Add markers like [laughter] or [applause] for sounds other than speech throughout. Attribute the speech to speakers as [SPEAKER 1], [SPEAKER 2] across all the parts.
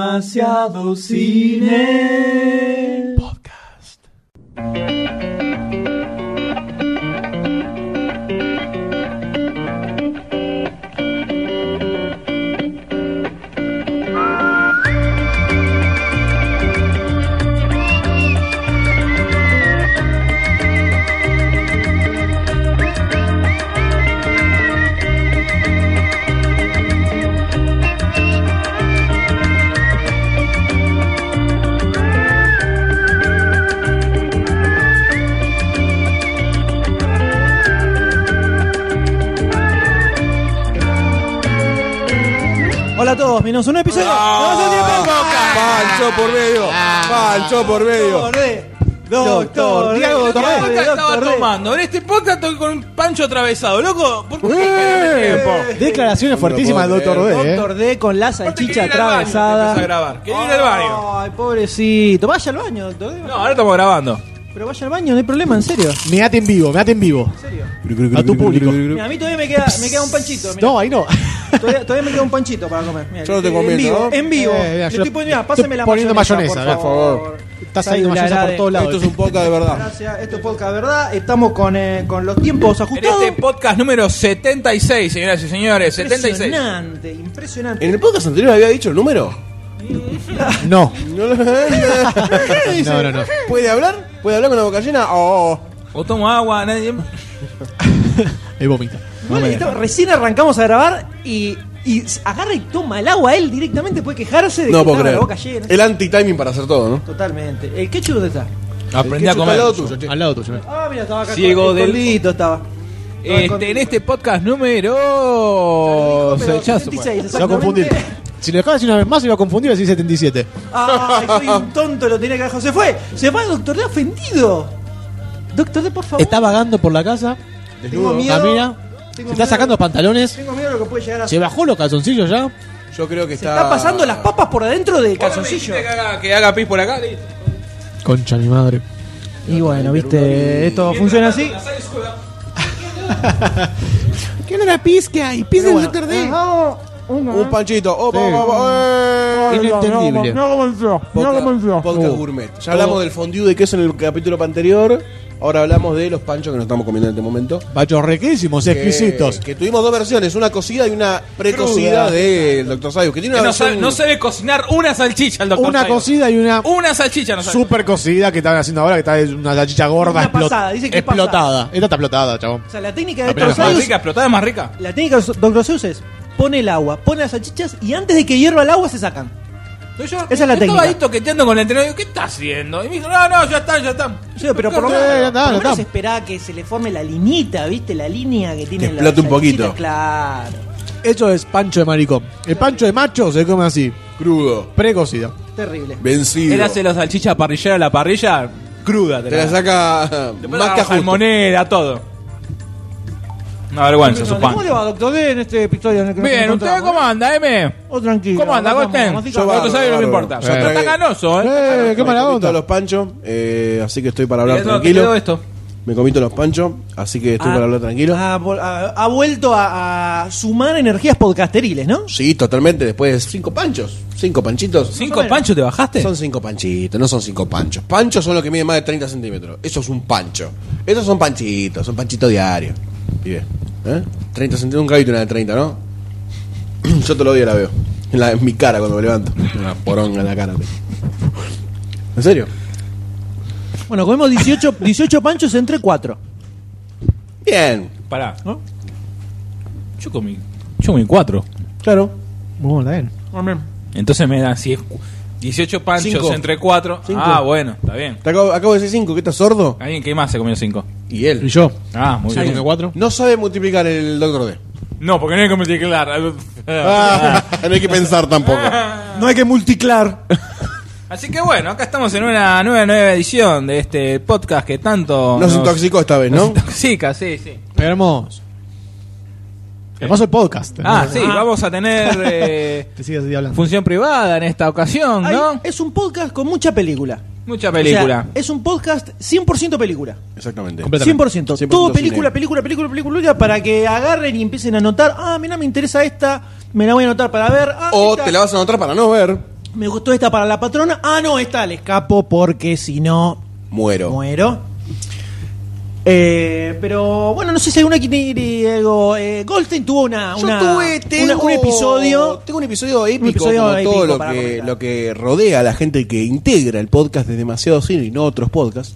[SPEAKER 1] Demasiado cine.
[SPEAKER 2] Podcast.
[SPEAKER 1] Hola a todos, menos un episodio. Ah.
[SPEAKER 2] Pancho por medio. Pancho por medio.
[SPEAKER 1] Doctor Diego
[SPEAKER 3] ¿Qué
[SPEAKER 1] Torre,
[SPEAKER 3] vodka estaba
[SPEAKER 1] Doctor D.
[SPEAKER 3] tomando? En este podcast estoy con un pancho atravesado, loco. ¿Por qué me
[SPEAKER 2] Eh,
[SPEAKER 3] pierdes tiempo?
[SPEAKER 4] Declaraciones
[SPEAKER 2] No lo
[SPEAKER 4] fuertísimas del
[SPEAKER 2] puedo
[SPEAKER 4] doctor
[SPEAKER 2] creer.
[SPEAKER 4] D. ¿eh?
[SPEAKER 1] Doctor D con la
[SPEAKER 3] Aparte
[SPEAKER 1] salchicha
[SPEAKER 3] quería ir al baño, empezó a
[SPEAKER 1] atravesada.
[SPEAKER 3] grabar. Quería ir al baño.
[SPEAKER 1] Ay, pobrecito. Vaya al baño, doctor D.
[SPEAKER 3] No, ahora estamos grabando.
[SPEAKER 1] Pero vaya al baño, no hay problema, en serio. En
[SPEAKER 4] Meate en vivo, meate en vivo.
[SPEAKER 1] serio.
[SPEAKER 4] A tu público.
[SPEAKER 1] Mira, a mí todavía me queda, me queda un panchito. mirá.
[SPEAKER 4] No, ahí no.
[SPEAKER 1] Todavía, todavía me queda un panchito para comer. Mirá,
[SPEAKER 2] Yo no te
[SPEAKER 1] en
[SPEAKER 2] comiendo,
[SPEAKER 1] vivo,
[SPEAKER 2] ¿no?
[SPEAKER 1] En vivo.
[SPEAKER 4] Eh, mirá,
[SPEAKER 1] Le
[SPEAKER 4] yo
[SPEAKER 1] estoy poniendo,
[SPEAKER 4] estoy
[SPEAKER 1] pásame la
[SPEAKER 4] poniendo
[SPEAKER 1] mayonesa,
[SPEAKER 4] mayonesa,
[SPEAKER 1] por
[SPEAKER 2] por
[SPEAKER 1] favor.
[SPEAKER 4] Estás ahí con
[SPEAKER 1] Salud,
[SPEAKER 4] mayonesa
[SPEAKER 1] Arade.
[SPEAKER 4] por todos
[SPEAKER 2] Esto es
[SPEAKER 4] lados.
[SPEAKER 2] un podcast de verdad.
[SPEAKER 1] Gracias, esto es podcast, ¿verdad? Estamos con, eh, con los tiempos
[SPEAKER 3] En
[SPEAKER 1] ajustados.
[SPEAKER 3] este podcast número 76, señoras y señores. 76.
[SPEAKER 1] Impresionante, impresionante.
[SPEAKER 2] En el podcast anterior había dicho el número.
[SPEAKER 4] No.
[SPEAKER 2] No lo- Dice,
[SPEAKER 1] [laughs]
[SPEAKER 4] [laughs] No, no, no.
[SPEAKER 2] ¿Puede hablar? ¿Puede hablar con la boca llena? Oh.
[SPEAKER 3] O tomo agua, nadie.
[SPEAKER 4] Ahí vomita.
[SPEAKER 1] Igual estaba- recién arrancamos a grabar y, y s- agarra y toma el agua él directamente, puede quejarse de
[SPEAKER 2] No
[SPEAKER 1] que
[SPEAKER 2] puedo
[SPEAKER 1] estaba
[SPEAKER 2] creer.
[SPEAKER 1] la boca llena.
[SPEAKER 2] El anti-timing para hacer todo, ¿no?
[SPEAKER 1] Totalmente. ¿El ketchup dónde está?
[SPEAKER 3] Aprendí
[SPEAKER 2] Ketchup
[SPEAKER 3] a
[SPEAKER 2] al
[SPEAKER 3] comer.
[SPEAKER 2] lado tuyo, che.
[SPEAKER 4] Al lado tuyo.
[SPEAKER 1] Ah, mira, estaba acá.
[SPEAKER 3] Ciego
[SPEAKER 1] con-
[SPEAKER 3] del-
[SPEAKER 1] escondidito estaba.
[SPEAKER 3] Este, en este podcast número.
[SPEAKER 1] Pero
[SPEAKER 3] Ya
[SPEAKER 1] 76,
[SPEAKER 4] Se va a confundir.
[SPEAKER 1] exactamente.
[SPEAKER 4] Si lo dejaba decir una vez más, se iba a confundir así 77.
[SPEAKER 1] [laughs] Ay, soy un tonto, lo tenía que dejar. Se fue, se va el doctor D ofendido. Doctor D, por favor.
[SPEAKER 4] Está vagando por la casa.
[SPEAKER 1] Tengo miedo.
[SPEAKER 4] Camina. Se
[SPEAKER 1] Tengo
[SPEAKER 4] está
[SPEAKER 1] miedo.
[SPEAKER 4] sacando pantalones.
[SPEAKER 1] Tengo miedo de lo que puede llegar a
[SPEAKER 4] Se
[SPEAKER 1] ser.
[SPEAKER 4] bajó los calzoncillos ya.
[SPEAKER 2] Yo creo que
[SPEAKER 1] Se
[SPEAKER 2] está.
[SPEAKER 1] está pasando las papas por adentro del calzoncillo.
[SPEAKER 3] Que haga, que haga pis por acá. listo.
[SPEAKER 4] Concha mi madre.
[SPEAKER 1] Y bueno, viste, esto funciona así.
[SPEAKER 4] ¿Qué no era pis que hay? Pis
[SPEAKER 1] Pero bueno,
[SPEAKER 4] D.
[SPEAKER 1] ah, una,
[SPEAKER 2] Un panchito. Oh, pa, pa, pa, eh.
[SPEAKER 4] Inentendible.
[SPEAKER 2] Podcast, podcast gourmet. Ya
[SPEAKER 4] Oh.
[SPEAKER 2] hablamos del fondue de queso en el capítulo anterior. Ahora hablamos de los panchos que nos estamos comiendo en este momento.
[SPEAKER 4] Pachos riquísimos,
[SPEAKER 2] que-
[SPEAKER 4] exquisitos.
[SPEAKER 2] Que tuvimos dos versiones, una cocida y una precocida
[SPEAKER 4] Cruda.
[SPEAKER 2] del Dr. Sayus. Que tiene
[SPEAKER 3] Que
[SPEAKER 2] una
[SPEAKER 3] no,
[SPEAKER 2] versión-
[SPEAKER 3] sabe, no sabe cocinar una salchicha el doctor.
[SPEAKER 4] Una
[SPEAKER 3] Sayo.
[SPEAKER 4] cocida y una
[SPEAKER 3] Una salchicha, no sabe.
[SPEAKER 4] super cocida que estaban haciendo ahora, que está es una salchicha gorda
[SPEAKER 1] Una pasada, dice que es
[SPEAKER 4] explotada. Esta está explotada, chabón.
[SPEAKER 1] O sea, la técnica de
[SPEAKER 4] La
[SPEAKER 1] Dr.
[SPEAKER 4] primera
[SPEAKER 3] Más
[SPEAKER 1] Seuss,
[SPEAKER 3] rica, explotada es más rica.
[SPEAKER 1] la técnica de Dr. Seuss es pone el agua, pone las salchichas y antes de que hierva el agua se sacan.
[SPEAKER 3] Entonces yo,
[SPEAKER 1] Esa es la
[SPEAKER 3] yo estaba
[SPEAKER 1] técnica.
[SPEAKER 3] ahí toqueteando con el entrenador. digo, ¿Qué está haciendo? Y me dijo, no, no, ya está, ya está.
[SPEAKER 1] Sí, pero por lo
[SPEAKER 4] Sí,
[SPEAKER 1] menos,
[SPEAKER 4] ya está,
[SPEAKER 1] por lo
[SPEAKER 4] ya
[SPEAKER 1] menos
[SPEAKER 4] está.
[SPEAKER 1] esperá que se le forme la liñita, ¿viste? La línea que tiene
[SPEAKER 2] Que
[SPEAKER 1] la
[SPEAKER 2] explote un
[SPEAKER 1] salchichita,
[SPEAKER 2] poquito.
[SPEAKER 1] Claro.
[SPEAKER 4] Eso es pancho de maricón. El pancho de macho se come así,
[SPEAKER 2] Crudo,
[SPEAKER 4] precocida.
[SPEAKER 1] Terrible.
[SPEAKER 2] vencido.
[SPEAKER 3] Él hace la salchicha parrillera a la parrilla cruda.
[SPEAKER 2] Te la saca
[SPEAKER 3] Después
[SPEAKER 2] más
[SPEAKER 3] la
[SPEAKER 2] que a justo.
[SPEAKER 3] salmonera, todo. Una vergüenza, su pan.
[SPEAKER 1] ¿Cómo le va, doctor D, en este episodio? en el que nos
[SPEAKER 3] Bien, ¿usted
[SPEAKER 1] encontramos,
[SPEAKER 3] cómo
[SPEAKER 1] eh?
[SPEAKER 3] anda, M?
[SPEAKER 1] Oh, tranquilo.
[SPEAKER 3] ¿Cómo anda,
[SPEAKER 1] vamos,
[SPEAKER 3] Gosten?
[SPEAKER 1] vamos,
[SPEAKER 3] Yo
[SPEAKER 1] vamos.
[SPEAKER 3] bárbaro, sabe lo que me
[SPEAKER 2] bárbaro.
[SPEAKER 3] importa.
[SPEAKER 4] Yo
[SPEAKER 3] Yo está
[SPEAKER 2] tragué-
[SPEAKER 3] ganoso, ¿eh?
[SPEAKER 4] Eh, qué
[SPEAKER 2] Me
[SPEAKER 4] mala
[SPEAKER 2] comí todos
[SPEAKER 4] onda.
[SPEAKER 2] los panchos, eh, así que estoy para hablar
[SPEAKER 3] Mirá, no, te
[SPEAKER 2] tranquilo.
[SPEAKER 3] quedó esto.
[SPEAKER 2] Me comí todos los panchos, así que estoy
[SPEAKER 1] Ah,
[SPEAKER 2] para hablar tranquilo.
[SPEAKER 1] Ha, vol- ha- ha vuelto a, a sumar energías podcasteriles, ¿no?
[SPEAKER 2] Sí, totalmente. Después de cinco panchos, cinco panchitos.
[SPEAKER 3] ¿Cinco panchos te bajaste?
[SPEAKER 2] Son cinco panchitos, no son cinco panchos. Panchos son los que miden más de 30 centímetros. Eso es un pancho. Esos son panchitos, son panchitos diarios. Pibe, ¿eh? 30 centímetros, nunca viste una de 30, ¿no? [clears throat] Yo te lo doy y la veo. En, la- en mi cara cuando me levanto. Una poronga en la cara. ¿En serio?
[SPEAKER 1] Bueno, comemos [laughs] 18, 18 panchos entre 4.
[SPEAKER 2] Bien.
[SPEAKER 3] Pará.
[SPEAKER 1] ¿No?
[SPEAKER 3] Yo comí. Yo comí cuatro.
[SPEAKER 2] Claro.
[SPEAKER 4] Bueno, está bien.
[SPEAKER 3] Entonces me dan si es cu- 18 panchos
[SPEAKER 2] Cinco.
[SPEAKER 3] entre cuatro.
[SPEAKER 2] Cinco.
[SPEAKER 3] Ah, bueno, está bien.
[SPEAKER 2] Te acabo, acabo de decir cinco, que estás sordo.
[SPEAKER 3] ¿Alguien que más se comió cinco?
[SPEAKER 2] Y él.
[SPEAKER 4] ¿Y yo?
[SPEAKER 3] Ah, muy
[SPEAKER 4] ¿Sí,
[SPEAKER 3] bien.
[SPEAKER 4] con cuatro?
[SPEAKER 2] No sabe multiplicar el doctor D.
[SPEAKER 3] No, porque no hay que multiplicar.
[SPEAKER 2] Ah, [laughs] no hay que pensar tampoco.
[SPEAKER 1] No hay que multiclar.
[SPEAKER 3] Así que bueno, acá estamos en una nueva, nueva edición de este podcast que tanto.
[SPEAKER 2] Nos intoxicó esta vez,
[SPEAKER 3] nos
[SPEAKER 2] ¿no?
[SPEAKER 3] intoxica, sí, sí.
[SPEAKER 4] [laughs] Hermoso. Hermoso el podcast.
[SPEAKER 3] Ah, sí, vamos a tener eh,
[SPEAKER 4] Te sigues así hablando.
[SPEAKER 3] función privada en esta ocasión, ¿no?
[SPEAKER 1] Es un podcast con mucha película.
[SPEAKER 3] Mucha película.
[SPEAKER 1] eh. O sea, es un podcast 100% película.
[SPEAKER 2] Exactamente.
[SPEAKER 4] Completamente.
[SPEAKER 1] 100%.
[SPEAKER 2] 100%
[SPEAKER 1] Todo película,
[SPEAKER 2] cine.
[SPEAKER 1] película, película, película, para que agarren y empiecen a notar, ah, mira, me interesa esta, Me la voy a anotar para ver. Ah,
[SPEAKER 2] O
[SPEAKER 1] esta-
[SPEAKER 2] te la vas a anotar para no ver.
[SPEAKER 1] Me gustó esta para la patrona. Ah, no, esta le escapo porque si no
[SPEAKER 2] Muero.
[SPEAKER 1] muero. Eh, pero bueno, no sé si alguna que tiene algo. eh, Goldstein tuvo una,
[SPEAKER 2] Yo
[SPEAKER 1] una-
[SPEAKER 2] tuve-
[SPEAKER 1] una- un episodio.
[SPEAKER 2] Tengo un episodio épico.
[SPEAKER 1] episodio
[SPEAKER 2] como
[SPEAKER 1] épico
[SPEAKER 2] todo lo
[SPEAKER 1] para
[SPEAKER 2] que,
[SPEAKER 1] comentar.
[SPEAKER 2] lo que rodea a la gente que integra el podcast de Demasiado Cine y no otros podcasts.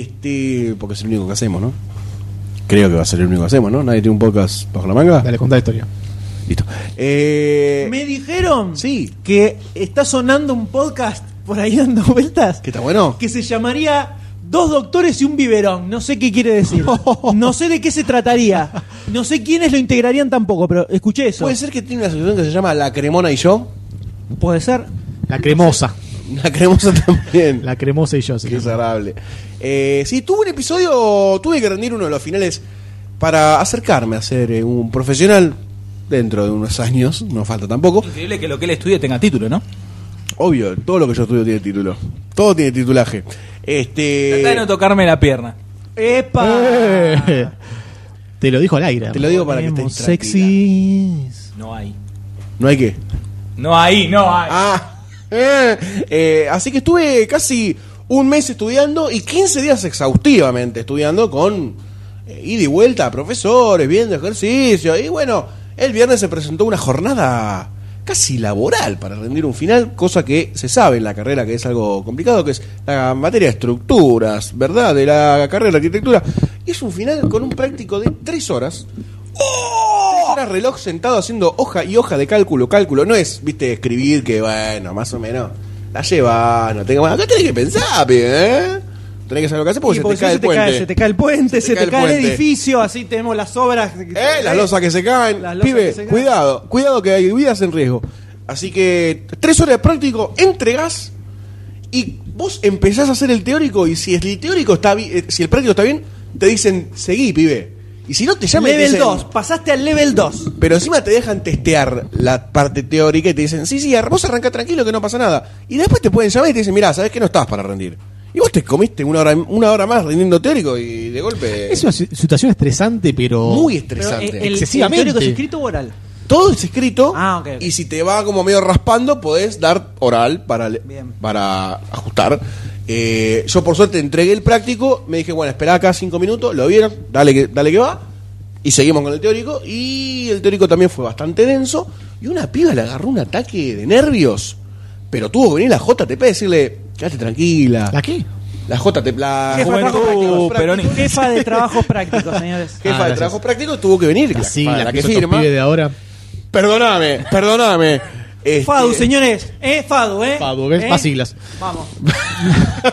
[SPEAKER 2] Este, porque es el único que hacemos, ¿no? Creo que va a ser el único que hacemos, ¿no? Nadie tiene un podcast bajo la manga.
[SPEAKER 4] Dale, contá la historia.
[SPEAKER 2] Listo. Eh,
[SPEAKER 1] Me dijeron
[SPEAKER 2] Sí.
[SPEAKER 1] que está sonando un podcast por ahí dando vueltas
[SPEAKER 2] ¿Qué está bueno?
[SPEAKER 1] que se llamaría Dos doctores y un biberón. No sé qué quiere
[SPEAKER 2] [laughs]
[SPEAKER 1] decir. No sé de qué se trataría. No sé quiénes lo integrarían tampoco, pero escuché eso.
[SPEAKER 2] Puede ser que tiene una sección que se llama La Cremona y yo.
[SPEAKER 1] Puede ser.
[SPEAKER 4] La cremosa.
[SPEAKER 2] La Cremosa [laughs] también.
[SPEAKER 4] La cremosa y yo. se
[SPEAKER 2] Qué
[SPEAKER 4] llama.
[SPEAKER 2] desagradable. Eh, sí, tuve un episodio, tuve que rendir uno de los finales para acercarme a ser eh, un profesional dentro de unos años, no falta tampoco.
[SPEAKER 3] Increíble que lo que él estudia tenga título, ¿no?
[SPEAKER 2] Obvio, todo lo que yo estudio tiene título. Todo tiene titulaje.
[SPEAKER 3] Tratá de no
[SPEAKER 2] Este,
[SPEAKER 3] tocarme la pierna.
[SPEAKER 1] ¡Epa!
[SPEAKER 4] Eh, [laughs] Te lo dijo al aire.
[SPEAKER 2] te lo digo para que estés
[SPEAKER 1] Tenemos
[SPEAKER 2] tranquila.
[SPEAKER 1] sexys.
[SPEAKER 3] No hay.
[SPEAKER 2] No hay que.
[SPEAKER 3] No hay, no hay.
[SPEAKER 2] Ah, [laughs] eh, eh, así que estuve casi un mes estudiando y 15 días exhaustivamente estudiando con eh, ida y vuelta a profesores, viendo ejercicio. Y bueno, el viernes se presentó una jornada casi laboral para rendir un final, cosa que se sabe en la carrera que es algo complicado, que es la materia de estructuras, ¿verdad? De la carrera de arquitectura. Y es un final con un práctico de tres horas. Tres horas reloj sentado haciendo hoja y hoja de cálculo, cálculo. No es, viste, escribir que, bueno, más o menos. La llevas, no tenga más. Acá tenés que pensar, pibe, ¿eh? Tenés que saber lo que hacer porque,
[SPEAKER 1] Y
[SPEAKER 2] se,
[SPEAKER 1] porque
[SPEAKER 2] te
[SPEAKER 1] si
[SPEAKER 2] cae
[SPEAKER 1] no
[SPEAKER 2] el puente.
[SPEAKER 1] se te cae el puente, se, te
[SPEAKER 2] el
[SPEAKER 1] cae el,
[SPEAKER 2] puente.
[SPEAKER 1] edificio, así tenemos las obras.
[SPEAKER 2] Eh, las losas que se caen.
[SPEAKER 1] Las losas que
[SPEAKER 2] Pibe,
[SPEAKER 1] se caen.
[SPEAKER 2] cuidado, cuidado que hay vidas en riesgo. Así que tres horas de práctico, entregás y vos empezás a hacer el teórico y si el teórico está bien, si el práctico está bien, te dicen, seguí, pibe. Y si no, te llaman y te
[SPEAKER 1] Level
[SPEAKER 2] dicen-
[SPEAKER 1] 2, pasaste al level 2.
[SPEAKER 2] Pero encima te dejan testear la parte teórica y te dicen, sí, sí, ar- vos arrancá tranquilo que no pasa nada. Y después te pueden llamar y te dicen, mirá, sabés que no estás para rendir. Y vos te comiste una hora, una hora más rindiendo teórico y de golpe...
[SPEAKER 4] Es una si- situación estresante, pero.
[SPEAKER 2] muy
[SPEAKER 1] Pero,
[SPEAKER 2] estresante.
[SPEAKER 1] eh, el- el
[SPEAKER 4] Excesivamente.
[SPEAKER 1] teórico es escrito o oral?
[SPEAKER 2] Todo es escrito.
[SPEAKER 1] Ah, ok, ok.
[SPEAKER 2] Y si te va como medio raspando, podés dar oral para, le-
[SPEAKER 1] Bien.
[SPEAKER 2] para ajustar. Eh, yo por suerte entregué el práctico, me dije, bueno, esperá acá cinco minutos, lo vieron, dale que, dale que va. Y seguimos con el teórico. Y el teórico también fue bastante denso. Y una piba le agarró un ataque de nervios. Pero tuvo que venir la JTP a decirle, quédate tranquila.
[SPEAKER 4] ¿La qué?
[SPEAKER 2] La JTP, la
[SPEAKER 1] Ah, Jefa de
[SPEAKER 3] Juventud
[SPEAKER 1] trabajos prácticos.
[SPEAKER 3] peronista.
[SPEAKER 1] Jefa de trabajos prácticos, señores.
[SPEAKER 2] jefa
[SPEAKER 4] Ah,
[SPEAKER 2] de
[SPEAKER 4] gracias.
[SPEAKER 2] trabajo práctico tuvo que venir.
[SPEAKER 4] La
[SPEAKER 2] la-
[SPEAKER 4] sigla
[SPEAKER 2] para la
[SPEAKER 4] que
[SPEAKER 2] que
[SPEAKER 4] usan estos
[SPEAKER 2] firma.
[SPEAKER 4] pibes de ahora.
[SPEAKER 2] Perdóname, perdóname. [laughs] Este-
[SPEAKER 1] Fadu, señores. Eh, Fadu, eh.
[SPEAKER 4] Fadu, ¿ves?
[SPEAKER 1] Eh.
[SPEAKER 4] Más siglas.
[SPEAKER 1] Vamos.
[SPEAKER 2] [laughs]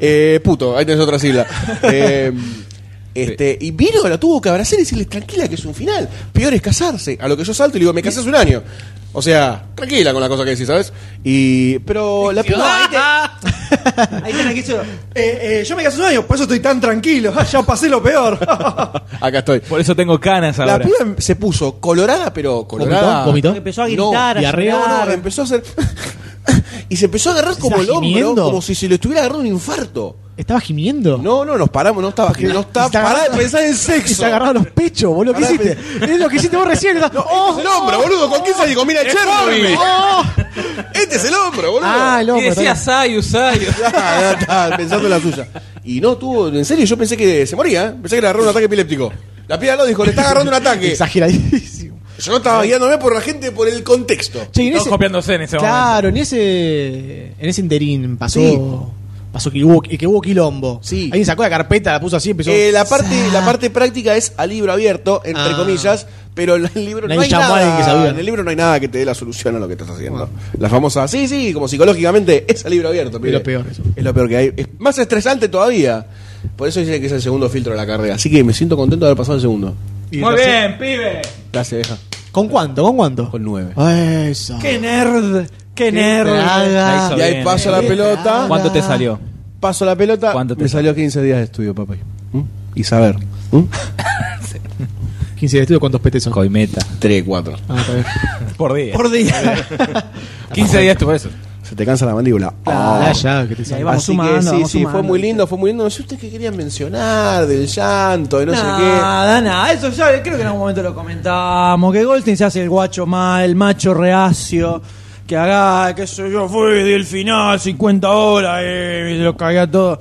[SPEAKER 2] eh, puto, ahí tenés otra sigla. Eh, este, y vino, la tuvo que abrazar y decirle, tranquila, que es un final. Peor es casarse. A lo que yo salto y le digo, me casé hace un año. O sea, tranquila con la cosa que decís, ¿sabes? Y. Pero la
[SPEAKER 1] Ah,
[SPEAKER 2] piba.
[SPEAKER 1] [laughs] Ahí tenés que decirlo. Eh, eh, yo me casé un año, por eso estoy tan tranquilo. ya pasé lo peor.
[SPEAKER 2] Acá estoy.
[SPEAKER 3] Por eso tengo canas
[SPEAKER 2] La
[SPEAKER 3] ahora.
[SPEAKER 2] piba se puso colorada, pero colorada.
[SPEAKER 4] ¿Vomitó?
[SPEAKER 1] Empezó a gritar,
[SPEAKER 4] No,
[SPEAKER 1] a
[SPEAKER 4] diarrea.
[SPEAKER 1] llorar.
[SPEAKER 2] No, no, empezó a hacer. [laughs] y se empezó a agarrar
[SPEAKER 4] ¿Se
[SPEAKER 2] como
[SPEAKER 4] está
[SPEAKER 2] el hombro,
[SPEAKER 4] gimiendo?
[SPEAKER 2] como si se le estuviera agarrando un infarto.
[SPEAKER 4] ¿Estaba gimiendo?
[SPEAKER 2] No, no, nos paramos, no estaba. No estaba.
[SPEAKER 4] Está
[SPEAKER 2] Pará de
[SPEAKER 4] agarrado-
[SPEAKER 2] pensar en
[SPEAKER 4] Y
[SPEAKER 2] sexo.
[SPEAKER 4] se ha agarrado los pechos, boludo. ¿Qué
[SPEAKER 2] Pará,
[SPEAKER 4] hiciste? Es lo que hiciste vos recién. No, ¡Oh!
[SPEAKER 2] Este es el hombro, boludo. ¿Con quién se digo? Mira, Chernobyl. Este es el hombro, boludo.
[SPEAKER 4] Ah, el
[SPEAKER 3] y
[SPEAKER 4] hombro.
[SPEAKER 3] decía Sayu, Sayu.
[SPEAKER 2] [laughs] Ya, ya está, pensando en la suya. Y no tuvo, en serio, yo pensé que se moría. ¿eh? Pensé que le agarró un ataque epiléptico. La piba lo dijo, le está agarrando un ataque.
[SPEAKER 4] Exageradísimo.
[SPEAKER 2] Yo no estaba guiándome por la gente, por el contexto.
[SPEAKER 4] Che, y en
[SPEAKER 3] Todos
[SPEAKER 4] ese-
[SPEAKER 3] copiándose en ese momento.
[SPEAKER 4] Claro, en ese, en ese interín pasó,
[SPEAKER 2] Sí.
[SPEAKER 4] pasó que hubo, que hubo quilombo.
[SPEAKER 2] Sí.
[SPEAKER 4] Alguien sacó la carpeta, la puso así, empezó. Ah.
[SPEAKER 2] Eh, la, parte,
[SPEAKER 4] Sa-
[SPEAKER 2] la parte práctica es a libro abierto, entre
[SPEAKER 4] Ah.
[SPEAKER 2] comillas, pero en el libro no
[SPEAKER 4] Nadie
[SPEAKER 2] hay
[SPEAKER 4] llamó a
[SPEAKER 2] nada.
[SPEAKER 4] alguien que sabía.
[SPEAKER 2] En el libro no hay nada que te dé la solución a lo que estás haciendo. La famosa, sí, sí, como psicológicamente es a libro abierto. mire.
[SPEAKER 4] lo peor eso.
[SPEAKER 2] Es lo peor que hay. Es más estresante todavía. Por eso dicen que es el segundo filtro de la carrera. Así que me siento contento de haber pasado el segundo.
[SPEAKER 4] y
[SPEAKER 3] Muy
[SPEAKER 4] la-
[SPEAKER 3] bien, pibe.
[SPEAKER 2] Gracias, deja.
[SPEAKER 4] ¿Con cuánto? ¿Con cuánto?
[SPEAKER 2] Con nueve.
[SPEAKER 4] Eso.
[SPEAKER 1] Qué nerd. Qué nerd.
[SPEAKER 4] traga.
[SPEAKER 3] La hizo
[SPEAKER 2] Y ahí
[SPEAKER 3] bien.
[SPEAKER 2] paso la
[SPEAKER 4] eh.
[SPEAKER 2] pelota.
[SPEAKER 3] ¿Cuánto te salió?
[SPEAKER 2] Paso la pelota.
[SPEAKER 3] ¿Cuánto te
[SPEAKER 2] Me salió 15 días de estudio, papá. ¿Mm? Y saber. ¿Mm?
[SPEAKER 4] 15 de estudio, ¿cuántos petes son?
[SPEAKER 3] Coimeta.
[SPEAKER 2] 3, 4.
[SPEAKER 4] Ah, está bien.
[SPEAKER 3] Por día.
[SPEAKER 1] Por día.
[SPEAKER 3] 15 días tú por eso.
[SPEAKER 2] Se te cansa la mandíbula.
[SPEAKER 1] Claro.
[SPEAKER 2] Ah.
[SPEAKER 4] Ah, ya, que te
[SPEAKER 1] Ahí
[SPEAKER 4] salga.
[SPEAKER 1] va. vamos
[SPEAKER 2] Así
[SPEAKER 1] sumando,
[SPEAKER 2] que sí,
[SPEAKER 1] vamos
[SPEAKER 2] sí,
[SPEAKER 1] sumando.
[SPEAKER 2] fue muy lindo, fue muy lindo. No sé ustedes qué querían mencionar del llanto, de no sé
[SPEAKER 1] [laughs]
[SPEAKER 2] qué.
[SPEAKER 1] Nada, nada, eso ya creo que en algún momento lo comentamos, que Goldstein se hace el guacho mal, el macho reacio, que haga, que sé yo, fui del final, 50 horas, eh, y lo cagué a todo.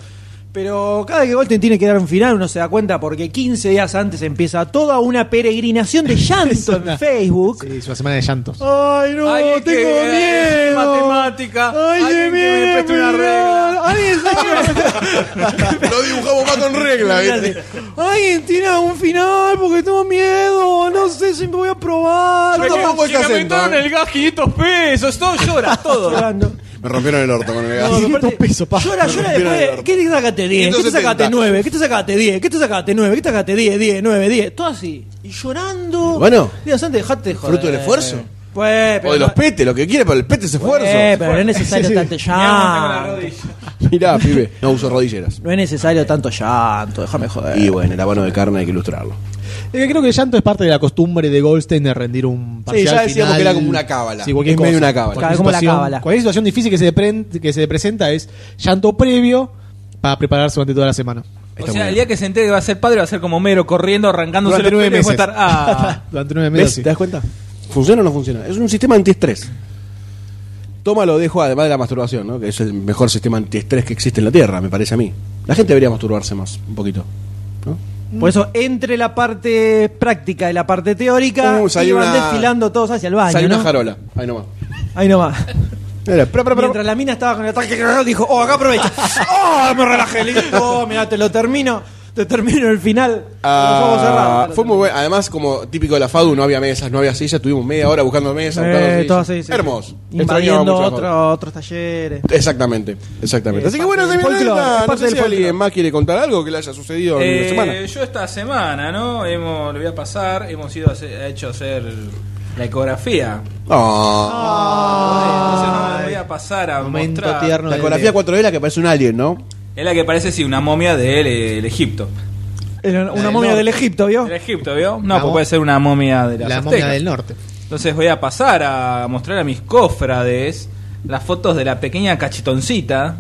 [SPEAKER 1] Pero cada vez que Goldstein tiene que dar un final, uno se da cuenta porque 15 días antes empieza toda una peregrinación de llanto en Facebook.
[SPEAKER 4] Sí, es una semana de llantos.
[SPEAKER 1] Ay, eh, no,
[SPEAKER 3] Alguien que- eh,
[SPEAKER 1] tengo miedo.
[SPEAKER 3] Matemática.
[SPEAKER 1] Ay, de
[SPEAKER 3] Alguien que me
[SPEAKER 1] miedo.
[SPEAKER 3] preste una regla.
[SPEAKER 1] Alguien saque-
[SPEAKER 2] Lo dibujamos más con regla, ¿viste?
[SPEAKER 1] Alguien tiene un final porque tengo miedo. No sé si me voy a probar.
[SPEAKER 2] Yo tampoco
[SPEAKER 3] Si
[SPEAKER 2] ese
[SPEAKER 3] me
[SPEAKER 2] acento,
[SPEAKER 3] aumentaron
[SPEAKER 2] ¿eh?
[SPEAKER 3] el gas 500 pesos, todo llora, todo. [laughs]
[SPEAKER 1] Llorando.
[SPEAKER 2] Me rompieron el orto con el gas.
[SPEAKER 1] No, aparte,
[SPEAKER 4] 500 pesos, pa.
[SPEAKER 1] Llora, llora
[SPEAKER 2] Mira,
[SPEAKER 1] después. de-
[SPEAKER 2] Eduardo.
[SPEAKER 1] ¿Qué te sacaste 10? ¿Qué te
[SPEAKER 2] 170?
[SPEAKER 1] sacaste 9? ¿Qué te sacaste 10? ¿Qué te sacaste 9? ¿Qué te sacaste 10? 10, 9, 10. Todo así. Y llorando.
[SPEAKER 2] bueno.
[SPEAKER 1] Días antes dejate de joder.
[SPEAKER 2] Fruto del esfuerzo.
[SPEAKER 1] Pues, pero,
[SPEAKER 2] O de los petes, lo que quiere, pero el pete es esfuerzo.
[SPEAKER 1] Eh, pero no es necesario
[SPEAKER 4] Sí, sí.
[SPEAKER 1] tanto
[SPEAKER 3] Me aguanté con la
[SPEAKER 1] llanto.
[SPEAKER 3] rodilla.
[SPEAKER 2] Mirá, pibe, no uso rodilleras.
[SPEAKER 1] No es necesario tanto llanto. Déjame joder.
[SPEAKER 2] Y bueno, el habano de carne hay que ilustrarlo.
[SPEAKER 4] Es que creo que el llanto es parte de la costumbre de Goldstein de rendir un parcial
[SPEAKER 2] ya decíamos
[SPEAKER 4] final.
[SPEAKER 2] que era como una cábala.
[SPEAKER 4] Sí, cualquier
[SPEAKER 2] Es medio
[SPEAKER 4] cosa.
[SPEAKER 2] una cábala.
[SPEAKER 4] Cualquier
[SPEAKER 1] Como la
[SPEAKER 4] situación,
[SPEAKER 1] cábala.
[SPEAKER 4] cualquier situación difícil que se, pre- que se presenta es llanto previo para prepararse durante toda la semana.
[SPEAKER 3] O sea, el día que se entere que va a ser padre va a ser como Homero corriendo, arrancándose
[SPEAKER 4] Durante
[SPEAKER 3] los
[SPEAKER 4] nueve
[SPEAKER 3] pelos y va a estar.
[SPEAKER 4] meses.
[SPEAKER 3] Ah,
[SPEAKER 4] [laughs] durante nueve meses.
[SPEAKER 2] ¿Ves?
[SPEAKER 4] sí.
[SPEAKER 2] ¿Te das cuenta? ¿Funciona o no funciona? Es un sistema antiestrés. Tómalo, dejo, además de la masturbación, ¿no? que es el mejor sistema antiestrés que existe en la Tierra, me parece a mí. La gente debería masturbarse más, un poquito. ¿no?
[SPEAKER 1] Mm. Por eso, entre la parte práctica y la parte teórica,
[SPEAKER 2] Uh, salió
[SPEAKER 1] iban
[SPEAKER 2] una-
[SPEAKER 1] desfilando todos hacia el baño.
[SPEAKER 2] Salió
[SPEAKER 1] ¿no?
[SPEAKER 2] una jarola, ahí nomás.
[SPEAKER 1] Ahí
[SPEAKER 2] [laughs]
[SPEAKER 1] nomás.
[SPEAKER 2] Mira, pra, pra, pra.
[SPEAKER 1] Mientras la mina estaba con el ataque, dijo, oh, acá
[SPEAKER 2] [laughs]
[SPEAKER 1] aprovecha. Oh, me relajé, listo. Oh, mirá, te lo termino. Te termino el final.
[SPEAKER 2] Ah,
[SPEAKER 1] Con los ojos cerrados.
[SPEAKER 2] fue muy bueno. Además, como típico de la FADU, no había mesas, no había sillas. Tuvimos media hora buscando mesas.
[SPEAKER 1] Eh,
[SPEAKER 2] buscando sillas.
[SPEAKER 1] todo así, sí.
[SPEAKER 2] Hermoso. Extrañaba
[SPEAKER 1] Invadiendo
[SPEAKER 2] mucho la FADU.
[SPEAKER 1] otro, otros talleres.
[SPEAKER 2] Exactamente, exactamente.
[SPEAKER 1] Eh,
[SPEAKER 2] Así que
[SPEAKER 1] parte
[SPEAKER 2] bueno,
[SPEAKER 1] del
[SPEAKER 2] señor
[SPEAKER 1] folclore,
[SPEAKER 2] Landa,
[SPEAKER 1] es
[SPEAKER 2] no
[SPEAKER 1] parte
[SPEAKER 2] sé
[SPEAKER 1] del
[SPEAKER 2] si alguien
[SPEAKER 1] folclore.
[SPEAKER 2] más quiere contar algo que le haya sucedido en
[SPEAKER 3] eh,
[SPEAKER 2] la semana.
[SPEAKER 3] yo esta semana, ¿no? Hemos, lo voy a pasar, hemos ido a hacer- a hecho hacer la ecografía.
[SPEAKER 2] Ah.
[SPEAKER 3] Entonces no me voy a pasar a
[SPEAKER 4] Momento
[SPEAKER 3] mostrar.
[SPEAKER 4] tierno.
[SPEAKER 2] la ecografía 4D, la que parece un alien, ¿no?
[SPEAKER 3] Es la que parece sí, una momia del eh, el Egipto.
[SPEAKER 1] Era una
[SPEAKER 4] del
[SPEAKER 1] momia
[SPEAKER 4] norte.
[SPEAKER 1] del Egipto, ¿vio?
[SPEAKER 3] ¿Del Egipto, vio? No,
[SPEAKER 4] La
[SPEAKER 3] pues
[SPEAKER 4] mo-
[SPEAKER 3] puede ser una momia de
[SPEAKER 4] La,
[SPEAKER 3] las
[SPEAKER 4] momia
[SPEAKER 3] aztecas.
[SPEAKER 4] del norte.
[SPEAKER 3] Entonces voy a pasar a mostrar a mis cofrades las fotos de la pequeña cachitoncita.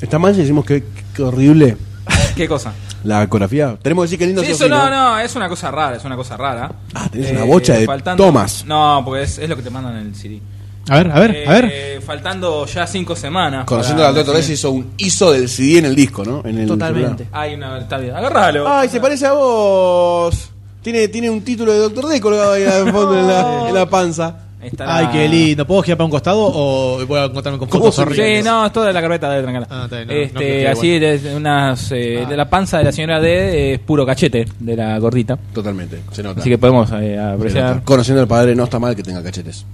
[SPEAKER 2] Está mal si decimos que, que horrible
[SPEAKER 3] ¿Qué cosa?
[SPEAKER 2] la ecografía. Tenemos que decir que lindo
[SPEAKER 3] Sí,
[SPEAKER 2] sí o
[SPEAKER 3] eso
[SPEAKER 2] sí,
[SPEAKER 3] no, no, es una cosa rara, es una cosa rara. Eh,
[SPEAKER 2] Ah, tenés una bocha de tomas.
[SPEAKER 3] No, porque es, es lo que te mandan en el CD.
[SPEAKER 4] A ver, a ver, a ver.
[SPEAKER 3] Eh, Faltando ya cinco semanas.
[SPEAKER 2] Conociendo
[SPEAKER 3] para-
[SPEAKER 2] al doctor S hizo un ISO del CD en el disco, ¿no? En el
[SPEAKER 1] Totalmente.
[SPEAKER 3] Hay una, está bien, agárralo.
[SPEAKER 2] celular. Ay, se parece a vos. Tiene, tiene un título de Doctor D colgado ahí
[SPEAKER 4] [laughs]
[SPEAKER 2] al fondo en, la, en la panza.
[SPEAKER 3] Ahí está la-
[SPEAKER 4] Ay, qué lindo. ¿puedo girar para un costado o voy a encontrarme con
[SPEAKER 2] ¿Cómo
[SPEAKER 4] fotos
[SPEAKER 2] se-
[SPEAKER 4] horribles?
[SPEAKER 3] Sí, no, es toda la carpeta de tranquila.
[SPEAKER 4] Ah, está bien, no, no
[SPEAKER 3] este,
[SPEAKER 4] creo que
[SPEAKER 3] así, de, unas, eh, de la panza de la señora D es puro cachete de la gordita.
[SPEAKER 2] Totalmente, se nota.
[SPEAKER 3] Así que podemos eh,
[SPEAKER 2] Se nota.
[SPEAKER 3] apreciar.
[SPEAKER 2] Conociendo al padre, no está mal que tenga cachetes.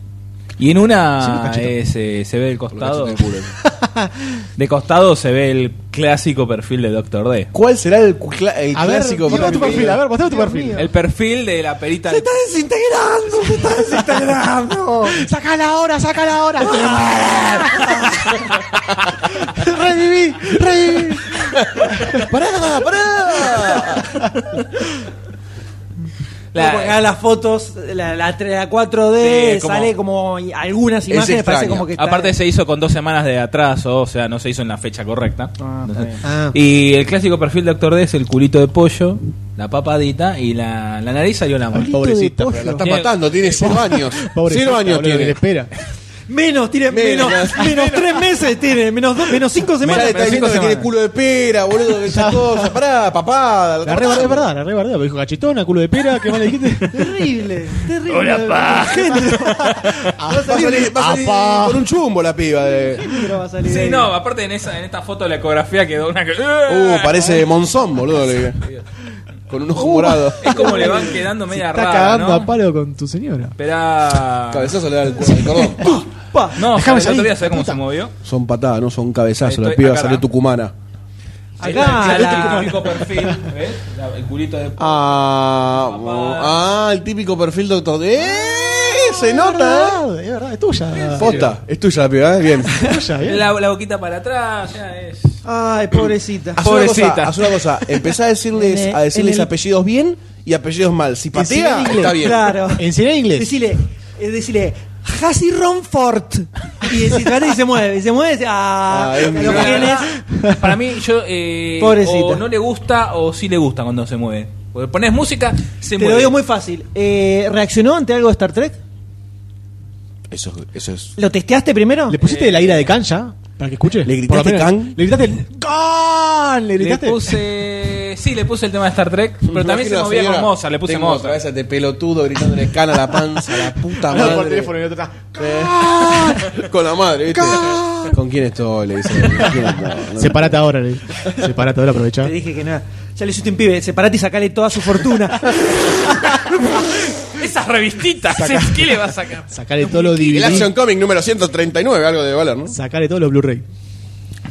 [SPEAKER 3] Y en una
[SPEAKER 4] Sí, los cachetes.
[SPEAKER 3] es, eh, se ve el
[SPEAKER 2] Por
[SPEAKER 3] costado.
[SPEAKER 2] los cachetes del culo.
[SPEAKER 3] De costado se ve el clásico perfil de Doctor D.
[SPEAKER 2] ¿Cuál será el, cla- el
[SPEAKER 4] A ver,
[SPEAKER 2] clásico?
[SPEAKER 4] mostrame tu perfil, a ver, mostrame tu
[SPEAKER 1] Dios
[SPEAKER 4] perfil.
[SPEAKER 1] mío.
[SPEAKER 3] El perfil de la perita.
[SPEAKER 1] ¡Se está desintegrando! ¡Se está [laughs] desintegrando!
[SPEAKER 4] ¡Sácala ahora, sácala ahora!
[SPEAKER 1] [laughs]
[SPEAKER 4] ¡Reviví, reviví!
[SPEAKER 2] ¡Pará, pará!
[SPEAKER 1] La,
[SPEAKER 3] La-
[SPEAKER 1] las fotos, la, la, tre- la 4D,
[SPEAKER 3] Sí, como-
[SPEAKER 1] sale como y- algunas
[SPEAKER 2] Es
[SPEAKER 1] imágenes, parece
[SPEAKER 2] extraña.
[SPEAKER 1] como que está-
[SPEAKER 3] Aparte se hizo con dos semanas de atraso, o sea, no se hizo en la fecha correcta.
[SPEAKER 1] Ah, está bien.
[SPEAKER 4] Ah.
[SPEAKER 3] Y el clásico perfil de Doctor D es el culito de pollo, la papadita y la, la nariz salió la mano.
[SPEAKER 4] Pobrecita.
[SPEAKER 1] pollo.
[SPEAKER 2] La estás
[SPEAKER 3] Tiene-
[SPEAKER 2] matando, tiene
[SPEAKER 3] [laughs]
[SPEAKER 2] cero años.
[SPEAKER 4] Pobrecita,
[SPEAKER 2] Cero años
[SPEAKER 4] boludo, que le
[SPEAKER 2] tiene.
[SPEAKER 4] espera.
[SPEAKER 1] Menos, tiene menos,
[SPEAKER 2] Menos.
[SPEAKER 1] menos tres meses tiene, menos dos, menos cinco
[SPEAKER 2] Ya
[SPEAKER 1] semanas.
[SPEAKER 2] le
[SPEAKER 3] pero
[SPEAKER 2] está
[SPEAKER 3] cinco
[SPEAKER 2] diciendo que tiene
[SPEAKER 3] semanas.
[SPEAKER 2] culo de pera, boludo, que
[SPEAKER 4] [laughs]
[SPEAKER 2] esa cosa. Pará, papada.
[SPEAKER 4] La re es verdad, la re verdad. Dijo cachetona, culo de pera, ¿qué más le dijiste?
[SPEAKER 1] Terrible, terrible. Gente,
[SPEAKER 2] Va a salir, va a salir
[SPEAKER 4] Apa.
[SPEAKER 2] con un chumbo la piba. De...
[SPEAKER 1] pero va a salir
[SPEAKER 3] Sí,
[SPEAKER 1] bien.
[SPEAKER 3] no, aparte en, esa, en esta foto de la ecografía quedó una que... ¡Ah!
[SPEAKER 2] Uh, parece Monzón, boludo. le- Con un ojo morado.
[SPEAKER 4] Uh,
[SPEAKER 3] Es como le van quedando media
[SPEAKER 4] Está
[SPEAKER 3] rara,
[SPEAKER 4] cagando a
[SPEAKER 3] ¿no?
[SPEAKER 4] palo con tu señora.
[SPEAKER 3] Esperá...
[SPEAKER 2] Cabezazo le da el culo al
[SPEAKER 3] [laughs]
[SPEAKER 2] cordón. ¡Pah!
[SPEAKER 1] Pa.
[SPEAKER 3] No,
[SPEAKER 4] Déjame
[SPEAKER 3] el otro
[SPEAKER 4] salir,
[SPEAKER 3] día sabés cómo
[SPEAKER 4] puta.
[SPEAKER 3] se movió.
[SPEAKER 2] Son patadas, no son cabezazos. La
[SPEAKER 3] Estoy
[SPEAKER 2] piba
[SPEAKER 3] acá,
[SPEAKER 2] salió
[SPEAKER 3] ¿no?
[SPEAKER 2] tucumana.
[SPEAKER 1] Acá,
[SPEAKER 3] Acá,
[SPEAKER 1] la-
[SPEAKER 3] el típico perfil, ¿ves? La- el culito de pollo.
[SPEAKER 2] Ah,
[SPEAKER 3] Papada.
[SPEAKER 2] ah, el típico perfil doctor. ¡Eh!
[SPEAKER 3] Ah,
[SPEAKER 2] Se nota,
[SPEAKER 4] verdad, es verdad, es tuya.
[SPEAKER 2] ¿eh? Posta, es tuya la piba, ¿eh? [laughs] Bien.
[SPEAKER 4] Es
[SPEAKER 3] [laughs]
[SPEAKER 4] tuya, bien.
[SPEAKER 3] La, la boquita para atrás, ya es...
[SPEAKER 1] Ay, pobrecita.
[SPEAKER 2] Haz una
[SPEAKER 3] Pobrecita.
[SPEAKER 2] cosa, Haz una cosa, empezá a
[SPEAKER 1] En
[SPEAKER 2] decirles,
[SPEAKER 1] el-
[SPEAKER 2] a decirles
[SPEAKER 1] en el-
[SPEAKER 2] apellidos bien y apellidos mal. Si
[SPEAKER 1] Decile en
[SPEAKER 2] patea,
[SPEAKER 1] inglés,
[SPEAKER 2] está bien.
[SPEAKER 1] Claro.
[SPEAKER 4] ¿Enseñar inglés?
[SPEAKER 1] Decile, eh, decile, Hassi Romfort. Y decís, "Pará", y se mueve, y se mueve, y dice, ah,
[SPEAKER 2] Ah,
[SPEAKER 1] los
[SPEAKER 2] es mi-
[SPEAKER 1] genes.
[SPEAKER 3] Para mí, yo. eh,
[SPEAKER 1] Pobrecita.
[SPEAKER 3] O no le gusta o sí le gusta cuando se mueve. Porque pones música, se
[SPEAKER 1] Te
[SPEAKER 3] mueve.
[SPEAKER 1] lo digo muy fácil. Eh, ¿Reaccionó ante algo de Star Trek?
[SPEAKER 2] Eso, eso es.
[SPEAKER 1] ¿Lo testeaste primero?
[SPEAKER 4] ¿Le pusiste la ira de Khan ya? Para que escuche.
[SPEAKER 2] ¿Le gritaste
[SPEAKER 4] Por lo menos.
[SPEAKER 2] Khan?
[SPEAKER 4] ¿Le gritaste Khan? ¿Le
[SPEAKER 3] Le
[SPEAKER 4] gritaste? [laughs]
[SPEAKER 3] puse. Sí, le puse el tema de Star Trek. Pero también se movía con Mozart. Le puse
[SPEAKER 2] Tengo otra
[SPEAKER 3] Mozart.
[SPEAKER 2] vez a este pelotudo gritándole cana a la panza, a la
[SPEAKER 3] [laughs]
[SPEAKER 2] puta
[SPEAKER 4] Hablando por
[SPEAKER 2] madre.
[SPEAKER 4] teléfono y el otro está-
[SPEAKER 2] Eh, [laughs] Con la madre, ¿viste? ¿Con quién estoy? Le dice. ¿Con quién estoy?
[SPEAKER 4] Separate ahora, le Separate ahora, aprovecha.
[SPEAKER 1] Te dije que nada. Ya le hiciste un pibe, separate y sacale toda su
[SPEAKER 2] [laughs]
[SPEAKER 1] fortuna.
[SPEAKER 3] Esas revistitas. ¿Qué le va a sacar?
[SPEAKER 4] Sacale todos los
[SPEAKER 2] El Action
[SPEAKER 4] DVD.
[SPEAKER 2] Comic número 139, algo de valor, ¿no?
[SPEAKER 4] Sacale todos los Blu-ray.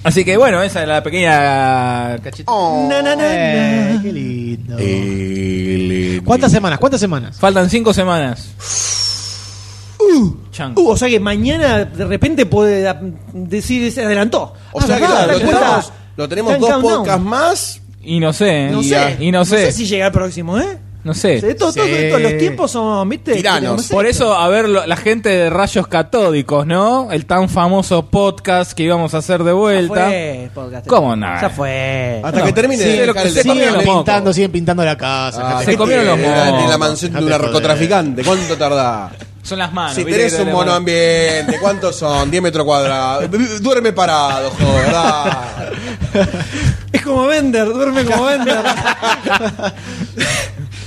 [SPEAKER 3] Así que bueno, esa es la pequeña cacheta.
[SPEAKER 1] Na, na, na,
[SPEAKER 2] Oh, eh.
[SPEAKER 1] na.
[SPEAKER 4] qué lindo.
[SPEAKER 2] El-
[SPEAKER 4] Eh, ¿Cuántas semanas? ¿Cuántas semanas?
[SPEAKER 3] Faltan cinco semanas. Chan.
[SPEAKER 1] Uh, o sea que mañana de repente puede ah, decir, se adelantó.
[SPEAKER 2] O
[SPEAKER 1] Ah,
[SPEAKER 2] sea que
[SPEAKER 1] verdad,
[SPEAKER 2] lo, lo
[SPEAKER 1] está-
[SPEAKER 2] tenemos,
[SPEAKER 1] está-
[SPEAKER 2] lo tenemos
[SPEAKER 1] está en
[SPEAKER 2] dos
[SPEAKER 1] countdown.
[SPEAKER 2] podcasts más.
[SPEAKER 3] Y no sé. ¿eh?
[SPEAKER 2] No
[SPEAKER 3] y,
[SPEAKER 2] sé.
[SPEAKER 3] y no
[SPEAKER 1] No sé
[SPEAKER 3] sé.
[SPEAKER 1] si llega el próximo, ¿eh?
[SPEAKER 3] No sé.
[SPEAKER 1] Sí, todo- todo-
[SPEAKER 4] Sí.
[SPEAKER 1] todo- los tiempos son, ¿viste?
[SPEAKER 2] Tiranos.
[SPEAKER 1] Como-
[SPEAKER 3] Por eso, a ver, lo- la gente de Rayos Catódicos, ¿no? El tan famoso podcast que íbamos a hacer de
[SPEAKER 1] Ya
[SPEAKER 3] vuelta.
[SPEAKER 1] fue, podcast.
[SPEAKER 3] ¿Cómo nada?
[SPEAKER 1] Ya fue.
[SPEAKER 2] Hasta que termine
[SPEAKER 3] sí,
[SPEAKER 2] de
[SPEAKER 3] lo
[SPEAKER 2] dejar
[SPEAKER 3] que
[SPEAKER 2] el
[SPEAKER 3] se
[SPEAKER 2] deporte.
[SPEAKER 3] comieron
[SPEAKER 4] Siguen
[SPEAKER 3] los mocos.
[SPEAKER 4] pintando, siguen pintando la casa.
[SPEAKER 2] Ah,
[SPEAKER 3] Se
[SPEAKER 2] ¿qué
[SPEAKER 3] comieron los
[SPEAKER 2] te- la- De la
[SPEAKER 3] mocos.
[SPEAKER 2] mansión de un
[SPEAKER 4] Dejate de joder.
[SPEAKER 2] narcotraficante. ¿Cuánto tarda?
[SPEAKER 3] Son las manos.
[SPEAKER 2] Si
[SPEAKER 3] ¿viste?
[SPEAKER 2] tenés
[SPEAKER 3] Que
[SPEAKER 2] un
[SPEAKER 3] tenemos-
[SPEAKER 2] monoambiente, ¿cuántos son? 10 metros cuadrados. Duerme parado, joder. dale.
[SPEAKER 1] Es como Bender, duerme como
[SPEAKER 2] [laughs]
[SPEAKER 1] Bender.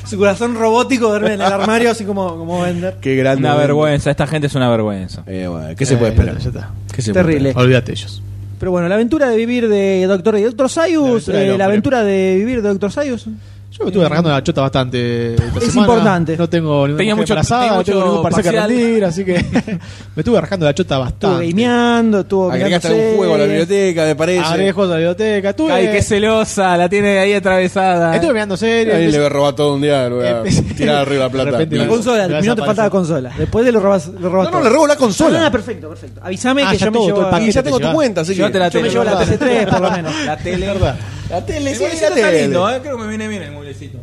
[SPEAKER 1] Su corazón robótico duerme en el armario así como, como Bender.
[SPEAKER 2] Qué grande.
[SPEAKER 3] Una vergüenza. Esta gente es una vergüenza.
[SPEAKER 2] Eh, bueno, ¿Qué se puede esperar?
[SPEAKER 4] Ya está.
[SPEAKER 2] ¿Qué se puede
[SPEAKER 1] Terrible.
[SPEAKER 4] Olvídate ellos.
[SPEAKER 1] Pero bueno, la aventura de vivir de Doctor y Doctor Sayus,
[SPEAKER 4] La aventura
[SPEAKER 1] eh,
[SPEAKER 4] del
[SPEAKER 1] la,
[SPEAKER 4] hombre.
[SPEAKER 1] aventura de vivir de Doctor Sayus.
[SPEAKER 4] Yo me estuve arrancando la chota bastante. esta
[SPEAKER 1] Es
[SPEAKER 4] semana.
[SPEAKER 1] importante.
[SPEAKER 4] No tengo ninguna
[SPEAKER 3] Tenía
[SPEAKER 4] mujer
[SPEAKER 3] mucho-
[SPEAKER 4] embarazada,
[SPEAKER 3] tenía
[SPEAKER 4] no tengo
[SPEAKER 3] mucho
[SPEAKER 4] ningún parcial que
[SPEAKER 3] parcial.
[SPEAKER 4] rendir, así que [laughs] me estuve arrancando la chota
[SPEAKER 1] Estuvo
[SPEAKER 4] bastante.
[SPEAKER 1] gameando, estuvo
[SPEAKER 2] esperar?
[SPEAKER 1] mirando
[SPEAKER 2] Agregaste un juego a la
[SPEAKER 1] series.
[SPEAKER 2] biblioteca, me
[SPEAKER 4] Agregué
[SPEAKER 2] parece.
[SPEAKER 4] juegos a la biblioteca. Estuve,
[SPEAKER 3] Ay, qué celosa. La tiene ahí atravesada.
[SPEAKER 4] estuve mirando series.
[SPEAKER 2] Ahí le voy a robar todo un día, le voy a
[SPEAKER 4] Empecé-
[SPEAKER 2] tirar arriba la plata.
[SPEAKER 4] De repente
[SPEAKER 1] La
[SPEAKER 4] me-
[SPEAKER 1] consola, al
[SPEAKER 4] Me
[SPEAKER 1] primero te
[SPEAKER 4] desapareció.
[SPEAKER 1] faltaba consola. Después de lo robas, lo robas
[SPEAKER 2] No, no,
[SPEAKER 1] todo.
[SPEAKER 2] le robo la
[SPEAKER 1] Ah,
[SPEAKER 2] consola.
[SPEAKER 1] perfecto, perfecto. Avísame
[SPEAKER 4] Ah,
[SPEAKER 1] que
[SPEAKER 4] ya
[SPEAKER 1] yo me
[SPEAKER 4] todo,
[SPEAKER 1] llevo
[SPEAKER 4] todo el
[SPEAKER 1] la-
[SPEAKER 2] Y
[SPEAKER 4] paquete.
[SPEAKER 2] ya tengo tu
[SPEAKER 4] Llévate.
[SPEAKER 2] cuenta, así que.
[SPEAKER 3] Llévate la
[SPEAKER 1] Yo me
[SPEAKER 3] tele.
[SPEAKER 1] llevo la PS3 por lo menos.
[SPEAKER 3] La tele.
[SPEAKER 4] verdad.
[SPEAKER 2] La tele, sí,
[SPEAKER 3] Igual
[SPEAKER 2] la
[SPEAKER 3] ese está
[SPEAKER 2] tele.
[SPEAKER 3] lindo, ¿eh? Creo que me viene bien el mueblecito.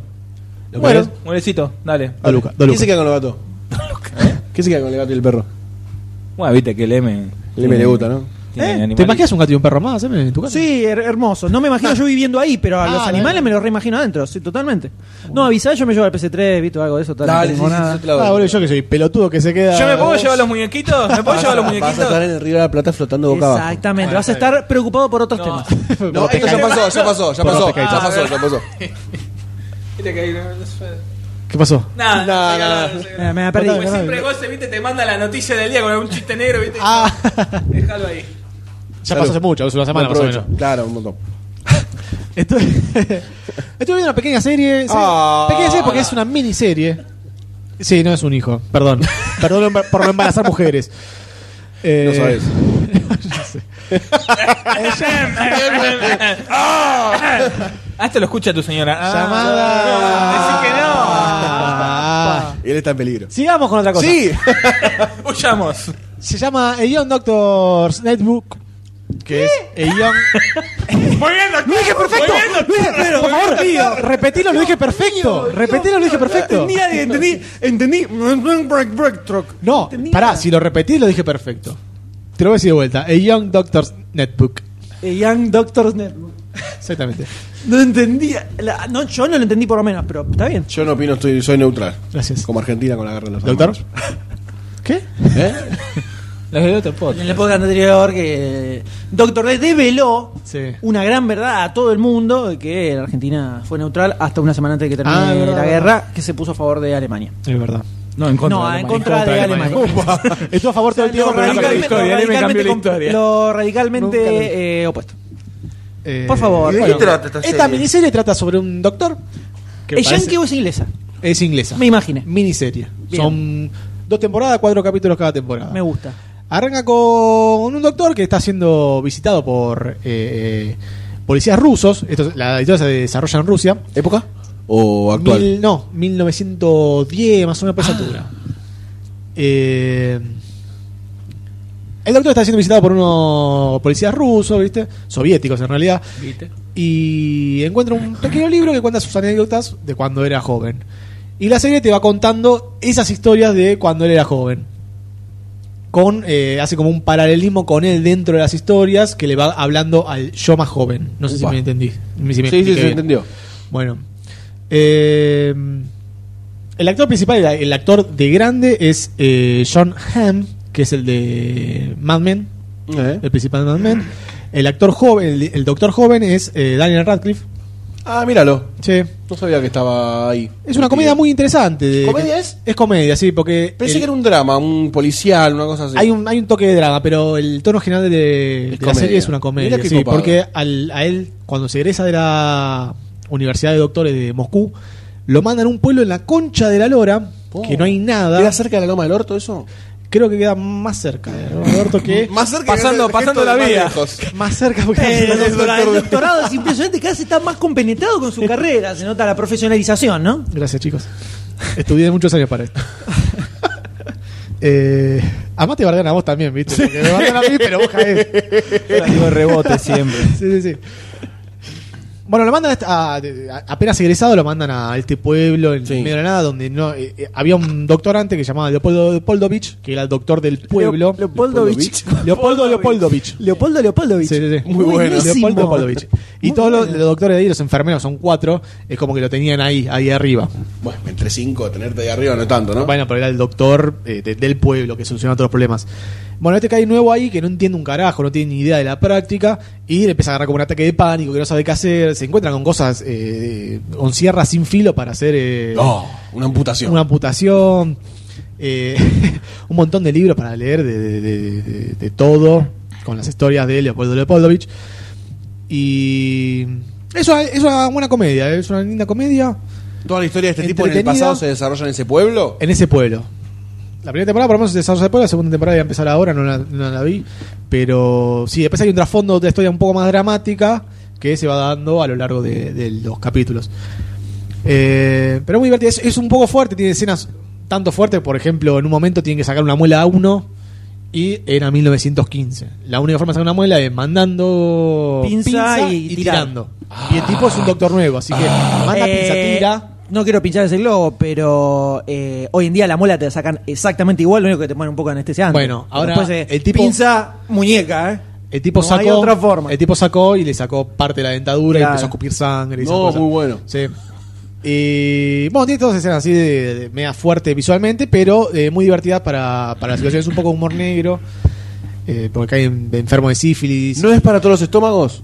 [SPEAKER 4] Bueno,
[SPEAKER 3] Mueblecito, dale.
[SPEAKER 4] dos lucas. Dos
[SPEAKER 2] ¿Quién
[SPEAKER 4] lucas.
[SPEAKER 2] se queda con los gatos? ¿Quién ¿Eh? se queda con el gato y el perro?
[SPEAKER 3] Bueno, viste que el M.
[SPEAKER 2] El M le gusta, ¿no?
[SPEAKER 3] tiene
[SPEAKER 1] ¿Eh?
[SPEAKER 3] animalito.
[SPEAKER 4] ¿Te imaginas un gato y un perro más, eh, en tu casa?
[SPEAKER 1] Sí, her- hermoso. No me imagino yo viviendo ahí, pero a
[SPEAKER 4] Ah,
[SPEAKER 1] los
[SPEAKER 4] dale.
[SPEAKER 1] animales me los reimagino adentro, sí, totalmente. No, avisá, yo me llevo la PS3, Vito, algo de eso. Tal, no
[SPEAKER 2] Dale, sí,
[SPEAKER 1] tengo
[SPEAKER 2] sí,
[SPEAKER 1] nada.
[SPEAKER 2] yo te la doy.
[SPEAKER 4] Ah, boludo, yo que soy pelotudo que se queda.
[SPEAKER 3] ¿Yo me puedo
[SPEAKER 4] [laughs]
[SPEAKER 3] llevar los muñequitos? ¿Me puedo
[SPEAKER 2] Vas a-
[SPEAKER 3] llevar los
[SPEAKER 2] Vas a estar
[SPEAKER 3] muñequitos?
[SPEAKER 2] en el río de la Plata flotando boca abajo.
[SPEAKER 1] Exactamente,
[SPEAKER 4] Ah,
[SPEAKER 1] vas a estar preocupado por otros
[SPEAKER 3] No.
[SPEAKER 1] temas.
[SPEAKER 2] No, esto ya pasó, ya pasó, ya
[SPEAKER 4] Por
[SPEAKER 2] pasó,
[SPEAKER 4] los
[SPEAKER 2] ya
[SPEAKER 4] pescaditos.
[SPEAKER 3] Ah,
[SPEAKER 2] pasó, ya
[SPEAKER 3] verdad.
[SPEAKER 2] pasó.
[SPEAKER 3] Viste que ahí no- no
[SPEAKER 4] ¿Qué pasó?
[SPEAKER 3] Nada,
[SPEAKER 2] Nada,
[SPEAKER 3] nada.
[SPEAKER 2] nada.
[SPEAKER 1] Me, me perdí.
[SPEAKER 3] Pues siempre Gosse, viste, te manda la noticia del día con un chiste
[SPEAKER 2] [laughs]
[SPEAKER 3] negro, viste.
[SPEAKER 4] Ah,
[SPEAKER 3] Déjalo ahí.
[SPEAKER 4] [laughs] ya pasó hace mucho, hace una semana más o menos.
[SPEAKER 2] Claro, un montón.
[SPEAKER 4] [laughs] Estuve, estuve viendo una pequeña serie. serie-
[SPEAKER 2] Ah.
[SPEAKER 4] pequeña serie porque es una miniserie. Sí, no es un hijo, perdón. Perdón lo embar- por no embarazar mujeres. Eh,
[SPEAKER 2] No sabes.
[SPEAKER 4] ya sé.
[SPEAKER 3] Ah, esto lo escucha tu señora. Ah,
[SPEAKER 4] Llamada.
[SPEAKER 3] Decí que no.
[SPEAKER 4] Ah.
[SPEAKER 2] Él está en peligro.
[SPEAKER 4] Sigamos con otra cosa.
[SPEAKER 2] Sí.
[SPEAKER 3] Huyamos.
[SPEAKER 4] Se llama A Young Doctor's Netbook. Que es A Young.
[SPEAKER 3] Muy bien, doctor.
[SPEAKER 4] ¡Lo dije perfecto! ¡Lo dije perfecto! ¡Por favor! ¡Repetilo, lo dije perfecto! ¡Repetilo, lo dije perfecto!
[SPEAKER 1] Eh, entendí, entendí. Break, break, truck.
[SPEAKER 4] No, pará, si lo repetí, lo dije perfecto. Te lo voy a decir de vuelta. A Young Doctor's Netbook.
[SPEAKER 1] Eh, Young Doctor's Network.
[SPEAKER 4] Exactamente.
[SPEAKER 1] No entendía. la- no, yo no lo entendí por lo menos, pero está bien.
[SPEAKER 2] Yo no opino, estoy, soy neutral.
[SPEAKER 4] Gracias.
[SPEAKER 2] Como Argentina con la guerra de los
[SPEAKER 4] ¿Doctor?
[SPEAKER 2] hermanos.
[SPEAKER 4] ¿Qué?
[SPEAKER 2] ¿Eh?
[SPEAKER 3] Los de otro podcast.
[SPEAKER 1] En el podcast anterior que Doctor D develó
[SPEAKER 4] Sí.
[SPEAKER 1] una gran verdad a todo el mundo de que la Argentina fue neutral hasta una semana antes de que termine
[SPEAKER 4] Ah, verdad,
[SPEAKER 1] la
[SPEAKER 4] verdad.
[SPEAKER 1] guerra, que se puso a favor de Alemania.
[SPEAKER 4] Es verdad.
[SPEAKER 3] No, en
[SPEAKER 1] no, en contra, de Alemania.
[SPEAKER 4] [laughs] Estuvo a favor todo el tiempo, pero nunca
[SPEAKER 3] radicalmente-
[SPEAKER 4] lo dijo.
[SPEAKER 3] historia, anime
[SPEAKER 1] radicalmente
[SPEAKER 3] cambió la
[SPEAKER 1] comp-
[SPEAKER 3] historia.
[SPEAKER 1] lo
[SPEAKER 4] Nunca lo dijo.
[SPEAKER 1] radicalmente eh, opuesto.
[SPEAKER 4] Eh,
[SPEAKER 1] Por favor.
[SPEAKER 2] ¿Y de qué
[SPEAKER 4] bueno,
[SPEAKER 2] trata esta
[SPEAKER 4] esta
[SPEAKER 2] serie?
[SPEAKER 4] miniserie trata sobre un doctor que
[SPEAKER 1] ¿Es
[SPEAKER 4] parece-
[SPEAKER 1] yankee o Eh, es inglesa?
[SPEAKER 4] es inglesa.
[SPEAKER 1] Me imaginé.
[SPEAKER 4] Miniserie.
[SPEAKER 1] Bien.
[SPEAKER 4] Son dos temporadas, cuatro capítulos cada temporada.
[SPEAKER 1] Me gusta.
[SPEAKER 4] Arranca con un doctor que está siendo visitado por eh, policías rusos. Esto, es- la historia se desarrolla en Rusia.
[SPEAKER 2] ¿Época? ¿O actual? Ah.
[SPEAKER 4] Mil- no, 1910, más o menos, por esa altura. Eh, el doctor está siendo visitado por unos policías rusos, ¿viste? Soviéticos en realidad. Y encuentra un pequeño libro que cuenta sus anécdotas de cuando era joven. Y la serie te va contando esas historias de cuando él era joven. con eh, hace como un paralelismo con él dentro de las historias que le va hablando al yo más joven. No sé si
[SPEAKER 2] Upa.
[SPEAKER 4] me entendí. si me
[SPEAKER 2] Sí, sí,
[SPEAKER 4] expliqué
[SPEAKER 2] se
[SPEAKER 4] bien.
[SPEAKER 2] entendió.
[SPEAKER 4] Bueno. Eh, el actor principal, el- el actor de grande es eh, John Hamm, que es el de Mad Men,
[SPEAKER 2] Eh.
[SPEAKER 4] el principal de Mad Men. El actor joven, el, el doctor joven es eh, Daniel Radcliffe.
[SPEAKER 2] Ah, míralo.
[SPEAKER 4] Sí.
[SPEAKER 2] No sabía que estaba ahí.
[SPEAKER 4] Es una comedia muy interesante. de-
[SPEAKER 2] ¿Comedia es?
[SPEAKER 4] Es comedia, sí, porque
[SPEAKER 2] Pensé
[SPEAKER 4] el-
[SPEAKER 2] que era un drama, un policial, una cosa así.
[SPEAKER 4] hay, un, hay un toque de drama, pero el tono general de, de la
[SPEAKER 2] comedia.
[SPEAKER 4] serie es una comedia.
[SPEAKER 2] Mirá qué
[SPEAKER 4] sí,
[SPEAKER 2] copado.
[SPEAKER 4] porque al- a él, cuando se egresa de la Universidad de Doctores de Moscú, lo mandan a un pueblo en la concha de la lora,
[SPEAKER 2] Oh.
[SPEAKER 4] que no hay nada.
[SPEAKER 2] ¿Era cerca de la Loma del Orto eso?
[SPEAKER 4] Creo que queda más cerca de Roberto que.
[SPEAKER 2] [laughs] Más cerca
[SPEAKER 3] Pasando-
[SPEAKER 2] que-
[SPEAKER 3] pasando
[SPEAKER 2] que-
[SPEAKER 3] la
[SPEAKER 2] más
[SPEAKER 3] vía.
[SPEAKER 2] lejos.
[SPEAKER 4] más cerca porque. [laughs]
[SPEAKER 1] Eh, El,
[SPEAKER 2] Es
[SPEAKER 1] doctora- el
[SPEAKER 2] doctor-
[SPEAKER 1] doctorado es impresionante, cada vez está más compenetrado con su carrera, se nota la profesionalización, ¿no?
[SPEAKER 4] Gracias, chicos. Estudié muchos años para
[SPEAKER 2] [laughs]
[SPEAKER 4] esto. Eh, además te bardean a vos también, ¿viste? Porque me bardean a mí, pero vos caes.
[SPEAKER 3] Digo
[SPEAKER 2] [laughs]
[SPEAKER 3] rebote siempre.
[SPEAKER 4] [laughs] Sí, sí, sí. Bueno, lo mandan a, esta- a- a- apenas egresado, lo mandan a este pueblo en
[SPEAKER 2] Sí.
[SPEAKER 4] medio de la nada, donde no eh, eh, había un doctorante que se llamaba Leopoldo Leopoldovich, que era el doctor del pueblo.
[SPEAKER 1] Leo- Leopoldovich.
[SPEAKER 4] Leopoldo Leopoldovich.
[SPEAKER 1] Leopoldo Leopoldovich.
[SPEAKER 4] Sí, sí, sí.
[SPEAKER 2] Muy bueno.
[SPEAKER 1] Buenísimo.
[SPEAKER 4] Leopoldo Leopoldovich. Y
[SPEAKER 1] Muy
[SPEAKER 4] todos los,
[SPEAKER 1] bueno.
[SPEAKER 4] los doctores de ahí, los enfermeros, son cuatro, es como que lo tenían ahí, ahí arriba.
[SPEAKER 2] Bueno, entre cinco, tenerte ahí arriba no es tanto, ¿no?
[SPEAKER 4] Bueno, pero era el doctor eh, de- del pueblo que soluciona todos los problemas. Bueno, este cae nuevo ahí que no entiende un carajo, no tiene ni idea de la práctica y le empieza a agarrar como un ataque de pánico, que no sabe qué hacer. Se encuentran con cosas, eh, con sierras sin filo para hacer eh,
[SPEAKER 2] No, una amputación.
[SPEAKER 4] una amputación, eh, [laughs] un montón de libros para leer de, de- de- de- de todo, con las historias de Leopoldo Leopoldovich. Y eso es una buena comedia, ¿eh? es una linda comedia.
[SPEAKER 2] Toda la historia de este tipo en el
[SPEAKER 4] Entretenida.
[SPEAKER 2] pasado se desarrolla en ese pueblo.
[SPEAKER 4] en ese pueblo. La primera temporada por lo menos se desarrolla después, la segunda temporada iba a empezar ahora, no la, no la vi. Pero sí, después hay un trasfondo de historia un poco más dramática que se va dando a lo largo de, de los capítulos. Eh, pero muy divertido, es, es un poco fuerte, tiene escenas tanto fuertes, por ejemplo, en un momento tienen que sacar una muela a uno y era 1915. La única forma de sacar una muela es mandando
[SPEAKER 1] Pinza y tirar.
[SPEAKER 4] tirando. Y el tipo es un doctor nuevo, así que manda pinza,
[SPEAKER 1] Eh,
[SPEAKER 4] tira.
[SPEAKER 1] No quiero pinchar ese globo, pero eh, hoy en día la muela te la sacan exactamente igual, lo único que te ponen un poco de anestesiante.
[SPEAKER 4] Bueno,
[SPEAKER 1] Pero
[SPEAKER 4] ahora,
[SPEAKER 1] después, eh,
[SPEAKER 4] el tipo-
[SPEAKER 1] pinza muñeca, ¿eh?
[SPEAKER 4] El tipo
[SPEAKER 1] No
[SPEAKER 4] sacó.
[SPEAKER 1] hay otra forma.
[SPEAKER 4] El tipo sacó y le sacó parte de la dentadura y
[SPEAKER 1] Claro.
[SPEAKER 4] empezó a escupir sangre. Y esas
[SPEAKER 2] No,
[SPEAKER 4] cosas.
[SPEAKER 2] muy bueno.
[SPEAKER 4] Sí. Y bueno, tiene todas escenas así de, de media fuerte visualmente, pero eh, muy divertidas para, para la situación. Es un poco humor negro, eh, porque hay en- enfermo de sífilis.
[SPEAKER 2] ¿No es para todos los estómagos?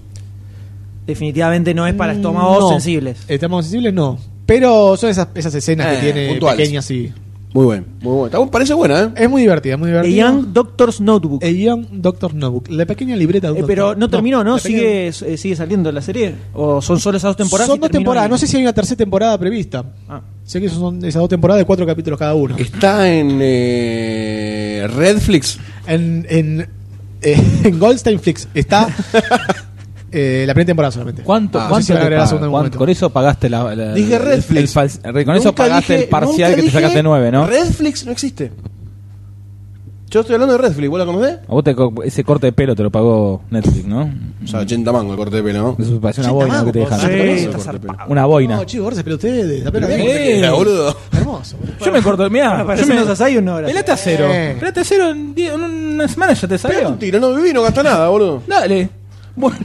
[SPEAKER 1] Definitivamente no es para estómagos
[SPEAKER 4] Mm, No.
[SPEAKER 1] sensibles.
[SPEAKER 4] Estómagos sensibles no. Pero son esas, esas escenas
[SPEAKER 2] Eh,
[SPEAKER 4] que tiene
[SPEAKER 2] puntuales.
[SPEAKER 4] pequeñas y.
[SPEAKER 2] Muy bueno, muy bueno. Está bu- Parece buena, ¿eh?
[SPEAKER 4] Es muy divertida, muy
[SPEAKER 1] The
[SPEAKER 4] divertida.
[SPEAKER 1] Young Doctor's Notebook.
[SPEAKER 4] A Young Doctor Notebook. La pequeña libreta de
[SPEAKER 1] Eh,
[SPEAKER 4] un
[SPEAKER 1] pero
[SPEAKER 4] doctor.
[SPEAKER 1] no terminó, ¿no?
[SPEAKER 4] la pequeña-
[SPEAKER 1] Sigue, eh, sigue saliendo la serie. ¿O son solo esas dos temporadas?
[SPEAKER 4] Son
[SPEAKER 1] y
[SPEAKER 4] dos
[SPEAKER 1] terminó
[SPEAKER 4] temporadas.
[SPEAKER 1] ahí?
[SPEAKER 4] No sé si hay una tercera temporada prevista.
[SPEAKER 1] Ah.
[SPEAKER 4] Sé que son esas dos temporadas de cuatro capítulos cada uno.
[SPEAKER 2] Está en eh, Redflix.
[SPEAKER 4] En, en, eh, [laughs] en Goldstein Flix [laughs] está eh, la primera temporada solamente.
[SPEAKER 3] ¿Cuánto,
[SPEAKER 2] Ah,
[SPEAKER 4] sí, sí,
[SPEAKER 3] cuánto
[SPEAKER 4] van a
[SPEAKER 3] te
[SPEAKER 4] agregar la
[SPEAKER 3] pagan?
[SPEAKER 4] segunda en un
[SPEAKER 3] ¿Cuánto?
[SPEAKER 4] momento.
[SPEAKER 3] Con eso pagaste la. la-
[SPEAKER 2] Dije
[SPEAKER 3] el- el
[SPEAKER 2] Redflix.
[SPEAKER 3] fals- Con eso
[SPEAKER 2] Nunca
[SPEAKER 3] pagaste
[SPEAKER 2] dije-
[SPEAKER 3] el parcial
[SPEAKER 2] nunca
[SPEAKER 3] que te
[SPEAKER 2] dije
[SPEAKER 3] sacaste 9, ¿no?
[SPEAKER 2] Redflix no existe. Yo estoy hablando de Redflix, ¿vos la conocés?
[SPEAKER 3] A vos te co- ese corte de pelo te lo pagó Netflix, ¿no?
[SPEAKER 2] O sea, 80 mango el corte de pelo, ¿no?
[SPEAKER 3] Eso parece una
[SPEAKER 4] Sí,
[SPEAKER 3] boina
[SPEAKER 4] tampoco,
[SPEAKER 3] que te dejan.
[SPEAKER 1] Sí,
[SPEAKER 2] Corte de pelo.
[SPEAKER 1] está zarpado.
[SPEAKER 3] Una boina.
[SPEAKER 4] No, chicos, gorse, pero ustedes. La pena
[SPEAKER 2] Mirá
[SPEAKER 4] bien.
[SPEAKER 2] cómo te
[SPEAKER 3] Eh.
[SPEAKER 2] queda, boludo.
[SPEAKER 4] Hermoso. boludo.
[SPEAKER 3] yo me corto,
[SPEAKER 4] Ah,
[SPEAKER 3] mirá, yo me
[SPEAKER 1] Parecemos a Zion ahora.
[SPEAKER 3] Pelate a cero.
[SPEAKER 4] Eh.
[SPEAKER 3] Pelate a cero en, die- en una semana ya te
[SPEAKER 2] Pegate
[SPEAKER 3] salió.
[SPEAKER 2] un tiro, no viví, no gasta nada, boludo.
[SPEAKER 3] Dale. Bueno.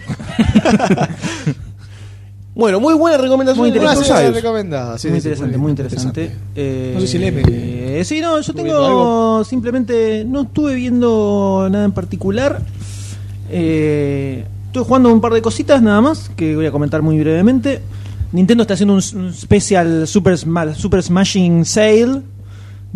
[SPEAKER 2] Bueno, muy buena recomendación.
[SPEAKER 1] Muy
[SPEAKER 2] de
[SPEAKER 1] interesante.
[SPEAKER 2] Buenos Aires.
[SPEAKER 4] recomendada. sí,
[SPEAKER 1] muy
[SPEAKER 4] sí, sí,
[SPEAKER 1] interesante, muy interesante. Eh,
[SPEAKER 4] No sé si le me-
[SPEAKER 1] eh, sí, no, yo
[SPEAKER 4] estuve viendo
[SPEAKER 1] tengo simplemente no estuve viendo nada en particular. Eh, estuve jugando un par de cositas nada más que voy a comentar muy brevemente. Nintendo está haciendo un, un special Super, Sma- Super Smashing Sale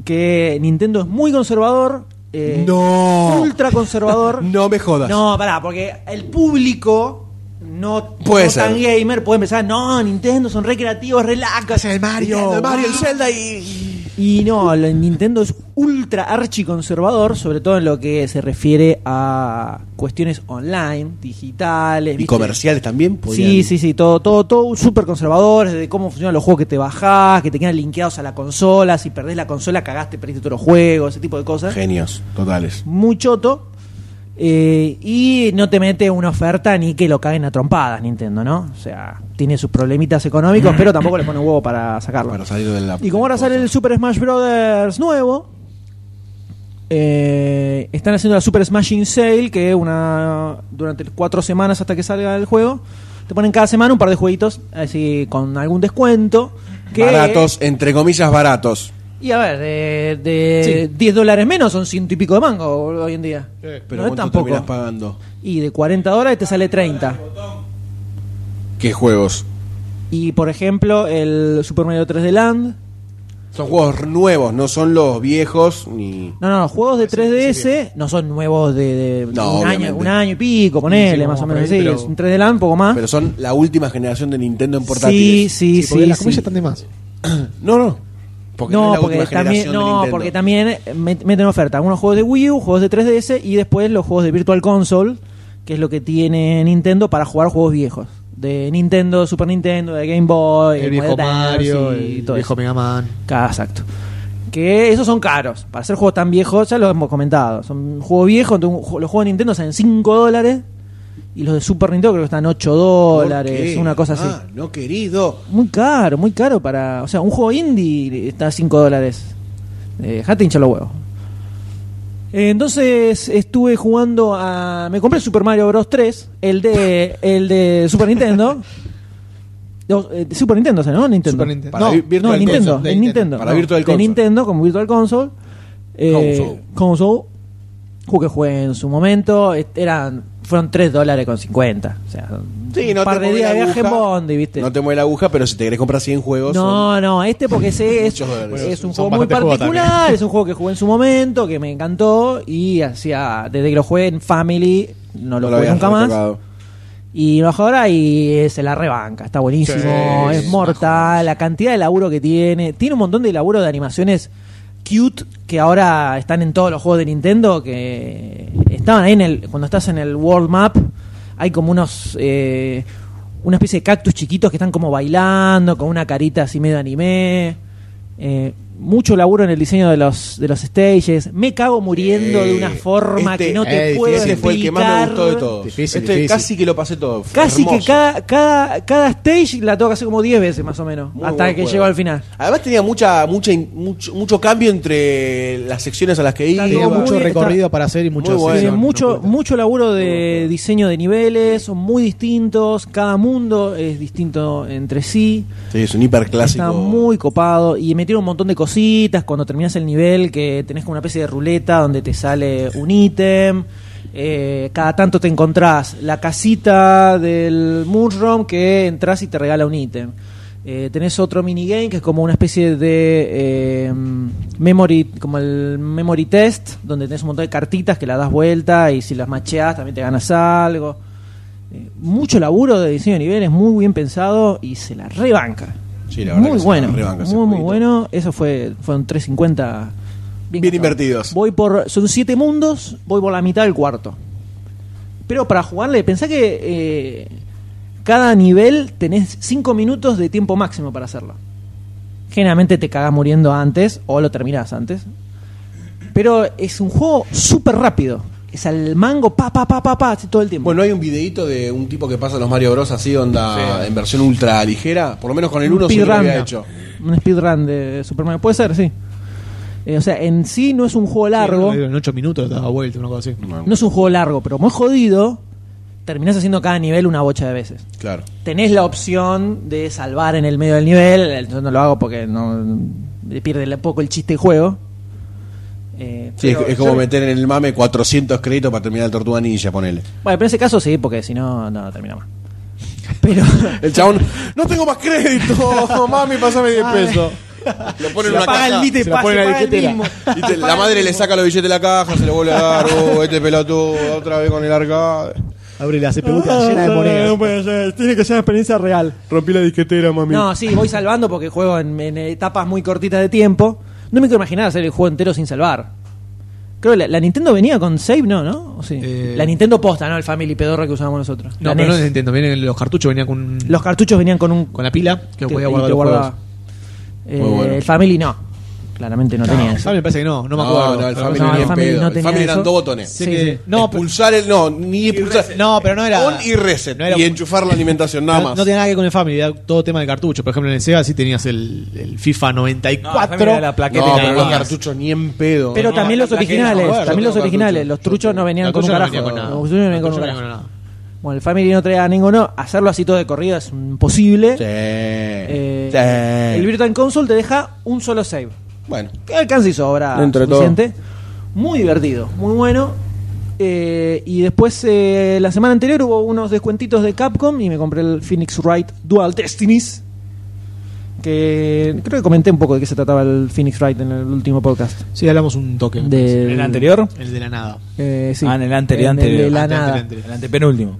[SPEAKER 1] que Nintendo es muy conservador. eh,
[SPEAKER 2] No.
[SPEAKER 1] Ultra conservador.
[SPEAKER 2] [laughs] No me jodas.
[SPEAKER 1] No, pará, porque el público no,
[SPEAKER 2] Puede
[SPEAKER 1] no tan
[SPEAKER 2] ser.
[SPEAKER 1] gamer puede empezar, no, Nintendo son recreativos, relax, el
[SPEAKER 2] Nintendo, el Mario, el Zelda y...
[SPEAKER 1] Y no, lo- Nintendo es ultra archiconservador, sobre todo en lo que se refiere a cuestiones online, digitales,
[SPEAKER 2] Y pues
[SPEAKER 1] ¿viste?
[SPEAKER 2] comerciales también. podían-
[SPEAKER 1] Sí, sí, sí, todo, todo, todo súper conservador, desde cómo funcionan los juegos que te bajás, que te quedan linkeados a la consola, si perdés la consola cagaste, perdiste todos los juegos, ese tipo de cosas
[SPEAKER 2] Genios, totales.
[SPEAKER 1] muy choto. eh, y no te mete una oferta ni que lo caguen a trompadas Nintendo, ¿no? O sea, tiene sus problemitas económicos, pero tampoco le pone huevo para sacarlo.
[SPEAKER 2] Para salir de la...
[SPEAKER 1] Y como ahora sale el Super Smash Brothers nuevo, Eh, están haciendo la Super Smashing Sale, que una durante cuatro semanas hasta que salga el juego, te ponen cada semana un par de jueguitos, así con algún descuento. Que,
[SPEAKER 2] Baratos, entre comillas, baratos.
[SPEAKER 1] Y a ver, de, de 10 dólares menos son ciento y pico de mango boludo, hoy en día. no
[SPEAKER 2] Pero
[SPEAKER 1] es
[SPEAKER 2] ¿cuánto
[SPEAKER 1] tampoco.
[SPEAKER 2] terminás pagando?
[SPEAKER 1] Y de 40 dólares te sale 30.
[SPEAKER 2] ¿Qué juegos?
[SPEAKER 1] Y por ejemplo, el Super Mario 3D Land.
[SPEAKER 2] Son juegos nuevos, no son los viejos ni.
[SPEAKER 1] No, no, juegos de 3DS no son nuevos de, de
[SPEAKER 2] No,
[SPEAKER 1] un,
[SPEAKER 2] obviamente.
[SPEAKER 1] año, un año y pico, ponele,
[SPEAKER 4] Sí, sí,
[SPEAKER 1] más o
[SPEAKER 4] vamos
[SPEAKER 1] menos.
[SPEAKER 4] por ahí,
[SPEAKER 1] sí,
[SPEAKER 4] pero-
[SPEAKER 1] es un 3D Land, poco más.
[SPEAKER 2] Pero son la última generación de Nintendo en
[SPEAKER 1] Ah. sí,
[SPEAKER 2] portátiles.
[SPEAKER 1] sí,
[SPEAKER 4] Sí, porque
[SPEAKER 1] sí.
[SPEAKER 4] las
[SPEAKER 1] sí.
[SPEAKER 4] comillas están de más.
[SPEAKER 2] No, no. Porque no,
[SPEAKER 1] no,
[SPEAKER 2] es la
[SPEAKER 1] porque
[SPEAKER 2] última
[SPEAKER 1] también,
[SPEAKER 2] generación de
[SPEAKER 1] no
[SPEAKER 2] Nintendo.
[SPEAKER 1] porque también eh, met- meten oferta algunos juegos de Wii U, juegos de 3DS y después los juegos de Virtual Console, que es lo que tiene Nintendo para jugar juegos viejos. De Nintendo, Super Nintendo, de Game Boy,
[SPEAKER 4] El viejo
[SPEAKER 1] Model Dance
[SPEAKER 4] Mario,
[SPEAKER 1] y
[SPEAKER 4] el
[SPEAKER 1] todo
[SPEAKER 4] viejo
[SPEAKER 1] eso.
[SPEAKER 4] Mega Man.
[SPEAKER 1] Claro, exacto. Que esos son caros. Para ser juegos tan viejos, ya lo hemos comentado. Son juegos viejos, entonces un ju- los juegos de Nintendo salen 5 dólares y los de Super Nintendo creo que están 8
[SPEAKER 2] ¿Por
[SPEAKER 1] dólares,
[SPEAKER 2] qué?
[SPEAKER 1] una cosa así.
[SPEAKER 2] Ah, no, querido.
[SPEAKER 1] Muy caro, muy caro para. O sea, un juego indie está a 5 dólares. Eh, Dejate hinchar los huevos. Eh, Entonces estuve jugando a. Me compré Super Mario Bros. 3, el de, el de Super
[SPEAKER 2] [laughs]
[SPEAKER 1] Nintendo. No, eh, Super Nintendo, o sea, ¿no? Nintendo.
[SPEAKER 4] Super Nintendo.
[SPEAKER 2] Para
[SPEAKER 4] No,
[SPEAKER 2] vi- Virtual
[SPEAKER 1] no, Nintendo,
[SPEAKER 2] Console.
[SPEAKER 1] el Nintendo.
[SPEAKER 2] Para
[SPEAKER 1] no,
[SPEAKER 2] Virtual
[SPEAKER 1] de
[SPEAKER 2] Console.
[SPEAKER 1] Nintendo como Virtual Console. Eh,
[SPEAKER 2] Console.
[SPEAKER 1] console. Juego que jugué en su momento. et- Eran, fueron 3 dólares con 50. O sea,
[SPEAKER 2] Sí, no
[SPEAKER 1] un par
[SPEAKER 2] te
[SPEAKER 1] de
[SPEAKER 2] mueve
[SPEAKER 1] días
[SPEAKER 2] la
[SPEAKER 1] de viaje en
[SPEAKER 2] aguja.
[SPEAKER 1] Bondi, ¿viste?
[SPEAKER 2] No te mueve la aguja, pero si te querés comprar 100 juegos. son-
[SPEAKER 1] No, no, este porque ese es,
[SPEAKER 2] Muchos dólares.
[SPEAKER 1] es un juego
[SPEAKER 4] Son
[SPEAKER 1] muy
[SPEAKER 4] bastante juegos
[SPEAKER 1] particular,
[SPEAKER 4] también.
[SPEAKER 1] es un juego que jugué en su momento, que me encantó y hacía desde que lo jugué en Family no lo, jugué
[SPEAKER 2] habías
[SPEAKER 1] nunca más
[SPEAKER 2] retocado.
[SPEAKER 1] y lo bajo ahora y eh, se la rebanca, está buenísimo,
[SPEAKER 4] Sí,
[SPEAKER 1] es mortal, la cantidad de laburo que tiene, tiene un montón de laburo de animaciones cute que ahora están en todos los juegos de Nintendo que estaban ahí en el cuando estás en el world map hay como unos eh, una especie de cactus chiquitos que están como bailando con una carita así medio anime Eh, mucho laburo en el diseño de los de los stages me cago muriendo de una
[SPEAKER 2] Eh,
[SPEAKER 1] forma
[SPEAKER 2] este-
[SPEAKER 1] que no te
[SPEAKER 4] eh,
[SPEAKER 1] puedo
[SPEAKER 2] Ese fue el que más me
[SPEAKER 1] explicar.
[SPEAKER 2] gustó de todos.
[SPEAKER 4] Difícil,
[SPEAKER 2] este
[SPEAKER 4] difícil.
[SPEAKER 2] casi que lo pasé todo. Fue
[SPEAKER 1] Casi que
[SPEAKER 2] hermoso.
[SPEAKER 1] cada, cada, cada stage la tengo que hacer como 10 veces más o menos.
[SPEAKER 2] Muy
[SPEAKER 1] hasta
[SPEAKER 2] buen
[SPEAKER 1] que
[SPEAKER 2] juego.
[SPEAKER 1] llego al final.
[SPEAKER 2] Además tenía mucha, mucha, in- mucho, mucho cambio entre las secciones a las que iba.
[SPEAKER 1] Está
[SPEAKER 4] Tenía
[SPEAKER 1] todo
[SPEAKER 4] mucho
[SPEAKER 1] muy-
[SPEAKER 4] recorrido
[SPEAKER 1] está-
[SPEAKER 4] para hacer y mucho.
[SPEAKER 2] muy bueno.
[SPEAKER 1] Tiene
[SPEAKER 4] acceso.
[SPEAKER 1] mucho,
[SPEAKER 4] No, no,
[SPEAKER 1] mucho laburo de diseño de niveles, son muy distintos, cada mundo es distinto entre sí.
[SPEAKER 2] Sí, es un hiperclásico.
[SPEAKER 1] Está muy copado y metieron un montón de cositas cuando terminas el nivel que tenés como una especie de ruleta donde te sale un ítem. eh, cada tanto te encontrás la casita del Mushroom que entras y te regala un ítem. Eh, tenés otro minigame que es como una especie de eh, memory, como el memory test, donde tenés un montón de cartitas que la das vuelta y si las macheas también te ganas algo. Eh, mucho laburo de diseño de niveles, muy bien pensado y se la rebanca.
[SPEAKER 2] Sí, la verdad que
[SPEAKER 1] muy
[SPEAKER 2] se
[SPEAKER 1] bueno,
[SPEAKER 2] la rebanca ese
[SPEAKER 1] muy muy
[SPEAKER 2] jueguito.
[SPEAKER 1] bueno. Eso fue fueron 350
[SPEAKER 2] Bien
[SPEAKER 1] gastado.
[SPEAKER 2] invertidos.
[SPEAKER 1] Voy por son siete mundos, voy por la mitad del cuarto. Pero para jugarle, pensá que eh, cada nivel tenés 5 minutos de tiempo máximo para hacerlo. Generalmente te cagás muriendo antes o lo terminás antes. Pero es un juego súper rápido. Es al mango, pa, pa, pa, pa, pa, así todo el tiempo.
[SPEAKER 2] Bueno, hay un videíto de un tipo que pasa los Mario Bros así, onda
[SPEAKER 5] Sí.
[SPEAKER 2] en versión ultra ligera. Por lo menos con el
[SPEAKER 1] Un
[SPEAKER 2] 1 sí lo
[SPEAKER 1] speedrun.
[SPEAKER 2] había hecho.
[SPEAKER 1] Un speedrun de Super Mario. Puede ser, sí. Eh, o sea, en sí no es un juego largo.
[SPEAKER 4] Sí, En 8 minutos daba vuelta, una cosa así.
[SPEAKER 1] No es un juego largo, pero muy jodido. Terminás haciendo cada nivel una bocha de veces.
[SPEAKER 2] Claro.
[SPEAKER 1] Tenés la opción de salvar en el medio del nivel. Yo no lo hago porque no le pierde un poco el chiste del juego. Eh,
[SPEAKER 2] Sí, es,
[SPEAKER 1] pero
[SPEAKER 2] es como
[SPEAKER 1] yo-
[SPEAKER 2] meter en el mame 400 créditos para terminar el Tortuga Ninja, ponele.
[SPEAKER 1] Bueno, pero en ese caso sí, porque si no, no termina más.
[SPEAKER 2] [laughs]
[SPEAKER 1] Pero.
[SPEAKER 2] El chabón, no tengo más [laughs] crédito, mami, pasame 10 pesos. Lo pone en una
[SPEAKER 1] paga
[SPEAKER 2] caja.
[SPEAKER 1] el billete,
[SPEAKER 4] se la
[SPEAKER 1] pa-
[SPEAKER 4] pone
[SPEAKER 1] se
[SPEAKER 4] en la
[SPEAKER 1] paga el
[SPEAKER 4] billetera.
[SPEAKER 1] mismo.
[SPEAKER 2] Y te- la madre le saca los billetes de la caja, se lo vuelve a dar, oh, este pelotudo, otra vez con el arcade.
[SPEAKER 4] Abre la CPU llena de monedas.
[SPEAKER 1] Tiene que ser una experiencia real.
[SPEAKER 2] Rompí la disquetera, mami.
[SPEAKER 1] No, sí, voy salvando porque juego en, en etapas muy cortitas de tiempo. No me quiero imaginar hacer el juego entero sin salvar. Creo que la, la Nintendo venía con save, ¿no? ¿No? ¿O sí?
[SPEAKER 4] Eh.
[SPEAKER 1] la Nintendo posta, ¿no? El Family Pedorra que usábamos nosotros.
[SPEAKER 4] No,
[SPEAKER 1] La
[SPEAKER 4] pero no
[SPEAKER 1] NES.
[SPEAKER 4] les entiendo. Vienen los cartuchos, venían con,
[SPEAKER 1] Los cartuchos venían con un...
[SPEAKER 4] con la pila que
[SPEAKER 1] te- y
[SPEAKER 4] podía guardar
[SPEAKER 1] te
[SPEAKER 4] los
[SPEAKER 1] guardaba.
[SPEAKER 4] juegos.
[SPEAKER 1] Eh,
[SPEAKER 2] Muy bueno.
[SPEAKER 1] El Family no. claramente no, tenía eso.
[SPEAKER 4] Family me parece que no, no me
[SPEAKER 2] No,
[SPEAKER 4] acuerdo.
[SPEAKER 2] no, el
[SPEAKER 4] Pero
[SPEAKER 2] Family
[SPEAKER 4] no,
[SPEAKER 2] ni
[SPEAKER 1] el
[SPEAKER 2] en
[SPEAKER 1] Family
[SPEAKER 2] pedo.
[SPEAKER 1] no
[SPEAKER 2] el
[SPEAKER 1] tenía
[SPEAKER 2] Family eran
[SPEAKER 1] eso.
[SPEAKER 2] dos botones.
[SPEAKER 4] Sé
[SPEAKER 1] Sí,
[SPEAKER 4] que-
[SPEAKER 1] sí.
[SPEAKER 4] no, pero,
[SPEAKER 2] Expulsar el. No, ni expulsar.
[SPEAKER 4] no, pero no era.
[SPEAKER 2] On y reset.
[SPEAKER 4] no era-
[SPEAKER 2] y enchufar la alimentación, nada
[SPEAKER 4] no-
[SPEAKER 2] más.
[SPEAKER 4] No tenía nada que ver con el Family, era todo tema de cartucho. Por ejemplo, en el Sega sí tenías el, el FIFA
[SPEAKER 3] No, el Family
[SPEAKER 4] 94.
[SPEAKER 3] era la
[SPEAKER 2] No,
[SPEAKER 3] plaqueta tenía
[SPEAKER 2] pero
[SPEAKER 3] nada
[SPEAKER 2] los
[SPEAKER 3] más.
[SPEAKER 2] cartuchos ni en pedo.
[SPEAKER 1] Pero
[SPEAKER 3] No,
[SPEAKER 1] también
[SPEAKER 3] la-
[SPEAKER 1] los
[SPEAKER 3] la que-
[SPEAKER 1] originales,
[SPEAKER 2] no, bueno,
[SPEAKER 1] también los
[SPEAKER 2] yo tengo
[SPEAKER 1] originales,
[SPEAKER 2] cartucho.
[SPEAKER 1] los truchos no venían
[SPEAKER 4] La
[SPEAKER 1] con un
[SPEAKER 4] tuya no venía
[SPEAKER 1] carajo.
[SPEAKER 4] con nada.
[SPEAKER 1] Los truchos no venían
[SPEAKER 4] La
[SPEAKER 1] con un
[SPEAKER 4] tuya no venía
[SPEAKER 1] carajo.
[SPEAKER 4] con nada.
[SPEAKER 1] Bueno, el Family no traía ninguno, hacerlo así todo de corrido es imposible.
[SPEAKER 2] Sí.
[SPEAKER 1] Eh,
[SPEAKER 2] Sí.
[SPEAKER 1] El Virtual Console te deja un solo save.
[SPEAKER 2] Bueno.
[SPEAKER 1] Que alcanza y sobra
[SPEAKER 2] Dentro de todo.
[SPEAKER 1] suficiente. Muy divertido, muy bueno. Eh, y después, eh, la semana anterior hubo unos descuentitos de Capcom y me compré el Phoenix Wright Dual Destinies. Que creo que comenté un poco de qué se trataba el Phoenix Wright en el último podcast.
[SPEAKER 4] Sí, hablamos un toque. me parece.
[SPEAKER 1] Del-
[SPEAKER 3] ¿En el anterior?
[SPEAKER 4] El de la nada.
[SPEAKER 1] Eh, sí.
[SPEAKER 3] Ah, en el anterior,
[SPEAKER 1] En el de
[SPEAKER 3] anterior.
[SPEAKER 1] la
[SPEAKER 4] Anterior,
[SPEAKER 1] nada.
[SPEAKER 4] anterior.
[SPEAKER 3] El antepenúltimo.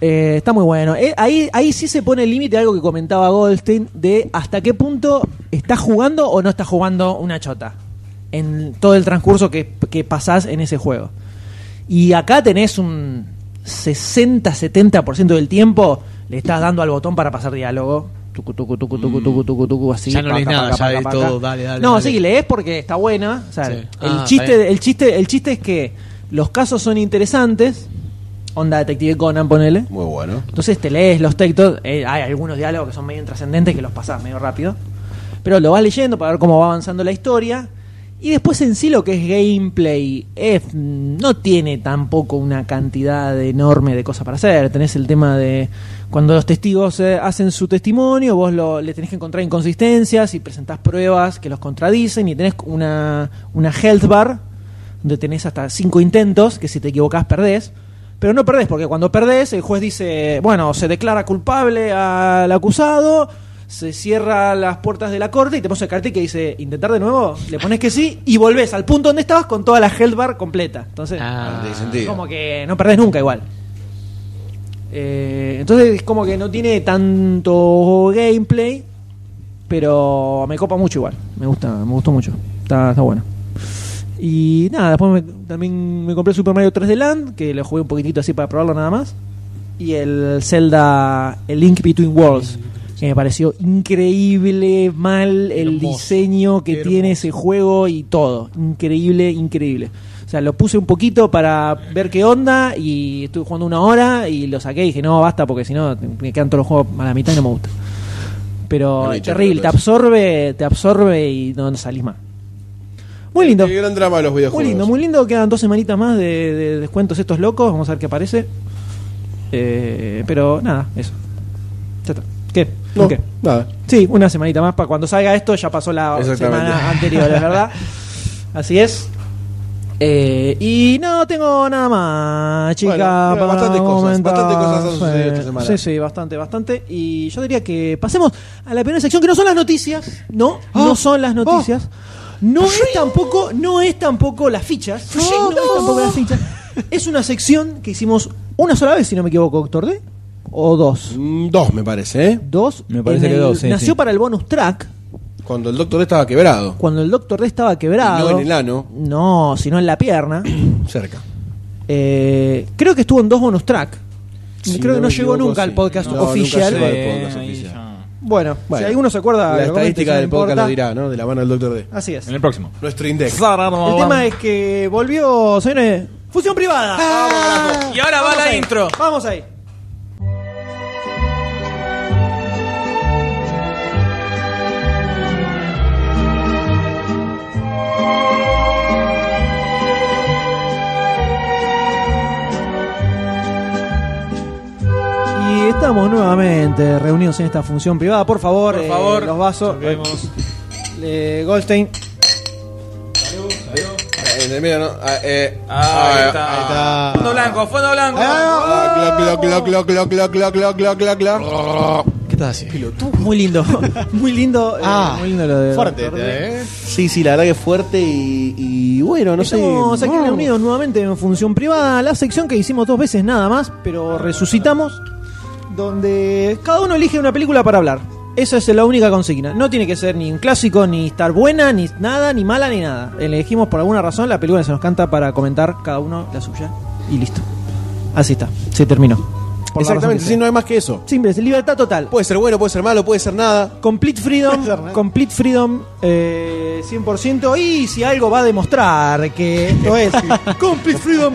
[SPEAKER 1] Eh, está muy bueno. Eh, ahí, ahí sí se pone el límite algo que comentaba Goldstein de hasta qué punto está jugando o no está jugando una chota en todo el transcurso que, que pasás en ese juego. Y acá tenés un 60-70% del tiempo le estás dando al botón para pasar diálogo. Tucu, tucu, tucu, tucu, tucu, tucu, tucu, así.
[SPEAKER 4] Mm. Ya no lees nada, ya lees todo, dale, dale,
[SPEAKER 1] No,
[SPEAKER 4] dale.
[SPEAKER 1] sí, lees porque está buena. o sea,
[SPEAKER 4] Sí.
[SPEAKER 1] el,
[SPEAKER 4] Ah, está
[SPEAKER 1] chiste,
[SPEAKER 4] bien.
[SPEAKER 1] el, chiste, el chiste es que los casos son interesantes. Onda Detective Conan, ponele.
[SPEAKER 2] Muy bueno.
[SPEAKER 1] Entonces te lees los textos, eh, hay algunos diálogos que son medio intrascendentes que los pasás medio rápido, pero lo vas leyendo para ver cómo va avanzando la historia. Y después en sí lo que es gameplay eh, no tiene tampoco una cantidad enorme de cosas para hacer. Tenés el tema de cuando los testigos eh, hacen su testimonio, vos lo, le tenés que encontrar inconsistencias y presentás pruebas que los contradicen y tenés una, una health bar donde tenés hasta cinco intentos, que si te equivocás perdés. Pero no perdés, porque cuando perdés, el juez dice, bueno, se declara culpable al acusado, se cierra las puertas de la corte y te pones el cartel que dice, intentar de nuevo, le pones que sí y volvés al punto donde estabas con toda la health bar completa. Entonces,
[SPEAKER 4] Ah,
[SPEAKER 2] No tiene sentido.
[SPEAKER 1] como que no perdés nunca igual. Eh, entonces es como que no tiene tanto gameplay, pero me copa mucho igual. Me gusta, me gustó mucho. Está, está bueno. Y nada, después me- también me compré Super Mario 3D Land, que lo jugué un poquitito así para probarlo nada más. Y el Zelda, el Link Between Worlds, que me pareció increíble, mal, el
[SPEAKER 4] Hermoso.
[SPEAKER 1] diseño que
[SPEAKER 4] Hermoso.
[SPEAKER 1] tiene ese juego y todo. Increíble, increíble. O sea, lo puse un poquito para ver qué onda y estuve jugando una hora y lo saqué y dije, no, basta, porque si no, me quedan todos los juegos a la mitad y no me gusta. Pero
[SPEAKER 2] Bueno, y
[SPEAKER 1] es terrible, te
[SPEAKER 2] chaperones.
[SPEAKER 1] absorbe, te absorbe y no, no salís más. Muy lindo.
[SPEAKER 2] El gran drama de los videojuegos.
[SPEAKER 1] Muy lindo, muy lindo. Quedan dos semanitas más de, de descuentos estos locos. Vamos a ver qué aparece. Eh, pero nada, eso. Ya está. ¿Qué?
[SPEAKER 2] No,
[SPEAKER 1] ¿Qué?
[SPEAKER 2] nada.
[SPEAKER 1] Sí, una semanita más. Para cuando salga esto, ya pasó la
[SPEAKER 2] Exactamente.
[SPEAKER 1] semana anterior, es
[SPEAKER 2] [laughs]
[SPEAKER 1] verdad. Así es. Eh, y no tengo nada más, chica.
[SPEAKER 2] Bueno, mira,
[SPEAKER 1] para
[SPEAKER 2] bastantes cosas,
[SPEAKER 1] comentar.
[SPEAKER 2] bastantes cosas han sucedido
[SPEAKER 1] Sí,
[SPEAKER 2] esta semana.
[SPEAKER 1] Sí, sí, bastante, bastante. Y yo diría que pasemos a la primera sección, que no son las noticias. No,
[SPEAKER 2] Ah.
[SPEAKER 1] no son las noticias. No es tampoco, no es tampoco las fichas. No, es tampoco las fichas. Es una sección que hicimos una sola vez, si no me equivoco, doctor D. O dos.
[SPEAKER 2] Mm, Dos, me parece, ¿eh?
[SPEAKER 1] Dos.
[SPEAKER 3] Me parece
[SPEAKER 1] en
[SPEAKER 3] que
[SPEAKER 1] el-
[SPEAKER 3] dos, sí,
[SPEAKER 1] Nació
[SPEAKER 3] sí.
[SPEAKER 1] para el bonus track,
[SPEAKER 2] Cuando el doctor estaba quebrado.
[SPEAKER 1] cuando el Doctor D estaba quebrado.
[SPEAKER 2] Y no en el ano.
[SPEAKER 1] No, sino en la
[SPEAKER 2] [clears throat]
[SPEAKER 1] pierna.
[SPEAKER 2] Cerca.
[SPEAKER 1] Eh, creo que estuvo en dos bonus track.
[SPEAKER 2] Si
[SPEAKER 1] creo que
[SPEAKER 2] me
[SPEAKER 1] no llegó
[SPEAKER 2] equivoco,
[SPEAKER 1] nunca al
[SPEAKER 2] sí.
[SPEAKER 1] podcast
[SPEAKER 2] No, nunca
[SPEAKER 1] oficial.
[SPEAKER 2] llegó al
[SPEAKER 3] Eh,
[SPEAKER 2] podcast
[SPEAKER 3] ahí
[SPEAKER 2] oficial.
[SPEAKER 3] ya.
[SPEAKER 1] Bueno,
[SPEAKER 2] Bueno,
[SPEAKER 1] si alguno se acuerda,
[SPEAKER 2] La
[SPEAKER 1] lo comenta,
[SPEAKER 2] estadística
[SPEAKER 1] si no
[SPEAKER 2] del podcast
[SPEAKER 1] importa.
[SPEAKER 2] lo dirá, ¿no? De la mano del doctor D.
[SPEAKER 1] Así es.
[SPEAKER 3] En el
[SPEAKER 1] El
[SPEAKER 3] próximo.
[SPEAKER 2] Nuestro index.
[SPEAKER 1] tema es que volvió. señores, Fusión privada.
[SPEAKER 3] Ah, Y ahora va
[SPEAKER 1] Vamos
[SPEAKER 3] la
[SPEAKER 1] ahí,
[SPEAKER 3] intro.
[SPEAKER 1] Vamos ahí. Y Estamos nuevamente reunidos en esta función privada. Por favor,
[SPEAKER 3] Por
[SPEAKER 1] eh,
[SPEAKER 3] favor.
[SPEAKER 1] los vasos. Eh, Goldstein.
[SPEAKER 2] Eh, En el medio, ¿no? Ah, eh,
[SPEAKER 3] Ahí
[SPEAKER 2] ah,
[SPEAKER 3] está.
[SPEAKER 2] ah,
[SPEAKER 4] está.
[SPEAKER 3] Fondo blanco, fondo blanco.
[SPEAKER 2] ah, cloc, cloc, cloc, cloc, cloc, cloc, cloc, cloc, cloc, cloc.
[SPEAKER 4] ¿Qué estás haciendo?
[SPEAKER 1] Muy lindo. [laughs] muy lindo. eh,
[SPEAKER 4] Ah,
[SPEAKER 1] muy lindo lo de.
[SPEAKER 4] Fuerte,
[SPEAKER 1] Doctor D.
[SPEAKER 4] ¿eh?
[SPEAKER 2] Sí, sí, la verdad que es fuerte y, y bueno, no
[SPEAKER 1] Estamos
[SPEAKER 2] sé.
[SPEAKER 1] aquí
[SPEAKER 2] No.
[SPEAKER 1] reunidos nuevamente en Función Privada, la sección que hicimos dos veces nada más, pero resucitamos, donde cada uno elige una película para hablar. Esa es la única consigna. No tiene que ser ni un clásico, ni estar buena, ni nada, ni mala, ni nada. Elegimos por alguna razón la película que se nos canta para comentar cada uno la suya y listo. Así está, se terminó. Por la razón que
[SPEAKER 2] Exactamente, sí,
[SPEAKER 1] sea.
[SPEAKER 2] no hay más que eso.
[SPEAKER 1] Simple, es libertad total.
[SPEAKER 2] Puede ser bueno, puede ser malo, puede ser nada.
[SPEAKER 1] Complete Freedom,
[SPEAKER 4] Puede ser, ¿no?
[SPEAKER 1] Complete Freedom eh, 100%. Y si algo va a demostrar que esto
[SPEAKER 4] [laughs]
[SPEAKER 1] es Complete Freedom,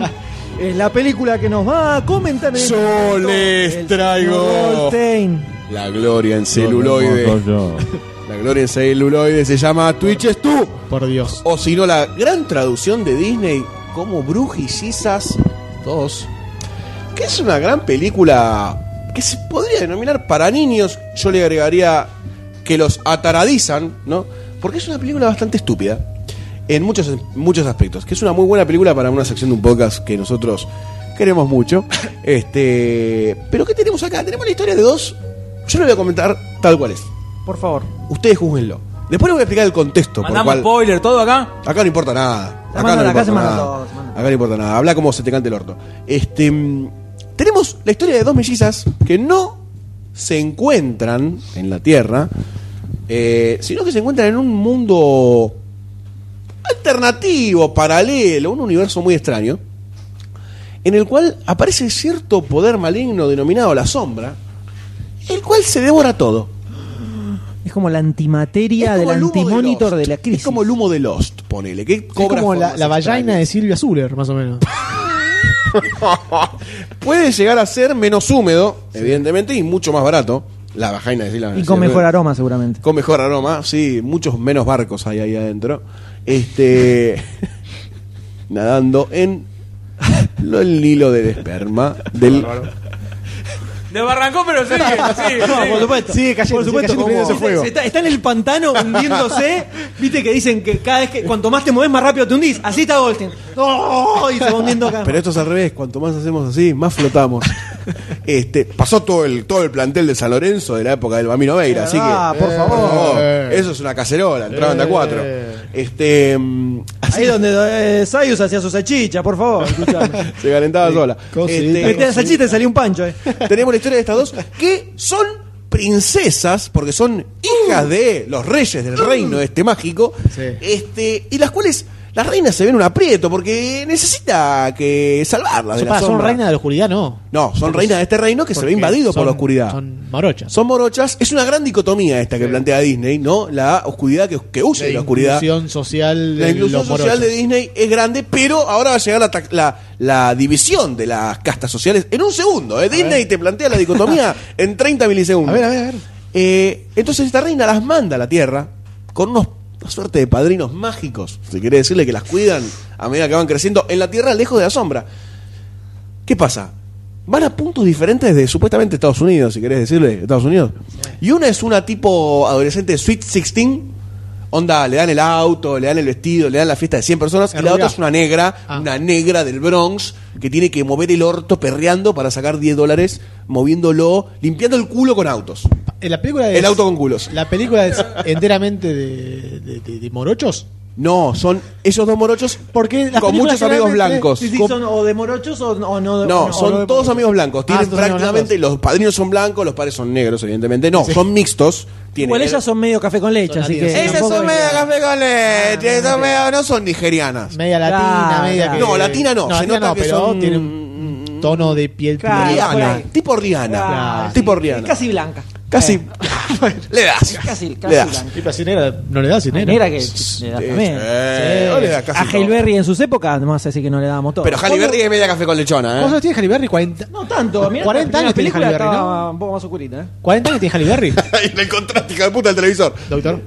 [SPEAKER 1] es la película que nos va a comentar en
[SPEAKER 2] Yo
[SPEAKER 1] momento,
[SPEAKER 2] les
[SPEAKER 1] el
[SPEAKER 2] traigo.
[SPEAKER 1] señor Goldstein.
[SPEAKER 2] La gloria en
[SPEAKER 3] Yo,
[SPEAKER 2] celuloide.
[SPEAKER 3] yo, yo.
[SPEAKER 2] La gloria en celuloide se llama Twitch es tú.
[SPEAKER 4] Por Dios.
[SPEAKER 2] O si no, la gran traducción de Disney como Brujillizas 2. Que es una gran película que se podría denominar para niños. Yo le agregaría que los ataradizan, ¿no? Porque es una película bastante estúpida. En muchos, muchos aspectos. Que es una muy buena película para una sección de un podcast que nosotros queremos mucho. Este. Pero ¿qué tenemos acá? Tenemos la historia de dos. Yo le voy a comentar tal cual es.
[SPEAKER 1] Por favor.
[SPEAKER 2] Ustedes juzguenlo. Después les voy a explicar el contexto. por
[SPEAKER 6] Mandamos
[SPEAKER 2] cual-
[SPEAKER 6] spoiler, todo acá.
[SPEAKER 2] Acá no importa nada.
[SPEAKER 1] La
[SPEAKER 2] Acá
[SPEAKER 1] mandan,
[SPEAKER 2] no
[SPEAKER 1] acá se
[SPEAKER 2] importa
[SPEAKER 1] mandan
[SPEAKER 2] nada.
[SPEAKER 1] todos, se mandan.
[SPEAKER 2] Acá no importa nada. Habla como se te cante el orto. Este, mm, tenemos la historia de dos mellizas que no se encuentran en la Tierra, eh, sino que se encuentran en un mundo alternativo, paralelo, un universo muy extraño, en el cual aparece cierto poder maligno denominado la sombra, el cual se devora todo.
[SPEAKER 1] Es como la antimateria
[SPEAKER 2] Es como
[SPEAKER 1] del
[SPEAKER 2] el humo de
[SPEAKER 1] antimonitor de,
[SPEAKER 2] Lost.
[SPEAKER 1] la crisis.
[SPEAKER 2] Es como el humo de Lost, ponele. Que
[SPEAKER 4] Es
[SPEAKER 2] cobra
[SPEAKER 4] como la,
[SPEAKER 2] formas
[SPEAKER 4] la ballena
[SPEAKER 2] extrañas.
[SPEAKER 4] de Silvia Zuller, más o menos. Ah,
[SPEAKER 2] Puede llegar a ser menos húmedo, evidentemente, y mucho más barato. La bajaina de Silvia.
[SPEAKER 1] Y con mejor aroma, seguramente.
[SPEAKER 2] Con mejor aroma, sí. Muchos menos barcos hay ahí adentro. Este. [laughs] nadando en. lo- el hilo del esperma. Del,
[SPEAKER 6] Desbarrancó, pero sigue, sigue, sigue.
[SPEAKER 1] supuesto.
[SPEAKER 4] Sigue cayendo,
[SPEAKER 1] por supuesto,
[SPEAKER 4] sigue cayendo, prendiendo ese
[SPEAKER 1] como-
[SPEAKER 4] fuego.
[SPEAKER 1] Está, está en el pantano hundiéndose. Viste que dicen que cada vez que cuanto más te mueves, más rápido te hundís. Así está Goldstein. ¡Oh! Y se va hundiendo acá.
[SPEAKER 2] Pero esto es al revés, cuanto más hacemos así, más
[SPEAKER 1] [laughs]
[SPEAKER 2] flotamos. Este, pasó todo el, todo el plantel de San Lorenzo de la época del Bambino Veira, así que.
[SPEAKER 1] Ah, por favor.
[SPEAKER 4] Eh.
[SPEAKER 2] Eso es una cacerola, entraban de a cuatro. Este. mm, [laughs]
[SPEAKER 1] Ahí es donde eh, Sayus hacía su salchicha, por favor. [laughs] escuchame.
[SPEAKER 2] Se calentaba sola.
[SPEAKER 4] cosita,
[SPEAKER 2] Este,
[SPEAKER 1] Metí la salchicha y salió un pancho. eh.
[SPEAKER 2] tenemos la historia de estas dos que son princesas, porque son hijas de los reyes del reino este mágico,
[SPEAKER 4] Sí.
[SPEAKER 2] este, y las cuales la reina se ve en un aprieto porque necesita que salvarlas de
[SPEAKER 4] Son,
[SPEAKER 2] la
[SPEAKER 4] para, son
[SPEAKER 2] sombra.
[SPEAKER 4] reinas de la oscuridad, no.
[SPEAKER 2] No, son reinas de este reino que se ve
[SPEAKER 4] Porque
[SPEAKER 2] invadido por
[SPEAKER 4] son-
[SPEAKER 2] la oscuridad.
[SPEAKER 4] Son morochas.
[SPEAKER 2] Son morochas, es una gran dicotomía esta que plantea Disney, ¿no? La oscuridad que, que huye de la oscuridad.
[SPEAKER 4] inclusión social de
[SPEAKER 2] La inclusión
[SPEAKER 4] los
[SPEAKER 2] social de
[SPEAKER 4] morochos.
[SPEAKER 2] Disney es grande, pero ahora va a llegar la, ta- la- la división de las castas sociales en un segundo. ¿eh? Disney te plantea la
[SPEAKER 4] [laughs]
[SPEAKER 2] dicotomía en 30 milisegundos.
[SPEAKER 4] A ver, a ver, a ver.
[SPEAKER 2] Eh, entonces esta reina las manda a la Tierra con unos, una suerte de padrinos mágicos. Se quiere decirle que las cuidan a medida que van creciendo en la Tierra, lejos de la sombra. ¿Qué pasa? Van a puntos diferentes de supuestamente Estados Unidos, si querés decirle, Estados Unidos. Y una es una tipo adolescente Sweet 16. Onda, le dan el auto, le dan el vestido, le dan la fiesta de 100 personas. Y la
[SPEAKER 4] Rubia.
[SPEAKER 2] otra es una negra,
[SPEAKER 4] Ah.
[SPEAKER 2] una negra del Bronx, que tiene que mover el orto perreando para sacar 10 dólares, moviéndolo, limpiando el culo con autos.
[SPEAKER 4] Eh, La película es,
[SPEAKER 2] El auto con culos.
[SPEAKER 4] La película es enteramente de, de- de- de morochos.
[SPEAKER 2] No, son esos dos morochos
[SPEAKER 4] Porque las
[SPEAKER 2] con
[SPEAKER 4] películas
[SPEAKER 2] muchos amigos
[SPEAKER 4] generalmente-
[SPEAKER 2] blancos.
[SPEAKER 1] Sí, sí,
[SPEAKER 2] Con-
[SPEAKER 1] son o de morochos o, o no de
[SPEAKER 2] No,
[SPEAKER 1] o
[SPEAKER 2] son
[SPEAKER 1] de
[SPEAKER 2] todos
[SPEAKER 1] morochos.
[SPEAKER 2] amigos blancos. Tienen
[SPEAKER 4] son todos amigos
[SPEAKER 2] prácticamente, los padrinos son blancos, los padres son negros, evidentemente. No, son mixtos. Tienen eh.
[SPEAKER 1] Igual ellas son medio café con leche,
[SPEAKER 4] Son
[SPEAKER 1] así
[SPEAKER 4] nativas.
[SPEAKER 1] que.
[SPEAKER 2] Esas
[SPEAKER 1] tampoco
[SPEAKER 2] son
[SPEAKER 1] es-
[SPEAKER 2] medio café con leche, son medio- no son nigerianas.
[SPEAKER 4] Media latina,
[SPEAKER 1] Claro,
[SPEAKER 4] media.
[SPEAKER 1] claro.
[SPEAKER 4] que-
[SPEAKER 2] No, latina no, se nota que
[SPEAKER 4] pero
[SPEAKER 2] son-
[SPEAKER 4] tiene un tono de piel
[SPEAKER 1] Claro,
[SPEAKER 4] pura.
[SPEAKER 1] por
[SPEAKER 2] Rihanna,
[SPEAKER 1] ahí.
[SPEAKER 2] tipo Rihanna.
[SPEAKER 1] Ah,
[SPEAKER 4] Claro.
[SPEAKER 2] Tipo
[SPEAKER 1] sí.
[SPEAKER 2] Rihanna.
[SPEAKER 1] Casi blanca.
[SPEAKER 2] Casi.
[SPEAKER 1] Eh,
[SPEAKER 2] [laughs] le das.
[SPEAKER 1] Casi,
[SPEAKER 2] le das.
[SPEAKER 1] casi
[SPEAKER 4] Tipo así negra, no le da así
[SPEAKER 1] blanca.
[SPEAKER 4] negra.
[SPEAKER 1] Mira que. le da
[SPEAKER 2] Sí,
[SPEAKER 1] también.
[SPEAKER 2] sí, no le da casi
[SPEAKER 1] a
[SPEAKER 2] todo.
[SPEAKER 1] Hailberry en sus épocas, no vas a decir que no le dábamos todo.
[SPEAKER 2] Pero Halle Berry es media café con lechona, [laughs]
[SPEAKER 4] ¿Cuántos
[SPEAKER 2] ¿eh?
[SPEAKER 4] años tiene Halle Berry? 40.
[SPEAKER 1] No tanto, mirá,
[SPEAKER 4] 40
[SPEAKER 1] la
[SPEAKER 4] años tiene
[SPEAKER 1] película
[SPEAKER 4] Halle Berry,
[SPEAKER 1] estaba
[SPEAKER 4] ¿no?
[SPEAKER 1] un poco más oscurita, ¿eh?
[SPEAKER 4] 40 años tiene Halle
[SPEAKER 2] [laughs]
[SPEAKER 4] Berry.
[SPEAKER 2] Le encontraste, hija de puta, el televisor.
[SPEAKER 4] Doctor,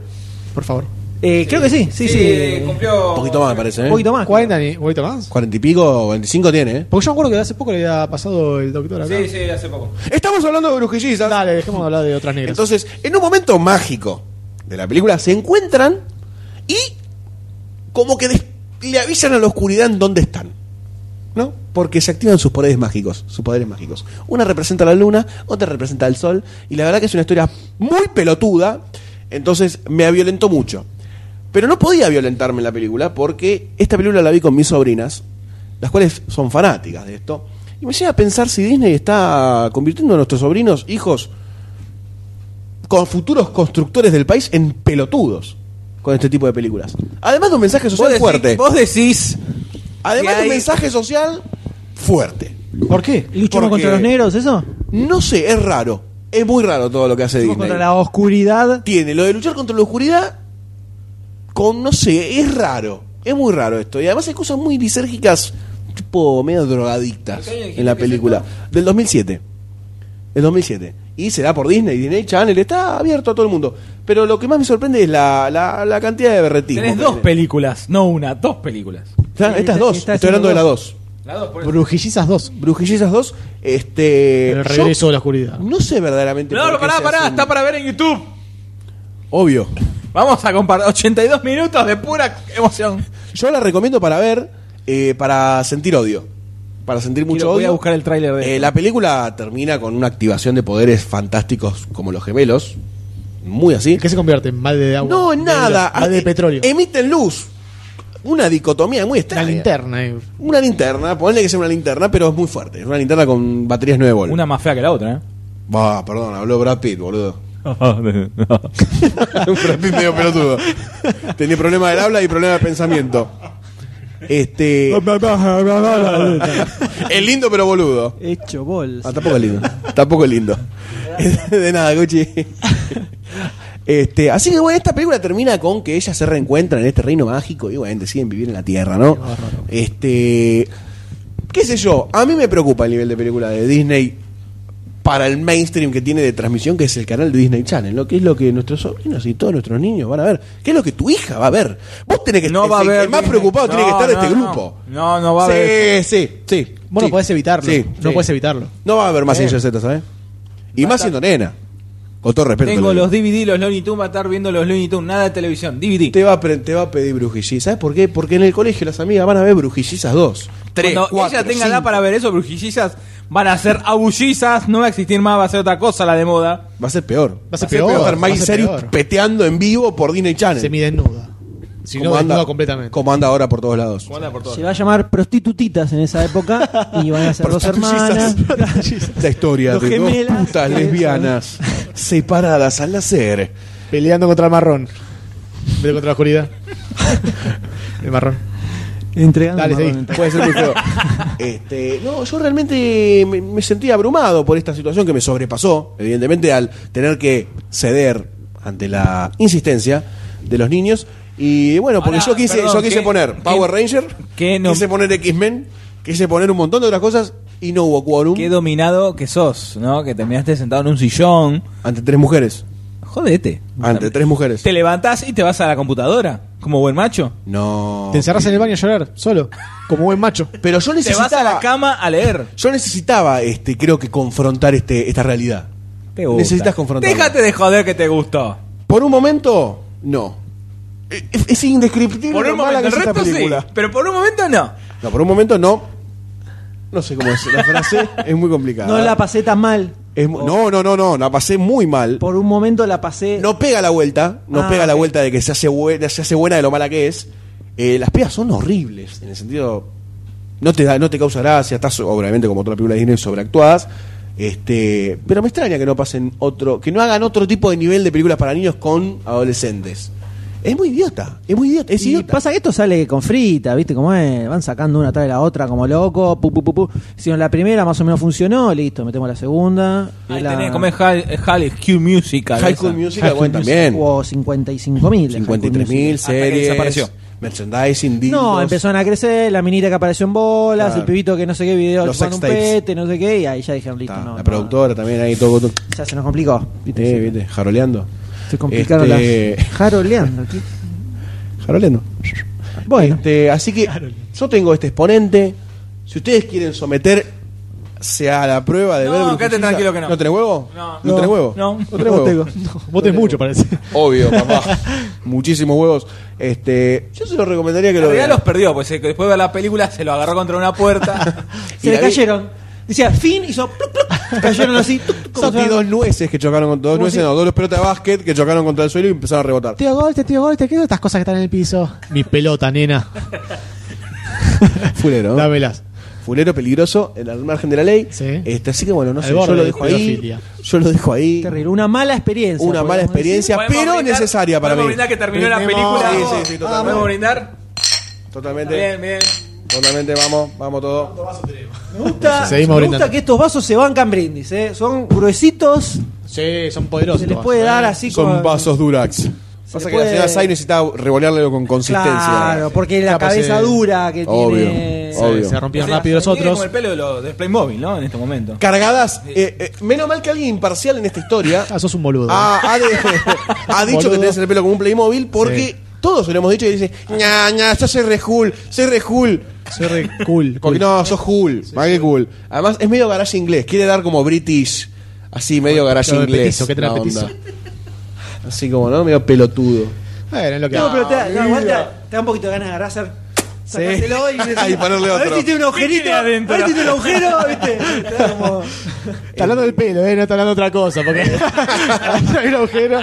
[SPEAKER 4] por favor.
[SPEAKER 1] Eh, Creo que sí, sí, sí.
[SPEAKER 6] cumplió.
[SPEAKER 2] Un poquito más, me parece,
[SPEAKER 1] Un
[SPEAKER 2] ¿eh?
[SPEAKER 1] poquito más.
[SPEAKER 4] 40 Ah, años, un poquito más.
[SPEAKER 2] Cuarenta y pico, 25 tiene, ¿eh?
[SPEAKER 4] Porque yo me acuerdo que hace poco le había pasado el doctor acá.
[SPEAKER 6] Sí, sí, hace poco.
[SPEAKER 2] Estamos hablando de brujillizas.
[SPEAKER 4] Dale, dejemos de hablar de otras negras.
[SPEAKER 2] Entonces, en un momento mágico de la película, se encuentran y como que des- le avisan a la oscuridad en dónde están. ¿No? Porque se activan sus poderes mágicos, sus poderes mágicos. Una representa la luna, otra representa el sol, y la verdad que es una historia muy pelotuda, entonces me violentó mucho. Pero no podía violentarme en la película porque esta película la vi con mis sobrinas, las cuales son fanáticas de esto, y me llega a pensar si Disney está convirtiendo a nuestros sobrinos, hijos, con futuros constructores del país en pelotudos con este tipo de películas. Además de un mensaje social
[SPEAKER 6] decís-
[SPEAKER 2] fuerte.
[SPEAKER 6] vos decís.
[SPEAKER 2] Además de
[SPEAKER 6] hay-
[SPEAKER 2] un mensaje social fuerte.
[SPEAKER 4] ¿Por qué?
[SPEAKER 1] ¿Luchamos
[SPEAKER 2] Porque-
[SPEAKER 1] contra los negros, eso?
[SPEAKER 2] No sé, es raro. Es muy raro todo lo que hace
[SPEAKER 7] Fuimos
[SPEAKER 2] Disney.
[SPEAKER 7] contra la oscuridad.
[SPEAKER 2] Tiene lo de luchar contra la oscuridad con, no sé, es raro. Es muy raro esto. Y además hay cosas muy lisérgicas, tipo medio drogadictas
[SPEAKER 6] ¿De qué año dijiste
[SPEAKER 2] en la
[SPEAKER 6] que es
[SPEAKER 2] película. Del 2007. Del 2007. Y será por Disney. Disney Channel está abierto a todo el mundo. Pero lo que más me sorprende es la, la, la cantidad de berretismo.
[SPEAKER 6] Tenés
[SPEAKER 2] que
[SPEAKER 6] dos
[SPEAKER 2] tiene.
[SPEAKER 6] películas, no una, dos películas.
[SPEAKER 2] Claro,
[SPEAKER 7] Sí,
[SPEAKER 2] estas
[SPEAKER 7] está-
[SPEAKER 2] dos.
[SPEAKER 7] está
[SPEAKER 2] Estoy hablando de las
[SPEAKER 7] haciendo
[SPEAKER 2] dos.
[SPEAKER 6] La dos, por eso.
[SPEAKER 4] Brujillizas 2.
[SPEAKER 2] Brujillizas 2. Este.
[SPEAKER 4] El
[SPEAKER 2] yo
[SPEAKER 4] regreso de la oscuridad.
[SPEAKER 2] No sé verdaderamente.
[SPEAKER 6] No,
[SPEAKER 2] por
[SPEAKER 6] no,
[SPEAKER 2] qué
[SPEAKER 6] pará,
[SPEAKER 2] se
[SPEAKER 6] pará,
[SPEAKER 2] hacen-
[SPEAKER 6] está para ver en YouTube.
[SPEAKER 2] Obvio.
[SPEAKER 6] Vamos a compartir 82 minutos de pura emoción.
[SPEAKER 2] Yo la recomiendo para ver, eh, para sentir odio. Para sentir mucho
[SPEAKER 6] Quiero-
[SPEAKER 2] odio.
[SPEAKER 6] voy a buscar el tráiler de
[SPEAKER 2] Eh,
[SPEAKER 6] esto.
[SPEAKER 2] La película termina con una activación de poderes fantásticos como los gemelos. Muy así.
[SPEAKER 4] ¿En qué se convierte? ¿En balde de agua?
[SPEAKER 2] No,
[SPEAKER 4] en
[SPEAKER 2] nada.
[SPEAKER 4] Balde de
[SPEAKER 2] Eh,
[SPEAKER 4] petróleo.
[SPEAKER 2] Emiten luz. Una dicotomía muy
[SPEAKER 4] Una
[SPEAKER 2] extraña.
[SPEAKER 4] linterna. eh.
[SPEAKER 2] Una linterna, ponle que sea una linterna, pero es muy fuerte. Es una linterna con baterías 9 volts.
[SPEAKER 6] Una más fea que la otra, ¿eh?
[SPEAKER 2] Bah, perdón, habló Brad Pitt, boludo. [laughs]
[SPEAKER 3] [laughs]
[SPEAKER 2] Brad Pitt medio pelotudo. Tenía problema del habla y problema de pensamiento.
[SPEAKER 6] [laughs]
[SPEAKER 2] Este.
[SPEAKER 3] Eh, [laughs]
[SPEAKER 2] Es lindo pero boludo.
[SPEAKER 7] Hecho bols.
[SPEAKER 2] Ah, tampoco es lindo. Tampoco es lindo. [laughs] De nada, Gucci. Este, así que bueno, esta película termina con que ellas se reencuentran en este reino mágico y bueno, deciden vivir en la Tierra, ¿no? Este, qué sé yo, a mí me preocupa el nivel de película de Disney para el mainstream que tiene de transmisión, que es el canal de Disney Channel, lo que es lo que nuestros sobrinos y todos nuestros niños van a ver, qué es lo que tu hija va a ver. Vos tenés que
[SPEAKER 6] No va a
[SPEAKER 2] el-
[SPEAKER 6] haber
[SPEAKER 2] el más
[SPEAKER 6] Disney.
[SPEAKER 2] preocupado tiene que
[SPEAKER 6] No,
[SPEAKER 2] estar de
[SPEAKER 6] no,
[SPEAKER 2] este
[SPEAKER 6] no.
[SPEAKER 2] grupo.
[SPEAKER 6] No, no va a
[SPEAKER 2] Sí,
[SPEAKER 6] haber.
[SPEAKER 2] Sí, sí.
[SPEAKER 4] Vos no
[SPEAKER 2] sí.
[SPEAKER 4] podés evitarlo.
[SPEAKER 2] Sí,
[SPEAKER 4] no
[SPEAKER 2] sí.
[SPEAKER 4] podés evitarlo.
[SPEAKER 2] No va a haber más
[SPEAKER 6] Eh.
[SPEAKER 2] Silla Z, ¿sabes? Y más siendo nena. Con todo respeto.
[SPEAKER 6] Tengo
[SPEAKER 2] te lo
[SPEAKER 6] los
[SPEAKER 2] digo.
[SPEAKER 6] DVD, los Looney Tunes, va a estar viendo los Looney Tunes, nada de televisión, DVD.
[SPEAKER 2] te va, a pre- te va a pedir brujillizas. ¿Sabes por qué? Porque en el colegio las amigas van a ver brujillizas 2. 3,
[SPEAKER 6] Cuando ella tenga edad para ver eso, brujillizas van a ser abullizas, no va a existir más, va a ser otra cosa la de moda.
[SPEAKER 2] Va a ser peor. Va
[SPEAKER 4] a ser peor,
[SPEAKER 2] Va a estar
[SPEAKER 4] va a
[SPEAKER 2] Miley
[SPEAKER 4] ser
[SPEAKER 2] Cyrus
[SPEAKER 4] peor.
[SPEAKER 2] peteando en vivo por Disney Channel.
[SPEAKER 4] Semidesnuda. Si no,
[SPEAKER 2] Como
[SPEAKER 4] desnuda completamente.
[SPEAKER 2] Como anda ahora por todos lados.
[SPEAKER 7] Se va a llamar prostitutitas en esa época y van a ser dos hermanas.
[SPEAKER 2] Prostituyizas. [laughs] La historia
[SPEAKER 7] Dos
[SPEAKER 2] de
[SPEAKER 7] gemelas.
[SPEAKER 2] dos putas lesbianas separadas al nacer.
[SPEAKER 4] Peleando contra el marrón. Peleando contra la oscuridad. el marrón.
[SPEAKER 7] Entregando
[SPEAKER 4] Dale,
[SPEAKER 7] marrón,
[SPEAKER 4] seguí.
[SPEAKER 7] entregando.
[SPEAKER 2] Puede ser muy feo. Este, no, yo realmente me, me sentí abrumado por esta situación que me sobrepasó, evidentemente, al tener que ceder ante la insistencia de los niños. Y bueno, porque
[SPEAKER 6] Ahora,
[SPEAKER 2] yo quise,
[SPEAKER 6] perdón,
[SPEAKER 2] yo quise
[SPEAKER 6] ¿qué-
[SPEAKER 2] poner
[SPEAKER 6] qué-
[SPEAKER 2] Power Ranger,
[SPEAKER 6] qué no-
[SPEAKER 2] quise poner X-Men, quise poner un montón de otras cosas y no hubo quórum
[SPEAKER 6] Qué dominado que sos, ¿no? Que terminaste sentado en un sillón.
[SPEAKER 2] ante tres mujeres.
[SPEAKER 6] Jodete.
[SPEAKER 2] Ante tres mujeres.
[SPEAKER 6] Te levantás y te vas a la computadora, como buen macho.
[SPEAKER 2] No.
[SPEAKER 4] Te encerrás en el baño a llorar, solo. Como buen macho.
[SPEAKER 2] Pero yo
[SPEAKER 6] Te vas a la
[SPEAKER 2] necesitaba,
[SPEAKER 6] cama a leer.
[SPEAKER 2] yo necesitaba, este, creo que confrontar este, esta realidad.
[SPEAKER 6] Te gusta.
[SPEAKER 2] Necesitas confrontarlo.
[SPEAKER 6] Déjate de joder que te gustó.
[SPEAKER 2] Por un momento, no. Es, es indescriptible.
[SPEAKER 6] Por un
[SPEAKER 2] lo mala
[SPEAKER 6] momento, el
[SPEAKER 2] que es esta
[SPEAKER 6] resto sí,
[SPEAKER 2] película.
[SPEAKER 6] pero por un momento no.
[SPEAKER 2] No, por un momento no. No sé cómo es. La frase es muy complicada.
[SPEAKER 7] No la pasé tan mal.
[SPEAKER 2] Es mu- no, no, no, no. La pasé muy mal.
[SPEAKER 7] Por un momento la pasé.
[SPEAKER 2] No pega la vuelta. No
[SPEAKER 7] Ah,
[SPEAKER 2] pega la
[SPEAKER 7] ok.
[SPEAKER 2] vuelta de que se hace, buena, se hace buena de lo mala que es. Eh, las pegas son horribles. En el sentido. No te, da, no te causa gracia. Estás, obviamente, como toda la película de Disney, sobreactuadas. Este, pero me extraña que no pasen otro. Que no hagan otro tipo de nivel de películas para niños con adolescentes. Es muy idiota. Es muy idiota. Es
[SPEAKER 7] Y
[SPEAKER 2] idiota.
[SPEAKER 7] pasa que esto sale con frita, ¿viste? Como es, van sacando una tras de la otra como loco, pu, pu, pu, pu. Si en la primera más o menos funcionó, listo, metemos la segunda. y
[SPEAKER 6] Ahí
[SPEAKER 7] la...
[SPEAKER 6] tenés, como es High, High School Musical.
[SPEAKER 2] High
[SPEAKER 6] esa.
[SPEAKER 2] School Music
[SPEAKER 4] High School
[SPEAKER 2] bueno,
[SPEAKER 4] Musical.
[SPEAKER 2] también.
[SPEAKER 7] Hubo 55.000.
[SPEAKER 2] 53.000
[SPEAKER 6] Hasta que
[SPEAKER 2] series.
[SPEAKER 6] desapareció.
[SPEAKER 2] Merchandising, dildos.
[SPEAKER 7] No, empezaron a crecer, la minita que apareció en bolas,
[SPEAKER 2] Claro.
[SPEAKER 7] el pibito que no sé qué video
[SPEAKER 2] Los
[SPEAKER 7] chupando un
[SPEAKER 2] sex tapes.
[SPEAKER 7] pete, no sé qué, y ahí ya dijeron, listo,
[SPEAKER 2] Está,
[SPEAKER 7] no,
[SPEAKER 2] la
[SPEAKER 7] no,
[SPEAKER 2] productora también ahí todo. todo-
[SPEAKER 7] Ya se nos complicó. ¿viste?
[SPEAKER 2] eh, viste, jaroleando.
[SPEAKER 7] Se complicaron
[SPEAKER 2] Este-
[SPEAKER 7] las. Jaroleando.
[SPEAKER 2] [laughs]
[SPEAKER 7] ¿qué?
[SPEAKER 2] Jaroleando.
[SPEAKER 7] Bueno,
[SPEAKER 2] Este, así que yo tengo este exponente. Si ustedes quieren someterse a la prueba de
[SPEAKER 6] No,
[SPEAKER 2] ver.
[SPEAKER 6] quédate
[SPEAKER 2] Brujillita-
[SPEAKER 6] tranquilo que no.
[SPEAKER 2] ¿No tenés huevo?
[SPEAKER 6] No.
[SPEAKER 2] ¿No tenés huevo?
[SPEAKER 6] No.
[SPEAKER 2] ¿No tenés huevo?
[SPEAKER 4] tengo. Votes mucho, parece.
[SPEAKER 2] [laughs] Obvio, papá. Muchísimos huevos. Este, yo se lo recomendaría que
[SPEAKER 6] En
[SPEAKER 2] lo
[SPEAKER 6] realidad
[SPEAKER 2] vean.
[SPEAKER 6] los perdió, pues eh, que después de la película se lo agarró contra
[SPEAKER 2] [laughs]
[SPEAKER 6] una puerta.
[SPEAKER 2] y
[SPEAKER 7] se le
[SPEAKER 2] la vi-
[SPEAKER 7] cayeron. Decía, fin, hizo. plup,
[SPEAKER 2] [laughs]
[SPEAKER 7] plup, cayeron así. tuc, tuc, tuc,
[SPEAKER 2] Sentí
[SPEAKER 7] tuc.
[SPEAKER 2] dos nueces que chocaron con dos
[SPEAKER 7] ¿Cómo
[SPEAKER 2] nueces,
[SPEAKER 7] así?
[SPEAKER 2] no, dos pelotas de básquet que chocaron contra el suelo y empezaron a rebotar.
[SPEAKER 4] Tío Golte, tío Golte, ¿qué son estas cosas que están en el piso? Mi pelota, nena. [laughs]
[SPEAKER 2] Fulero, ¿no?
[SPEAKER 4] Dámelas.
[SPEAKER 2] Fulero peligroso, en el margen de la ley.
[SPEAKER 4] Sí.
[SPEAKER 2] Este, así que bueno, no
[SPEAKER 4] Al
[SPEAKER 2] sé, yo
[SPEAKER 4] borde
[SPEAKER 2] lo
[SPEAKER 4] de
[SPEAKER 2] dejo ahí.
[SPEAKER 4] pedofilia.
[SPEAKER 2] Yo lo dejo ahí.
[SPEAKER 7] Terrible, una mala experiencia.
[SPEAKER 2] Una mala
[SPEAKER 7] podemos
[SPEAKER 2] experiencia,
[SPEAKER 6] Podemos
[SPEAKER 2] pero
[SPEAKER 6] brindar-
[SPEAKER 2] necesaria para
[SPEAKER 6] podemos
[SPEAKER 2] mí.
[SPEAKER 6] brindar que terminó la
[SPEAKER 4] Brindemos.
[SPEAKER 6] película.
[SPEAKER 2] Sí, sí, sí, totalmente.
[SPEAKER 6] Podemos brindar.
[SPEAKER 2] Totalmente.
[SPEAKER 6] Bien, bien.
[SPEAKER 2] Totalmente, vamos, vamos todos.
[SPEAKER 1] Me gusta,
[SPEAKER 4] Seguimos
[SPEAKER 1] me
[SPEAKER 4] brindando.
[SPEAKER 1] gusta que estos vasos se bancan brindis, ¿eh? Son gruesitos,
[SPEAKER 4] Sí, son poderosos.
[SPEAKER 1] se les puede dar así
[SPEAKER 2] Son
[SPEAKER 1] con-
[SPEAKER 2] vasos Durax.
[SPEAKER 1] se
[SPEAKER 2] Pasa
[SPEAKER 1] le
[SPEAKER 2] que la
[SPEAKER 1] puede-
[SPEAKER 2] señora Sai necesitaba revolearlo con consistencia.
[SPEAKER 1] Claro, porque la
[SPEAKER 4] Capaz
[SPEAKER 1] cabeza
[SPEAKER 4] es-
[SPEAKER 1] dura que
[SPEAKER 2] Obvio.
[SPEAKER 1] tiene.
[SPEAKER 2] Sí. Obvio.
[SPEAKER 4] Se, se rompieron
[SPEAKER 6] O sea,
[SPEAKER 4] rápido los
[SPEAKER 6] tiene
[SPEAKER 4] otros.
[SPEAKER 6] Como el pelo de, los, de Playmobil, ¿no? En este momento.
[SPEAKER 2] Cargadas. eh, eh, menos mal que alguien imparcial en esta
[SPEAKER 4] [laughs]
[SPEAKER 2] historia
[SPEAKER 4] Ah, sos un boludo.
[SPEAKER 2] ha, ha de- ha dicho
[SPEAKER 4] Boludo.
[SPEAKER 2] que tenés el pelo como un Playmobil porque
[SPEAKER 4] Sí.
[SPEAKER 2] todos se lo hemos dicho y dice, ña, ña, yo soy re cool, soy re cool.
[SPEAKER 4] Soy re cool.
[SPEAKER 2] [laughs] Porque
[SPEAKER 4] cool.
[SPEAKER 2] no, sos cool, más que cool. Además, es medio garage inglés, quiere dar como british, así, medio garage
[SPEAKER 4] Claro, de
[SPEAKER 2] inglés.
[SPEAKER 4] petizo, ¿qué te da
[SPEAKER 2] la
[SPEAKER 4] petizo?
[SPEAKER 2] onda. Así como, ¿no? Medio pelotudo.
[SPEAKER 4] Bueno, es lo que
[SPEAKER 1] No, pero te, da- no,
[SPEAKER 2] Ah,
[SPEAKER 1] igual te,
[SPEAKER 2] mira.
[SPEAKER 1] da- te da un poquito de ganas de agarrar, hacer. sacárselo
[SPEAKER 2] Y ponerle
[SPEAKER 1] A ver
[SPEAKER 2] otro.
[SPEAKER 1] si tiene un agujerito.
[SPEAKER 6] tiene
[SPEAKER 1] A ver
[SPEAKER 6] adentro?
[SPEAKER 1] si tiene un agujero,
[SPEAKER 6] [laughs]
[SPEAKER 1] ¿viste? Te da como-
[SPEAKER 4] Está hablando del pelo, eh, no está hablando de otra cosa, [laughs] porque hay un agujero.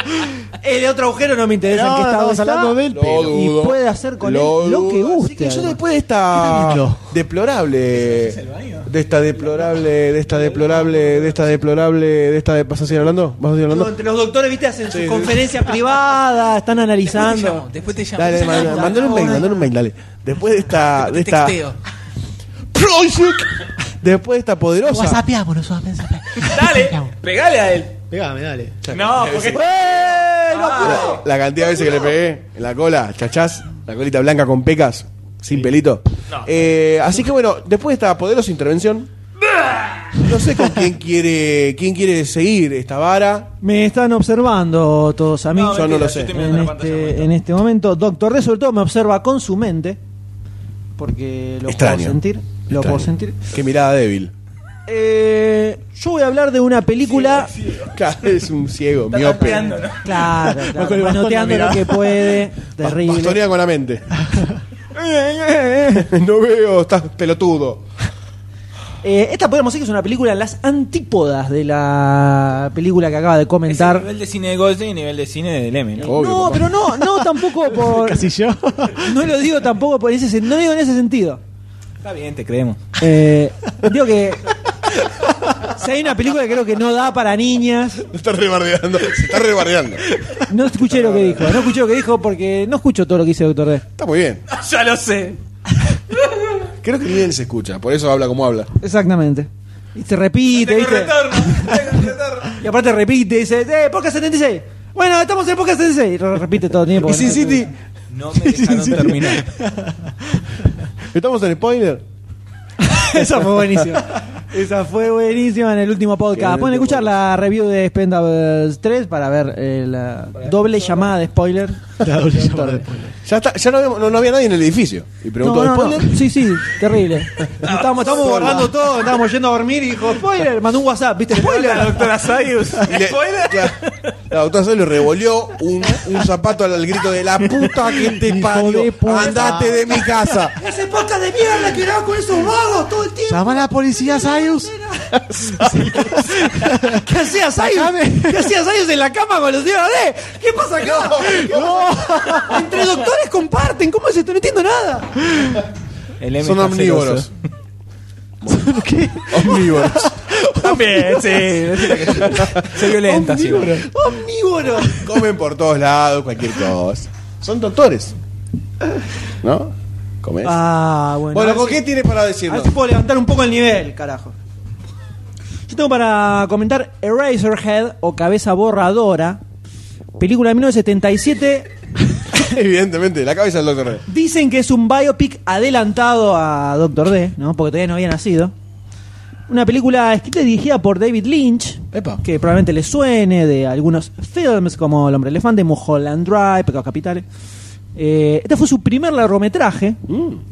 [SPEAKER 1] El eh, otro agujero no me interesa.
[SPEAKER 4] No,
[SPEAKER 1] en qué estado
[SPEAKER 4] estamos
[SPEAKER 1] está,
[SPEAKER 4] hablando del
[SPEAKER 2] Lo
[SPEAKER 4] pelo.
[SPEAKER 1] Y
[SPEAKER 2] dudo.
[SPEAKER 1] puede hacer con
[SPEAKER 2] Lo
[SPEAKER 1] él lo que
[SPEAKER 2] dudo.
[SPEAKER 1] guste.
[SPEAKER 2] Así que yo
[SPEAKER 1] además.
[SPEAKER 2] después de esta
[SPEAKER 4] lindo.
[SPEAKER 2] deplorable, de esta deplorable, de esta deplorable, de esta deplorable, de esta de, ¿vas a seguir hablando? ¿Vas a seguir
[SPEAKER 1] No,
[SPEAKER 2] hablando?
[SPEAKER 1] entre los doctores, viste, hacen sus conferencias privadas, están analizando.
[SPEAKER 6] Después te llamo.
[SPEAKER 2] Dale,
[SPEAKER 6] Después te llamo.
[SPEAKER 2] mandale mandale un mail, mandale un mail, dale. Después de esta, de esta,
[SPEAKER 6] Texteo.
[SPEAKER 2] Project. después de esta poderosa,
[SPEAKER 6] Dale, pegale a él.
[SPEAKER 4] Pegame, dale.
[SPEAKER 6] No, porque
[SPEAKER 1] ¡Eh! ¡No
[SPEAKER 2] la, la cantidad de veces que le pegué en la cola, chachás, la colita blanca con pecas, sin pelito. Eh, así que bueno, después de esta poderosa intervención, no sé con quién quiere, quién quiere seguir esta vara.
[SPEAKER 1] Me están observando todos a mí.
[SPEAKER 6] No,
[SPEAKER 2] Yo no
[SPEAKER 6] mentira,
[SPEAKER 2] lo sé.
[SPEAKER 6] estoy mirando
[SPEAKER 1] en,
[SPEAKER 6] la pantalla,
[SPEAKER 1] este,
[SPEAKER 6] momento.
[SPEAKER 1] en este momento, Doctor D sobre todo me observa con su mente. Porque lo
[SPEAKER 2] Extraño.
[SPEAKER 1] puedo sentir. Lo puedo
[SPEAKER 2] Extraño.
[SPEAKER 1] sentir.
[SPEAKER 2] Qué mirada débil.
[SPEAKER 1] Eh, yo voy a hablar de una película.
[SPEAKER 2] Claro, es un ciego,
[SPEAKER 6] está
[SPEAKER 2] miope.
[SPEAKER 6] tanteando, ¿no?
[SPEAKER 2] [laughs]
[SPEAKER 1] Claro,
[SPEAKER 4] Va
[SPEAKER 1] claro,
[SPEAKER 4] con el bastón
[SPEAKER 1] manoteando
[SPEAKER 4] la
[SPEAKER 1] lo
[SPEAKER 4] mirada.
[SPEAKER 1] que puede. Terrible.
[SPEAKER 2] Bastonea con la mente. [laughs] no veo, estás pelotudo.
[SPEAKER 1] Eh, esta podemos decir que es una película en las antípodas de la película que acaba de
[SPEAKER 6] Es el
[SPEAKER 1] comentar.
[SPEAKER 6] nivel de cine de Goldstein y nivel de cine de Leme, ¿no?
[SPEAKER 2] Oh. Obvio,
[SPEAKER 1] no,
[SPEAKER 2] papá.
[SPEAKER 1] pero no, no
[SPEAKER 2] [laughs]
[SPEAKER 1] tampoco por.
[SPEAKER 4] Casi yo.
[SPEAKER 1] No lo digo tampoco por ese, sen- no digo en ese sentido.
[SPEAKER 6] Está bien, te creemos.
[SPEAKER 1] Eh, digo que. Si hay una película que creo que no da para niñas,
[SPEAKER 2] Se está rebardeando, se está rebardeando.
[SPEAKER 1] no escuché lo que dijo. No escuché lo que dijo porque no escucho todo lo que dice Doctor D.
[SPEAKER 2] Está muy bien.
[SPEAKER 6] [laughs] ya lo sé.
[SPEAKER 2] Creo que ni él se escucha, por eso habla como habla.
[SPEAKER 1] Exactamente. Y se repite,
[SPEAKER 6] Tengo
[SPEAKER 1] ¿viste?
[SPEAKER 6] retorno. Tengo
[SPEAKER 1] [laughs]
[SPEAKER 6] retorno.
[SPEAKER 1] Y aparte repite, dice, ¡eh, Podcast 76! Bueno, estamos en Podcast 76. Y lo repite todo el tiempo.
[SPEAKER 2] Y Sin City,
[SPEAKER 6] No me dejaron terminar.
[SPEAKER 2] estamos en spoiler.
[SPEAKER 1] [laughs] Esa fue buenísima. Esa fue buenísima en el último
[SPEAKER 2] Bien,
[SPEAKER 1] podcast.
[SPEAKER 2] el
[SPEAKER 1] Pueden
[SPEAKER 2] último
[SPEAKER 1] escuchar la review de Spendables 3 para ver eh, la doble llamada de spoiler.
[SPEAKER 4] [laughs] La doble llamada de spoiler.
[SPEAKER 2] Ya, está, ya no, habíamos- no, no había nadie en el edificio. Y
[SPEAKER 1] No,
[SPEAKER 2] preguntó,
[SPEAKER 1] no, no.
[SPEAKER 2] ¿spoiler?
[SPEAKER 1] Sí, sí, terrible. Estábamos, estábamos borrando todo, estábamos yendo a dormir y dijo, spoiler, mandó un WhatsApp, ¿viste?
[SPEAKER 6] La
[SPEAKER 1] Spoiler.
[SPEAKER 6] doctora Sayus.
[SPEAKER 2] Y le-
[SPEAKER 6] ¿Spoiler?
[SPEAKER 2] claro, la doctora Sol le revolvió un, un zapato al, al grito de la puta que te
[SPEAKER 1] Hijo
[SPEAKER 2] parió.
[SPEAKER 1] de puta.
[SPEAKER 2] Andate de
[SPEAKER 1] [laughs]
[SPEAKER 2] mi casa.
[SPEAKER 1] Ese podcast de mierda que grababa con esos vagos todo el tiempo.
[SPEAKER 4] Llama a la policía, Sayus.
[SPEAKER 1] ¿Qué hacías, Ayus? ¿Qué hacías, Ayus, en la cama con los tíos de? ¿Qué pasa acá? No. Entre doctores comparten, ¿cómo es esto? No entiendo nada.
[SPEAKER 6] El M
[SPEAKER 2] Son
[SPEAKER 6] está
[SPEAKER 2] omnívoros.
[SPEAKER 6] celoso.
[SPEAKER 1] [laughs]
[SPEAKER 2] Omnívoros.
[SPEAKER 6] También, sí. Soy violenta, sí.
[SPEAKER 1] Omnívoro.
[SPEAKER 2] Comen por todos lados, cualquier cosa. Son doctores. ¿No? ¿Comes?
[SPEAKER 1] Ah, bueno.
[SPEAKER 2] bueno,
[SPEAKER 1] a ver
[SPEAKER 2] ¿con
[SPEAKER 1] si-
[SPEAKER 2] qué tiene para
[SPEAKER 1] A ver
[SPEAKER 2] decirnos?
[SPEAKER 1] si puedo levantar un poco el nivel, carajo. Yo tengo para comentar Eraserhead o Cabeza Borradora, película de 1977.
[SPEAKER 2] [laughs] Evidentemente, la cabeza del doctor.
[SPEAKER 1] Dicen que es un biopic adelantado a Doctor D, ¿no? Porque todavía no había nacido. Una película escrita y dirigida por David Lynch,
[SPEAKER 2] Epa.
[SPEAKER 1] que probablemente le suene de algunos films como El Hombre Elefante, Mulholland Drive, Pecados Capitales. Eh, este fue su primer largometraje,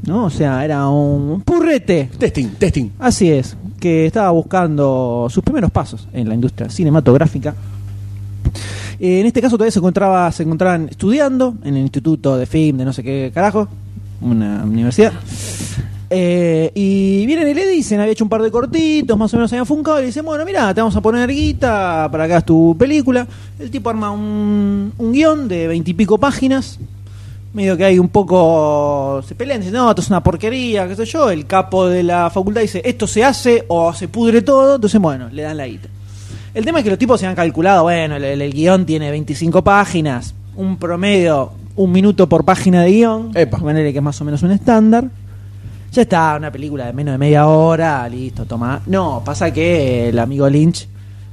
[SPEAKER 1] ¿no? O sea, era un purrete.
[SPEAKER 2] Testing, testing.
[SPEAKER 1] Así es, que estaba buscando sus primeros pasos en la industria cinematográfica. Eh, en este caso todavía se encontraba, se encontraban estudiando en el instituto de film de no sé qué carajo, una universidad. Eh, y vienen y le dicen, había hecho un par de cortitos, más o menos habían funcado, y le dicen, bueno, mira, te vamos a poner guita para que hagas tu película. El tipo arma un, un guión de veintipico páginas, medio que hay un poco se pelean, dicen, no, esto es una porquería, qué sé yo, el capo de la facultad dice, esto se hace o se pudre todo, entonces bueno, le dan la guita. El tema es que los tipos se han calculado, bueno, el, el- el guión tiene 25 páginas, un promedio, un minuto por página de guión,
[SPEAKER 2] Epa.
[SPEAKER 1] de manera que es más o menos un estándar. ya está, una película de menos de media hora, listo, toma. No, pasa que el amigo Lynch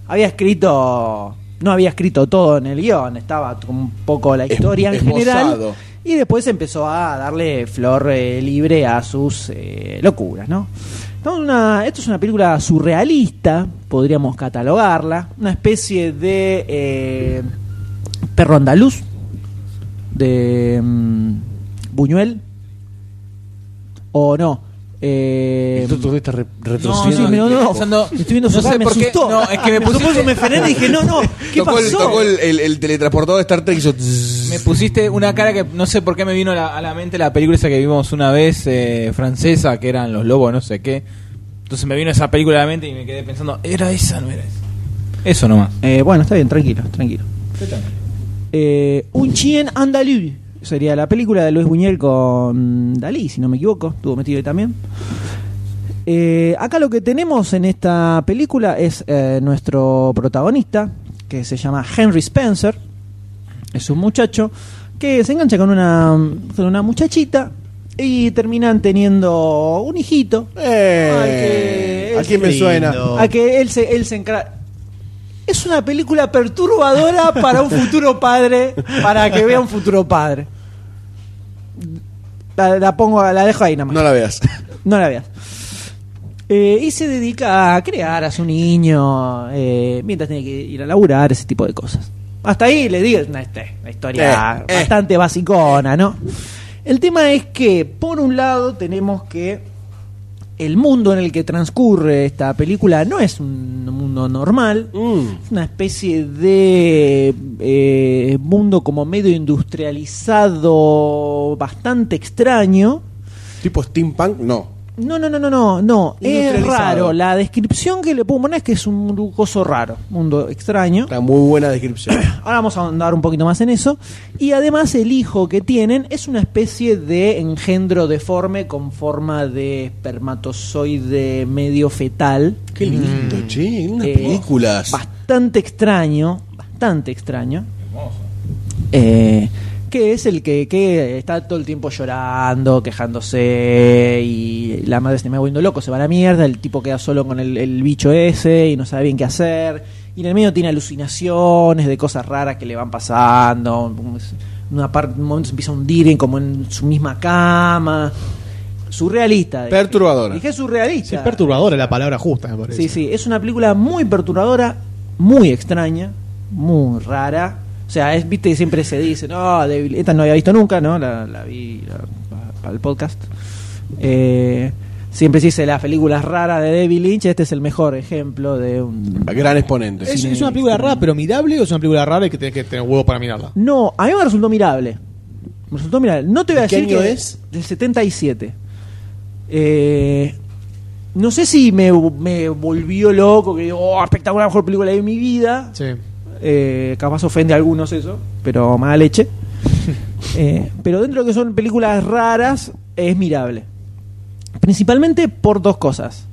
[SPEAKER 1] había escrito, no había escrito todo en el guión, estaba un poco la
[SPEAKER 2] Es-
[SPEAKER 1] historia en general.
[SPEAKER 2] esbozado.
[SPEAKER 1] Y después empezó a darle flor eh, libre a sus eh, locuras, ¿no? Estamos en una- esto es una película surrealista, podríamos catalogarla, una especie de eh, perro andaluz de mm, Buñuel, o no. eh,
[SPEAKER 4] Tú estuviste re-
[SPEAKER 1] no, sí,
[SPEAKER 4] retrocediendo.
[SPEAKER 1] pero no,
[SPEAKER 6] pensando-
[SPEAKER 1] me estoy viendo su
[SPEAKER 6] no sé
[SPEAKER 1] cara, me
[SPEAKER 6] por qué,
[SPEAKER 1] asustó.
[SPEAKER 6] no, es que me
[SPEAKER 1] Por supuesto,
[SPEAKER 6] pusiste-
[SPEAKER 1] me frené y dije, no, no, ¿qué
[SPEAKER 2] tocó
[SPEAKER 1] pasó?
[SPEAKER 2] el, tocó el, el- el teletransportador de Star Trek y hizo tzz.
[SPEAKER 6] Me pusiste una cara que no sé por qué me vino a la, a la mente la película esa que vimos una vez eh, francesa, que eran Los Lobos, no sé qué. Entonces me vino esa película a la mente y me quedé pensando, ¿era esa no era esa? Eso nomás.
[SPEAKER 1] Eh, bueno, está bien, tranquilo, tranquilo. Eh, un chien andaluz sería la película de Luis Buñuel con Dalí, si no me equivoco, estuvo metido ahí también. Eh, acá lo que tenemos en esta película es eh, nuestro protagonista, que se llama Henry Spencer. Es un muchacho que se engancha con una, con una muchachita y terminan teniendo un hijito.
[SPEAKER 2] Eh,
[SPEAKER 1] Ay, qué
[SPEAKER 2] ¿A quién me
[SPEAKER 4] lindo.
[SPEAKER 2] suena?
[SPEAKER 1] A que él se, él se encara- Es una película perturbadora para un futuro padre, para que vea un futuro padre. La, la pongo, la dejo ahí nomás.
[SPEAKER 2] No la veas.
[SPEAKER 1] No la veas. Eh, y se dedica a crear a su niño eh, mientras tiene que ir a laburar, ese tipo de cosas. Hasta ahí le digo, es una, este, una historia
[SPEAKER 2] Eh, eh.
[SPEAKER 1] bastante basicona, ¿no? El tema es que, por un lado, tenemos que el mundo en el que transcurre esta película no es un mundo normal,
[SPEAKER 2] [laughs] Mm.
[SPEAKER 1] es una especie de eh, mundo como medio industrializado, bastante extraño.
[SPEAKER 2] ¿Tipo steampunk? No.
[SPEAKER 1] No, no, no, no, no, no. Es
[SPEAKER 2] Industrializado.
[SPEAKER 1] raro. La descripción que le puedo poner es que es un lujoso raro, mundo extraño.
[SPEAKER 2] Está muy buena descripción.
[SPEAKER 1] Ahora vamos a andar un poquito más en eso. Y además el hijo que tienen es una especie de engendro deforme con forma de espermatozoide medio fetal.
[SPEAKER 2] Qué lindo, che. Unas
[SPEAKER 1] Eh,
[SPEAKER 2] películas.
[SPEAKER 1] Bastante extraño, bastante extraño. Eh, que es el que, que está todo el tiempo llorando, quejándose y la madre se me va volviendo loco, se va a la mierda, el tipo queda solo con el, el bicho ese y no sabe bien qué hacer. Y en el medio tiene alucinaciones de cosas raras que le van pasando. Una parte, un momento se empieza a hundir en- como en su misma cama. Surrealista. dije.
[SPEAKER 2] Perturbadora.
[SPEAKER 1] Dije surrealista.
[SPEAKER 4] Sí, es perturbadora la palabra justa, me parece.
[SPEAKER 1] Sí, sí, es una película muy perturbadora, muy extraña, muy rara. O sea, es, viste, siempre se dice, no, débil- esta no había visto nunca, ¿no? La, la vi la- pa- para el podcast. Eh, siempre se dice las películas raras de David Lynch, este es el mejor ejemplo de un...
[SPEAKER 2] Gran exponente.
[SPEAKER 4] ¿Es, es una película rara pero mirable o es una película rara y que tenés que tener huevo para mirarla?
[SPEAKER 1] No, a mí me resultó mirable. Me resultó mirable. No te voy a
[SPEAKER 2] ¿De qué
[SPEAKER 1] decir
[SPEAKER 2] año
[SPEAKER 1] que
[SPEAKER 2] es?
[SPEAKER 1] Del 77. Eh, no sé si me, me volvió loco, que digo, oh, espectacular, mejor película de mi vida.
[SPEAKER 4] Sí.
[SPEAKER 1] Eh, capaz ofende a algunos eso, pero mala leche. Eh, pero dentro de que son películas raras, es mirable. Principalmente por dos cosas.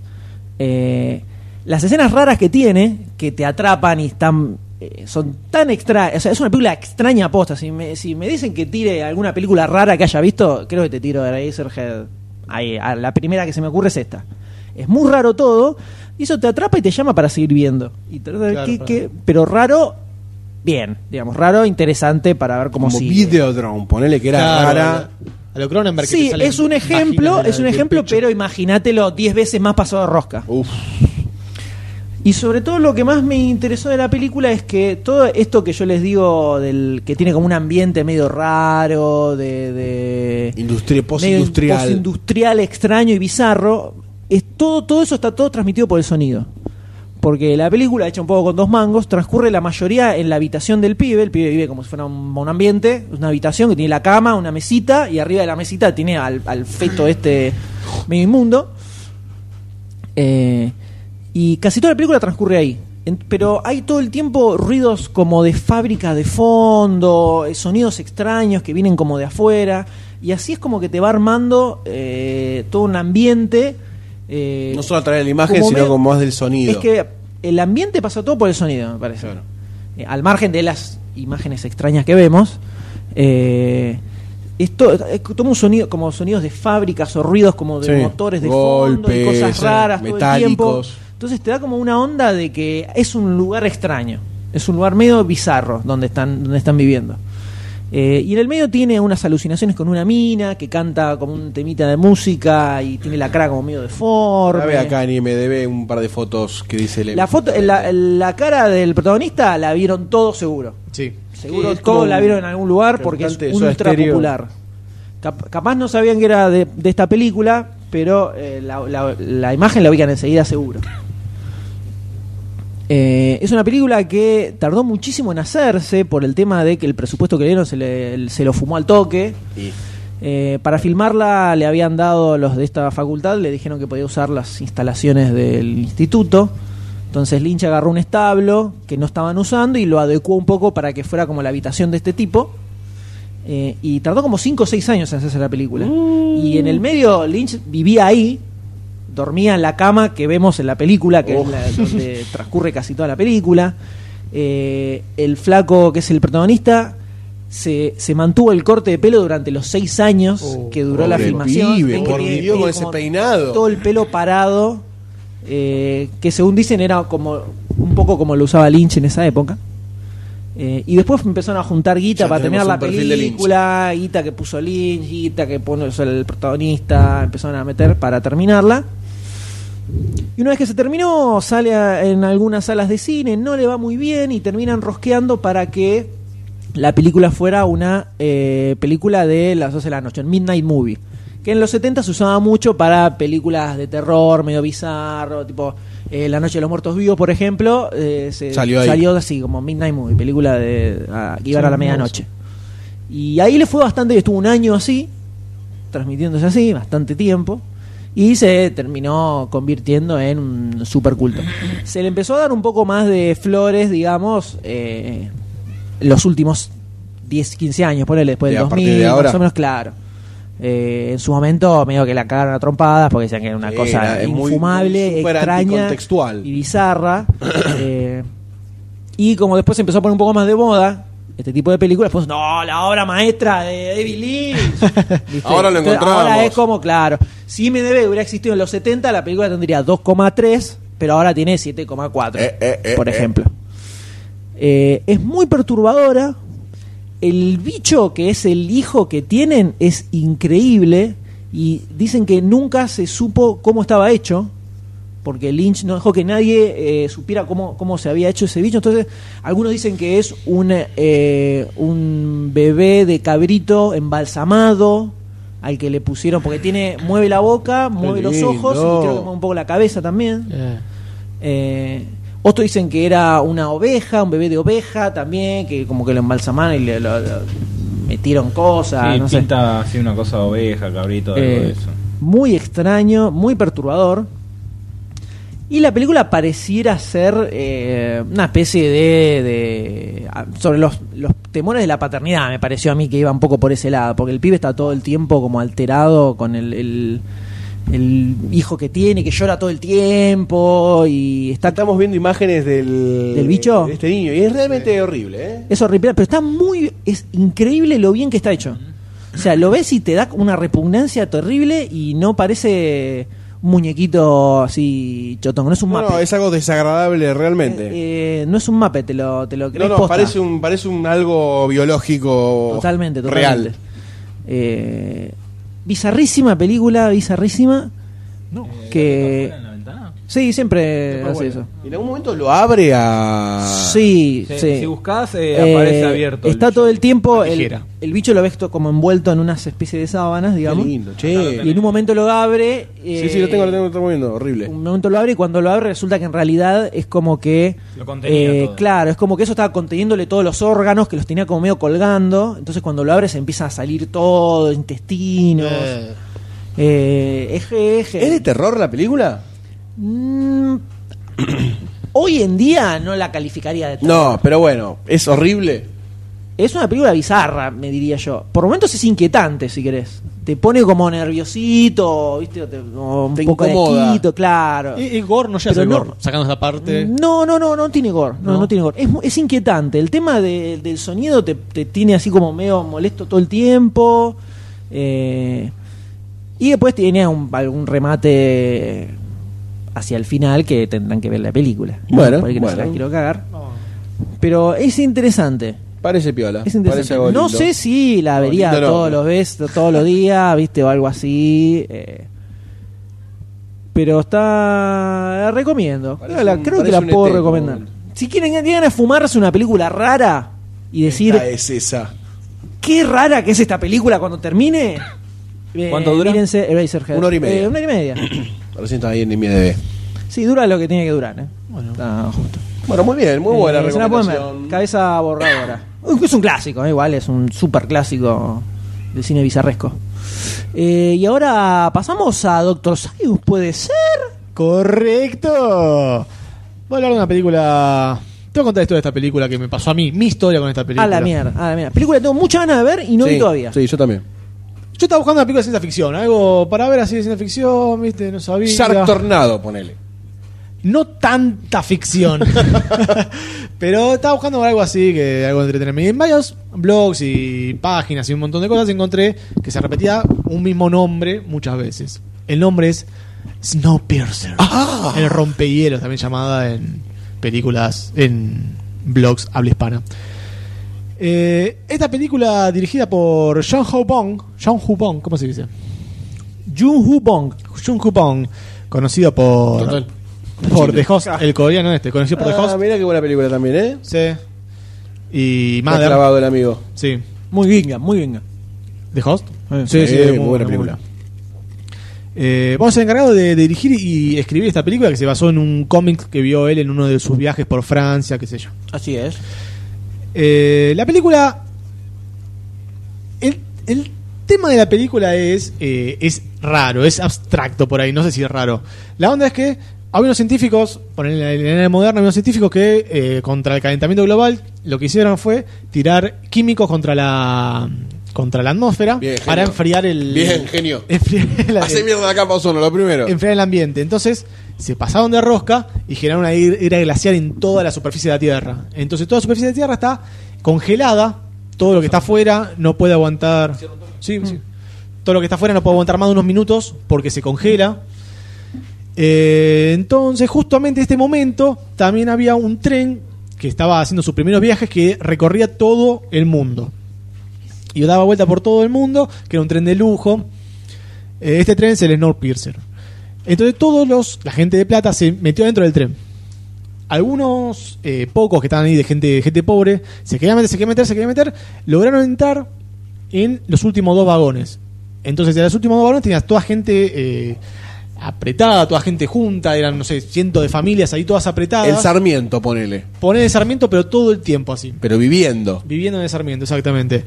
[SPEAKER 1] Eh, las escenas raras que tiene, que te atrapan y están. eh, son tan extrañas. O sea, es una película extraña aposta. Si me, si me dicen que tire alguna película rara que haya visto, creo que te tiro de Razorhead. Ahí, a la primera que se me ocurre es esta. Es muy raro todo. Y eso te atrapa y te llama para seguir viendo. Y tratar de
[SPEAKER 4] Claro,
[SPEAKER 1] que-
[SPEAKER 4] claro.
[SPEAKER 1] que- pero raro, bien. Digamos, raro, interesante para ver cómo
[SPEAKER 2] Como
[SPEAKER 1] sigue.
[SPEAKER 2] Videodrome, ponele que era
[SPEAKER 4] Claro,
[SPEAKER 2] rara.
[SPEAKER 4] a- A lo Cronenberg. que te
[SPEAKER 1] Sí,
[SPEAKER 4] salen
[SPEAKER 1] es un ejemplo,
[SPEAKER 4] páginas de la-
[SPEAKER 1] es un
[SPEAKER 4] del
[SPEAKER 1] ejemplo,
[SPEAKER 4] pecho.
[SPEAKER 1] pero imagínatelo 10 veces más pasado de rosca.
[SPEAKER 2] Uf.
[SPEAKER 1] Y sobre todo lo que más me interesó de la película es que todo esto que yo les digo del que tiene como un ambiente medio raro, de, de
[SPEAKER 2] Industria,
[SPEAKER 1] medio
[SPEAKER 2] postindustrial.
[SPEAKER 1] postindustrial extraño y bizarro, es todo todo eso está todo transmitido por el sonido. Porque la película, hecha un poco con dos mangos, transcurre la mayoría en la habitación del pibe. El pibe vive como si fuera un, un ambiente, una habitación que tiene la cama, una mesita, y arriba de la mesita tiene al, al feto este medio inmundo. Eh, y casi toda la película transcurre ahí. En- pero hay todo el tiempo ruidos como de fábrica de fondo, eh, sonidos extraños que vienen como de afuera. Y así es como que te va armando eh, todo un ambiente. eh,
[SPEAKER 2] No solo a través de la imagen,
[SPEAKER 1] como
[SPEAKER 2] sino
[SPEAKER 1] medio-
[SPEAKER 2] con más del sonido.
[SPEAKER 1] es que el ambiente pasa todo por el sonido, me parece.
[SPEAKER 2] Claro.
[SPEAKER 1] Eh, al margen de las imágenes extrañas que vemos, eh, Esto eh, toma un sonido como sonidos de fábricas o ruidos como de
[SPEAKER 2] Sí.
[SPEAKER 1] motores de
[SPEAKER 2] Golpes,
[SPEAKER 1] fondo y cosas
[SPEAKER 2] sí,
[SPEAKER 1] raras todo el tiempo.
[SPEAKER 2] metálicos.
[SPEAKER 1] Entonces te da como una onda de que es un lugar extraño, es un lugar medio bizarro donde están donde están viviendo. Eh, y en el medio tiene unas alucinaciones con una mina que canta como un temita de música y tiene la cara como medio deforme.
[SPEAKER 2] Ahora ve acá en IMDB un par de fotos que dice el-
[SPEAKER 1] La foto, la, la cara del protagonista la vieron todos seguro.
[SPEAKER 4] Sí.
[SPEAKER 1] Seguro
[SPEAKER 2] Sí, es como
[SPEAKER 1] todos la vieron en
[SPEAKER 2] un
[SPEAKER 1] algún lugar porque es
[SPEAKER 2] cantante de Soda
[SPEAKER 1] ultra
[SPEAKER 2] Stereo.
[SPEAKER 1] popular. Cap- capaz no sabían que era de, de esta película, pero eh, la, la- la imagen la ubican enseguida seguro. Eh, es una película que tardó muchísimo en hacerse por el tema de que el presupuesto que le dieron se, le- se lo fumó al toque.
[SPEAKER 2] Y-
[SPEAKER 1] Eh, para filmarla le habían dado los de esta facultad, le dijeron que podía usar las instalaciones del instituto. Entonces Lynch agarró un establo que no estaban usando y lo adecuó un poco para que fuera como la habitación de este tipo. Eh, y tardó como 5 o 6 años en hacerse la película.
[SPEAKER 2] Mm.
[SPEAKER 1] Y en el medio Lynch vivía ahí, dormía en la cama que vemos en la película, que es
[SPEAKER 2] Oh.
[SPEAKER 1] la-
[SPEAKER 2] [laughs]
[SPEAKER 1] donde transcurre casi toda la película. Eh, el flaco que es el protagonista se, se mantuvo el corte de pelo durante los 6 años
[SPEAKER 4] Oh,
[SPEAKER 1] que duró la
[SPEAKER 2] pobre
[SPEAKER 1] filmación.
[SPEAKER 2] pibe,
[SPEAKER 1] Ven que
[SPEAKER 2] por
[SPEAKER 1] tiene-
[SPEAKER 2] Dios,
[SPEAKER 1] tiene
[SPEAKER 2] con ese
[SPEAKER 1] como
[SPEAKER 2] peinado.
[SPEAKER 1] Todo el pelo parado, eh, que según dicen era como un poco como lo usaba Lynch en esa época. Eh, y después empezaron a juntar guita
[SPEAKER 2] Ya
[SPEAKER 1] para terminar
[SPEAKER 2] tenemos
[SPEAKER 1] la
[SPEAKER 2] un perfil de Lynch.
[SPEAKER 1] película, guita que puso Lynch, guita que puso el protagonista, empezaron a meter para terminarla. Y una vez que se terminó, sale a- en algunas salas de cine, no le va muy bien y terminan rosqueando para que la película fuera una eh, película de las 12 de la noche, un Midnight Movie. Que en los 70 se usaba mucho para películas de terror, medio bizarro, tipo eh, La Noche de los Muertos Vivos, por ejemplo. eh, se-
[SPEAKER 2] Salió ahí.
[SPEAKER 1] así, como Midnight Movie, película de, ah, que iban a la
[SPEAKER 4] Sí,
[SPEAKER 1] medianoche. Y ahí le fue bastante, estuvo un año así, transmitiéndose así, bastante tiempo, y se terminó convirtiendo en un superculto. Se le empezó a dar un poco más de flores, digamos, eh, los últimos 10, 15 años, ponele después del
[SPEAKER 2] De a partir
[SPEAKER 1] 2000,
[SPEAKER 2] de ahora.
[SPEAKER 1] más o menos claro. Eh, en su momento medio que la cagaron a trompadas porque decían que era una
[SPEAKER 2] Sí,
[SPEAKER 1] cosa
[SPEAKER 2] era- es muy-
[SPEAKER 1] infumable,
[SPEAKER 2] muy súper
[SPEAKER 1] extraña
[SPEAKER 2] anticontextual.
[SPEAKER 1] y
[SPEAKER 2] [clears throat]
[SPEAKER 1] bizarra. eh, y como después se empezó a poner un poco más de moda este tipo de películas, pues no, la obra maestra de David Lynch.
[SPEAKER 2] [laughs]
[SPEAKER 1] ¿Viste?
[SPEAKER 2] Ahora lo
[SPEAKER 1] Entonces, Ahora
[SPEAKER 2] encontramos.
[SPEAKER 1] es como, claro, si MDB hubiera existido en los 70, la película tendría 2,3, pero ahora tiene 7,4,
[SPEAKER 2] Eh, eh, eh,
[SPEAKER 1] por
[SPEAKER 2] eh.
[SPEAKER 1] ejemplo. Eh, es muy perturbadora. El bicho que es el hijo que tienen es increíble y dicen que nunca se supo cómo estaba hecho porque Lynch no dejó que nadie eh, supiera cómo, cómo se había hecho ese bicho. Entonces, algunos dicen que es un, eh, un bebé de cabrito embalsamado al que le pusieron, porque tiene mueve la boca, mueve los
[SPEAKER 2] lindo.
[SPEAKER 1] ojos y creo que mueve un poco la cabeza también.
[SPEAKER 4] Eh,
[SPEAKER 1] Eh, otros dicen que era una oveja, un bebé de oveja también, que como que lo embalsamaron y le lo- lo- metieron cosas,
[SPEAKER 3] sí,
[SPEAKER 1] Ah, no sé.
[SPEAKER 3] pinta así una cosa oveja, cabrito, algo
[SPEAKER 1] Eh,
[SPEAKER 3] de eso.
[SPEAKER 1] Muy extraño, muy perturbador. Y la película pareciera ser eh, una especie de. de- a- sobre los, los temores de la paternidad, me pareció a mí que iba un poco por ese lado, porque el pibe está todo el tiempo como alterado con el. el- el hijo que tiene, que llora todo el tiempo y está
[SPEAKER 2] Estamos viendo imágenes del,
[SPEAKER 1] ¿Del bicho?
[SPEAKER 2] de este niño y es realmente horrible, ¿eh?
[SPEAKER 1] Es horrible, pero está muy. Es increíble lo bien que está hecho. O sea, lo ves y te da una repugnancia terrible y no parece un muñequito así chotón. No es un
[SPEAKER 2] No,
[SPEAKER 1] Muppet.
[SPEAKER 2] no, es algo desagradable realmente.
[SPEAKER 1] Eh, eh, no es un mape, te lo, te lo
[SPEAKER 2] no,
[SPEAKER 1] crees
[SPEAKER 2] no,
[SPEAKER 1] posta.
[SPEAKER 2] parece un parece un algo biológico
[SPEAKER 1] Totalmente,
[SPEAKER 2] real.
[SPEAKER 1] totalmente. Eh, bizarrísima película, bizarrísima. que.
[SPEAKER 3] ¿En la ventana?
[SPEAKER 1] Sí, siempre hace eso.
[SPEAKER 2] En algún momento lo abre a
[SPEAKER 1] Sí,
[SPEAKER 3] Sí,
[SPEAKER 1] sí.
[SPEAKER 3] Si buscas, eh,
[SPEAKER 1] Eh,
[SPEAKER 3] aparece abierto. el
[SPEAKER 1] Está todo el tiempo.
[SPEAKER 4] La
[SPEAKER 1] El,
[SPEAKER 4] tijera.
[SPEAKER 1] el bicho lo ves to- como envuelto en unas especies de sábanas,
[SPEAKER 2] Qué
[SPEAKER 1] digamos.
[SPEAKER 2] lindo, che.
[SPEAKER 1] Y en un momento lo abre. eh,
[SPEAKER 2] sí, sí, lo tengo, lo tengo, lo estamos viendo, horrible.
[SPEAKER 1] Un momento lo abre y cuando lo abre resulta que en realidad es como que. eh,
[SPEAKER 3] Lo contenía todo.
[SPEAKER 1] Claro, es como que eso estaba conteniéndole todos los órganos que los tenía como medio colgando. Entonces cuando lo abre se empieza a salir todo, intestinos.
[SPEAKER 4] eh,
[SPEAKER 1] eh, eje, eje.
[SPEAKER 2] ¿Es de terror la película?
[SPEAKER 1] Mm, [clears throat] Hoy en día no la calificaría de todo.
[SPEAKER 2] No, pero bueno, es horrible.
[SPEAKER 1] Es una película bizarra, me diría yo. Por momentos es inquietante, si querés. Te pone como nerviosito, ¿viste? O te- o un
[SPEAKER 2] Te
[SPEAKER 1] poco de
[SPEAKER 2] incomoda.
[SPEAKER 1] asquito, claro.
[SPEAKER 4] Y, y Gore no llega
[SPEAKER 1] Pero
[SPEAKER 4] a ser
[SPEAKER 1] no-
[SPEAKER 4] Gore. Sacando esa parte.
[SPEAKER 1] No, no, no, no tiene gore. No,
[SPEAKER 4] No.
[SPEAKER 1] no, tiene gore. Es, mu- es inquietante. El tema de- del sonido te, te tiene así como medio molesto todo el tiempo. Eh, y después tiene un- algún remate hacia el final que tendrán que ver la película.
[SPEAKER 2] Bueno,
[SPEAKER 1] Por ahí que no se la
[SPEAKER 2] bueno.
[SPEAKER 1] quiero cagar. Pero es interesante.
[SPEAKER 2] Parece piola.
[SPEAKER 1] Es
[SPEAKER 2] Parece
[SPEAKER 1] interesante.
[SPEAKER 2] algo
[SPEAKER 1] No
[SPEAKER 2] lindo.
[SPEAKER 1] sé si la
[SPEAKER 2] Algo
[SPEAKER 1] vería
[SPEAKER 2] lindo, no.
[SPEAKER 1] todos los ves, todos los días, viste, o algo así. eh. Pero está. La recomiendo.
[SPEAKER 2] Parece
[SPEAKER 1] Creo, la-
[SPEAKER 2] un-
[SPEAKER 1] creo que
[SPEAKER 2] parece
[SPEAKER 1] la
[SPEAKER 2] un
[SPEAKER 1] puedo
[SPEAKER 2] ET como
[SPEAKER 1] recomendar.
[SPEAKER 2] un-
[SPEAKER 1] Si quieren, llegan a fumarse una película rara y decir
[SPEAKER 2] Esta es esa.
[SPEAKER 1] qué rara que es esta película cuando
[SPEAKER 2] [laughs]
[SPEAKER 1] termine. eh,
[SPEAKER 6] ¿Cuánto dura?
[SPEAKER 1] mírense Eraserhead.
[SPEAKER 2] Una hora y media.
[SPEAKER 1] Eh, una hora y
[SPEAKER 2] [clears throat]
[SPEAKER 1] media.
[SPEAKER 2] Recién está ahí en IMDB.
[SPEAKER 1] sí, dura lo que tiene que durar. eh. Está justo.
[SPEAKER 2] Bueno, muy bien, muy buena
[SPEAKER 1] Eh, se la pueden ver.
[SPEAKER 2] recomendación.
[SPEAKER 1] Cabeza borradora. Uy, Es un clásico, eh, igual, es un super clásico del cine bizarresco. Eh, y ahora pasamos a Doctor Seuss, ¿puede ser?
[SPEAKER 4] Correcto. Voy a hablar de una película. Te voy a contar la historia de esta película que me pasó a mí, mi historia con esta película.
[SPEAKER 1] A la mierda, a la mierda. Película que tengo muchas ganas de ver y no vi
[SPEAKER 2] Sí,
[SPEAKER 1] todavía.
[SPEAKER 2] Sí, yo también.
[SPEAKER 4] Yo estaba buscando una película de ciencia ficción, algo para ver así de ciencia ficción, viste, no sabía.
[SPEAKER 2] Shark Tornado, ponele.
[SPEAKER 4] No tanta ficción. Pero estaba buscando algo así, que algo de entretenerme. Y en varios blogs y páginas y un montón de cosas encontré que se repetía un mismo nombre muchas veces. El nombre es Snowpiercer. El rompehielos, también llamada en películas, en blogs habla hispana. Eh, esta película dirigida por John Ho Bong. John Ho Bong, ¿cómo se dice?
[SPEAKER 1] Jun Hu Bong.
[SPEAKER 4] Jung Ho Bong, conocido por...
[SPEAKER 2] Total.
[SPEAKER 4] Por The Host, el coreano este, conocido por The Host.
[SPEAKER 2] Ah, mira qué buena película también, ¿eh?
[SPEAKER 4] Sí. Y
[SPEAKER 2] Más
[SPEAKER 4] Mother.
[SPEAKER 2] clavado el amigo.
[SPEAKER 4] Sí.
[SPEAKER 1] Muy gringa, muy gringa.
[SPEAKER 4] ¿The Host?
[SPEAKER 1] Eh,
[SPEAKER 2] muy Ah, buena película.
[SPEAKER 4] Eh, vamos a ser encargado de, dirigir y escribir esta película que se basó en un cómic que vio él en uno de sus viajes por Francia, qué sé yo.
[SPEAKER 1] Así es.
[SPEAKER 4] Eh, la película. El, el tema de la película es. eh, es raro, es abstracto por ahí, no sé si es raro. La onda es que había unos científicos, por en la en la era moderna, había unos científicos que eh, contra el calentamiento global lo que hicieron fue tirar químicos contra la. contra la atmósfera
[SPEAKER 2] Bien,
[SPEAKER 4] para
[SPEAKER 2] genio.
[SPEAKER 4] enfriar el.
[SPEAKER 2] Bien, genio.
[SPEAKER 4] [laughs] enfriar la-
[SPEAKER 2] Hace mierda la capa ozono, lo primero.
[SPEAKER 4] enfriar el ambiente. Entonces se pasaron de rosca y generaron una ir- era glacial en toda la superficie de la Tierra. Entonces toda la superficie de la Tierra está congelada, todo lo que está afuera no puede aguantar. Sí, sí. Todo lo que está afuera no puede aguantar más de unos minutos porque se congela. Eh, entonces, justamente en este momento, también había un tren que estaba haciendo sus primeros viajes que recorría todo el mundo. Y daba vuelta por todo el mundo, que era un tren de lujo. Eh, este tren es el Snowpiercer. Entonces, todos los, la gente de plata se metió dentro del tren. Algunos eh, pocos que estaban ahí de gente, gente pobre se querían meter, se querían meter, se querían meter. Lograron entrar en los últimos dos vagones. Entonces, en los últimos dos vagones tenías toda gente eh, apretada, toda gente junta. Eran, no sé, cientos de familias ahí todas apretadas.
[SPEAKER 2] El Sarmiento, ponele.
[SPEAKER 4] Poner en Sarmiento, pero todo el tiempo así.
[SPEAKER 2] Pero viviendo.
[SPEAKER 4] Viviendo en el Sarmiento, exactamente.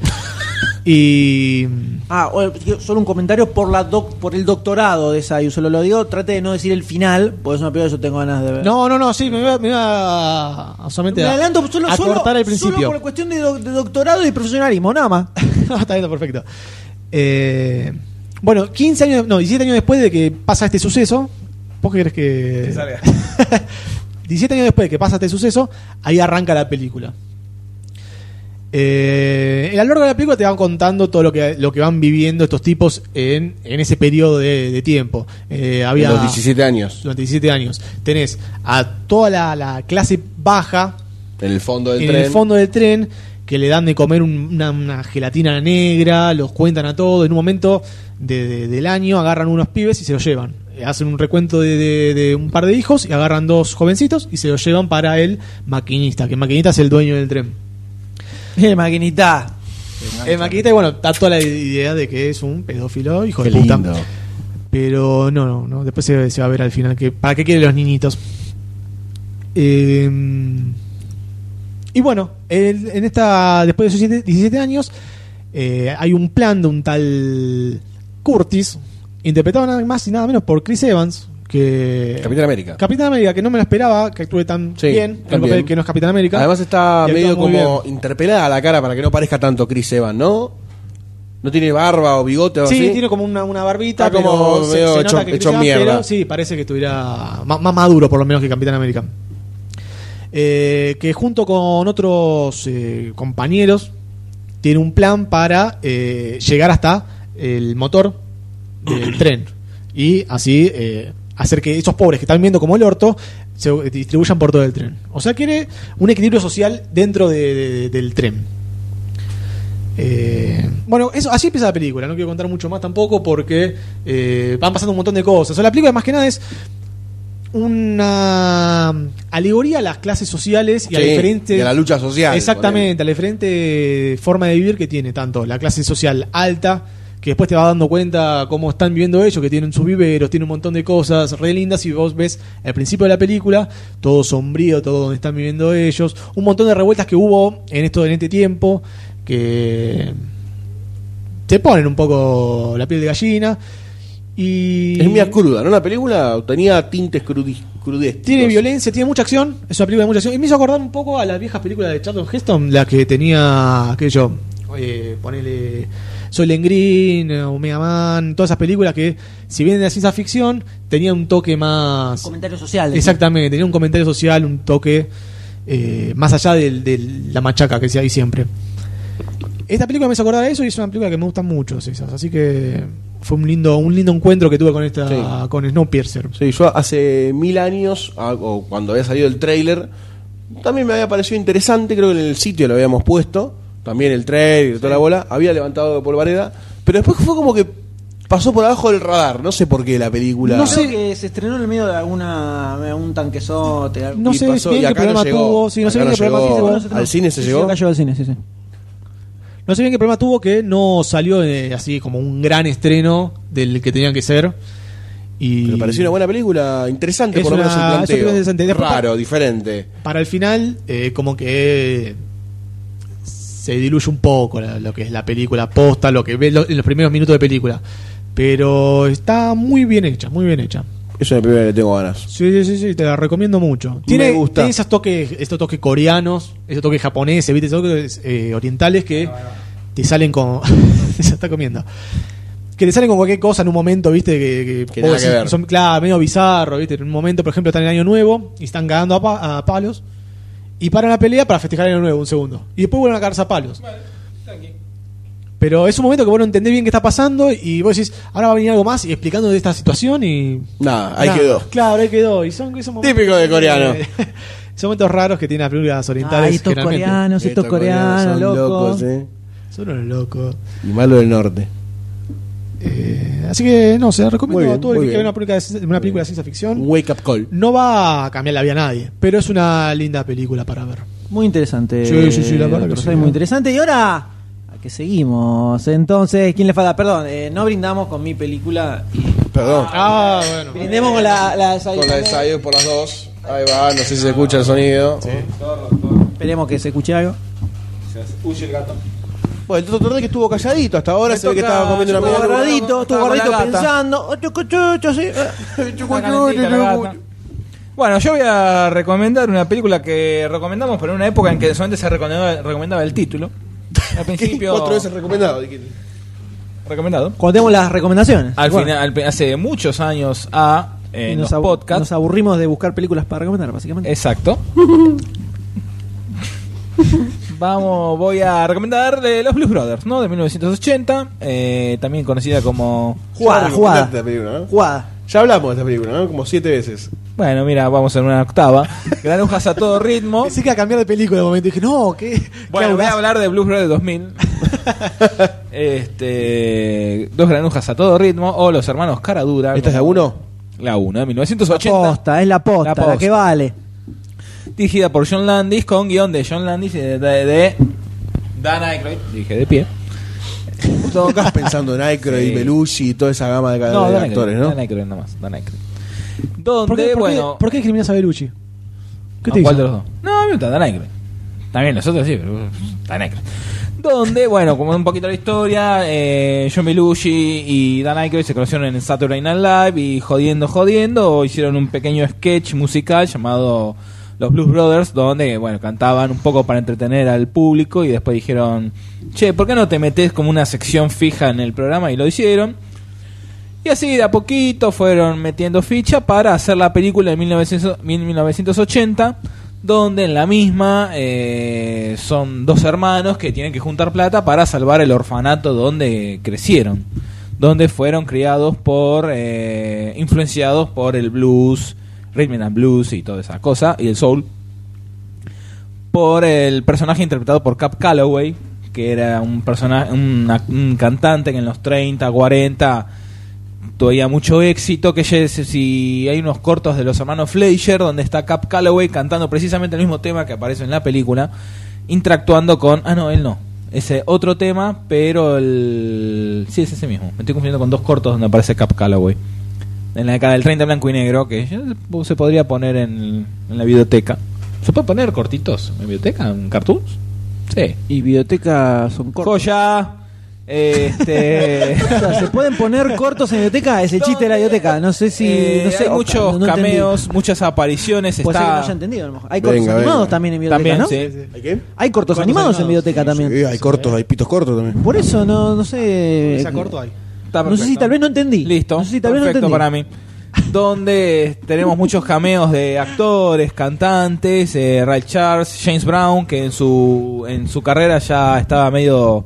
[SPEAKER 4] y.
[SPEAKER 1] Ah, o- yo- solo un comentario por la doc, por el doctorado de Sayus. Solo lo digo, trate de no decir el final, porque es una película que yo tengo ganas de ver.
[SPEAKER 4] No, no, no, sí, me iba, me iba a, solamente
[SPEAKER 1] me
[SPEAKER 4] a-
[SPEAKER 1] adelanto solo,
[SPEAKER 4] a
[SPEAKER 1] solo-
[SPEAKER 4] cortar al
[SPEAKER 1] solo
[SPEAKER 4] principio. [laughs]
[SPEAKER 1] por cuestión de, doc- de doctorado y profesionalismo, nada más.
[SPEAKER 4] No, está bien, perfecto. Eh, bueno, 15 años, no, 17 años después de que pasa este suceso, ¿vos qué crees que... [laughs]
[SPEAKER 6] Que salga.
[SPEAKER 4] 17 años después de que pasa este suceso, ahí arranca la película. Eh, a lo largo de la película te van contando todo lo que, lo que van viviendo estos tipos en, en ese periodo de, de tiempo. Eh, había
[SPEAKER 2] A los 17 años.
[SPEAKER 4] durante 17 años. Tenés a toda la, la clase baja
[SPEAKER 2] En el fondo del
[SPEAKER 4] en
[SPEAKER 2] tren.
[SPEAKER 4] el fondo del tren que le dan de comer un- una, una gelatina negra, los cuentan a todos. En un momento de- de- del año agarran unos pibes y se los llevan. Eh, Hacen un recuento de, de- de un par de hijos y agarran dos jovencitos y se los llevan para el maquinista, que el maquinista es el dueño del tren. Eh,
[SPEAKER 1] El maquinita.
[SPEAKER 4] El maquinista, y bueno, está toda la idea de que es un pedófilo, hijo
[SPEAKER 2] Qué
[SPEAKER 4] de puta.
[SPEAKER 2] lindo.
[SPEAKER 4] Pero no, no, no. Después se, se va a ver al final que para qué quieren los niñitos. Eh, y bueno, en, en esta después de sus 17 17 años eh, hay un plan de un tal Curtis, interpretado nada más y nada menos por Chris Evans, que
[SPEAKER 2] Capitán América.
[SPEAKER 4] Capitán América, que no me la esperaba que actúe tan
[SPEAKER 2] Sí,
[SPEAKER 4] bien en el
[SPEAKER 2] también.
[SPEAKER 4] papel que no es Capitán América.
[SPEAKER 2] Además está
[SPEAKER 4] Y actúa
[SPEAKER 2] medio
[SPEAKER 4] muy
[SPEAKER 2] como
[SPEAKER 4] bien.
[SPEAKER 2] interpelada la cara para que no parezca tanto Chris Evans, ¿no? No tiene barba o bigote o algo
[SPEAKER 4] Sí,
[SPEAKER 2] así.
[SPEAKER 4] tiene como una, una barbita,
[SPEAKER 2] Está como
[SPEAKER 4] pero se-
[SPEAKER 2] medio
[SPEAKER 4] se
[SPEAKER 2] hecho-
[SPEAKER 4] nota que
[SPEAKER 2] hecho
[SPEAKER 4] Chris Evans,
[SPEAKER 2] mierda.
[SPEAKER 4] pero sí, parece que estuviera ma- más, maduro por lo menos que Capitán América. Eh, que junto con otros eh, compañeros tiene un plan para eh, llegar hasta el motor
[SPEAKER 2] [clears throat]
[SPEAKER 4] del tren y así eh, hacer que esos pobres que están viendo como el orto se distribuyan por todo el tren. O sea, quiere un equilibrio social dentro de- de- del tren. Eh, bueno, eso, así empieza la película. No quiero contar mucho más tampoco porque eh, van pasando un montón de cosas. O sea, la película más que nada es una alegoría a las clases sociales y a
[SPEAKER 2] Sí,
[SPEAKER 4] diferentes
[SPEAKER 2] y a la lucha social.
[SPEAKER 4] Exactamente, a la diferente forma de vivir que tiene tanto la clase social alta, que después te vas dando cuenta cómo están viviendo ellos, que tienen sus viveros, tienen un montón de cosas re lindas, y vos ves al principio de la película, todo sombrío, todo donde están viviendo ellos, un montón de revueltas que hubo en esto en este tiempo, que te ponen un poco la piel de gallina. Y
[SPEAKER 2] ponele. Es mía cruda, ¿no? La película tenía tintes crudi crudescos.
[SPEAKER 4] tiene violencia, tiene mucha acción. Es una película de mucha acción. Y me hizo acordar un poco a las viejas películas de Charlton Heston, la que tenía, qué sé yo, eh, ponele Soylent Green, eh, Omega Man, todas esas películas que, si bien de la ciencia ficción, tenían un toque más.
[SPEAKER 1] Comentarios sociales.
[SPEAKER 4] Exactamente, tenía un comentario social, un toque eh, más allá del- de la machaca que se hay siempre. Esta película me hizo acordar a eso y es una película que me gustan mucho esas. Así que fue un lindo, un lindo encuentro que tuve con esta,
[SPEAKER 2] Sí.
[SPEAKER 4] con Snowpiercer.
[SPEAKER 2] Sí, yo hace mil años, a- o cuando había salido el trailer, también me había parecido interesante, creo que en el sitio lo habíamos puesto, también el trailer, toda la bola, había levantado de polvareda, pero después fue como que pasó por abajo del radar, no sé por qué la película.
[SPEAKER 1] No sé que se estrenó en el medio de alguna un tanquezote. algo.
[SPEAKER 4] No
[SPEAKER 2] Y
[SPEAKER 4] sé
[SPEAKER 2] pasó,
[SPEAKER 4] bien
[SPEAKER 2] y
[SPEAKER 4] qué
[SPEAKER 2] acá no
[SPEAKER 4] problema
[SPEAKER 2] llegó,
[SPEAKER 4] tuvo, sí, no sé
[SPEAKER 2] acá
[SPEAKER 4] bien
[SPEAKER 2] no
[SPEAKER 4] qué problema
[SPEAKER 2] llegó.
[SPEAKER 4] tuvo.
[SPEAKER 1] Bueno,
[SPEAKER 2] Oh, ¿Al cine se
[SPEAKER 1] sí,
[SPEAKER 2] llegó?
[SPEAKER 1] acá llegó al cine, sí, sí.
[SPEAKER 4] No sé bien qué problema tuvo que no salió eh, así como un gran estreno del que tenían que ser. Y
[SPEAKER 2] Me pareció una buena película, interesante
[SPEAKER 4] Es
[SPEAKER 2] por lo menos el
[SPEAKER 4] una- es una
[SPEAKER 2] planteo.
[SPEAKER 4] película interesante. Después-
[SPEAKER 2] Raro, diferente.
[SPEAKER 4] Para el final, eh, como que se diluye un poco la- lo que es la película posta, lo que ves lo- en los primeros minutos de película. Pero está muy bien hecha, muy bien hecha.
[SPEAKER 2] Es una película que le tengo ganas.
[SPEAKER 4] Sí, sí, sí, sí, te la recomiendo mucho. Tiene,
[SPEAKER 2] gusta.
[SPEAKER 4] tiene esos toques, estos toques coreanos, esos toques japoneses, ¿viste? esos toques eh, orientales que te salen con. [laughs] se está comiendo. Que te salen con cualquier cosa en un momento, ¿viste? Que,
[SPEAKER 2] Que nada que ver.
[SPEAKER 4] son, claro, medio bizarro, ¿viste? En un momento, por ejemplo, están en el año nuevo y están cagando a, pa- a palos y paran la pelea para festejar el año nuevo, un segundo. Y después vuelven a cagarse a palos. Pero es un momento que vos no entendés bien qué está pasando y vos decís, ahora va a venir algo más y explicando de esta situación y.
[SPEAKER 2] Nada, ahí
[SPEAKER 4] Nah,
[SPEAKER 2] quedó.
[SPEAKER 4] Claro, ahí quedó. Y son, esos momentos-
[SPEAKER 2] Típico de coreano.
[SPEAKER 4] [laughs] son momentos raros que tienen las películas orientales.
[SPEAKER 1] Ay, estos
[SPEAKER 4] generalmente.
[SPEAKER 1] coreanos, estos coreanos,
[SPEAKER 2] son
[SPEAKER 1] locos.
[SPEAKER 2] eh.
[SPEAKER 4] Son unos locos.
[SPEAKER 2] Y malo del norte.
[SPEAKER 4] Eh, así que, no, se la recomiendo
[SPEAKER 2] Muy bien,
[SPEAKER 4] a todo el
[SPEAKER 2] muy
[SPEAKER 4] que quiera
[SPEAKER 2] bien.
[SPEAKER 4] una película, de, ciencia- una película de ciencia
[SPEAKER 2] Un
[SPEAKER 4] ficción.
[SPEAKER 2] wake up call.
[SPEAKER 4] No va a cambiar la vida a nadie, pero es una linda película para ver.
[SPEAKER 1] Muy interesante.
[SPEAKER 4] Sí, sí, sí, la verdad que
[SPEAKER 1] doctor
[SPEAKER 4] sí,
[SPEAKER 1] Say,
[SPEAKER 4] la
[SPEAKER 1] Muy
[SPEAKER 4] verdad.
[SPEAKER 1] interesante. Y ahora, ¿a qué seguimos? Entonces, ¿quién le falta? Perdón, eh, no brindamos con mi película.
[SPEAKER 2] Perdón.
[SPEAKER 4] Ah, bueno.
[SPEAKER 1] Brindemos con la, la de Sayo.
[SPEAKER 2] Con la de Sayo por las dos. Ahí va, no sé si se escucha el sonido.
[SPEAKER 1] Esperemos que se escuche algo.
[SPEAKER 2] Bueno, el doctor de que estuvo calladito hasta ahora,
[SPEAKER 6] Me
[SPEAKER 2] se ve que
[SPEAKER 6] toca-
[SPEAKER 2] estaba comiendo una
[SPEAKER 6] me
[SPEAKER 1] Estuvo
[SPEAKER 6] toca-
[SPEAKER 2] mierda.
[SPEAKER 1] guardadito, estuvo
[SPEAKER 6] Estaba con la
[SPEAKER 1] guardadito
[SPEAKER 6] gata.
[SPEAKER 1] pensando. oh, chucu, chuchu, sí, eh.
[SPEAKER 6] Está calentita la gata. Bueno, yo voy a recomendar una película que recomendamos, pero en una época en que solamente se recomendaba, recomendaba
[SPEAKER 1] [laughs]
[SPEAKER 6] el título. Al principio.
[SPEAKER 2] Cuatro veces recomendado. dijiste.
[SPEAKER 6] recomendado.
[SPEAKER 1] Cuando tenemos las recomendaciones.
[SPEAKER 6] Al
[SPEAKER 1] Bueno,
[SPEAKER 6] final, al pri- hace muchos años a eh,
[SPEAKER 1] y
[SPEAKER 6] en los
[SPEAKER 1] nos, abu-
[SPEAKER 6] podcasts.
[SPEAKER 1] nos aburrimos de buscar películas para recomendar, básicamente.
[SPEAKER 2] [laughs]
[SPEAKER 6] Exacto. Vamos, voy a recomendar eh, Los Blues Brothers, ¿no? De 1980, eh, también conocida como...
[SPEAKER 1] Jugada,
[SPEAKER 2] Ya
[SPEAKER 1] jugada.
[SPEAKER 2] recomendaste esta película, ¿no?
[SPEAKER 1] Jugada.
[SPEAKER 2] Ya hablamos de esta película, ¿no? Como siete veces.
[SPEAKER 6] Bueno, mira, vamos en una octava. Granujas a todo
[SPEAKER 4] [laughs]
[SPEAKER 6] ritmo.
[SPEAKER 4] Pensé que iba a cambiar de película de momento. Dije, no, ¿qué? Claro,
[SPEAKER 6] Bueno, voy a hablar de Blues
[SPEAKER 2] [laughs]
[SPEAKER 6] Brothers 2000. este, dos granujas a todo ritmo o los hermanos Cara Dura.
[SPEAKER 2] ¿Esta es la
[SPEAKER 6] como-
[SPEAKER 2] uno?
[SPEAKER 6] La 1 de
[SPEAKER 1] La
[SPEAKER 6] 1980.
[SPEAKER 1] posta, es la posta,
[SPEAKER 6] La
[SPEAKER 1] la,
[SPEAKER 6] posta.
[SPEAKER 1] que vale.
[SPEAKER 6] Dirigida por John Landis con guión de John Landis y de, de, de Dan Aykroyd. Dije de pie.
[SPEAKER 2] Todo acá pensando en Aykroyd
[SPEAKER 6] Sí.
[SPEAKER 2] y Belushi y toda esa gama de, ca- de
[SPEAKER 6] Dan
[SPEAKER 2] actores,
[SPEAKER 6] Aykroyd,
[SPEAKER 2] ¿no?
[SPEAKER 6] Dan Aykroyd nomás, Dan Aykroyd.
[SPEAKER 4] ¿Por qué,
[SPEAKER 6] Donde,
[SPEAKER 4] por qué-
[SPEAKER 6] bueno...
[SPEAKER 4] por qué discriminas a Belucci? ¿Qué
[SPEAKER 6] ¿A
[SPEAKER 4] te
[SPEAKER 6] cuál
[SPEAKER 4] hizo?
[SPEAKER 6] de los dos? No, a mí me gusta uh, Dan Aykroyd. También nosotros sí, pero Dan Aykroyd. Donde, bueno, como un poquito la historia, eh, John Belushi y Dan Aykroyd se conocieron en Saturday Night Live y jodiendo, jodiendo, hicieron un pequeño sketch musical llamado Los Blues Brothers, donde, bueno, cantaban un poco para entretener al público y después dijeron, che, ¿por qué no te metes como una sección fija en el programa? Y lo hicieron. Y así de a poquito fueron metiendo ficha para hacer la película de 1900 1980, donde en la misma eh, son dos hermanos que tienen que juntar plata para salvar el orfanato donde crecieron, donde fueron criados por, eh, influenciados por el blues, rhythm and blues y toda esa cosa, y el soul, por el personaje interpretado por Cap Calloway, que era un, personaje, un ac- un cantante que en los 30, 40 todavía mucho éxito, que ya es- si hay unos cortos de los hermanos Fleischer donde está Cap Calloway cantando precisamente el mismo tema que aparece en la película, interactuando con, ah no, él no, ese otro tema, pero el sí es ese mismo. Me estoy confundiendo con dos cortos donde aparece Cap Calloway. En la década del 30 blanco y negro, que ya se- se podría poner en, en la biblioteca. ¿Se puede poner cortitos en la biblioteca? ¿En cartoons? Sí.
[SPEAKER 1] Y biblioteca son cortos.
[SPEAKER 6] Joya.
[SPEAKER 1] [laughs]
[SPEAKER 6] Este.
[SPEAKER 1] O sea, se pueden poner cortos en biblioteca, es el chiste de la biblioteca. No sé si.
[SPEAKER 6] Eh,
[SPEAKER 1] no sé,
[SPEAKER 6] hay
[SPEAKER 1] Oscar,
[SPEAKER 6] muchos
[SPEAKER 1] no- no entendí.
[SPEAKER 6] cameos, muchas apariciones.
[SPEAKER 1] Puede ser que
[SPEAKER 6] está
[SPEAKER 1] no haya entendido. a lo mejor. Hay cortos
[SPEAKER 2] Venga,
[SPEAKER 1] animados
[SPEAKER 2] venga.
[SPEAKER 1] también en biblioteca,
[SPEAKER 6] también,
[SPEAKER 1] ¿no?
[SPEAKER 6] sí.
[SPEAKER 2] ¿Hay qué?
[SPEAKER 1] Hay cortos,
[SPEAKER 4] Cortos
[SPEAKER 1] animados, en
[SPEAKER 4] animados,
[SPEAKER 1] biblioteca también.
[SPEAKER 2] Sí, hay cortos, hay pitos cortos también.
[SPEAKER 1] Por eso no, no
[SPEAKER 2] Eh,
[SPEAKER 1] sé.
[SPEAKER 4] Esa corto ahí.
[SPEAKER 6] Está
[SPEAKER 1] No sé si
[SPEAKER 6] perfecto.
[SPEAKER 1] tal vez no entendí.
[SPEAKER 6] Listo.
[SPEAKER 1] No sé si tal vez no
[SPEAKER 6] perfecto
[SPEAKER 1] entendí.
[SPEAKER 6] para mí. Donde tenemos muchos cameos de actores, cantantes, eh, Ray Charles, James Brown, que en su, en su carrera ya estaba medio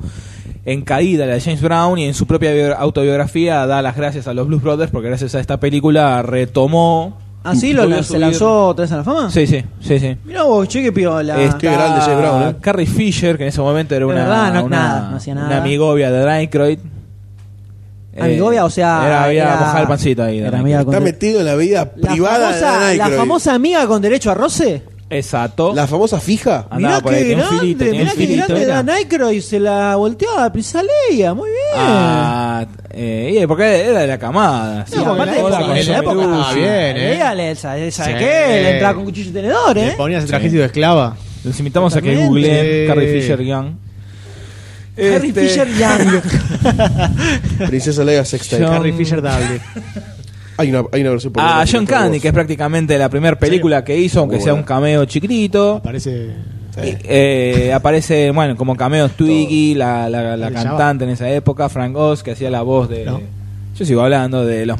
[SPEAKER 6] en caída la de James Brown y en su propia bio- autobiografía da las gracias a los Blues Brothers porque gracias a esta película retomó.
[SPEAKER 1] ¿Así Ah, lo
[SPEAKER 6] volvió a
[SPEAKER 1] se
[SPEAKER 6] subir-
[SPEAKER 1] lanzó otra vez a la fama?
[SPEAKER 6] Sí, Este, sí, sí, sí.
[SPEAKER 1] Mirá vos, che, qué piola.
[SPEAKER 6] Está
[SPEAKER 2] Qué grande Jeff Brown, ¿eh?
[SPEAKER 6] Carrie Fisher, que en ese momento era
[SPEAKER 1] De
[SPEAKER 6] una,
[SPEAKER 1] verdad, no-
[SPEAKER 6] una,
[SPEAKER 1] nada, no hacía nada.
[SPEAKER 6] una amigovia de Dan Aykroyd. Eh,
[SPEAKER 1] Amigovia, Ah, o sea.
[SPEAKER 6] Era, había
[SPEAKER 1] era-
[SPEAKER 6] mojado el pancito ahí.
[SPEAKER 1] Era
[SPEAKER 6] Dan Aykroyd.
[SPEAKER 1] amiga
[SPEAKER 2] Está
[SPEAKER 1] con-
[SPEAKER 2] metido en la vida
[SPEAKER 1] la
[SPEAKER 2] privada
[SPEAKER 1] famosa-
[SPEAKER 2] de Dan
[SPEAKER 1] la
[SPEAKER 2] Aykroyd.
[SPEAKER 1] famosa amiga con derecho a roce.
[SPEAKER 6] Exacto.
[SPEAKER 2] La famosa fija.
[SPEAKER 6] Andaba
[SPEAKER 1] Mirá
[SPEAKER 6] por ahí,
[SPEAKER 1] qué
[SPEAKER 6] tenía un
[SPEAKER 1] grande,
[SPEAKER 6] filito, tenía
[SPEAKER 1] mirá
[SPEAKER 6] un
[SPEAKER 1] qué
[SPEAKER 6] filito,
[SPEAKER 1] grande
[SPEAKER 6] era.
[SPEAKER 1] Dan Aykroyd se la volteó a Prisa Leia, muy bien.
[SPEAKER 6] Ah, eh, y porque era de la camada.
[SPEAKER 1] No, aparte de
[SPEAKER 4] con
[SPEAKER 1] época,
[SPEAKER 4] la
[SPEAKER 1] en la
[SPEAKER 4] Ella
[SPEAKER 1] época,
[SPEAKER 4] Melucci.
[SPEAKER 1] ah,
[SPEAKER 4] Bien, ¿eh?
[SPEAKER 1] Dígale, esa, esa
[SPEAKER 4] Sí.
[SPEAKER 1] que él entraba con cuchillo y tenedor,
[SPEAKER 4] Le
[SPEAKER 1] ¿eh?
[SPEAKER 4] ponías el trajecito de esclava.
[SPEAKER 6] Los invitamos a que
[SPEAKER 1] Totalmente.
[SPEAKER 6] googleen
[SPEAKER 4] Sí.
[SPEAKER 6] Carrie Fisher Young.
[SPEAKER 1] Harry
[SPEAKER 6] Este,
[SPEAKER 1] Fisher
[SPEAKER 2] [laughs]
[SPEAKER 1] Young.
[SPEAKER 2] Princesa Leia Sexta.
[SPEAKER 6] John-
[SPEAKER 4] Harry Fisher [laughs] Dable.
[SPEAKER 2] Hay una, hay una versión por
[SPEAKER 6] A
[SPEAKER 2] por Star
[SPEAKER 6] John Candy,
[SPEAKER 2] Wars.
[SPEAKER 6] que es prácticamente la primera película que hizo, aunque
[SPEAKER 2] Muy
[SPEAKER 6] sea un
[SPEAKER 2] buena.
[SPEAKER 6] cameo chiquitito.
[SPEAKER 4] Aparece.
[SPEAKER 6] Y, eh, aparece, bueno, como cameo Twiggy, la, la, la
[SPEAKER 4] Le
[SPEAKER 6] cantante en esa época, Frank Oz, que hacía la voz de.
[SPEAKER 4] No.
[SPEAKER 6] Yo sigo hablando de los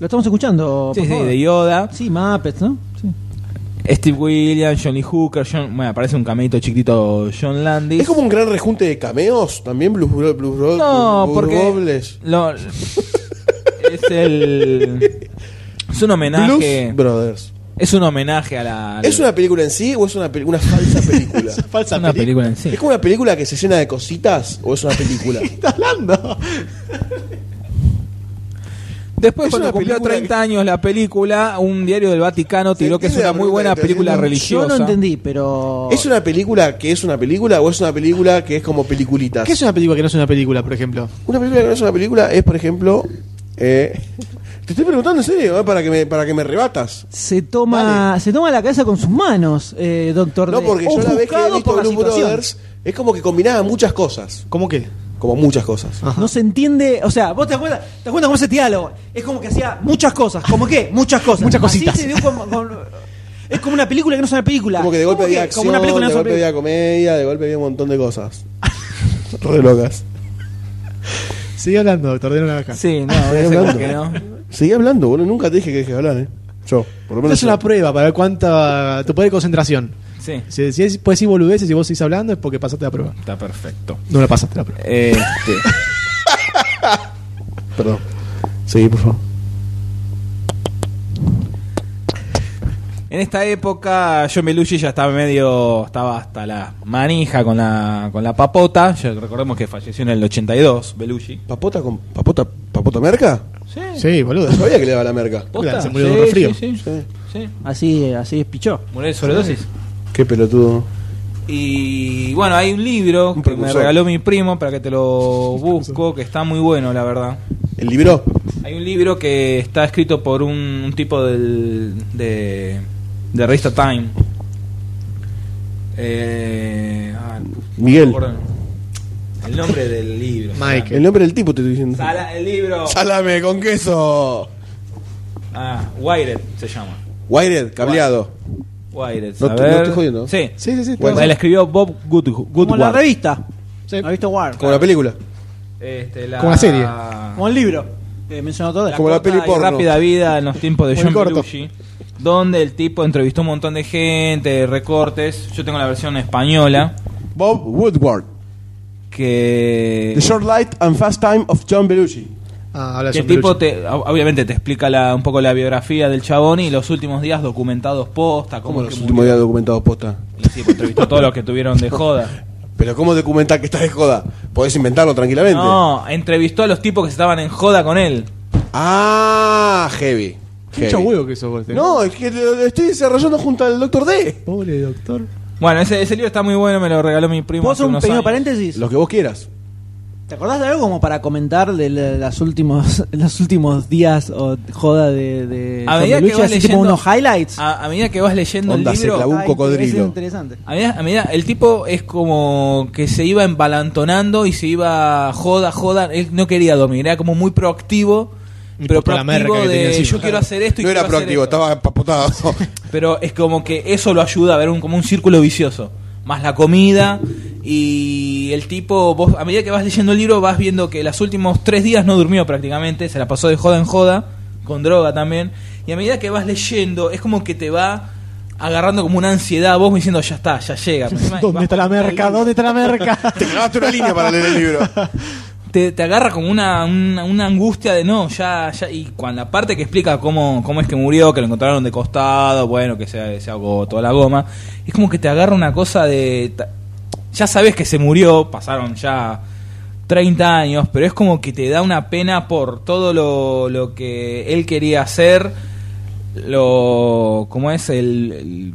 [SPEAKER 2] [laughs]
[SPEAKER 1] Lo estamos escuchando,
[SPEAKER 6] sí,
[SPEAKER 1] por
[SPEAKER 6] sí,
[SPEAKER 1] favor.
[SPEAKER 6] de Yoda,
[SPEAKER 1] Sí, Muppets, ¿no? Sí.
[SPEAKER 6] Steve Williams, Johnny Hooker, John, bueno, aparece un cameito chiquitito John Landis.
[SPEAKER 2] ¿Es como un gran rejunte de cameos también, Blues Bro- Blues Bro-
[SPEAKER 6] No,
[SPEAKER 2] Blues
[SPEAKER 6] porque.
[SPEAKER 2] Robles?
[SPEAKER 6] lo- es el. Es un homenaje.
[SPEAKER 2] Blues Brothers.
[SPEAKER 6] Es un homenaje a la.
[SPEAKER 2] ¿Es una película en sí o es una, peli- una falsa
[SPEAKER 4] [laughs]
[SPEAKER 2] película?
[SPEAKER 4] Esa falsa
[SPEAKER 6] una
[SPEAKER 4] película.
[SPEAKER 6] película en sí.
[SPEAKER 2] ¿Es como una película que se llena de cositas o es una película?
[SPEAKER 4] está hablando?
[SPEAKER 6] Después,
[SPEAKER 2] Es
[SPEAKER 6] cuando
[SPEAKER 2] una
[SPEAKER 6] cumplió
[SPEAKER 2] película
[SPEAKER 6] 30 años la película, un diario del Vaticano
[SPEAKER 2] Se
[SPEAKER 6] tiró que es
[SPEAKER 2] entiende la
[SPEAKER 6] una muy
[SPEAKER 2] pregunta ¿eh?
[SPEAKER 6] buena
[SPEAKER 2] que te
[SPEAKER 6] película
[SPEAKER 2] haciendo.
[SPEAKER 1] Yo
[SPEAKER 6] religiosa.
[SPEAKER 1] no entendí, pero.
[SPEAKER 2] ¿Es una película que es una película o es una película que es como peliculitas?
[SPEAKER 4] ¿Qué es una película que no es una película, por ejemplo?
[SPEAKER 2] Una película que no es una película es, por ejemplo. eh, te estoy preguntando en serio, eh, para, que me, para que me rebatas.
[SPEAKER 1] Se toma, se toma la cabeza con sus manos, eh, doctor.
[SPEAKER 2] No,
[SPEAKER 1] D.
[SPEAKER 2] porque yo la vez que he
[SPEAKER 1] Ofuscado
[SPEAKER 2] visto
[SPEAKER 1] por la
[SPEAKER 2] Blue
[SPEAKER 1] situación.
[SPEAKER 2] Brothers es como que combinaba muchas cosas.
[SPEAKER 4] ¿Cómo qué?
[SPEAKER 2] Como muchas cosas.
[SPEAKER 4] Ajá.
[SPEAKER 1] No se entiende, o sea, vos te das cuenta, te das cuenta cómo ese diálogo. Es como que hacía muchas cosas, ¿como qué? Muchas cosas.
[SPEAKER 4] Muchas cositas.
[SPEAKER 1] Así se dio con- con- es como una película que no es una película.
[SPEAKER 2] Como que de
[SPEAKER 1] ¿Cómo
[SPEAKER 2] golpe había
[SPEAKER 1] que
[SPEAKER 2] acción,
[SPEAKER 1] como una película no
[SPEAKER 2] de
[SPEAKER 1] es una
[SPEAKER 2] golpe había
[SPEAKER 1] película?
[SPEAKER 2] comedia, de golpe había un montón de cosas. [laughs] Re locas.
[SPEAKER 4] Sigue hablando, doctor. De una acá.
[SPEAKER 6] Sí, [laughs] no, ya sé por qué no.
[SPEAKER 2] Seguí hablando, boludo. Nunca te dije que dejes de hablar, eh. Yo, por lo
[SPEAKER 4] Esta
[SPEAKER 2] menos.
[SPEAKER 4] es una
[SPEAKER 2] yo.
[SPEAKER 4] prueba para ver cuánta. tu poder de concentración.
[SPEAKER 6] Sí.
[SPEAKER 4] Si, si es- puedes decir boludeces y vos seguís hablando es porque pasaste la prueba.
[SPEAKER 6] Está perfecto.
[SPEAKER 4] No la pasaste la prueba.
[SPEAKER 6] Este,
[SPEAKER 2] Perdón. Seguí, por favor.
[SPEAKER 6] en esta época, John Belushi ya estaba medio. Estaba hasta la manija con la, con la papota. Ya recordemos que falleció en el 82, Belushi.
[SPEAKER 2] ¿Papota con. ¿Papota, papota merca?
[SPEAKER 4] Sí, boludo.
[SPEAKER 2] No sabía que le daba la merca.
[SPEAKER 6] ¿Posta?
[SPEAKER 4] Se murió de un resfrío.
[SPEAKER 6] Sí, sí,
[SPEAKER 2] Sí.
[SPEAKER 6] sí.
[SPEAKER 1] Así, así es pichó.
[SPEAKER 6] Murió de sobredosis.
[SPEAKER 2] Qué pelotudo.
[SPEAKER 6] Y bueno, hay un libro
[SPEAKER 2] Un
[SPEAKER 6] que me
[SPEAKER 2] precursor.
[SPEAKER 6] regaló mi primo para que te lo busco, que está muy bueno, la verdad.
[SPEAKER 2] El libro.
[SPEAKER 6] Hay un libro que está escrito por un, un tipo del, de, de revista Time. Eh, ah,
[SPEAKER 2] Miguel.
[SPEAKER 6] no Eh, ah, me acuerdo. El nombre del libro.
[SPEAKER 4] Mike.
[SPEAKER 2] El nombre del tipo te estoy diciendo.
[SPEAKER 6] Sala- el libro.
[SPEAKER 2] Salame con queso.
[SPEAKER 6] Ah, Wired se llama.
[SPEAKER 2] Wired, cableado.
[SPEAKER 6] Wired.
[SPEAKER 2] No
[SPEAKER 6] a
[SPEAKER 2] te-
[SPEAKER 6] ver.
[SPEAKER 2] no estoy jodiendo.
[SPEAKER 6] Sí.
[SPEAKER 4] Sí, sí, sí. está
[SPEAKER 6] Bueno,
[SPEAKER 4] bien.
[SPEAKER 6] la escribió Bob Good,
[SPEAKER 1] Como la
[SPEAKER 6] Goodward.
[SPEAKER 1] revista.
[SPEAKER 4] Sí.
[SPEAKER 1] ¿Has visto War?
[SPEAKER 2] Como la película.
[SPEAKER 6] Este, la...
[SPEAKER 4] Como la serie.
[SPEAKER 1] Como el libro. Que mencionó todo.
[SPEAKER 2] Como la
[SPEAKER 6] corta
[SPEAKER 2] peli
[SPEAKER 6] y
[SPEAKER 2] porno.
[SPEAKER 6] Rápida vida en los tiempos de
[SPEAKER 4] Muy
[SPEAKER 6] John
[SPEAKER 4] corto.
[SPEAKER 6] Belushi, donde el tipo entrevistó un montón de gente, recortes. Yo tengo la versión española
[SPEAKER 2] Bob Woodward.
[SPEAKER 6] que
[SPEAKER 2] The Short Light and Fast Time of John Belushi.
[SPEAKER 4] Ah, habla
[SPEAKER 6] que
[SPEAKER 4] de
[SPEAKER 6] el tipo
[SPEAKER 4] Belushi.
[SPEAKER 6] te, ob- obviamente te explica la- un poco la biografía del chabón y los últimos días documentados posta,
[SPEAKER 2] Como
[SPEAKER 6] cómo es
[SPEAKER 2] los
[SPEAKER 6] que
[SPEAKER 2] últimos días documentados posta.
[SPEAKER 6] murió. Y sí, pues, entrevistó todos los que tuvieron de joda.
[SPEAKER 2] Pero ¿cómo documentar que estás de joda? Podés inventarlo tranquilamente.
[SPEAKER 6] No, entrevistó a los tipos que estaban en joda con él.
[SPEAKER 2] Ah, heavy. heavy.
[SPEAKER 4] Mucho huevo que eso, vos,
[SPEAKER 2] No, es que lo lo estoy desarrollando junto al Doctor D.
[SPEAKER 4] Pobre doctor.
[SPEAKER 6] Bueno, ese, ese libro está muy bueno, me lo regaló mi primo.
[SPEAKER 1] ¿Puedo
[SPEAKER 6] hace
[SPEAKER 1] hacer un
[SPEAKER 6] unos
[SPEAKER 1] pequeño
[SPEAKER 6] años.
[SPEAKER 1] paréntesis?
[SPEAKER 2] Lo que vos quieras.
[SPEAKER 1] ¿Te acordás de algo como para comentar de la- las últimos, [laughs] los últimos días o joda de, de
[SPEAKER 6] A
[SPEAKER 1] John
[SPEAKER 6] medida que
[SPEAKER 1] Belushi?
[SPEAKER 6] vas
[SPEAKER 1] Así tipo
[SPEAKER 6] leyendo- ah,
[SPEAKER 1] unos highlights.
[SPEAKER 6] A, a medida que vas leyendo
[SPEAKER 2] Onda,
[SPEAKER 6] el
[SPEAKER 2] se
[SPEAKER 6] libro,
[SPEAKER 2] clavó. un
[SPEAKER 1] Está
[SPEAKER 2] cocodrilo.
[SPEAKER 1] interesante.
[SPEAKER 6] A medida, a medida- el tipo es como que se iba embalantonando y se iba joda, joda. Él no quería dormir, era como muy proactivo.
[SPEAKER 4] Y
[SPEAKER 6] Pero
[SPEAKER 4] puto la merca
[SPEAKER 6] proactivo
[SPEAKER 4] que tenía
[SPEAKER 6] de
[SPEAKER 4] encima.
[SPEAKER 6] yo quiero hacer esto y
[SPEAKER 2] No era
[SPEAKER 6] quiero hacer
[SPEAKER 2] proactivo,
[SPEAKER 6] esto".
[SPEAKER 2] estaba empapotado.
[SPEAKER 6] [laughs] Pero es como que eso lo ayuda a ver un, como un círculo vicioso. Más la comida y el tipo, vos, a medida que vas leyendo el libro vas viendo que los últimos tres días no durmió prácticamente, se la pasó de joda en joda, con droga también. Y a medida que vas leyendo es como que te va agarrando como una ansiedad, vos diciendo ya está, ya llega.
[SPEAKER 4] ¿Dónde está la merca? ¿Dónde está la merca?
[SPEAKER 2] Te clavaste una línea para leer el libro.
[SPEAKER 6] te, te agarra como una, una, una angustia de no, ya, ya. Y cuando la parte que explica cómo, cómo es que murió, que lo encontraron de costado, bueno, que se, se agotó la goma, es como que te agarra una cosa de. ta- Ya sabes que se murió, pasaron ya 30 años, pero es como que te da una pena por todo lo, lo que él quería hacer, lo. ¿Cómo es? El. el-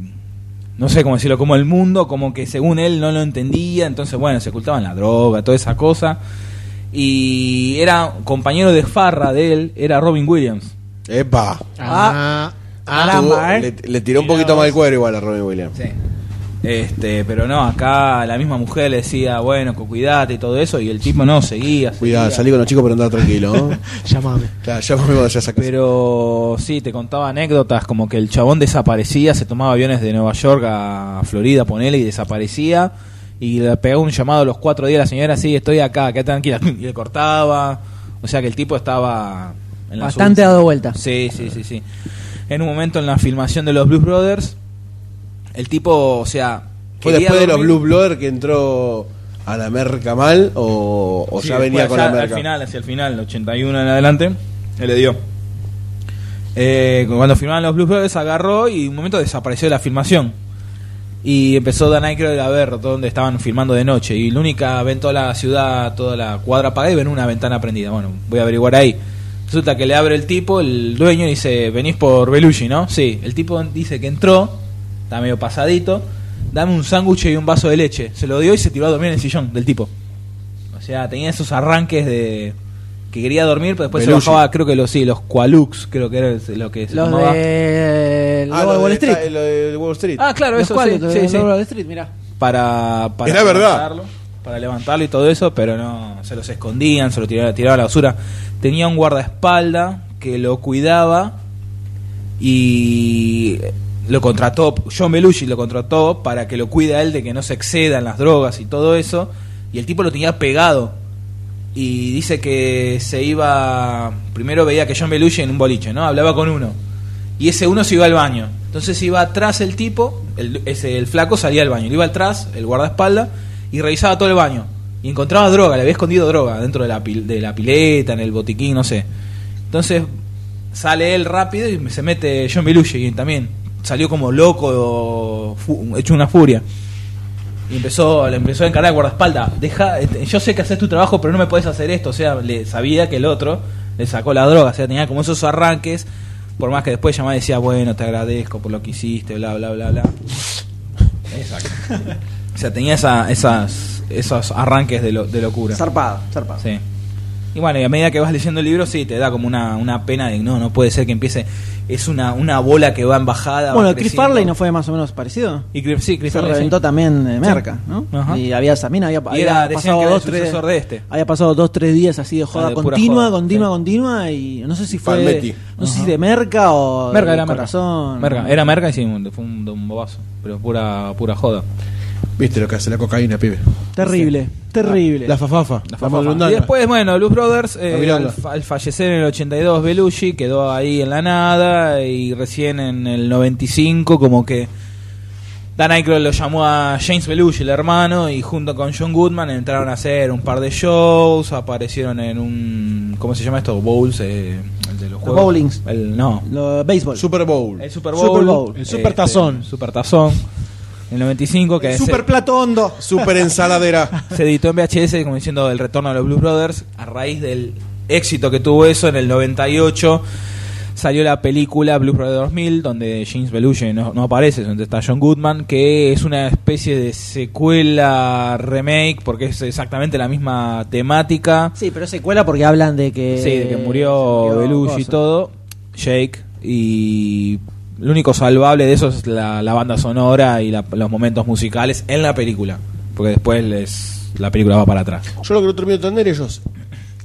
[SPEAKER 6] no sé cómo decirlo, como el mundo, como que según él no lo entendía, entonces bueno, se ocultaban la droga, toda esa cosa y era compañero de farra de él, era Robin Williams.
[SPEAKER 2] Epa.
[SPEAKER 4] [laughs] Ah,
[SPEAKER 1] [laughs] Caramba,
[SPEAKER 2] Tuvo-
[SPEAKER 1] ¿eh?
[SPEAKER 2] le, le tiró un poquito más el cuero igual a Robin Williams.
[SPEAKER 6] Este, pero no, acá la misma mujer le decía, bueno, cu- cuidate y todo eso, y el tipo no, seguía.
[SPEAKER 2] Cuidado,
[SPEAKER 6] seguía.
[SPEAKER 2] salí con los chicos pero andar tranquilo.
[SPEAKER 1] [laughs]
[SPEAKER 2] ¿no?
[SPEAKER 4] llamame.
[SPEAKER 2] claro, ya me voy a sacar.
[SPEAKER 6] Pero sí, te contaba anécdotas como que el chabón desaparecía, se tomaba aviones de Nueva York a Florida, ponele, y desaparecía. Y le pegó un llamado a los cuatro días a la señora, sí, estoy acá, quédate tranquila. [laughs] Y le cortaba. O sea que el tipo estaba... en la
[SPEAKER 1] Bastante
[SPEAKER 6] suya.
[SPEAKER 1] dado vuelta.
[SPEAKER 6] Sí, sí, sí, sí. En un momento en la filmación de los Blues Brothers, el tipo, o sea...
[SPEAKER 2] ¿Fue
[SPEAKER 6] quería
[SPEAKER 2] después de los
[SPEAKER 6] dormir-
[SPEAKER 2] Blue Blood que entró a la merca mal o, o
[SPEAKER 6] Sí,
[SPEAKER 2] ya
[SPEAKER 6] después,
[SPEAKER 2] venía con la
[SPEAKER 6] Al
[SPEAKER 2] merca?
[SPEAKER 6] final, hacia el final, 81 en adelante, él le dio. Eh, cuando filmaban los Blues Brothers, agarró y un momento desapareció de la filmación. Y empezó Dan Aykroyd a ver dónde estaban filmando de noche. Y la única ven toda la ciudad, toda la cuadra apagada y ven una ventana prendida. Bueno, voy a averiguar ahí. Resulta que le abre el tipo, el dueño, y dice: Venís por Belushi, ¿no? Sí. El tipo dice que entró, está medio pasadito. Dame un sándwich y un vaso de leche. Se lo dio y se tiró a dormir en el sillón del tipo. O sea, tenía esos arranques de que quería dormir, pero después
[SPEAKER 2] Belushi.
[SPEAKER 6] se bajaba, creo que los sí, los Qualux, creo que era el- lo que se
[SPEAKER 1] Los
[SPEAKER 6] tomaba.
[SPEAKER 1] de el
[SPEAKER 2] Ah,
[SPEAKER 1] lobo de Wall Street.
[SPEAKER 2] Lo de Wall Street.
[SPEAKER 6] Ah, claro,
[SPEAKER 1] Los
[SPEAKER 6] eso
[SPEAKER 1] cuales,
[SPEAKER 6] sí,
[SPEAKER 1] los
[SPEAKER 6] sí,
[SPEAKER 1] de
[SPEAKER 6] sí.
[SPEAKER 1] Lobo de Wall Street, mirá.
[SPEAKER 6] Para, para
[SPEAKER 2] Era verdad.
[SPEAKER 6] levantarlo, para levantarlo y todo eso, pero no, se los escondían, se los tiraba, tiraba a la basura. Tenía un guardaespalda que lo cuidaba y lo contrató, John Belushi lo contrató para que lo cuide a él de que no se excedan las drogas y todo eso, y el tipo lo tenía pegado. Y dice que se iba, primero veía que John Belushi en un boliche, ¿no? Hablaba con uno. Y ese uno se iba al baño. Entonces iba atrás el tipo, el, ese, el flaco salía al baño, le iba atrás, el guardaespaldas, y revisaba todo el baño. Y encontraba droga, le había escondido droga dentro de la, pil- de la pileta, en el botiquín, no sé. Entonces sale él rápido y se mete John Belushi y también. Salió como loco, fu- hecho una furia. Y empezó, le empezó a encarar al guardaespaldas. Deja, este, yo sé que haces tu trabajo, pero no me puedes hacer esto. O sea, le sabía que el otro le sacó la droga. O sea, tenía como esos arranques. Por más que después llamaba y decía, bueno, te agradezco por lo que hiciste, bla, bla, bla, bla. Exacto. O sea, tenía esa- esas, esos arranques de, lo- de locura.
[SPEAKER 1] Zarpado, zarpado.
[SPEAKER 6] Sí. Y bueno, y a medida que vas leyendo el libro, sí, te da como una, una pena de no, no puede ser que empiece. Es una, una bola que va en bajada. va
[SPEAKER 1] Bueno, Chris
[SPEAKER 6] creciendo.
[SPEAKER 1] Farley no fue más o menos parecido.
[SPEAKER 6] Y Chris- sí, Chris
[SPEAKER 1] Se
[SPEAKER 6] Farley, sí.
[SPEAKER 1] reventó también eh, Merca, ¿no?
[SPEAKER 6] Ajá.
[SPEAKER 1] Y había también había,
[SPEAKER 6] Y era,
[SPEAKER 1] había
[SPEAKER 6] decían que
[SPEAKER 1] pasado
[SPEAKER 6] era el
[SPEAKER 1] dos, tres,
[SPEAKER 6] sucesor de este. Ah,
[SPEAKER 1] había pasado dos, tres días así de joda
[SPEAKER 6] de pura
[SPEAKER 1] continua,
[SPEAKER 6] joda,
[SPEAKER 1] continua,
[SPEAKER 6] sí.
[SPEAKER 1] continua, y no sé si fue
[SPEAKER 2] Palmetti.
[SPEAKER 1] no sé si de Merca o
[SPEAKER 6] Merca
[SPEAKER 1] de
[SPEAKER 6] era merca.
[SPEAKER 1] corazón.
[SPEAKER 6] Merca. Era merca y sí, un- fue un, un bobazo. Pero pura, pura joda.
[SPEAKER 2] Viste lo que hace la cocaína, pibe.
[SPEAKER 1] Terrible, terrible.
[SPEAKER 4] La fafafa.
[SPEAKER 6] La
[SPEAKER 4] La
[SPEAKER 6] fafafa.
[SPEAKER 4] fafafa.
[SPEAKER 6] y después, Pues bueno, Blues Brothers, eh,
[SPEAKER 2] La milonga.
[SPEAKER 6] al, fa- al fallecer en el 82, Belushi quedó ahí en la nada y recién en el 95 como que Dan Aykroyd lo llamó a James Belushi, el hermano, y junto con John Goodman entraron a hacer un par de shows, aparecieron en un... ¿Cómo se llama esto? Bowls, eh, el de los juegos.
[SPEAKER 1] bowlings.
[SPEAKER 6] El, no,
[SPEAKER 1] Lo- béisbol.
[SPEAKER 2] Super Bowl.
[SPEAKER 6] el Super Bowl. eh,
[SPEAKER 1] Super Bowl.
[SPEAKER 4] El Super Tazón.
[SPEAKER 6] Super Tazón. El 95 que es-
[SPEAKER 1] plato hondo.
[SPEAKER 2] oh, Super
[SPEAKER 6] [laughs]
[SPEAKER 2] ensaladera.
[SPEAKER 6] se editó en VHS como diciendo el retorno de los Blues Brothers a raíz del éxito que tuvo eso en el 98 salió la película Blues Brothers 2000 donde James Belushi no, no aparece donde está John Goodman que es una especie de secuela remake porque es exactamente la misma temática
[SPEAKER 1] Sí, pero es secuela porque hablan de que.
[SPEAKER 6] Sí, de que
[SPEAKER 1] Eh, se
[SPEAKER 6] murió Belushi y
[SPEAKER 1] cosa.
[SPEAKER 6] todo. Jake. Y lo único salvable de eso es la, la banda sonora y la- los momentos musicales en la película. Porque después les, la película va para atrás.
[SPEAKER 2] Yo lo que no termino de entender ellos.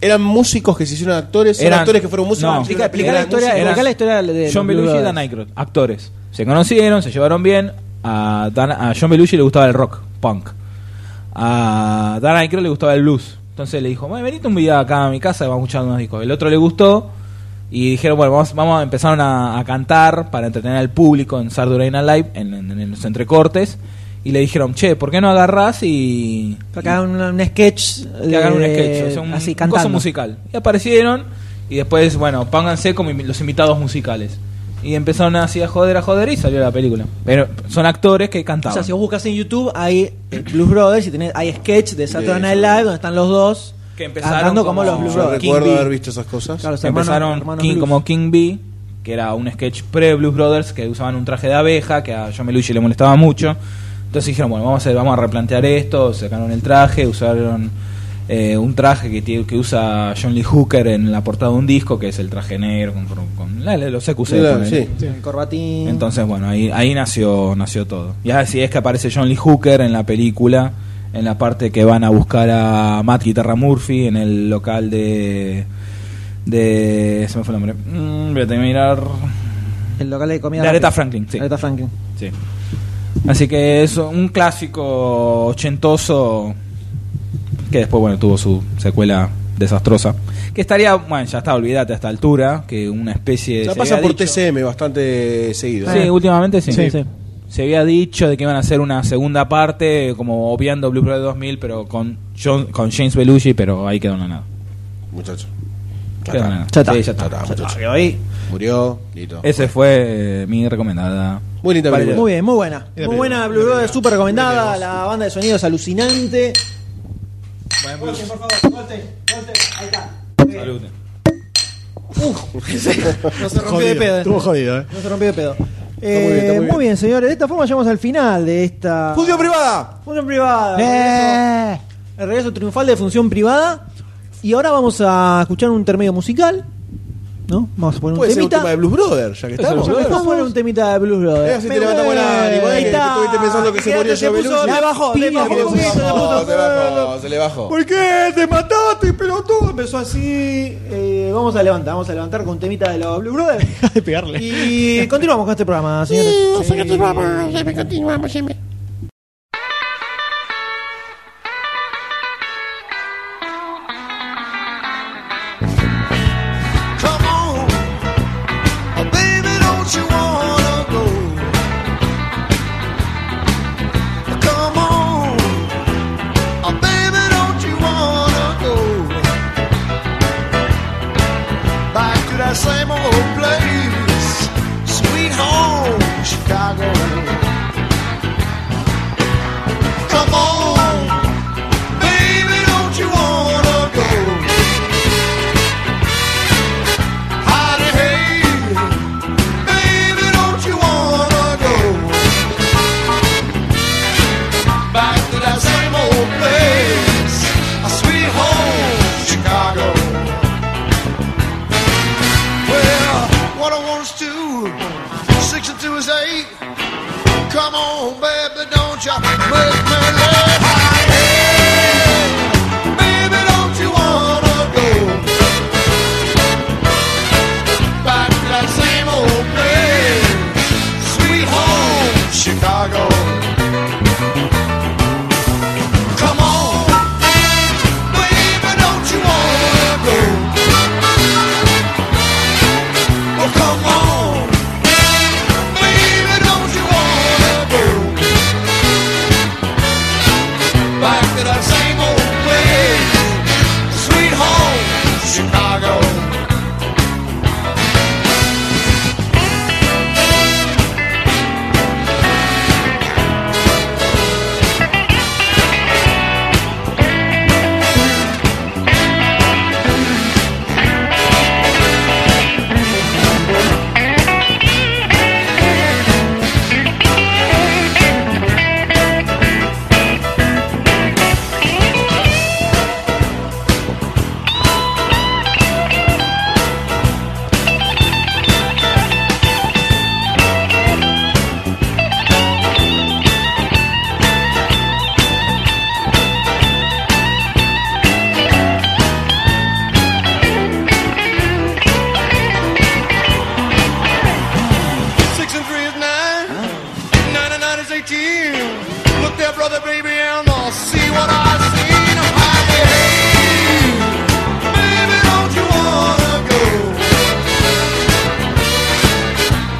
[SPEAKER 2] Eran músicos que se hicieron actores, son
[SPEAKER 6] Eran-
[SPEAKER 2] actores que fueron músicos.
[SPEAKER 6] no.
[SPEAKER 2] que hicieron una
[SPEAKER 1] Explica la
[SPEAKER 2] película.
[SPEAKER 1] historia,
[SPEAKER 6] Eran-
[SPEAKER 1] explica la historia de. los Blue
[SPEAKER 6] John Belushi y
[SPEAKER 1] Brothers.
[SPEAKER 6] Dan Aykroyd, actores. Se conocieron, se llevaron bien. A, Dan- a John Belushi le gustaba el rock, punk. A Dan Aykroyd le gustaba el blues. Entonces le dijo, "Bueno, venite un video acá a mi casa y vamos a escuchar unos discos. El otro le gustó y dijeron, bueno, vamos, vamos a empezar a, a cantar para entretener al público en Saturday Night Live, en, en- en los entrecortes. Este, Y le dijeron, che, ¿por qué no agarrás y...
[SPEAKER 1] Que hagan un, un sketch.
[SPEAKER 6] Que hagan un sketch, o sea, un
[SPEAKER 1] Eh, así,
[SPEAKER 6] coso
[SPEAKER 1] cantando.
[SPEAKER 6] musical. Y aparecieron y después, bueno, pónganse como invi- los invitados musicales. Y empezaron así a joder, a joder y salió la película. Pero son actores que
[SPEAKER 1] O
[SPEAKER 6] cantaban.
[SPEAKER 1] sea, si vos buscas en YouTube, hay eh, Blues Brothers y tenés, hay sketch de Saturday Night Live donde están los dos
[SPEAKER 6] Que empezaron
[SPEAKER 1] cantando como,
[SPEAKER 6] como-
[SPEAKER 1] los Blues
[SPEAKER 6] Yo
[SPEAKER 2] Yo
[SPEAKER 1] Brothers.
[SPEAKER 2] recuerdo
[SPEAKER 1] King
[SPEAKER 2] haber
[SPEAKER 1] Bee.
[SPEAKER 2] visto esas cosas.
[SPEAKER 1] Claro, los hermanos-
[SPEAKER 6] empezaron
[SPEAKER 1] hermanos
[SPEAKER 6] King-
[SPEAKER 1] Blues.
[SPEAKER 6] como King B, que era un sketch pre-Blues Brothers, que usaban un traje de abeja, que a John Belushi le molestaba mucho. Entonces dijeron, bueno, vamos a, hacer- vamos a replantear esto, sacaron el traje, usaron eh, un traje que, tiene- que usa John Lee Hooker en la portada de un disco, que es el traje negro con, con- con- la- la- los EQC.
[SPEAKER 2] Claro,
[SPEAKER 6] ponele.
[SPEAKER 2] sí.
[SPEAKER 1] El corbatín.
[SPEAKER 6] Entonces, bueno, ahí, ahí nació, nació todo. Y así es que aparece John Lee Hooker en la película, en la parte que van a buscar a Matt Guitarra Murphy en el local de. de se me fue el nombre. Mm, voy a tener que mirar.
[SPEAKER 1] el local de comida.
[SPEAKER 6] De Aretha
[SPEAKER 1] rápida.
[SPEAKER 6] Franklin, sí.
[SPEAKER 1] Aretha Franklin.
[SPEAKER 6] Sí. Así que es un clásico ochentoso que después, bueno, tuvo su secuela desastrosa. Que estaría, bueno, ya está, olvídate a esta altura, que una especie de.
[SPEAKER 2] Ya
[SPEAKER 6] se
[SPEAKER 2] pasa
[SPEAKER 6] había
[SPEAKER 2] por
[SPEAKER 6] dicho-
[SPEAKER 2] TCM bastante seguido.
[SPEAKER 6] Sí,
[SPEAKER 2] ¿eh?
[SPEAKER 6] últimamente sí.
[SPEAKER 4] Sí. Sí.
[SPEAKER 6] Se había dicho de que iban a hacer una segunda parte, como obviando Blue Brother 2000, pero con, John- con James Belushi, pero ahí quedó en la nada.
[SPEAKER 2] Muchacho. Ya
[SPEAKER 6] Quedó en la
[SPEAKER 2] está.
[SPEAKER 6] nada.
[SPEAKER 1] Ya está.
[SPEAKER 6] Sí, ya está.
[SPEAKER 2] Ya está, muchacho.
[SPEAKER 1] Quedó ahí.
[SPEAKER 2] Murió, listo.
[SPEAKER 6] Ese fue eh, mi recomendada.
[SPEAKER 2] Muy linda
[SPEAKER 1] Vale,
[SPEAKER 2] película.
[SPEAKER 1] muy bien, muy buena. Muy buena, Blue Brothers, súper recomendada. La banda de sonidos alucinante. No se rompió de
[SPEAKER 4] Jodido.
[SPEAKER 1] pedo. eh.
[SPEAKER 4] Estuvo jodido, eh.
[SPEAKER 1] No se rompió de pedo.
[SPEAKER 2] muy bien, está
[SPEAKER 1] Eh,
[SPEAKER 2] muy
[SPEAKER 1] muy,
[SPEAKER 2] bien.
[SPEAKER 1] bien, señores. De esta forma llegamos al final de esta.
[SPEAKER 2] ¡Función privada!
[SPEAKER 1] Función privada.
[SPEAKER 4] Eh.
[SPEAKER 1] El regreso triunfal de función privada. Y ahora vamos a escuchar un intermedio musical. ¿No? Vamos a poner un
[SPEAKER 2] Puede ser un
[SPEAKER 1] temita.
[SPEAKER 2] tema de Blues Brothers, ya que estamos.
[SPEAKER 1] Vamos a poner un temita de Blues Brothers.
[SPEAKER 2] Eh, así te levantamos el ánimo, eh, que estuviste pensando que se murió
[SPEAKER 1] se
[SPEAKER 2] Joe
[SPEAKER 1] puso,
[SPEAKER 2] Belushi.
[SPEAKER 1] Le bajó, le
[SPEAKER 2] Se
[SPEAKER 1] bajó un
[SPEAKER 2] le
[SPEAKER 1] poquito, le
[SPEAKER 2] bajó,
[SPEAKER 1] puso-
[SPEAKER 2] se le bajó, se le bajó.
[SPEAKER 1] ¿Por qué? ¡Te mataste, pelotudo! Empezó así. eh, vamos a levantar, vamos a levantar con un temita de los Blue
[SPEAKER 2] [laughs]
[SPEAKER 1] Brothers.
[SPEAKER 4] de pegarle.
[SPEAKER 1] Y continuamos con este programa, señores.
[SPEAKER 8] Oh,
[SPEAKER 9] Come on, oh baby, don't you wanna go? Come on, oh baby, don't you wanna go back to that same old place, sweet home, Chicago?
[SPEAKER 10] Don't you make me lay high? Hey, baby, don't you wanna go back to that same old place, sweet home, Chicago? Come on, baby, don't you wanna go? Oh, come on. Baby, don't you wanna go back to that same old place, sweet home, Chicago? Six and three is nine. Nine and nine is eighteen. Look there, brother, baby, and I'll see what I seen. I'll be, hey, baby, don't you wanna go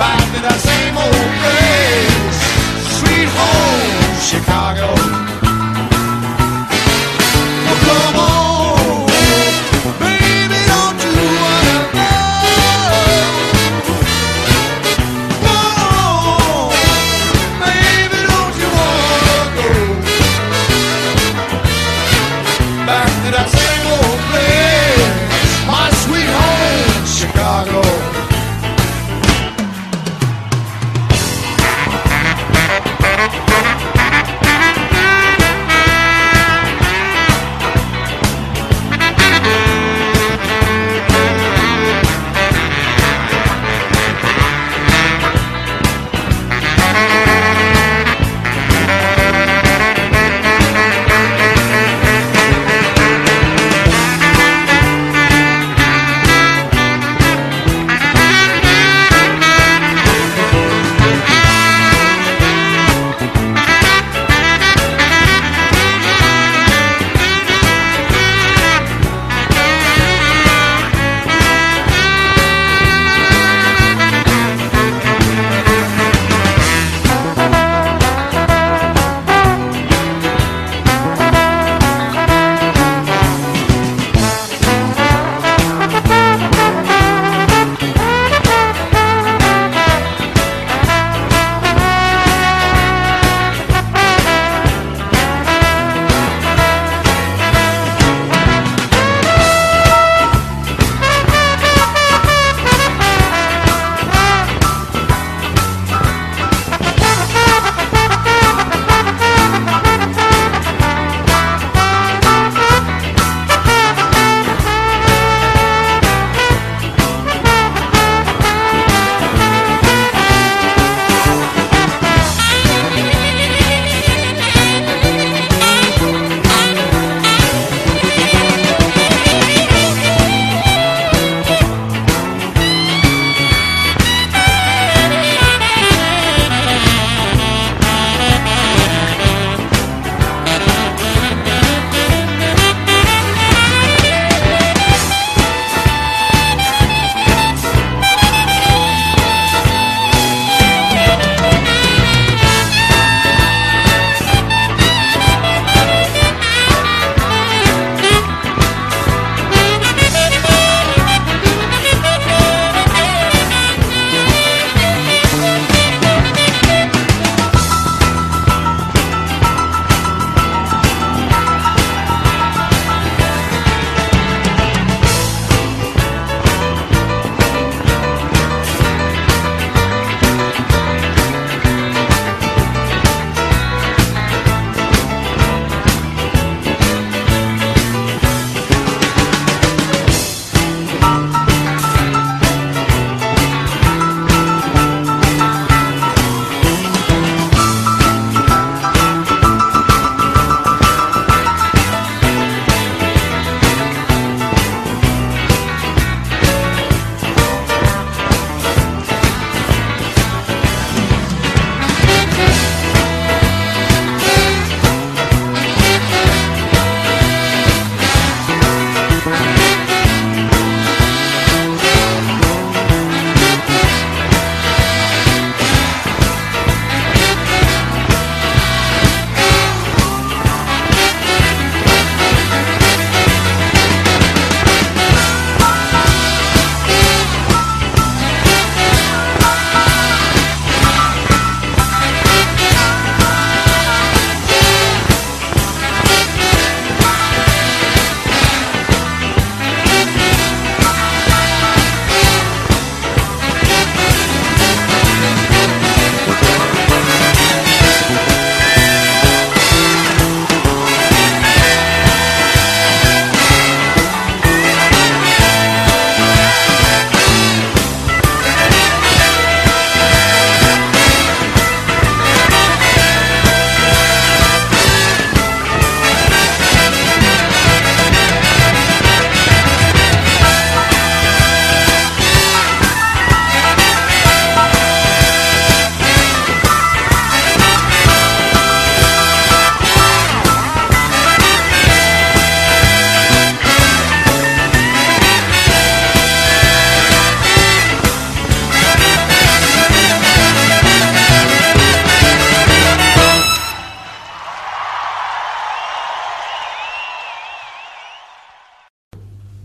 [SPEAKER 10] back to that same old place, sweet home, Chicago? Well, come on, baby, don't you wanna go? Baby, don't you wanna go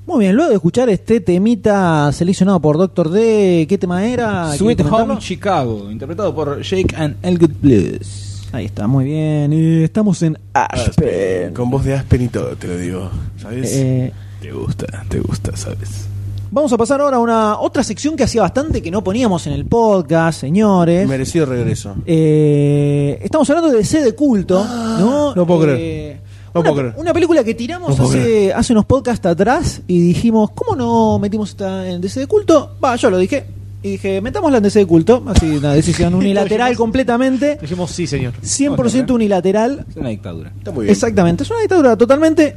[SPEAKER 1] Muy bien, luego de escuchar este temita seleccionado por Doctor D, ¿qué tema era?
[SPEAKER 6] Sweet
[SPEAKER 1] ¿Quería
[SPEAKER 6] Home
[SPEAKER 1] Ah, comentarlo?
[SPEAKER 6] Chicago, interpretado por Jake and Elgin Blues.
[SPEAKER 1] Ahí está, muy bien. Eh, estamos en Aspen.
[SPEAKER 2] Con voz de Aspen y todo, te lo digo. ¿Sabes?
[SPEAKER 1] Eh,
[SPEAKER 6] Te gusta, te gusta, sabes.
[SPEAKER 1] vamos a pasar ahora a una otra sección que hacía bastante que no poníamos en el podcast, señores.
[SPEAKER 2] Merecido regreso.
[SPEAKER 1] Eh, estamos hablando de C de culto, ¿no?
[SPEAKER 2] no puedo
[SPEAKER 1] Eh,
[SPEAKER 2] No
[SPEAKER 1] una,
[SPEAKER 2] puedo creer.
[SPEAKER 1] una película que tiramos
[SPEAKER 2] No puedo
[SPEAKER 1] hace, hace unos podcasts atrás y dijimos, ¿cómo no metimos esta en DC de culto? Va, yo lo dije. Y dije, metámosla en DC de culto. Así, una
[SPEAKER 2] [laughs]
[SPEAKER 1] decisión unilateral completamente.
[SPEAKER 4] Dijimos sí, señor.
[SPEAKER 1] 100% unilateral.
[SPEAKER 6] Es una dictadura.
[SPEAKER 2] Está muy bien.
[SPEAKER 1] Exactamente. Es una dictadura totalmente.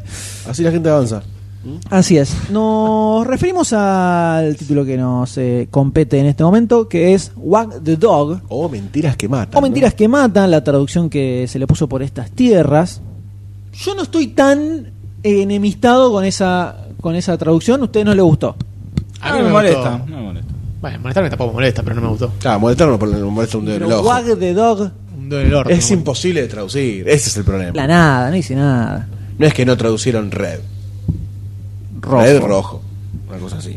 [SPEAKER 2] Así la gente avanza.
[SPEAKER 1] Así es. Nos referimos al título que nos eh, compete en este momento, que es Wag the Dog.
[SPEAKER 2] O mentiras que matan.
[SPEAKER 1] O mentiras que matan, la traducción que se le puso por estas tierras. Yo no estoy tan enemistado con esa, con esa traducción, a usted no le gustó.
[SPEAKER 4] A
[SPEAKER 6] A
[SPEAKER 4] mí
[SPEAKER 6] mí
[SPEAKER 4] Ah, me
[SPEAKER 6] me molesta,
[SPEAKER 4] gustó.
[SPEAKER 6] no me molesta.
[SPEAKER 4] Bueno, molestarme tampoco molesta, pero no me gustó.
[SPEAKER 2] ¿no? Claro, molestarnos por molesta un dedo en el
[SPEAKER 1] Pero
[SPEAKER 2] ojo.
[SPEAKER 1] Wag the Dog,
[SPEAKER 4] Un dedo en el orto.
[SPEAKER 2] Es
[SPEAKER 4] me molesta.
[SPEAKER 2] imposible de traducir. Ese es el problema.
[SPEAKER 1] la nada, no dice nada.
[SPEAKER 2] No es que no traducieron red.
[SPEAKER 1] Rojo.
[SPEAKER 2] Red rojo. Una cosa así.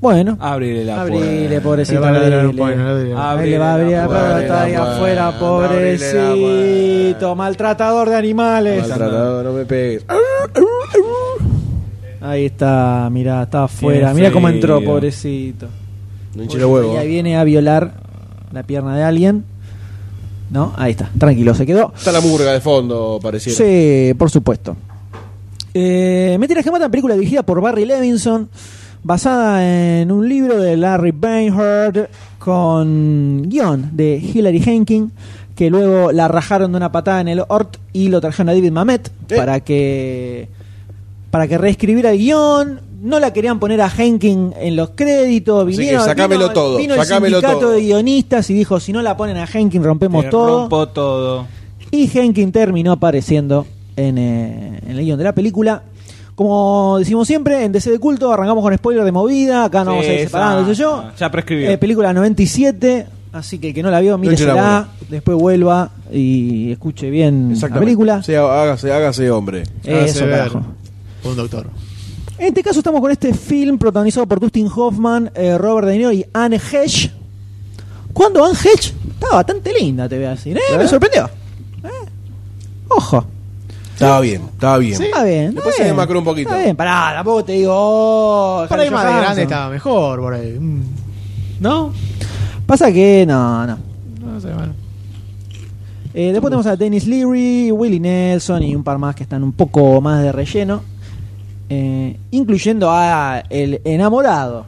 [SPEAKER 1] Bueno,
[SPEAKER 6] Ábrele la
[SPEAKER 1] abrile,
[SPEAKER 6] puerta.
[SPEAKER 1] eh, pobrecito.
[SPEAKER 4] pues. Pero vale,
[SPEAKER 1] abrile.
[SPEAKER 4] no puede, no le-
[SPEAKER 1] Ahí le va a abrir la
[SPEAKER 6] Ábrele la
[SPEAKER 1] puerta, está ahí
[SPEAKER 2] puerta,
[SPEAKER 1] afuera,
[SPEAKER 2] abrile la puerta.
[SPEAKER 1] pobrecito. Maltratador de animales.
[SPEAKER 2] Maltratador, no me pegues.
[SPEAKER 1] Ahí está, mirá, está afuera.
[SPEAKER 6] Tiene
[SPEAKER 1] Mirá cómo
[SPEAKER 6] frío.
[SPEAKER 1] entró, pobrecito.
[SPEAKER 2] No hinche los
[SPEAKER 4] ¿eh?
[SPEAKER 2] huevos. ¿eh?
[SPEAKER 1] Ya viene a violar la pierna de alguien. ¿No? Ahí está, tranquilo, se quedó.
[SPEAKER 2] Está la murga de fondo, pareciera.
[SPEAKER 1] Sí, por supuesto. Eh, Mentiras que matan, película dirigida por Barry Levinson, basada en un libro de Larry Bainhard con guión de Hilary Henkin, que luego la rajaron de una patada en el Ort y lo trajeron a David Mamet
[SPEAKER 2] Eh.
[SPEAKER 1] para que para que reescribiera el guión. No la querían poner a Henkin en los créditos.
[SPEAKER 2] Así que
[SPEAKER 1] Vinieron,
[SPEAKER 2] sacámelo
[SPEAKER 1] vino-
[SPEAKER 2] todo,
[SPEAKER 1] Vino
[SPEAKER 2] sacámelo
[SPEAKER 1] el sindicato
[SPEAKER 2] todo.
[SPEAKER 1] de guionistas y dijo: si no la ponen a Henkin, rompemos
[SPEAKER 6] Te
[SPEAKER 1] todo.
[SPEAKER 6] Eh, rompo todo.
[SPEAKER 1] Y Henkin terminó apareciendo en, eh, en el guión de la película. Como decimos siempre, en DC de culto arrancamos con spoiler de movida. Acá nos
[SPEAKER 6] Sí,
[SPEAKER 1] vamos a ir
[SPEAKER 6] esa-
[SPEAKER 1] separando, qué sé yo.
[SPEAKER 6] ya prescribió.
[SPEAKER 1] Eh, película 97. Así que el que no la vio,
[SPEAKER 2] eche la
[SPEAKER 1] míresela.
[SPEAKER 2] bola.
[SPEAKER 1] Después vuelva y escuche bien la
[SPEAKER 2] Exactamente.
[SPEAKER 1] película. Eh,
[SPEAKER 2] Sí, hágase, hágase hombre.
[SPEAKER 1] Eso,
[SPEAKER 4] Hágase ver
[SPEAKER 1] carajo.
[SPEAKER 4] por Un doctor.
[SPEAKER 1] En este caso estamos con este film protagonizado por Dustin Hoffman, eh, Robert De Niro y Anne Hesh. Cuando Anne Hesh estaba bastante linda, te voy a decir. ¿eh? Me
[SPEAKER 2] ¿Eh?
[SPEAKER 1] sorprendió. ¿Eh? Ojo.
[SPEAKER 2] Estaba bien, estaba bien.
[SPEAKER 1] Está bien.
[SPEAKER 2] Después
[SPEAKER 1] está
[SPEAKER 2] se
[SPEAKER 1] bien.
[SPEAKER 2] demacró un poquito.
[SPEAKER 1] Está bien, pará, tampoco te digo. oh,
[SPEAKER 4] Por ahí
[SPEAKER 1] Scarlett
[SPEAKER 4] más de grande
[SPEAKER 1] Johansson.
[SPEAKER 4] estaba mejor, por ahí. Mm. ¿No?
[SPEAKER 1] Pasa que no, no.
[SPEAKER 4] No sé, bueno.
[SPEAKER 1] Eh, después tenemos a Dennis Leary, Willie Nelson y un par más que están un poco más de relleno. eh, incluyendo a el enamorado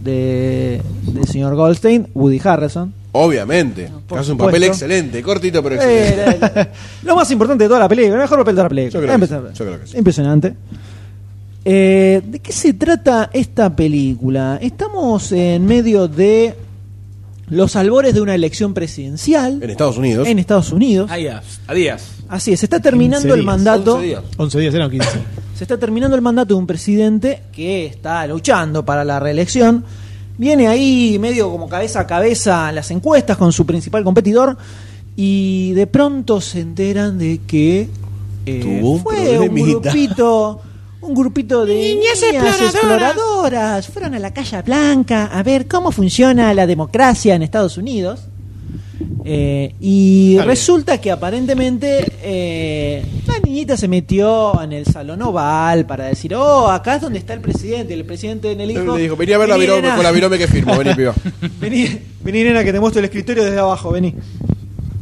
[SPEAKER 1] de, del señor Goldstein, Woody Harrison.
[SPEAKER 2] Obviamente.
[SPEAKER 1] por
[SPEAKER 2] Hace un
[SPEAKER 1] supuesto.
[SPEAKER 2] papel excelente, cortito pero excelente.
[SPEAKER 1] Eh, la- la- lo más importante de toda la película, el mejor papel de toda la película.
[SPEAKER 2] Yo creo que
[SPEAKER 1] Empezar-
[SPEAKER 2] sí, yo creo que sí.
[SPEAKER 1] Impresionante. Eh, ¿De qué se trata esta película? Estamos en medio de los albores de una elección
[SPEAKER 2] en
[SPEAKER 1] presidencial
[SPEAKER 2] Estados Unidos.
[SPEAKER 1] en Estados Unidos.
[SPEAKER 6] Adiós. Adiós.
[SPEAKER 1] Así es, se está terminando
[SPEAKER 4] 15
[SPEAKER 1] el
[SPEAKER 4] días,
[SPEAKER 1] mandato.
[SPEAKER 2] 11 días.
[SPEAKER 4] 11 días eran 15.
[SPEAKER 1] Se está terminando el mandato de un presidente que está luchando para la reelección. Viene ahí medio como cabeza a cabeza en las encuestas con su principal competidor y de pronto se enteran de que eh,
[SPEAKER 2] Tuvo un
[SPEAKER 1] fue un
[SPEAKER 2] problemita.
[SPEAKER 1] grupito, un grupito de niñas, exploradoras. Fueron a la calle Blanca a ver cómo funciona la democracia en Estados Unidos. Eh, y
[SPEAKER 4] Está bien.
[SPEAKER 1] resulta que aparentemente eh, la niñita se metió en el salón oval para decir, oh, acá es donde está el presidente. Y el presidente en el hijo.
[SPEAKER 2] Le dijo, vení a ver la virome, con la virome que firmo, vení piba.
[SPEAKER 1] [laughs] Vení, vení, nena, que te muestro el escritorio desde abajo, vení.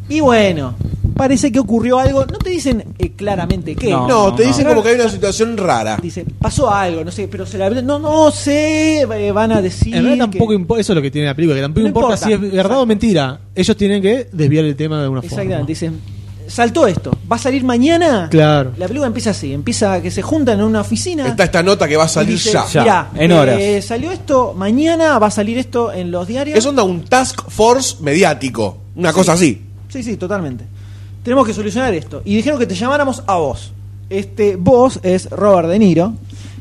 [SPEAKER 1] Y bueno, parece que ocurrió algo. No te dicen eh, claramente qué.
[SPEAKER 6] No,
[SPEAKER 2] No, te
[SPEAKER 6] no.
[SPEAKER 2] dicen como que hay una situación rara.
[SPEAKER 1] Dice, pasó algo, no sé, pero se la... No, no sé, eh, van a decir...
[SPEAKER 4] En realidad tampoco
[SPEAKER 1] que-
[SPEAKER 4] impo- eso es lo que tiene la película, que tampoco
[SPEAKER 1] No
[SPEAKER 4] importa,
[SPEAKER 1] importa.
[SPEAKER 4] si es verdad
[SPEAKER 1] Exacto.
[SPEAKER 4] o mentira. Ellos tienen que desviar el tema de alguna forma.
[SPEAKER 1] Exactamente, dicen, saltó esto, va a salir mañana.
[SPEAKER 4] Claro.
[SPEAKER 1] La película empieza así, empieza que se juntan en una oficina.
[SPEAKER 2] Está esta nota que va a
[SPEAKER 1] y
[SPEAKER 2] salir
[SPEAKER 1] dicen,
[SPEAKER 2] ya.
[SPEAKER 6] Ya.
[SPEAKER 1] "Mirá,
[SPEAKER 6] en
[SPEAKER 1] eh,
[SPEAKER 6] horas".
[SPEAKER 1] salió esto, mañana va a salir esto en los diarios.
[SPEAKER 2] Es onda un task force mediático. Una cosa así.
[SPEAKER 1] Sí, sí, totalmente. Tenemos que solucionar esto. Y dijeron que te llamáramos a vos. Este vos es Robert De Niro,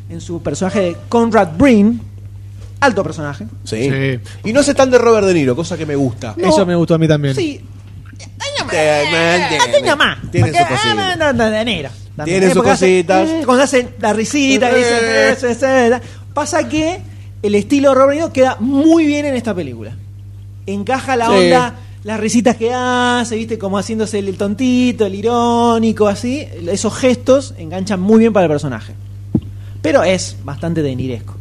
[SPEAKER 1] en su personaje de Conrad Breen, alto personaje.
[SPEAKER 2] Sí.
[SPEAKER 4] Sí.
[SPEAKER 2] Y no se están de Robert De Niro, cosa que me gusta.
[SPEAKER 1] No.
[SPEAKER 4] Eso me gustó a mí también.
[SPEAKER 1] Sí,
[SPEAKER 2] Te-
[SPEAKER 1] Así nomás.
[SPEAKER 2] Tiene
[SPEAKER 1] Porque,
[SPEAKER 2] su
[SPEAKER 1] ah,
[SPEAKER 2] posibilidad.
[SPEAKER 1] no, no, De Niro. También.
[SPEAKER 2] Tiene
[SPEAKER 1] Eh,
[SPEAKER 2] sus
[SPEAKER 1] porque hace,
[SPEAKER 2] cositas.
[SPEAKER 1] eh, cuando hacen la risita y dicen,
[SPEAKER 2] Eh.
[SPEAKER 1] "Eso, eso, eso". Pasa que el estilo de Robert De Niro queda muy bien en esta película. Encaja la
[SPEAKER 2] Sí.
[SPEAKER 1] onda, las risitas que hace, viste, como haciéndose el, el tontito, el irónico, así. Esos gestos enganchan muy bien para el personaje. Pero es bastante deniresco.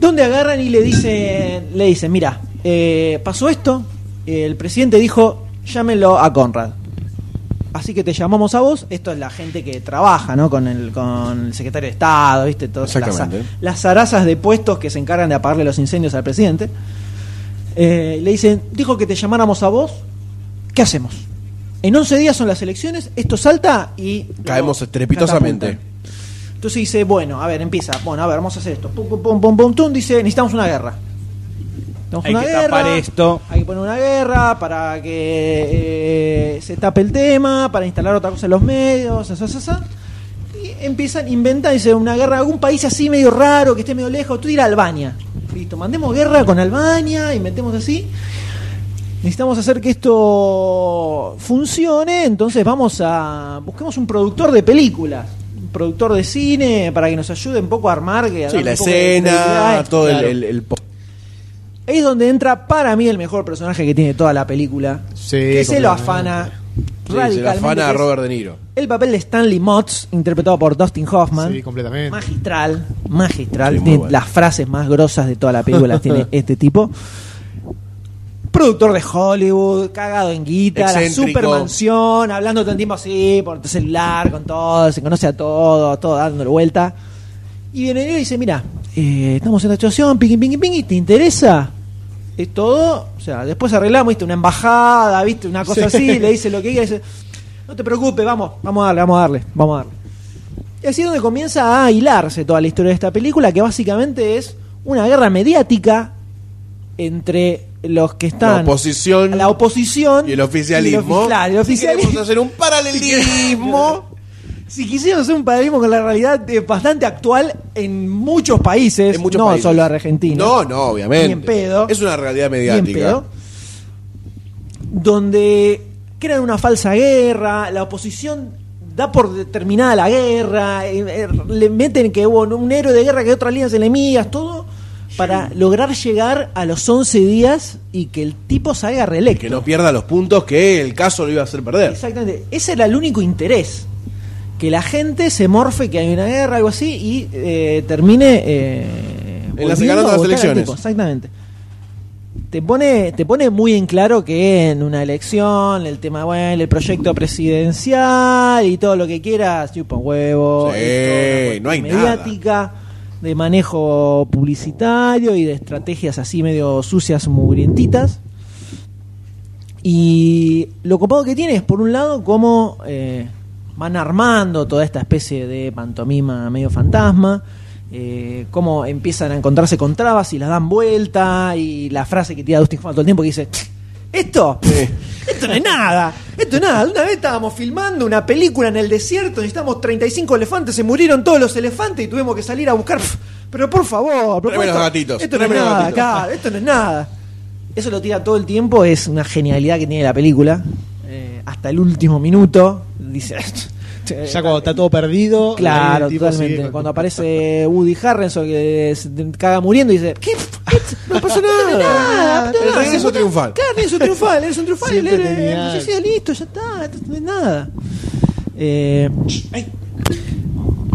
[SPEAKER 1] Donde agarran y le dicen, le dicen, mira, eh, pasó esto, eh, el presidente dijo, llámenlo a Conrad. Así que te llamamos a vos, esto es la gente que trabaja, ¿no? Con el, con el secretario de Estado, ¿viste? Todas las,
[SPEAKER 2] Exactamente.
[SPEAKER 1] las zarazas de puestos que se encargan de apagarle los incendios al presidente. Eh, le dicen, dijo que te llamáramos a vos, ¿qué hacemos? En 11 días son las elecciones, esto salta y... lo
[SPEAKER 2] Caemos estrepitosamente.
[SPEAKER 1] catapultan. Entonces dice, bueno, a ver, empieza. Bueno, a ver, vamos a hacer esto. Pum, pum, pum, pum, pum, tum. Dice, necesitamos una guerra. Necesitamos
[SPEAKER 6] Hay que tapar esto.
[SPEAKER 1] Hay que poner una guerra para que eh, se tape el tema, para instalar otra cosa en los medios, eso, eso, eso. Y empiezan, inventan, dice, una guerra, algún país así medio raro, que esté medio lejos. Tú ir a Albania. Listo, mandemos guerra con Albania, inventemos así. Necesitamos hacer que esto funcione, entonces vamos a. Busquemos un productor de películas, un productor de cine, para que nos ayude un poco a armar. Que a
[SPEAKER 2] Sí,
[SPEAKER 1] darle
[SPEAKER 2] la
[SPEAKER 1] un poco de
[SPEAKER 2] escena,
[SPEAKER 1] credibilidad.
[SPEAKER 2] todo el-
[SPEAKER 1] Claro.
[SPEAKER 2] el, el po-
[SPEAKER 1] Ahí es donde entra para mí el mejor personaje que tiene toda la película.
[SPEAKER 4] Sí,
[SPEAKER 1] que se lo
[SPEAKER 4] completamente.
[SPEAKER 1] afana
[SPEAKER 2] sí, se la
[SPEAKER 1] radicalmente.
[SPEAKER 2] afana
[SPEAKER 1] que
[SPEAKER 2] a
[SPEAKER 1] es
[SPEAKER 2] Robert De Niro.
[SPEAKER 1] El papel de Stanley Motz, interpretado por Dustin Hoffman.
[SPEAKER 4] Sí, completamente.
[SPEAKER 1] Magistral, magistral.
[SPEAKER 2] Sí, muy
[SPEAKER 1] Tiene
[SPEAKER 2] bueno.
[SPEAKER 1] Las frases más grosas de toda la película las
[SPEAKER 4] [laughs]
[SPEAKER 1] tiene este tipo. Productor de Hollywood, cagado en guita, la
[SPEAKER 2] Excéntrico.
[SPEAKER 1] supermansión, hablando todo el tiempo así, por celular, con todo, se conoce a todo, todo dándole vuelta. Y viene y dice, mira, eh, estamos en la situación, pingui, pingui, pingui, ¿te interesa? Es todo, o sea, después arreglamos, viste, una embajada, viste, una cosa así, le dice lo que quiera, dice, no te preocupes, vamos, vamos a darle, vamos a darle, vamos a darle. Y así es donde comienza a hilarse toda la historia de esta película, que básicamente es una guerra mediática entre los que están...
[SPEAKER 2] La oposición
[SPEAKER 1] La oposición...
[SPEAKER 2] Y el
[SPEAKER 1] y
[SPEAKER 2] oficialismo.
[SPEAKER 1] el ofi- claro, el
[SPEAKER 2] Si
[SPEAKER 1] oficialismo-
[SPEAKER 2] queremos hacer un
[SPEAKER 1] [laughs]
[SPEAKER 2] paralelismo.
[SPEAKER 1] si quisieron hacer un paralelismo con la realidad eh, bastante actual en muchos países,
[SPEAKER 2] en muchos
[SPEAKER 1] no
[SPEAKER 2] países.
[SPEAKER 1] solo Argentina.
[SPEAKER 2] No, no, obviamente.
[SPEAKER 1] Ni en pedo.
[SPEAKER 2] Es una realidad
[SPEAKER 1] bien
[SPEAKER 2] mediática.
[SPEAKER 1] pedo, donde crean una falsa guerra, la oposición da por terminada la guerra, eh, eh, le meten que hubo un héroe de guerra que otra alianza enemigas, todo para lograr llegar a los 11 días y que el tipo salga reelecto.
[SPEAKER 2] Que no pierda los puntos que el caso lo iba a hacer perder.
[SPEAKER 1] Exactamente. Ese era el único interés. Que la gente se morfe, que hay una guerra, algo así, y eh, termine. eh,
[SPEAKER 2] En las-
[SPEAKER 1] volviendo
[SPEAKER 2] ganando
[SPEAKER 1] a
[SPEAKER 2] las
[SPEAKER 1] votar al
[SPEAKER 2] elecciones.
[SPEAKER 1] tipo. Exactamente. Te pone, te pone muy en claro que en una elección, el tema, bueno, el proyecto presidencial y todo lo que quieras, chupa un huevo,
[SPEAKER 2] Sí,
[SPEAKER 1] es toda una
[SPEAKER 2] no hay
[SPEAKER 1] cuestión
[SPEAKER 2] nada.
[SPEAKER 1] mediática, de manejo publicitario y de estrategias así medio sucias, mugrientitas. Y lo copado que tiene es, por un lado, cómo eh, van armando toda esta especie de pantomima medio fantasma, eh, cómo empiezan a encontrarse con trabas y las dan vuelta, y la frase que tira Dustin Hoffman todo el tiempo que dice, esto, esto no es nada, esto es nada. Una vez estábamos filmando una película en el desierto, necesitamos 35 elefantes, se murieron todos los elefantes y tuvimos que salir a buscar, "Pff, pero por favor, pero
[SPEAKER 2] Tráeme los
[SPEAKER 1] esto-
[SPEAKER 2] gatitos,
[SPEAKER 1] esto no es
[SPEAKER 2] tráeme los
[SPEAKER 1] nada,
[SPEAKER 2] gatitos".
[SPEAKER 1] claro, esto no es nada. Eso lo tira todo el tiempo, es una genialidad que tiene la película. Eh, hasta el último minuto, dice. [laughs]
[SPEAKER 4] Ya cuando está todo perdido.
[SPEAKER 1] Claro,
[SPEAKER 4] el tipo
[SPEAKER 1] totalmente.
[SPEAKER 4] sigue con-
[SPEAKER 1] Cuando aparece Woody Harrelson que se caga muriendo y dice, ¿qué? No
[SPEAKER 4] [laughs]
[SPEAKER 1] pasó nada.
[SPEAKER 2] El regreso triunfal.
[SPEAKER 1] Claro, regreso triunfal, el regreso triunfal.
[SPEAKER 4] Siempre
[SPEAKER 1] el- el- el-
[SPEAKER 4] tenía-
[SPEAKER 1] sí, sí, listo, ya está, esto no es nada. Eh, ay.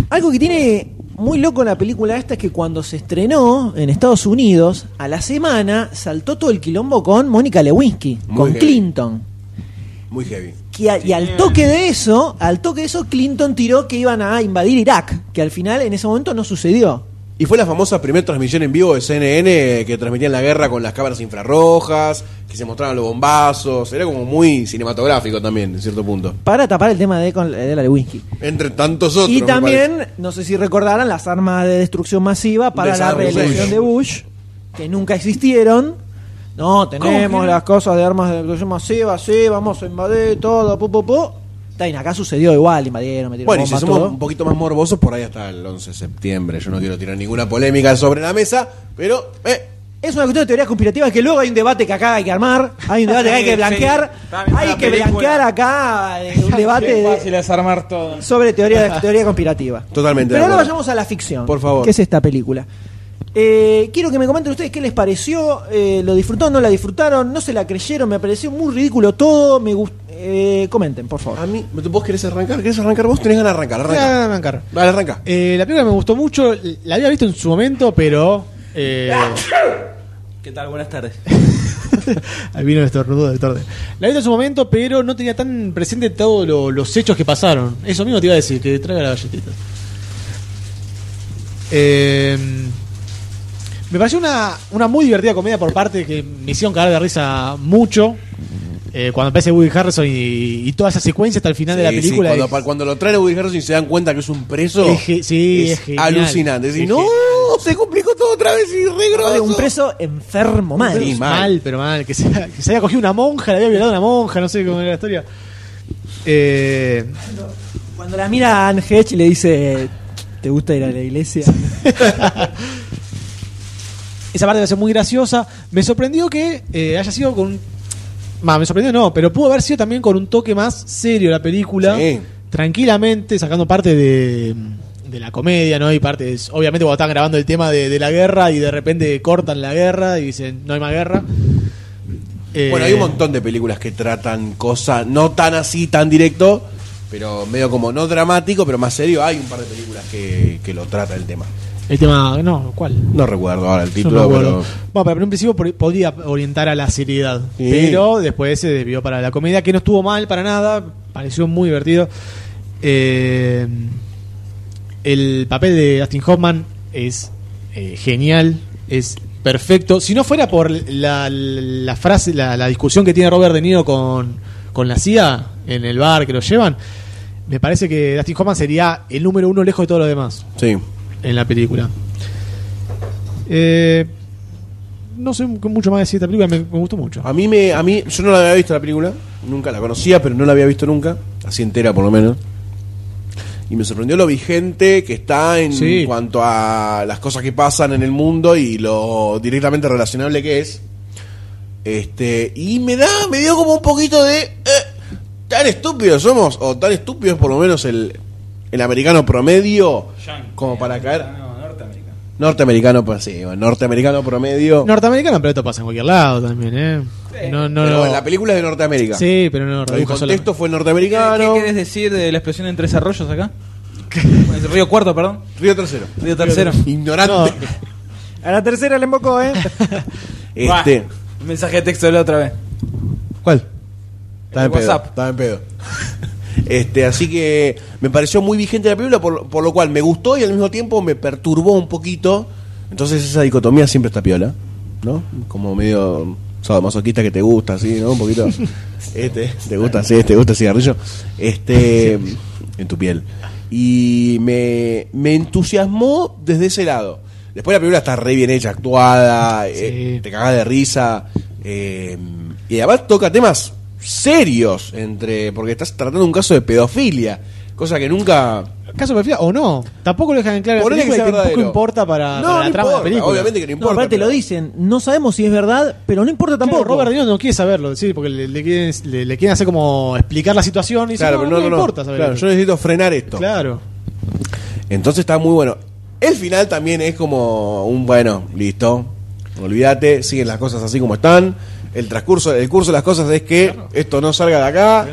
[SPEAKER 1] algo que tiene muy loco la película esta es que cuando se estrenó en Estados Unidos, a la semana saltó todo el quilombo con Mónica Lewinsky,
[SPEAKER 2] Muy
[SPEAKER 1] con
[SPEAKER 2] heavy.
[SPEAKER 1] Clinton.
[SPEAKER 2] Muy heavy.
[SPEAKER 1] Que a- y al toque de eso, al toque de eso, Clinton tiró que iban a invadir Irak, que al final en ese momento no sucedió.
[SPEAKER 2] Y fue la famosa primera transmisión en vivo de CNN que transmitían la guerra con las cámaras infrarrojas, que se mostraban los bombazos. Era como muy cinematográfico también, en cierto punto.
[SPEAKER 1] Para tapar el tema de, con- de la Lewinsky.
[SPEAKER 2] Entre tantos otros.
[SPEAKER 1] Y
[SPEAKER 2] me
[SPEAKER 1] también, no sé si recordarán, las armas de destrucción masiva para la
[SPEAKER 2] Desarme,
[SPEAKER 1] reelección
[SPEAKER 2] Bush.
[SPEAKER 1] de Bush, que nunca existieron. No, tenemos las cosas de armas de destrucción masiva, sí, vamos a invadir todo, pu, pu, pu. Está bien, acá sucedió igual, invadieron, metieron
[SPEAKER 2] Bueno, y si
[SPEAKER 1] bombas,
[SPEAKER 2] somos
[SPEAKER 1] todo.
[SPEAKER 2] un poquito más morbosos, por ahí hasta el 11 de septiembre. Yo no quiero tirar ninguna polémica sobre la mesa, pero eh,
[SPEAKER 1] Es una cuestión de teorías conspirativas que luego hay un debate que acá hay que armar, hay un debate que hay que
[SPEAKER 6] [laughs] Sí,
[SPEAKER 1] blanquear,
[SPEAKER 6] estaba viendo
[SPEAKER 1] hay
[SPEAKER 6] una
[SPEAKER 1] que
[SPEAKER 6] película.
[SPEAKER 1] blanquear acá eh,
[SPEAKER 6] [laughs]
[SPEAKER 1] un debate
[SPEAKER 6] Qué
[SPEAKER 1] de-
[SPEAKER 6] fácil es armar todo.
[SPEAKER 1] sobre
[SPEAKER 6] [laughs]
[SPEAKER 1] teoría, teoría conspirativa.
[SPEAKER 2] Totalmente de
[SPEAKER 1] Pero ahora
[SPEAKER 2] acuerdo.
[SPEAKER 1] vayamos a la ficción.
[SPEAKER 2] Por favor.
[SPEAKER 1] Que es esta película. Eh, quiero que me comenten ustedes qué les pareció. eh, ¿Lo disfrutaron? ¿No la disfrutaron? ¿No se la creyeron? Me pareció muy ridículo todo. Me gust- eh, comenten, por favor.
[SPEAKER 2] A mí, ¿vos querés arrancar? ¿Querés arrancar? Vos tenés ganas de arrancar,
[SPEAKER 4] Voy
[SPEAKER 2] arranca.
[SPEAKER 4] a arrancar.
[SPEAKER 2] Dale, arranca.
[SPEAKER 4] Eh, la película me gustó mucho, la había visto en su momento, pero.
[SPEAKER 2] [laughs]
[SPEAKER 4] eh, [laughs]
[SPEAKER 6] ¿Qué tal? Buenas tardes.
[SPEAKER 4] ahí vino el estornudo del torre. La había visto en su momento, pero no tenía tan presente todos lo- los hechos que pasaron. Eso mismo te iba a decir, que traiga las galletitas. Eh, me pareció una, una muy divertida comedia por parte que me hicieron cagar de risa mucho. eh, cuando aparece Woody Harrison y, y toda esa secuencia hasta el final de la
[SPEAKER 2] Sí, sí,
[SPEAKER 4] película.
[SPEAKER 2] cuando,
[SPEAKER 4] es-
[SPEAKER 2] pa- cuando lo traen a Woody Harrelson y se dan cuenta que es un preso,
[SPEAKER 4] Es ge- sí, es genial.
[SPEAKER 2] alucinante. Decís,
[SPEAKER 4] Es
[SPEAKER 2] no,
[SPEAKER 4] genial.
[SPEAKER 2] se complicó todo otra vez y re grosso".
[SPEAKER 1] De un preso enfermo mal.
[SPEAKER 2] Sí,
[SPEAKER 4] mal.
[SPEAKER 2] mal.
[SPEAKER 4] pero mal. Que se, que se había cogido una monja, le había violado una monja, no sé cómo era la historia. Eh,
[SPEAKER 1] Cuando la mira Anne Hedge y le dice: ¿Te gusta ir a la iglesia?
[SPEAKER 4] esa parte debe ser muy graciosa. Me sorprendió que eh, haya sido con. un- Bah, me sorprendió no, pero pudo haber sido también con un toque más serio la película.
[SPEAKER 2] Sí.
[SPEAKER 4] Tranquilamente, sacando parte de, de la comedia, ¿no? Y partes. Obviamente, cuando estaban grabando el tema de, de la guerra y de repente cortan la guerra y dicen, no hay más guerra. Eh,
[SPEAKER 2] Bueno, hay un montón de películas que tratan cosas no tan así, tan directo, pero medio como no dramático, pero más serio. Hay un par de películas que, que lo trata el tema.
[SPEAKER 4] Eh, El tema. No, ¿cuál?
[SPEAKER 2] No recuerdo ahora el
[SPEAKER 4] Yo
[SPEAKER 2] título,
[SPEAKER 4] no me acuerdo.
[SPEAKER 2] pero.
[SPEAKER 4] Bueno, pero en un principio por- podía orientar a la seriedad.
[SPEAKER 2] Sí.
[SPEAKER 4] Pero después se desvió para la comedia, que no estuvo mal para nada. Pareció muy divertido. Eh, el papel de Dustin Hoffman es eh, genial, es perfecto. Si no fuera por la, la frase, la, la discusión que tiene Robert De Niro con, con la CIA en el bar que lo llevan, me parece que Dustin Hoffman sería el número uno lejos de todos los demás
[SPEAKER 2] Sí.
[SPEAKER 4] en la película. Eh, no sé m- mucho más decir de esta película, me, me gustó mucho.
[SPEAKER 2] A mí, me, a mí, yo no la había visto la película, nunca la conocía, pero no la había visto nunca, así entera por lo menos. Y me sorprendió lo vigente que está en
[SPEAKER 4] Sí.
[SPEAKER 2] cuanto a las cosas que pasan en el mundo y lo directamente relacionable que es. Este, y me da, me dio como un poquito de eh, tan estúpidos somos, o tan estúpidos por lo menos el, el americano promedio, como para caer. Norteamericano, pues sí, bueno, norteamericano promedio.
[SPEAKER 4] Norteamericano, pero esto pasa en cualquier lado también, ¿eh? No, no
[SPEAKER 2] pero
[SPEAKER 4] lo-
[SPEAKER 2] bueno, la película es de Norteamérica.
[SPEAKER 4] Sí, pero no lo
[SPEAKER 2] El
[SPEAKER 4] redujo
[SPEAKER 2] contexto
[SPEAKER 4] solamente.
[SPEAKER 2] fue
[SPEAKER 6] ¿Qué,
[SPEAKER 2] norteamericano.
[SPEAKER 6] qué querés decir de la explosión en Tres Arroyos acá? Bueno, es Río Cuarto, perdón.
[SPEAKER 2] Río Tercero.
[SPEAKER 6] Río Tercero.
[SPEAKER 2] Ignorante.
[SPEAKER 1] [laughs] A la tercera le embocó, ¿eh?
[SPEAKER 2] Este.
[SPEAKER 6] Buah, un mensaje de texto de la otra vez.
[SPEAKER 2] ¿Cuál? Estaba en
[SPEAKER 6] El
[SPEAKER 2] pedo.
[SPEAKER 6] WhatsApp.
[SPEAKER 2] Estaba en pedo. [laughs] Este, así que me pareció muy vigente la película, por, por lo cual me gustó y al mismo tiempo me perturbó un poquito. Entonces esa dicotomía siempre está piola, ¿no? Como medio sadomasoquista que te gusta, así, ¿no? Un [laughs] poquito. Este, te gusta así, te gusta el cigarrillo. Este, [laughs] en tu piel. Y me, me entusiasmó desde ese lado. Después la película está re bien hecha, actuada, eh, te cagás de risa. eh, y además toca temas serios entre porque estás tratando un caso de pedofilia, cosa que nunca
[SPEAKER 4] Caso perfil o no. Tampoco lo dejan en claro. en la
[SPEAKER 2] Ponele que
[SPEAKER 4] película
[SPEAKER 2] sea
[SPEAKER 4] y tampoco
[SPEAKER 2] verdadero.
[SPEAKER 4] importa
[SPEAKER 2] No,
[SPEAKER 4] para, Ah, para
[SPEAKER 2] no
[SPEAKER 4] la trama de la
[SPEAKER 2] importa,
[SPEAKER 4] película.
[SPEAKER 2] obviamente que no
[SPEAKER 1] No,
[SPEAKER 2] importa.
[SPEAKER 1] aparte lo
[SPEAKER 2] pero-
[SPEAKER 1] dicen. No sabemos si es verdad, pero no importa
[SPEAKER 4] Claro,
[SPEAKER 1] tampoco.
[SPEAKER 4] Robert De Niro no quiere saberlo, sí, porque le, le quieren, le, le quieren hacer como explicar la situación y dice,
[SPEAKER 2] Claro, pero no,
[SPEAKER 4] no,
[SPEAKER 2] no, no.
[SPEAKER 4] importa saber
[SPEAKER 2] Claro,
[SPEAKER 4] esto".
[SPEAKER 2] yo necesito frenar esto.
[SPEAKER 4] Claro.
[SPEAKER 2] Entonces está muy bueno. El final también es como un bueno, listo. Olvídate, siguen las cosas así como están. El transcurso, el curso de las cosas es que esto no salga de acá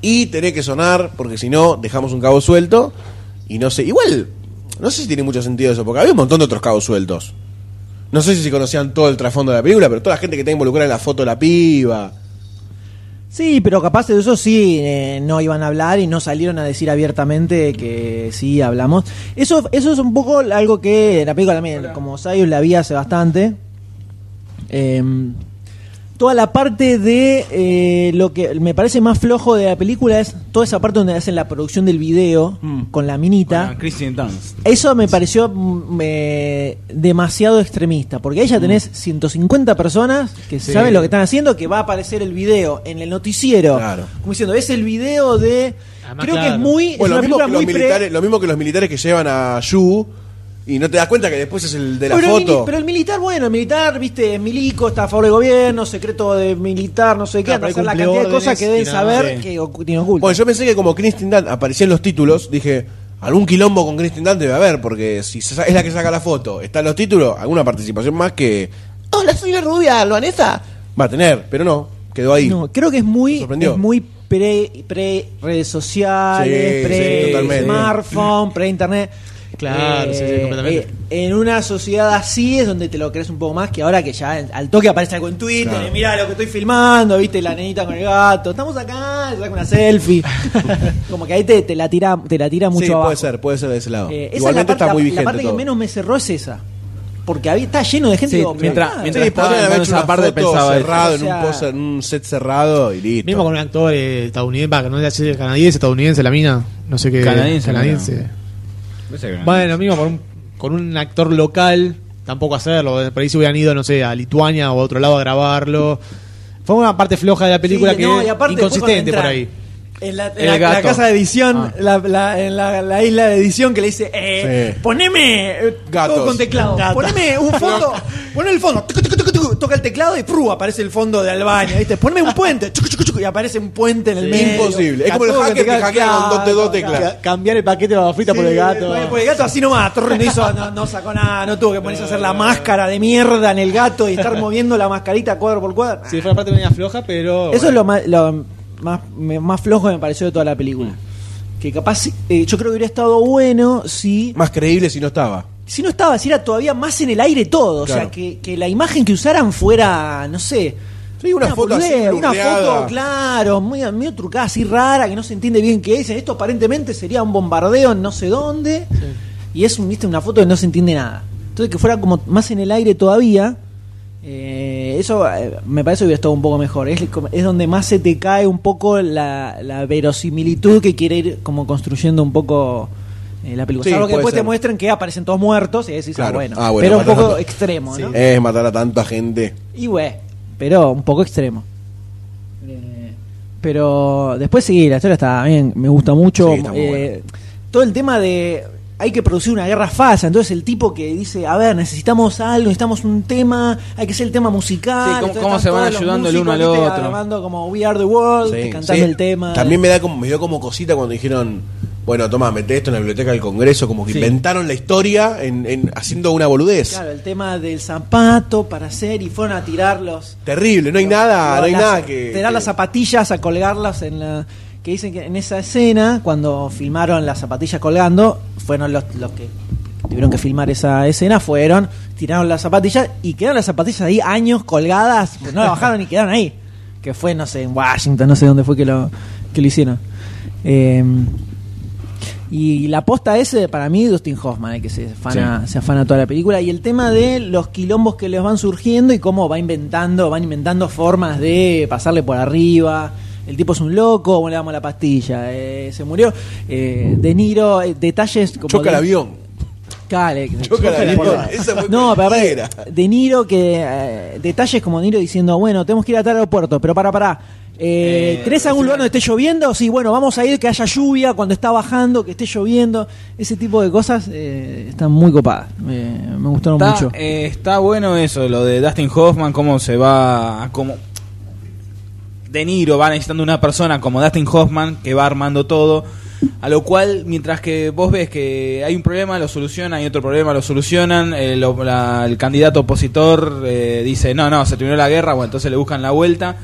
[SPEAKER 2] y tenés que sonar porque si no dejamos un cabo suelto y no sé, igual no sé si tiene mucho sentido eso porque había un montón de otros cabos sueltos. No sé si se conocían todo el trasfondo de la película, pero toda la gente que está involucrada en la foto de la piba.
[SPEAKER 1] Sí, pero capaz de eso sí eh, no iban a hablar y no salieron a decir abiertamente que sí hablamos. Eso, eso es un poco algo que la película también, como Sayus la vi hace bastante. Em, toda la parte de eh, lo que me parece más flojo de la película es toda esa parte donde hacen la producción del video con la minita.
[SPEAKER 6] Bueno, Christian Dunst.
[SPEAKER 1] Eso me pareció mm, eh, demasiado extremista, porque
[SPEAKER 2] Mm.
[SPEAKER 1] ahí ya tenés 150 personas que
[SPEAKER 4] Sí.
[SPEAKER 1] saben lo que están haciendo, que va a aparecer el video en el noticiero.
[SPEAKER 2] Claro.
[SPEAKER 1] Como diciendo, es el video de...
[SPEAKER 4] Además,
[SPEAKER 1] creo que
[SPEAKER 4] claro.
[SPEAKER 1] es muy... es
[SPEAKER 2] Bueno, lo
[SPEAKER 1] una
[SPEAKER 2] mismo, que
[SPEAKER 1] película
[SPEAKER 2] los
[SPEAKER 1] muy pre-
[SPEAKER 2] militares, lo mismo que los militares que llevan a Yu Y no te das cuenta que después es el de la
[SPEAKER 1] pero, El,
[SPEAKER 2] foto.
[SPEAKER 1] mili- pero el militar, bueno, el militar, viste, es milico, está a favor del gobierno, secreto de militar, no sé qué,
[SPEAKER 4] Claro,
[SPEAKER 1] anda a
[SPEAKER 4] pero
[SPEAKER 1] hacer la
[SPEAKER 4] cumple
[SPEAKER 1] cantidad de cosas
[SPEAKER 4] órdenes
[SPEAKER 1] que
[SPEAKER 4] y
[SPEAKER 1] deben
[SPEAKER 4] nada
[SPEAKER 1] saber
[SPEAKER 4] más.
[SPEAKER 1] que ocu- tienen oculto.
[SPEAKER 2] Bueno, yo pensé que como Kristen Dunn aparecía en los títulos, dije, algún quilombo con Kristen Dunn debe haber, porque si se sa- es la que saca la foto, está en los títulos, alguna participación más que... Hola, soy la rubia, Luanesa. Va a tener, pero no, quedó ahí.
[SPEAKER 1] No, creo que es
[SPEAKER 2] Me
[SPEAKER 1] muy,
[SPEAKER 2] sorprendió.
[SPEAKER 1] es muy pre, pre redes sociales,
[SPEAKER 2] Sí, sí,
[SPEAKER 1] pre
[SPEAKER 2] totalmente.
[SPEAKER 1] smartphone, pre internet. Eh,
[SPEAKER 4] Claro, sí, sí, completamente.
[SPEAKER 1] en una sociedad así es donde te lo crees un poco más que ahora que ya en- al toque aparece algo en Twitter,
[SPEAKER 2] Claro.
[SPEAKER 1] y mirá lo que estoy filmando, viste, la nenita con el gato, estamos acá, saca una
[SPEAKER 2] [laughs]
[SPEAKER 1] selfie. Como que ahí te, te la tira, te la tira mucho
[SPEAKER 2] sí,
[SPEAKER 1] abajo.
[SPEAKER 2] puede ser, puede ser de ese lado.
[SPEAKER 1] Eh, esa
[SPEAKER 2] Igualmente
[SPEAKER 1] es la parte,
[SPEAKER 2] está muy
[SPEAKER 1] la-
[SPEAKER 2] vigente
[SPEAKER 1] La parte
[SPEAKER 2] todo.
[SPEAKER 1] que menos me cerró es esa. Porque había, está lleno de gente
[SPEAKER 6] Sí,
[SPEAKER 1] digo, pero
[SPEAKER 6] mientras-
[SPEAKER 1] nada,
[SPEAKER 6] mientras
[SPEAKER 2] Sí,
[SPEAKER 6] estaba
[SPEAKER 2] podrían haber
[SPEAKER 6] andando
[SPEAKER 2] hecho
[SPEAKER 6] esa
[SPEAKER 2] una
[SPEAKER 6] parte,
[SPEAKER 2] foto
[SPEAKER 6] pensaba eso.
[SPEAKER 2] cerrado,
[SPEAKER 1] O sea-
[SPEAKER 2] en un póster, en un set cerrado y listo.
[SPEAKER 4] Mismo con un actor eh, estadounidense, va, que no sé si es canadiense, estadounidense, la mina, no sé qué.
[SPEAKER 6] Canadiense,
[SPEAKER 4] canadiense. Bueno, mismo con un, con un actor local, tampoco hacerlo. eh, Por ahí se hubieran ido, no sé, a Lituania o a otro lado a grabarlo. Fue una parte floja de la película
[SPEAKER 1] Sí,
[SPEAKER 4] que
[SPEAKER 1] no, y
[SPEAKER 4] es
[SPEAKER 1] aparte después cuando
[SPEAKER 4] inconsistente
[SPEAKER 1] entra
[SPEAKER 4] por ahí.
[SPEAKER 1] En la, en
[SPEAKER 6] El
[SPEAKER 1] la- la
[SPEAKER 6] gato.
[SPEAKER 1] casa de edición,
[SPEAKER 6] Ah.
[SPEAKER 1] la, la- en la, la isla de edición que le dice, eh,
[SPEAKER 2] Sí.
[SPEAKER 1] poneme eh,
[SPEAKER 2] Gatos.
[SPEAKER 1] todo con teclado, poneme un fondo, poneme el fondo, tucu, tucu, tucu, tucu, toca el teclado y ¡pru! aparece el fondo de Albania, ¿viste? Poneme un puente, chucu, chucu, chucu, y aparece un puente en el medio.
[SPEAKER 2] Imposible. Es como el
[SPEAKER 1] Todo
[SPEAKER 2] hacker
[SPEAKER 1] teclado,
[SPEAKER 2] que hackea con dos te- dos
[SPEAKER 1] claro,
[SPEAKER 2] teclas.
[SPEAKER 1] claro.
[SPEAKER 4] Ca- Cambiar el paquete de babafrita por el gato.
[SPEAKER 1] Sí, Por el gato así nomás, torre, no, hizo, no, no sacó nada, no tuvo que ponerse a hacer la máscara de mierda en el gato y estar moviendo la mascarita cuadro por cuadro.
[SPEAKER 4] Sí, fue una parte media floja, pero.
[SPEAKER 1] Eso es lo más, lo más, me- más flojo que me pareció de toda la película. Que capaz, eh, yo creo que hubiera estado bueno si,
[SPEAKER 2] Más creíble si no estaba.
[SPEAKER 1] si no estaba, si era todavía más en el aire todo. O
[SPEAKER 2] Claro.
[SPEAKER 1] sea, que, que la imagen que usaran fuera, no sé.
[SPEAKER 2] Sí, una foto así,
[SPEAKER 1] boludez, Una
[SPEAKER 2] blurreada.
[SPEAKER 1] foto, claro, muy, medio trucada, así rara, que no se entiende bien qué es. Esto aparentemente sería un bombardeo en no sé dónde. Y es un- viste, una foto que no se entiende nada. Entonces, que fuera como más en el aire todavía. Eh, eso eh, me parece que hubiera estado un poco mejor. Es, como- es donde más se te cae un poco la, la verosimilitud que quiere ir como construyendo un poco eh, la película.
[SPEAKER 2] Sí,
[SPEAKER 1] Salvo que
[SPEAKER 2] puede
[SPEAKER 1] después
[SPEAKER 2] ser.
[SPEAKER 1] te muestren que aparecen todos muertos y decís, ah,
[SPEAKER 2] Claro.
[SPEAKER 1] bueno.
[SPEAKER 2] Ah, bueno,
[SPEAKER 1] Pero un
[SPEAKER 2] bueno.
[SPEAKER 1] poco extremo, ¿no?
[SPEAKER 2] Es matar a tanta gente.
[SPEAKER 1] Y güey, pero un poco extremo. Eh, Pero después sí, la historia está bien, me gusta mucho.
[SPEAKER 2] Sí, está muy
[SPEAKER 1] Eh, Todo el tema de hay que producir una guerra falsa, entonces el tipo que dice, a ver, necesitamos algo, necesitamos un tema, hay que ser el tema musical.
[SPEAKER 6] Sí, cómo-
[SPEAKER 1] entonces
[SPEAKER 6] cómo
[SPEAKER 1] están
[SPEAKER 6] se van
[SPEAKER 1] todos los
[SPEAKER 6] ayudando el uno al
[SPEAKER 1] músicos, ¿viste?
[SPEAKER 6] otro.
[SPEAKER 1] Armando como We Are the World,
[SPEAKER 2] Sí,
[SPEAKER 1] cantando
[SPEAKER 2] sí.
[SPEAKER 1] el tema.
[SPEAKER 2] También me, da como, me dio como cosita cuando dijeron, bueno, toma, meté esto en la biblioteca del Congreso, como que inventaron la historia en, en- haciendo una boludez.
[SPEAKER 1] Claro, el tema del zapato para hacer y fueron a tirarlos.
[SPEAKER 2] Terrible, no hay nada, no hay
[SPEAKER 1] las-
[SPEAKER 2] nada que...
[SPEAKER 1] Te dan
[SPEAKER 2] que-
[SPEAKER 1] las zapatillas a colgarlas en la. Que dicen que en esa escena, cuando filmaron las zapatillas colgando, fueron los, los que tuvieron que filmar esa escena, fueron, tiraron las zapatillas y quedaron las zapatillas ahí años colgadas, pues no la bajaron y quedaron ahí. Que fue, no sé, en Washington, no sé dónde fue que lo, que lo hicieron. Eh, y la posta ese, para mí, Dustin Hoffman, el que se afana, se afana toda la película. Y el tema de los quilombos que les van surgiendo y cómo va inventando, van inventando formas de pasarle por arriba. El tipo es un loco, ¿cómo le damos la pastilla? Eh, se murió. Eh, de Niro, eh, detalles como.
[SPEAKER 2] Choca
[SPEAKER 1] de-
[SPEAKER 2] el avión.
[SPEAKER 1] Cale,
[SPEAKER 2] Choca el avión.
[SPEAKER 1] por la-
[SPEAKER 2] Esa fue
[SPEAKER 1] no, pero aparte,
[SPEAKER 2] cualquiera.
[SPEAKER 1] De Niro, que. eh, detalles como De Niro diciendo, bueno, tenemos que ir a tal aeropuerto, pero para, para. Eh,
[SPEAKER 6] Eh,
[SPEAKER 1] ¿Tenés algún lugar donde esté lloviendo? Sí, bueno, vamos a ir que haya lluvia, cuando está bajando, que esté lloviendo. Ese tipo de cosas eh, están muy copadas. Me- me gustaron
[SPEAKER 6] Está,
[SPEAKER 1] mucho.
[SPEAKER 6] eh, está bueno eso, lo de Dustin Hoffman, cómo se va, cómo De Niro va necesitando una persona como Dustin Hoffman que va armando todo, a lo cual mientras que vos ves que hay un problema lo solucionan y otro problema lo solucionan, eh, lo- la- el candidato opositor eh, dice no no se terminó la guerra, bueno entonces le buscan la vuelta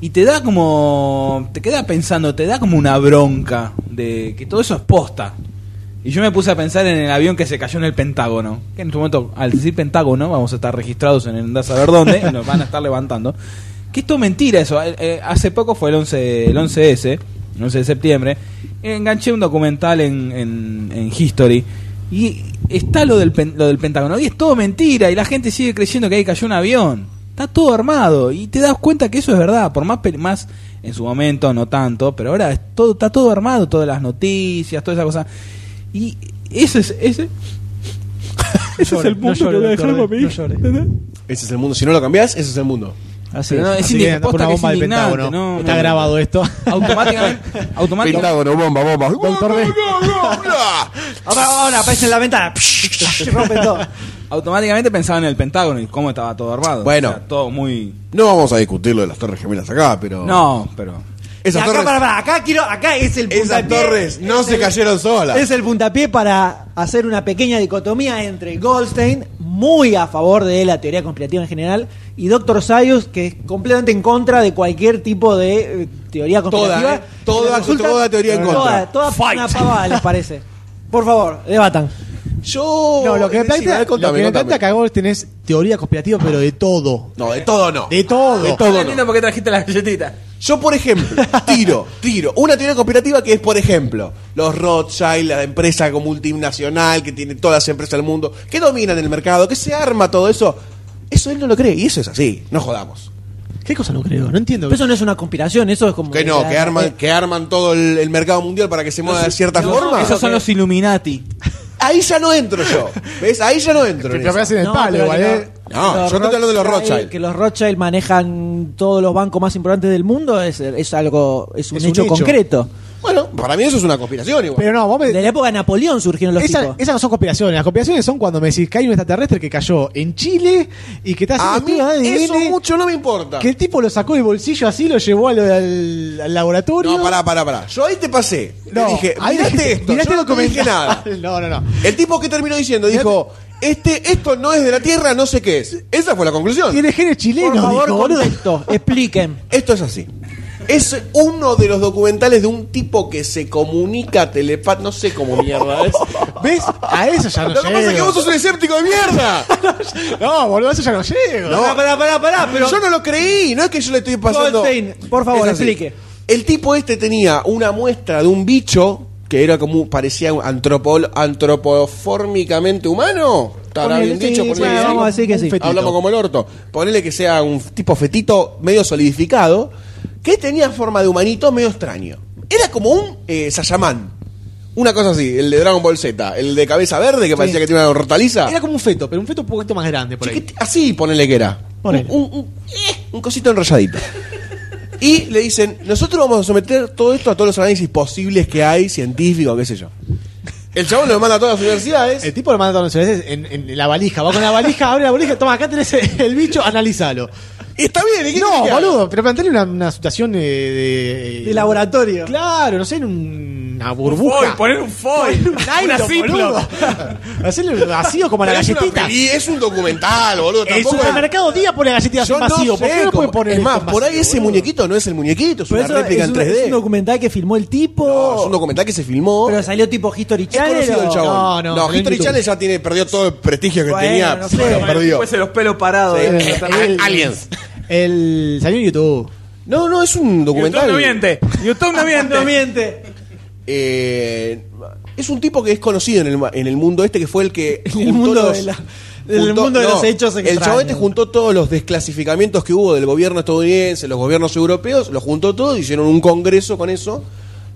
[SPEAKER 6] y te da como te queda pensando, te da como una bronca de que todo eso es posta. Y yo me puse a pensar en el avión que se cayó en el Pentágono. Que en este momento, al decir Pentágono, vamos a estar registrados en andar a saber dónde y nos van a estar levantando. Que esto es mentira eso. Eh, eh, hace poco fue el 11, el 11S, el 11 de septiembre. Enganché un documental en, en- en History. Y está lo del, pen- lo del Pentágono. Y es todo mentira. Y la gente sigue creyendo que ahí cayó un avión. Está todo armado. Y te das cuenta que eso es verdad. Por más, pe- más en su momento, no tanto. Pero ahora es todo, está todo armado. Todas las noticias, toda esa cosa. Y ese es, ese, ese es el punto que voy a dejar para mi hija, ¿entendés?
[SPEAKER 2] Ese es el mundo. Si no lo cambiás, ese es el mundo.
[SPEAKER 1] Así
[SPEAKER 6] Pero no,
[SPEAKER 1] es.
[SPEAKER 6] es
[SPEAKER 4] Así
[SPEAKER 6] indi-
[SPEAKER 4] que anda
[SPEAKER 6] posta
[SPEAKER 4] por una
[SPEAKER 6] que es
[SPEAKER 4] bomba del
[SPEAKER 6] indignante,
[SPEAKER 4] Pentágono.
[SPEAKER 6] no,
[SPEAKER 4] Está
[SPEAKER 6] no.
[SPEAKER 4] grabado eh. esto.
[SPEAKER 6] Automáticamente, automáticamente
[SPEAKER 2] Pentágono, bomba, bomba.
[SPEAKER 4] Doctor D.
[SPEAKER 2] [laughs]
[SPEAKER 1] Ahora, ahora aparece en la ventana. Rompen todo.
[SPEAKER 6] Automáticamente pensaba en el Pentágono y cómo estaba todo armado.
[SPEAKER 2] Bueno.
[SPEAKER 6] O sea, todo muy.
[SPEAKER 2] No vamos a discutir lo de las Torres Gemelas acá, pero.
[SPEAKER 6] No, Ah, pero.
[SPEAKER 2] Esas
[SPEAKER 1] Y acá,
[SPEAKER 2] torres,
[SPEAKER 1] pará, pará, acá quiero, acá es el puntapié.
[SPEAKER 2] esas torres no se cayeron solas.
[SPEAKER 1] Es el puntapié para hacer una pequeña dicotomía entre Goldstein, muy a favor de la teoría conspirativa en general, y Dr. Sayus, que es completamente en contra de cualquier tipo de eh, teoría conspirativa.
[SPEAKER 2] Toda, ¿eh? Toda-
[SPEAKER 1] Y le resulta-
[SPEAKER 2] toda teoría en contra.
[SPEAKER 1] Toda, toda una pavada, les parece. Por favor, debatan.
[SPEAKER 2] Yo.
[SPEAKER 4] [laughs] No, lo que me
[SPEAKER 2] decime, a
[SPEAKER 4] plantea,
[SPEAKER 2] ver, contame,
[SPEAKER 4] lo que me
[SPEAKER 2] contame.
[SPEAKER 4] plantea acá vos tenés teoría conspirativa, pero de todo.
[SPEAKER 2] No, de todo no.
[SPEAKER 4] De todo.
[SPEAKER 2] De todo no.
[SPEAKER 6] entiendo por qué trajiste la galletita.
[SPEAKER 2] Yo, por ejemplo, tiro, tiro. Una teoría conspirativa que es, por ejemplo, los Rothschild, la empresa como multinacional que tiene todas las empresas del mundo, que dominan el mercado, que se arma todo eso. Eso él no lo cree y eso es así. No jodamos.
[SPEAKER 4] ¿Qué cosa no creo? No entiendo.
[SPEAKER 1] Pero eso no es una conspiración, eso es como.
[SPEAKER 2] Que no,
[SPEAKER 1] la- eh,
[SPEAKER 2] que arman, que arman todo el, el mercado mundial para que se mueva de cierta
[SPEAKER 6] No,
[SPEAKER 2] forma.
[SPEAKER 6] Esos son los Illuminati.
[SPEAKER 2] Ahí ya no entro yo. ¿Ves? Ahí ya no
[SPEAKER 4] [laughs]
[SPEAKER 2] entro. en
[SPEAKER 4] Te pegas
[SPEAKER 2] eso.
[SPEAKER 4] en el
[SPEAKER 1] No,
[SPEAKER 4] palo,
[SPEAKER 1] pero
[SPEAKER 4] igual,
[SPEAKER 1] que
[SPEAKER 4] ¿eh?
[SPEAKER 2] No, yo no estoy hablando de los Rothschild.
[SPEAKER 1] Que los Rothschild manejan todos los bancos más importantes del mundo es, es algo, es un,
[SPEAKER 4] Es un
[SPEAKER 1] hecho,
[SPEAKER 4] hecho.
[SPEAKER 1] concreto.
[SPEAKER 2] Bueno, para mí eso es una conspiración igual.
[SPEAKER 4] Pero no, vos me-
[SPEAKER 1] De la época de Napoleón surgieron los
[SPEAKER 4] Esa-
[SPEAKER 1] tipos.
[SPEAKER 4] esas no son conspiraciones. Las conspiraciones son cuando me decís que hay un extraterrestre que cayó en Chile y que está
[SPEAKER 2] a
[SPEAKER 4] haciendo
[SPEAKER 2] mí
[SPEAKER 4] prueba de
[SPEAKER 2] eso
[SPEAKER 4] ADN,
[SPEAKER 2] mucho no me importa.
[SPEAKER 4] Que el tipo lo sacó del bolsillo así, lo llevó al, al- al laboratorio.
[SPEAKER 2] No, pará, pará, pará. Yo ahí te pasé.
[SPEAKER 4] No,
[SPEAKER 2] te dije,
[SPEAKER 4] ahí
[SPEAKER 2] mirate
[SPEAKER 4] dijiste,
[SPEAKER 2] esto.
[SPEAKER 4] [laughs] mirate
[SPEAKER 2] yo no
[SPEAKER 4] lo
[SPEAKER 2] te dije
[SPEAKER 4] [laughs]
[SPEAKER 2] nada.
[SPEAKER 4] comentarios. No, no, no.
[SPEAKER 2] El tipo que terminó diciendo dijo, este, esto no es de la Tierra, no sé qué es. Esa fue la conclusión.
[SPEAKER 4] Tiene genes chilenos.
[SPEAKER 1] Por favor,
[SPEAKER 4] dijo, boludo.
[SPEAKER 1] contexto, expliquen.
[SPEAKER 2] Esto es así. Es uno de los documentales de un tipo que se comunica telepat... No sé cómo mierda es.
[SPEAKER 4] ¿Ves? A eso ya no
[SPEAKER 2] Lo que pasa es que
[SPEAKER 4] llego.
[SPEAKER 2] vos sos un escéptico de mierda.
[SPEAKER 4] No, boludo, a eso ya no llego.
[SPEAKER 2] No, pará, pará, pará. Pero yo no lo creí. No es que yo le estoy pasando...
[SPEAKER 1] Goldstein, por favor,
[SPEAKER 2] Es así.
[SPEAKER 1] explique.
[SPEAKER 2] El tipo este tenía una muestra de un bicho que era como parecía un antropol- antropofórmicamente humano. Estará bien
[SPEAKER 1] Ponele,
[SPEAKER 2] dicho,
[SPEAKER 1] sí,
[SPEAKER 2] por
[SPEAKER 1] bueno, vamos a decir que sí.
[SPEAKER 4] fetito.
[SPEAKER 2] Hablamos como el orto. Ponele que sea un tipo fetito medio solidificado, que tenía forma de humanito medio extraño. Era como un eh, Saiyaman. Una cosa así, el de Dragon Ball Z, el de cabeza verde que parecía que tenía una hortaliza.
[SPEAKER 4] Era como un feto, pero un feto un poquito más grande por ahí.
[SPEAKER 2] Chiquiti- así ponele que era.
[SPEAKER 4] Ponele.
[SPEAKER 2] Un, un- un- eh, un cosito enrolladito. Y le dicen, nosotros vamos a someter todo esto a todos los análisis posibles que hay, científicos, qué sé yo. El chabón lo manda a todas las universidades.
[SPEAKER 4] [laughs] El tipo lo manda todas las veces en, en la valija. Va con la valija, abre la valija, toma, acá tenés el bicho, analízalo.
[SPEAKER 2] Y está bien, ¿y qué querés
[SPEAKER 4] No,
[SPEAKER 2] que haga?
[SPEAKER 4] boludo, pero plantearle una, una situación eh, de,
[SPEAKER 1] De laboratorio.
[SPEAKER 4] Claro, no sé, en un- una burbuja.
[SPEAKER 6] poner un foil.
[SPEAKER 4] Nylon, boludo. Hacerle un vacío como a la
[SPEAKER 2] Pero es una
[SPEAKER 4] galletita.
[SPEAKER 2] peli, es un documental, boludo.
[SPEAKER 4] El
[SPEAKER 2] tampoco es-
[SPEAKER 4] supermercado día pone galletita
[SPEAKER 2] Yo
[SPEAKER 4] sin
[SPEAKER 2] no
[SPEAKER 4] vacío.
[SPEAKER 2] sé
[SPEAKER 4] ¿Por qué no
[SPEAKER 2] cómo-
[SPEAKER 4] puede poner
[SPEAKER 2] es más,
[SPEAKER 4] esto en
[SPEAKER 2] por ahí
[SPEAKER 4] vacío,
[SPEAKER 2] ese
[SPEAKER 4] boludo?
[SPEAKER 2] muñequito no es el muñequito, es
[SPEAKER 1] Por
[SPEAKER 2] una
[SPEAKER 1] eso
[SPEAKER 2] réplica
[SPEAKER 1] es,
[SPEAKER 2] en
[SPEAKER 1] un,
[SPEAKER 2] 3D.
[SPEAKER 1] es un documental que filmó el tipo.
[SPEAKER 2] No, es un documental que se filmó.
[SPEAKER 1] Pero salió tipo History
[SPEAKER 2] es
[SPEAKER 1] Channel.
[SPEAKER 2] conocido el
[SPEAKER 1] o-
[SPEAKER 2] chabón. No,
[SPEAKER 4] No, no, salió en
[SPEAKER 2] History
[SPEAKER 4] YouTube.
[SPEAKER 2] Channel ya tiene, perdió todo el prestigio que
[SPEAKER 1] Bueno,
[SPEAKER 2] tenía.
[SPEAKER 1] no sé.
[SPEAKER 2] Lo perdió.
[SPEAKER 6] Fuese los pelos parados.
[SPEAKER 4] Eh, el- El salió en YouTube.
[SPEAKER 2] No, no, es un documental.
[SPEAKER 6] YouTube no miente. YouTube
[SPEAKER 2] [laughs]
[SPEAKER 6] no miente.
[SPEAKER 1] No miente.
[SPEAKER 2] Eh, es un tipo que es conocido en el, ma- en el mundo este, que fue el que.
[SPEAKER 1] [laughs] En el
[SPEAKER 2] juntó
[SPEAKER 1] mundo de la- en el mundo de los hechos
[SPEAKER 2] El chabón este
[SPEAKER 1] extraños.
[SPEAKER 2] juntó todos los desclasificamientos que hubo del gobierno estadounidense, los gobiernos europeos, los juntó todos, hicieron un congreso con eso.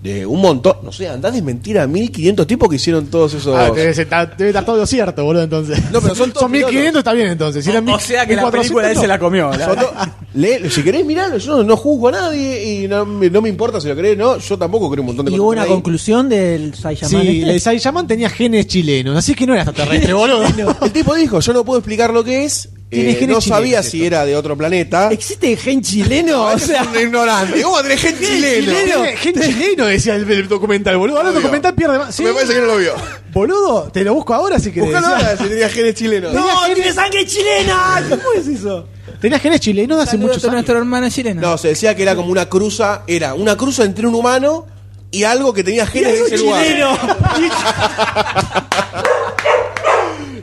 [SPEAKER 2] De un montón, no sé, andás desmentir a 1500 tipos que hicieron todos esos.
[SPEAKER 4] Ah, debe, estar, debe estar todo cierto, boludo, entonces.
[SPEAKER 2] No, pero son todos
[SPEAKER 4] son 1500, está bien, entonces. Si eran
[SPEAKER 6] O sea que la
[SPEAKER 4] 1400,
[SPEAKER 6] película él
[SPEAKER 4] no.
[SPEAKER 6] se la comió. la-
[SPEAKER 2] Son to- Leelo, si querés, miralo. Yo no, no juzgo a nadie y no, me- no me importa si lo querés no. Yo tampoco creo un montón de
[SPEAKER 1] Y hubo
[SPEAKER 2] que
[SPEAKER 1] una
[SPEAKER 2] están ahí.
[SPEAKER 1] conclusión del Saiyaman.
[SPEAKER 4] Sí,
[SPEAKER 1] este.
[SPEAKER 2] [laughs]
[SPEAKER 4] el Saiyaman tenía genes chilenos, así que no
[SPEAKER 1] [laughs]
[SPEAKER 4] era extraterrestre, boludo.
[SPEAKER 2] El tipo dijo, yo no puedo explicar lo que es.
[SPEAKER 4] Tiene
[SPEAKER 2] eh,
[SPEAKER 4] genes
[SPEAKER 2] no sabía
[SPEAKER 4] chilenos,
[SPEAKER 2] si era de otro planeta.
[SPEAKER 1] ¿Existe gen chileno? o sea,
[SPEAKER 2] un ignorante. ¿Cómo tenés gen
[SPEAKER 4] Chileno, gen chileno decía el, el documental, boludo. Ahora el
[SPEAKER 2] Obvio.
[SPEAKER 4] documental pierde más. Sí,
[SPEAKER 2] Me parece que no lo vio.
[SPEAKER 4] Boludo, te lo busco ahora si querés.
[SPEAKER 2] Buscalo
[SPEAKER 4] Decía-
[SPEAKER 2] ahora si tenía genes chilenos.
[SPEAKER 4] No,
[SPEAKER 1] ¡No, tiene sangre chilena! ¿Cómo es eso?
[SPEAKER 4] Tenía genes chilenos de hace muchos años.
[SPEAKER 6] nuestra hermana chilena.
[SPEAKER 2] No, se decía que era como una cruza, era una cruza entre un humano y algo que tenía genes de ese lugar.
[SPEAKER 1] chileno!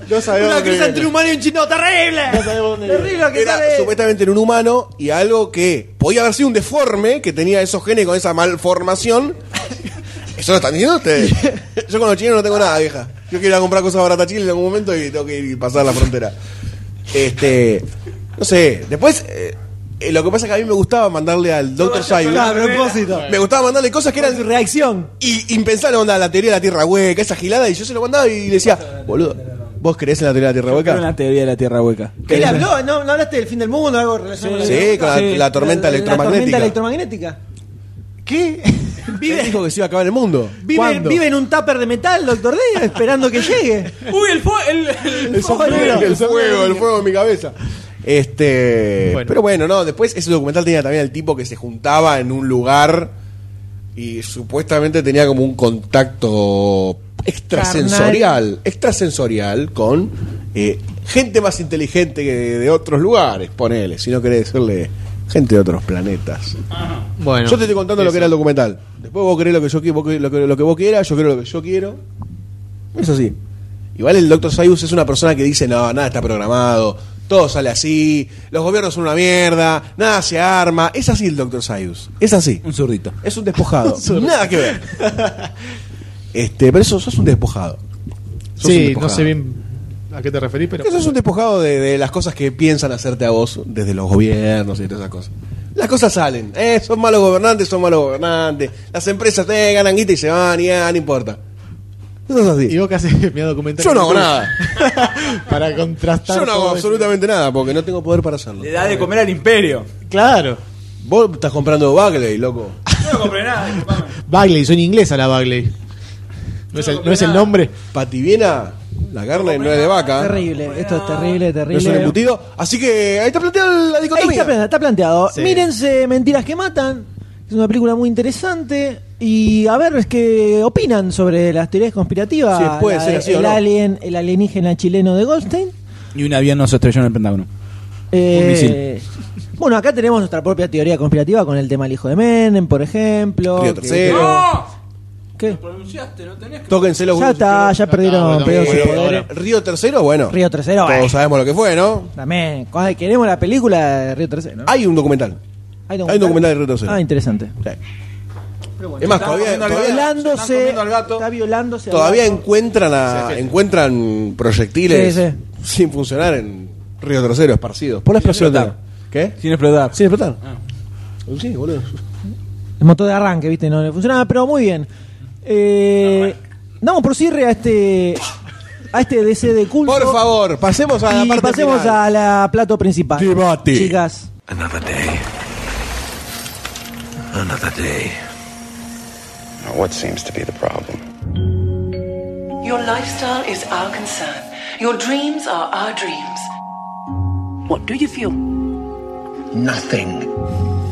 [SPEAKER 2] No sabemos
[SPEAKER 1] Una
[SPEAKER 2] dónde
[SPEAKER 1] cruz
[SPEAKER 2] viene.
[SPEAKER 1] entre un humano y un chino. ¡Terrible! ¡Terrible lo que
[SPEAKER 2] Era
[SPEAKER 1] sabe!
[SPEAKER 2] supuestamente en un humano y algo que podía haber sido un deforme que tenía esos genes con
[SPEAKER 1] [laughs]
[SPEAKER 2] esa malformación. ¿Eso lo están diciendo ustedes? Yo con los chinos no tengo nada, vieja. Yo quiero ir a comprar cosas baratas a Chile en algún momento y tengo que ir y pasar la frontera. Este. No sé. Después. eh, eh, lo que pasa es que a mí me gustaba mandarle al Dr. Cyber.
[SPEAKER 1] Ah, a propósito.
[SPEAKER 2] Me gustaba mandarle cosas que eran
[SPEAKER 1] Su reacción.
[SPEAKER 2] y impensable, onda, la teoría de la tierra hueca, esa gilada, y yo se lo mandaba y decía, boludo, ¿Vos creés en la teoría de la Tierra
[SPEAKER 6] Era una
[SPEAKER 2] Hueca?
[SPEAKER 6] teoría de la Tierra Hueca.
[SPEAKER 1] ¿Qué le habló? ¿No, no hablaste del fin del mundo algo relacionado
[SPEAKER 2] Sí,
[SPEAKER 1] con la-
[SPEAKER 2] con la,
[SPEAKER 6] Sí.
[SPEAKER 2] la tormenta
[SPEAKER 1] la- la
[SPEAKER 2] electromagnética.
[SPEAKER 1] tormenta electromagnética.
[SPEAKER 4] ¿Qué?
[SPEAKER 2] Él dijo que se iba a acabar el mundo.
[SPEAKER 1] Vive,
[SPEAKER 4] ¿Cuándo?
[SPEAKER 1] vive en un tupper de metal, doctor D, esperando que
[SPEAKER 2] [laughs]
[SPEAKER 1] llegue.
[SPEAKER 6] Uy, el, el,
[SPEAKER 2] El sombrero, el fuego, el fuego en mi cabeza. Este,
[SPEAKER 4] Bueno.
[SPEAKER 2] pero bueno, no, después ese documental tenía también al tipo que se juntaba en un lugar y supuestamente tenía como un contacto extrasensorial, extrasensorial con eh, gente más inteligente que de, de otros lugares, ponele, si no querés decirle gente de otros planetas.
[SPEAKER 4] Bueno.
[SPEAKER 2] yo te estoy contando lo que era el documental. Después vos querés lo que yo qui- vos querés lo que, lo que vos quieras, yo quiero lo que yo quiero. Es así. Igual el Dr. Sayus es una persona que dice, no, nada está programado, todo sale así, los gobiernos son una mierda, nada se arma. Es así el Dr. Sayus, es así.
[SPEAKER 6] Un zurdito.
[SPEAKER 2] Es un
[SPEAKER 6] [laughs]
[SPEAKER 2] despojado. nada que ver. Este, pero eso, sos un despojado. Sos un
[SPEAKER 4] Sí, no
[SPEAKER 2] despojado.
[SPEAKER 4] sé bien a qué te referís, pero.
[SPEAKER 2] Eso es un despojado de, de las cosas que piensan hacerte a vos desde los gobiernos y todas esas cosas. Las cosas salen. Eh, son malos gobernantes, son malos gobernantes. Las empresas eh, ganan guita y se van y ya, no importa. Eso es
[SPEAKER 4] Y
[SPEAKER 2] así.
[SPEAKER 4] vos que haces [laughs] mi documental.
[SPEAKER 2] Yo no hago nada.
[SPEAKER 4] [laughs] Para contrastar.
[SPEAKER 2] Yo no hago
[SPEAKER 4] todo eso.
[SPEAKER 2] absolutamente nada porque no tengo poder para hacerlo.
[SPEAKER 6] Le da de comer al imperio.
[SPEAKER 4] Claro.
[SPEAKER 2] Vos estás comprando Bagley, loco.
[SPEAKER 6] No lo compré nada, disculpame.
[SPEAKER 4] Bagley, soy inglesa la Bagley. ¿No, es, el, no es el nombre?
[SPEAKER 2] Pativiena, la carne no es de vaca.
[SPEAKER 1] Terrible, esto es terrible,
[SPEAKER 2] No Ah. es un
[SPEAKER 1] terrible.
[SPEAKER 2] embutido. Así que ahí está planteada la
[SPEAKER 1] Ahí
[SPEAKER 2] dicotomía.
[SPEAKER 1] está, plan- está planteado.
[SPEAKER 4] Sí.
[SPEAKER 1] Mírense Mentiras que Matan. Es una película muy interesante. Y a ver, es que opinan sobre las teorías conspirativas.
[SPEAKER 2] Sí, puede
[SPEAKER 1] La
[SPEAKER 2] ser
[SPEAKER 1] de-
[SPEAKER 2] así o
[SPEAKER 1] el,
[SPEAKER 2] no.
[SPEAKER 1] alien, el alienígena chileno de Goldstein.
[SPEAKER 6] Y un avión nos estrelló en el Pentágono.
[SPEAKER 1] Eh, bueno, acá tenemos nuestra propia teoría conspirativa con el tema del hijo de Menem, por ejemplo.
[SPEAKER 2] Río
[SPEAKER 1] que-
[SPEAKER 2] Tercero.
[SPEAKER 1] ¿Qué?
[SPEAKER 6] Pronunciaste, no tenías
[SPEAKER 2] Tóquense los
[SPEAKER 1] Ya
[SPEAKER 2] huevos.
[SPEAKER 1] está, ya
[SPEAKER 4] está,
[SPEAKER 1] perdieron.
[SPEAKER 4] bueno,
[SPEAKER 1] perdieron
[SPEAKER 4] bueno,
[SPEAKER 1] sus
[SPEAKER 4] bueno,
[SPEAKER 1] poderes.
[SPEAKER 2] Eh, Río Tercero, bueno.
[SPEAKER 1] Río Tercero, eh.
[SPEAKER 2] Todos sabemos lo que fue, ¿no?
[SPEAKER 1] También, cuando queremos la película de Río Tercero. ¿no?
[SPEAKER 2] Hay un documental. Ah, hay un documental de Río Tercero.
[SPEAKER 1] Ah, interesante.
[SPEAKER 2] Sí. es más, todavía,
[SPEAKER 6] comiendo al
[SPEAKER 2] todavía-
[SPEAKER 6] gato. se están
[SPEAKER 1] Violándose.
[SPEAKER 6] comiendo al gato.
[SPEAKER 1] Está violándose. al
[SPEAKER 2] todavía
[SPEAKER 1] gato.
[SPEAKER 2] encuentran a- encuentran proyectiles
[SPEAKER 1] Sí,
[SPEAKER 2] sin funcionar en Río Tercero, esparcidos. Pon la explosión.
[SPEAKER 6] explotar.
[SPEAKER 2] ¿Qué?
[SPEAKER 6] Sin explotar.
[SPEAKER 2] Sin explotar. Sí, boludo.
[SPEAKER 1] El motor de arranque, viste, no le funcionaba, pero muy bien. Eh, damos por cierre a este. A este DC de culto.
[SPEAKER 2] Por favor, pasemos a la
[SPEAKER 1] Y
[SPEAKER 2] parte
[SPEAKER 1] pasemos
[SPEAKER 2] final.
[SPEAKER 1] a la plato principal.
[SPEAKER 2] Debate.
[SPEAKER 1] Ah, Chicas.
[SPEAKER 11] Another day. Another day.
[SPEAKER 12] Now, what seems to be the problem?
[SPEAKER 13] Your lifestyle is our concern. Your dreams are our dreams. What do you feel?
[SPEAKER 12] Nothing.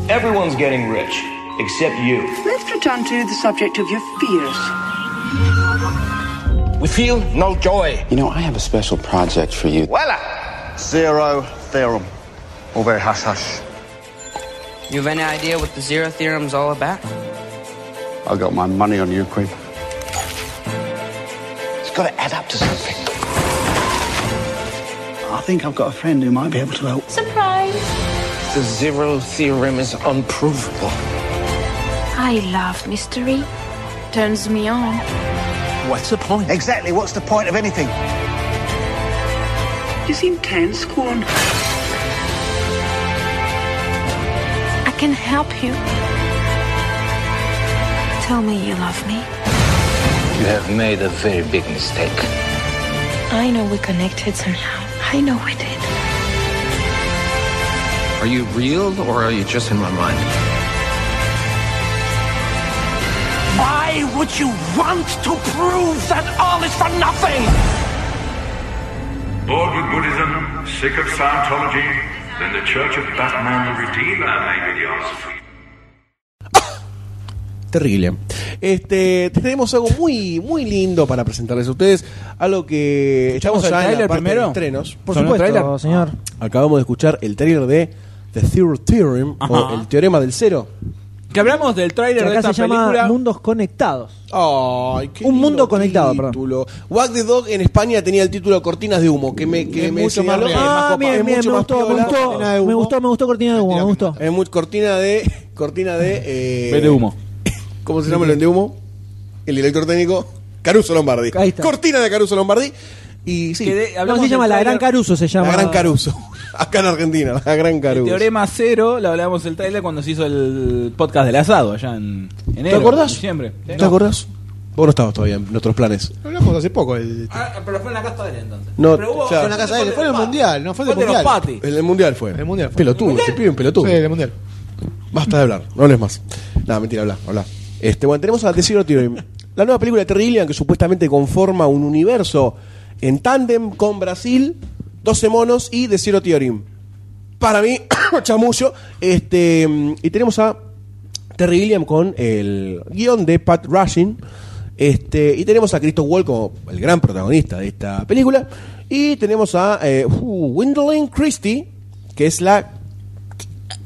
[SPEAKER 14] Everyone's getting rich, except you.
[SPEAKER 13] Let's return to the subject of your fears.
[SPEAKER 14] We feel no joy.
[SPEAKER 12] You know, I have a special project for you.
[SPEAKER 14] Voila! Zero theorem. All very hush hush.
[SPEAKER 15] You have any idea what the zero theorem's all about?
[SPEAKER 12] I got my money on you, Queen. It's got to add up to something. I think I've got a friend who might be able to help.
[SPEAKER 15] The zero theorem is unprovable.
[SPEAKER 16] I love mystery. Turns me on.
[SPEAKER 15] What's the point?
[SPEAKER 14] Exactly, what's the point of anything?
[SPEAKER 13] You seem tense, Quan.
[SPEAKER 16] I can help you. Tell me you love me.
[SPEAKER 11] You have made a very big mistake.
[SPEAKER 16] I know we connected somehow. I know we did.
[SPEAKER 11] Are you real or are you just in my mind?
[SPEAKER 15] Why would you want to prove that all is for nothing?
[SPEAKER 14] Bored with Buddhism, sick of Scientology, then the Church of Batman the Redeemer may be the answer for you.
[SPEAKER 2] Terrible. Este, tenemos algo muy, muy lindo para presentarles a ustedes. Algo que estamos ya
[SPEAKER 6] el
[SPEAKER 2] en la
[SPEAKER 6] tráiler
[SPEAKER 2] parte
[SPEAKER 6] primero?
[SPEAKER 2] de estrenos.
[SPEAKER 1] Por
[SPEAKER 6] ¿Sonó el
[SPEAKER 1] supuesto,
[SPEAKER 6] tráiler?
[SPEAKER 2] Ah.
[SPEAKER 1] señor.
[SPEAKER 2] Acabamos de escuchar el trailer de The Zero Theorem, o
[SPEAKER 6] Ajá.
[SPEAKER 2] el teorema del cero.
[SPEAKER 6] Que hablamos del
[SPEAKER 1] Que
[SPEAKER 6] tráiler de
[SPEAKER 1] acá
[SPEAKER 6] esta
[SPEAKER 1] se llama
[SPEAKER 6] película.
[SPEAKER 1] Mundos Conectados.
[SPEAKER 2] Ay, qué
[SPEAKER 1] Un
[SPEAKER 2] lindo
[SPEAKER 1] mundo conectado,
[SPEAKER 2] título. Wag the Dog en España tenía el título Cortinas de Humo, que me que
[SPEAKER 4] Es
[SPEAKER 2] me
[SPEAKER 4] mucho más
[SPEAKER 2] señaló,
[SPEAKER 4] real.
[SPEAKER 2] que es más
[SPEAKER 1] Ah,
[SPEAKER 2] copa- es
[SPEAKER 1] bien, bien,
[SPEAKER 2] mucho
[SPEAKER 1] me
[SPEAKER 2] más
[SPEAKER 1] gustó, me
[SPEAKER 2] piola.
[SPEAKER 1] gustó,
[SPEAKER 4] Cortina de
[SPEAKER 1] me
[SPEAKER 4] humo.
[SPEAKER 1] gustó, me gustó Cortina de Humo, me gustó.
[SPEAKER 2] Es muy cortina de cortina de eh,
[SPEAKER 6] Vete humo.
[SPEAKER 2] [laughs] ¿Cómo se llama el de humo? El director técnico Caruso Lombardi.
[SPEAKER 1] Ahí está.
[SPEAKER 2] Cortina de Caruso Lombardi y sí,
[SPEAKER 6] Que de-
[SPEAKER 1] No,
[SPEAKER 6] hablamos
[SPEAKER 1] se llama
[SPEAKER 6] del
[SPEAKER 1] La Gran
[SPEAKER 6] tráiler-
[SPEAKER 1] Caruso, se
[SPEAKER 2] la
[SPEAKER 1] llama.
[SPEAKER 2] gran Caruso. [laughs] Acá en Argentina, la gran
[SPEAKER 6] El
[SPEAKER 2] Caruso.
[SPEAKER 6] teorema cero, lo hablamos del tráiler cuando se hizo el podcast del asado allá en enero.
[SPEAKER 2] acordás?
[SPEAKER 6] en diciembre.
[SPEAKER 2] ¿Te acordás? Vos no estabas todavía en nuestros planes.
[SPEAKER 4] Lo hablamos hace poco. el-
[SPEAKER 6] Ah, pero fue en la casa de él entonces.
[SPEAKER 2] No,
[SPEAKER 6] pero hubo-
[SPEAKER 2] o sea,
[SPEAKER 4] fue en la casa de él, fue en el mundial, no fue en el
[SPEAKER 6] de los
[SPEAKER 4] mundial.
[SPEAKER 6] Pati.
[SPEAKER 2] En el mundial fue.
[SPEAKER 4] El mundial fue.
[SPEAKER 2] Pelotudo, este pibe un pelotudo.
[SPEAKER 4] Sí, el mundial.
[SPEAKER 2] Basta de hablar, no hables más. Nada, mentira, habla, habla. Este, bueno, tenemos a The Zero Theory, la nueva película de Terry Gilliam que supuestamente conforma un universo en tándem con Brasil, 12 monos y The Zero Theory. Para mí, [coughs] chamullo. Este, y tenemos a Terry Gilliam con el guión de Pat Rushing. Este, y tenemos a Christoph Wall como el gran protagonista de esta película. Y tenemos a eh, uh, Gwendolyn Christie, que es la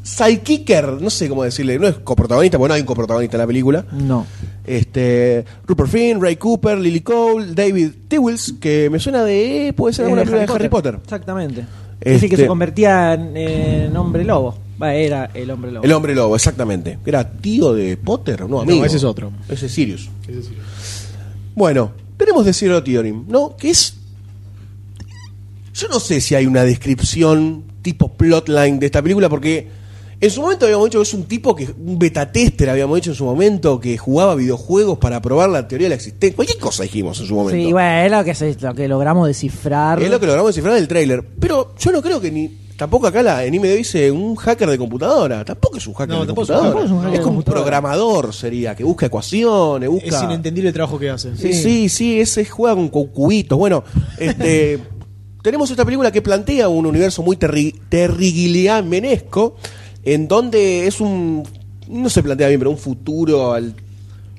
[SPEAKER 2] sidekicker, no sé cómo decirle, no es coprotagonista, porque no hay un coprotagonista en la película.
[SPEAKER 1] No.
[SPEAKER 2] Este, Rupert Finn, Ray Cooper, Lily Cole, David Tewills, que me suena de, puede ser alguna
[SPEAKER 1] Eh,
[SPEAKER 2] película de Harry Potter.
[SPEAKER 1] Exactamente. Es
[SPEAKER 2] Este-
[SPEAKER 1] decir, que se convertía en, en hombre lobo. Va, era el hombre lobo.
[SPEAKER 2] El hombre lobo, exactamente. Era tío de Potter, no amigo.
[SPEAKER 4] ese es otro.
[SPEAKER 2] Ese es Sirius. Bueno, tenemos de Zero Theory, ¿no? Que es. Yo no sé si hay una descripción tipo plotline de esta película, porque en su momento habíamos dicho que es un tipo que. Un beta tester, habíamos dicho en su momento, que jugaba videojuegos para probar la teoría de la existencia. Cualquier cosa dijimos en su momento.
[SPEAKER 1] Sí, bueno, es lo que, se- lo que logramos descifrar.
[SPEAKER 2] Es lo que logramos descifrar del tráiler. Pero yo no creo que ni. Tampoco acá la, en IMDb dice un hacker de computadora. Tampoco es un hacker
[SPEAKER 4] No,
[SPEAKER 2] de
[SPEAKER 4] tampoco es un-
[SPEAKER 2] computadora.
[SPEAKER 4] tampoco
[SPEAKER 2] Es,
[SPEAKER 4] es un hacker de
[SPEAKER 2] como un
[SPEAKER 4] computadora.
[SPEAKER 2] programador, sería, que busca ecuaciones, busca.
[SPEAKER 4] Es inentendible el trabajo que hace.
[SPEAKER 2] Sí, sí, sí, ese juega con, con cubitos. Bueno, este, tenemos esta película que plantea un universo muy terri terriguiliamenesco, en donde es un. No se plantea bien, pero un futuro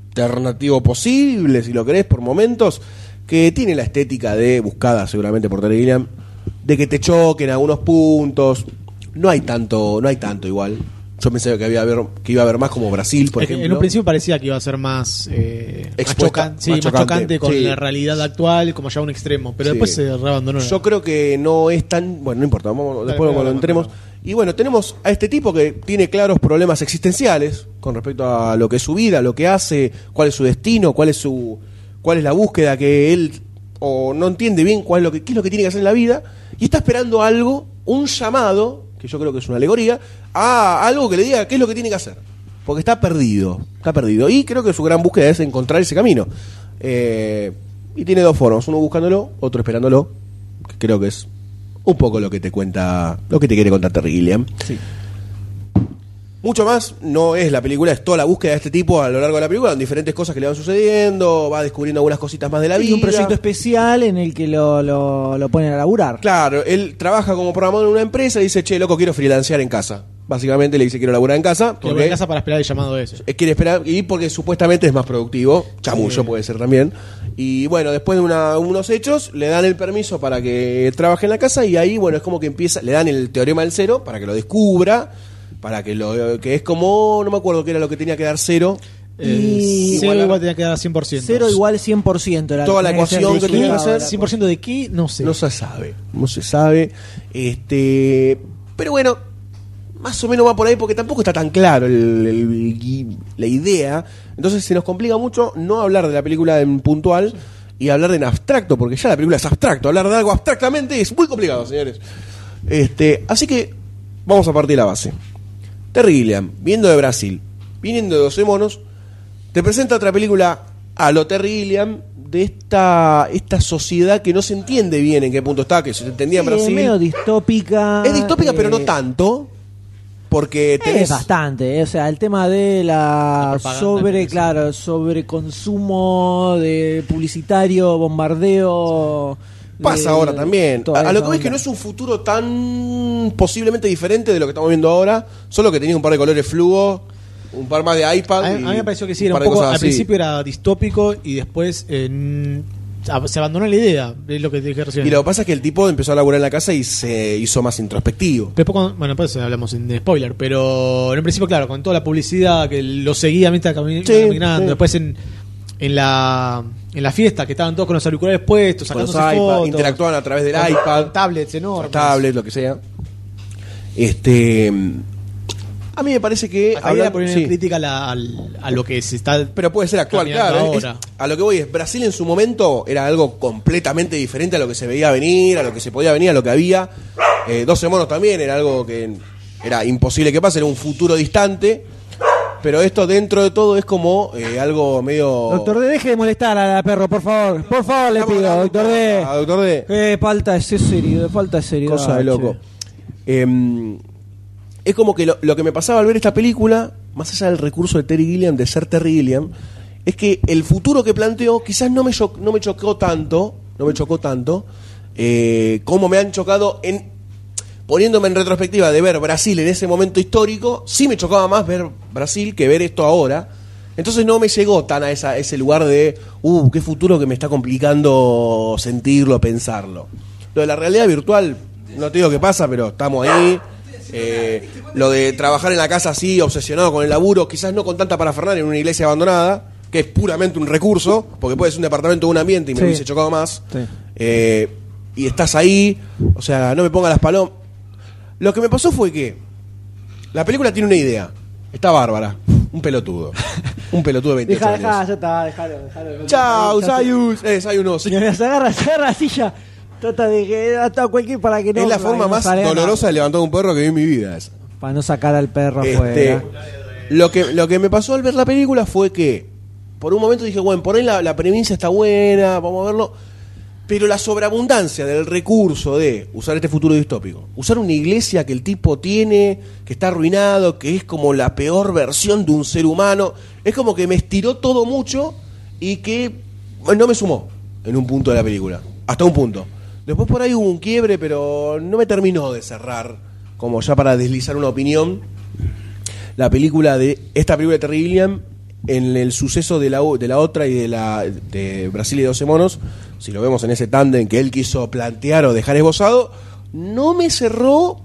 [SPEAKER 2] alternativo posible, si lo querés, por momentos, que tiene la estética de, buscada seguramente por Terry Gilliam, de que te choquen algunos puntos. No hay tanto, no hay tanto igual. Yo pensé que, había, haber- que iba a haber más como Brasil, por
[SPEAKER 4] Es que
[SPEAKER 2] ejemplo.
[SPEAKER 4] en un principio parecía que iba a ser más, eh, más
[SPEAKER 2] Expuesta,
[SPEAKER 4] chocan- sí,
[SPEAKER 2] más
[SPEAKER 4] más chocante,
[SPEAKER 2] chocante,
[SPEAKER 4] con
[SPEAKER 2] sí.
[SPEAKER 4] la realidad actual, como ya un extremo. Pero
[SPEAKER 2] Sí.
[SPEAKER 4] después se reabandonó.
[SPEAKER 2] Yo creo que no es tan. Bueno, no importa, vamos, después
[SPEAKER 4] no,
[SPEAKER 2] cuando
[SPEAKER 4] no,
[SPEAKER 2] entremos. Y bueno, tenemos a este tipo que tiene claros problemas existenciales con respecto a lo que es su vida, lo que hace, cuál es su destino, cuál es su. cuál es la búsqueda que él o no entiende bien cuál es lo que, qué es lo que tiene que hacer en la vida, y está esperando algo, un llamado, que yo creo que es una alegoría, a algo que le diga qué es lo que tiene que hacer. Porque está perdido, está perdido. Y creo que su gran búsqueda es encontrar ese camino. Eh, y tiene dos formas, uno buscándolo, otro esperándolo, que creo que es un poco lo que te cuenta, lo que te quiere contar Terry Gilliam. Mucho más no es la película, es toda la búsqueda de este tipo a lo largo de la película, con diferentes cosas que le van sucediendo, va descubriendo algunas cositas más de la vida.
[SPEAKER 1] y un proyecto especial en el que lo, lo, lo ponen a laburar.
[SPEAKER 2] Claro, él trabaja como programador en una empresa y dice, che, loco, quiero freelancear en casa. Básicamente le dice, quiero laburar en casa.
[SPEAKER 4] Que lo
[SPEAKER 2] porque-
[SPEAKER 4] en casa para esperar el llamado ese.
[SPEAKER 2] Eh, Quiere esperar, y porque supuestamente es más productivo, chamullo puede ser también. Y bueno, después de una- unos hechos, le dan el permiso para que trabaje en la casa y ahí, bueno, es como que empieza, le dan el teorema del cero para que lo descubra, para que lo, que es como, no me acuerdo qué era lo que tenía que dar cero.
[SPEAKER 4] Eh,
[SPEAKER 1] Y-
[SPEAKER 4] cero
[SPEAKER 2] igual-
[SPEAKER 4] igual tenía que dar 100%.
[SPEAKER 1] Cero igual 100%. Era
[SPEAKER 2] Toda la
[SPEAKER 1] tenía ser
[SPEAKER 2] ecuación que tenía que
[SPEAKER 1] descrita.
[SPEAKER 2] hacer.
[SPEAKER 4] 100% de qué, no sé.
[SPEAKER 2] No se sabe, no se sabe. Este, pero bueno, más o menos va por ahí porque tampoco está tan claro el- el- gui- la idea. Entonces se nos complica mucho no hablar de la película en puntual y hablar en abstracto, porque ya la película es abstracto. Hablar de algo abstractamente es muy complicado, señores. Este, así que vamos a partir la base. Terry Gilliam, viendo de Brasil, viniendo de 12 monos, te presenta otra película a lo Terry Gilliam de esta, esta sociedad que no se entiende bien en qué punto está, que se entendía en
[SPEAKER 1] Sí,
[SPEAKER 2] Brasil.
[SPEAKER 1] medio distópica.
[SPEAKER 2] Es distópica, pero no
[SPEAKER 1] eh,
[SPEAKER 2] tanto. Porque
[SPEAKER 1] Es
[SPEAKER 2] tenés.
[SPEAKER 1] bastante, eh, o sea, el tema de la,
[SPEAKER 4] propaganda,
[SPEAKER 1] sobre,
[SPEAKER 4] parece.
[SPEAKER 1] claro, sobre consumo de publicitario, bombardeo.
[SPEAKER 2] Pasa
[SPEAKER 1] de-
[SPEAKER 2] ahora también.
[SPEAKER 1] toda
[SPEAKER 2] A, a lo
[SPEAKER 1] esa
[SPEAKER 2] que ves que
[SPEAKER 1] onda.
[SPEAKER 2] no es un futuro tan posiblemente diferente de lo que estamos viendo ahora, solo que tenía un par de colores fluo, un par más de iPad.
[SPEAKER 4] A, mí-
[SPEAKER 2] y
[SPEAKER 4] a mí me pareció que sí,
[SPEAKER 2] un
[SPEAKER 4] era
[SPEAKER 2] par
[SPEAKER 4] un
[SPEAKER 2] de
[SPEAKER 4] poco,
[SPEAKER 2] cosas
[SPEAKER 4] al
[SPEAKER 2] así.
[SPEAKER 4] principio era distópico y después eh, mm, ab- se abandonó la idea, es lo que te dije recién.
[SPEAKER 2] Y lo que pasa es que el tipo empezó a laburar en la casa y se hizo más introspectivo.
[SPEAKER 4] Después, cuando- bueno, después hablamos en spoiler, pero en un principio, claro, con toda la publicidad que lo seguía mientras cami-
[SPEAKER 2] Sí,
[SPEAKER 4] caminando,
[SPEAKER 2] sí.
[SPEAKER 4] después en, en la en la fiesta que estaban todos con los auriculares puestos,
[SPEAKER 2] Con los
[SPEAKER 4] sacándose
[SPEAKER 2] iPad,
[SPEAKER 4] fotos,
[SPEAKER 2] interactuaban a través del
[SPEAKER 4] con-
[SPEAKER 2] iPad.
[SPEAKER 4] con tablets enormes.
[SPEAKER 2] tablet, lo que sea. Este. A mí me parece que.
[SPEAKER 4] Hasta ahí era
[SPEAKER 2] hablar-
[SPEAKER 4] por una
[SPEAKER 2] sí.
[SPEAKER 4] crítica a, la- al- a lo que se está
[SPEAKER 2] Pero puede ser actual,
[SPEAKER 4] Cambiando
[SPEAKER 2] claro. es-
[SPEAKER 4] ahora.
[SPEAKER 2] es- a lo que voy es, Brasil en su momento era algo completamente diferente a lo que se veía venir, a lo que se podía venir, a lo que había. Eh, 12 monos también era algo que era imposible que pase, era un futuro distante. Pero esto dentro de todo es como eh, algo medio.
[SPEAKER 1] Doctor D, deje de molestar a la perro, por favor. Por favor, le pido, doctor D.
[SPEAKER 2] Ah, doctor D.
[SPEAKER 1] Eh, falta de ser serio, falta de seriedad.
[SPEAKER 2] Cosa de loco.
[SPEAKER 1] che.
[SPEAKER 2] Em, es como que lo, lo que me pasaba al ver esta película, más allá del recurso de Terry Gilliam, de ser Terry Gilliam, es que el futuro que planteó quizás no me, cho- no me chocó tanto, no me chocó tanto, eh, como me han chocado en poniéndome en retrospectiva de ver Brasil en ese momento histórico, sí me chocaba más ver Brasil que ver esto ahora. Entonces no me llegó tan a esa- ese lugar de, uh, qué futuro que me está complicando sentirlo, pensarlo. Lo de la realidad virtual, no te digo qué pasa, pero estamos ahí. Eh, lo de trabajar en la casa así, obsesionado con el laburo, quizás no con tanta parafernalia en una iglesia abandonada, que es puramente un recurso, porque puede ser un departamento o un ambiente y me
[SPEAKER 1] Sí.
[SPEAKER 2] hubiese chocado más.
[SPEAKER 1] Sí.
[SPEAKER 2] Eh, y estás ahí, o sea, no me pongas las palomas. Lo que me pasó fue que la película tiene una idea. Está bárbara. Un pelotudo. Un pelotudo de 28
[SPEAKER 17] Deja, deja,
[SPEAKER 2] años.
[SPEAKER 17] ya está, dejalo, dejalo.
[SPEAKER 2] Chau,
[SPEAKER 17] Ya está.
[SPEAKER 2] Sayus. Eh, Sayus no. sí.
[SPEAKER 17] Señores, agarra, agarra la silla. Trata de que hasta cualquier para que no.
[SPEAKER 2] es la
[SPEAKER 17] para
[SPEAKER 2] forma
[SPEAKER 17] que no
[SPEAKER 2] más
[SPEAKER 17] salga.
[SPEAKER 2] dolorosa de levantar un perro que vi en mi vida. esa.
[SPEAKER 1] Para no sacar al perro
[SPEAKER 2] Este,
[SPEAKER 1] afuera.
[SPEAKER 2] lo, que, lo que me pasó al ver la película fue que por un momento dije, bueno, por ahí la, la premisa está buena, vamos a verlo. Pero la sobreabundancia del recurso de usar este futuro distópico, usar una iglesia que el tipo tiene, que está arruinado, que es como la peor versión de un ser humano, es como que me estiró todo mucho y que bueno, no me sumó en un punto de la película, hasta un punto. Después por ahí hubo un quiebre, pero no me terminó de cerrar, como ya para deslizar una opinión la película de esta película de Terry Gilliam en el suceso de la, o- de la otra y de la de Brasil y 12 monos, si lo vemos en ese tándem que él quiso plantear o dejar esbozado, no me cerró,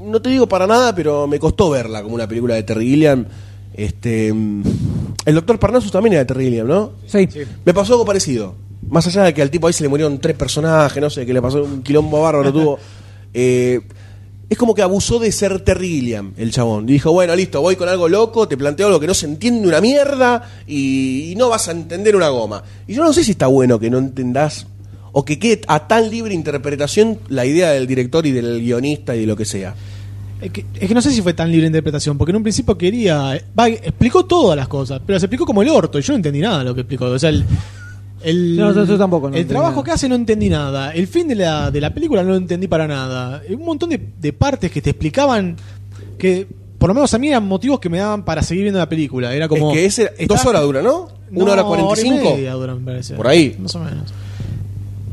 [SPEAKER 2] no te digo para nada, pero me costó verla como una película de Terry Gilliam. Este, mm, el doctor Parnassus también era de Terry Gilliam, ¿no?
[SPEAKER 1] Sí.
[SPEAKER 2] Me pasó algo parecido. Más allá de que al tipo ahí se le murieron tres personajes, no sé, que le pasó un quilombo bárbaro, tuvo. Eh, es como que abusó de ser Terry Gilliam, el chabón. Dijo, bueno, listo, voy con algo loco, te planteo algo que no se entiende una mierda y, y no vas a entender una goma. Y yo no sé si está bueno que no entendás o que quede a tan libre interpretación la idea del director y del guionista y de lo que sea.
[SPEAKER 4] Es que, es que no sé si fue tan libre interpretación, porque en un principio quería. va, explicó todas las cosas, pero se explicó como el orto, y yo no entendí nada de lo que explicó. O sea, el. el-
[SPEAKER 1] No, yo- yo tampoco no
[SPEAKER 4] El
[SPEAKER 1] entendí
[SPEAKER 4] trabajo
[SPEAKER 1] nada.
[SPEAKER 4] que hace no entendí nada. El fin de la, de la película no lo entendí para nada. Un montón de, de partes que te explicaban que, por lo menos a mí, eran motivos que me daban para seguir viendo la película. Era como.
[SPEAKER 2] es que ese,
[SPEAKER 4] estás-
[SPEAKER 2] dos horas dura, ¿no? Una hora
[SPEAKER 4] No,
[SPEAKER 2] cuarenta y
[SPEAKER 4] hora
[SPEAKER 2] cinco.
[SPEAKER 4] media dura, me parece.
[SPEAKER 2] Por ahí.
[SPEAKER 4] Más o menos.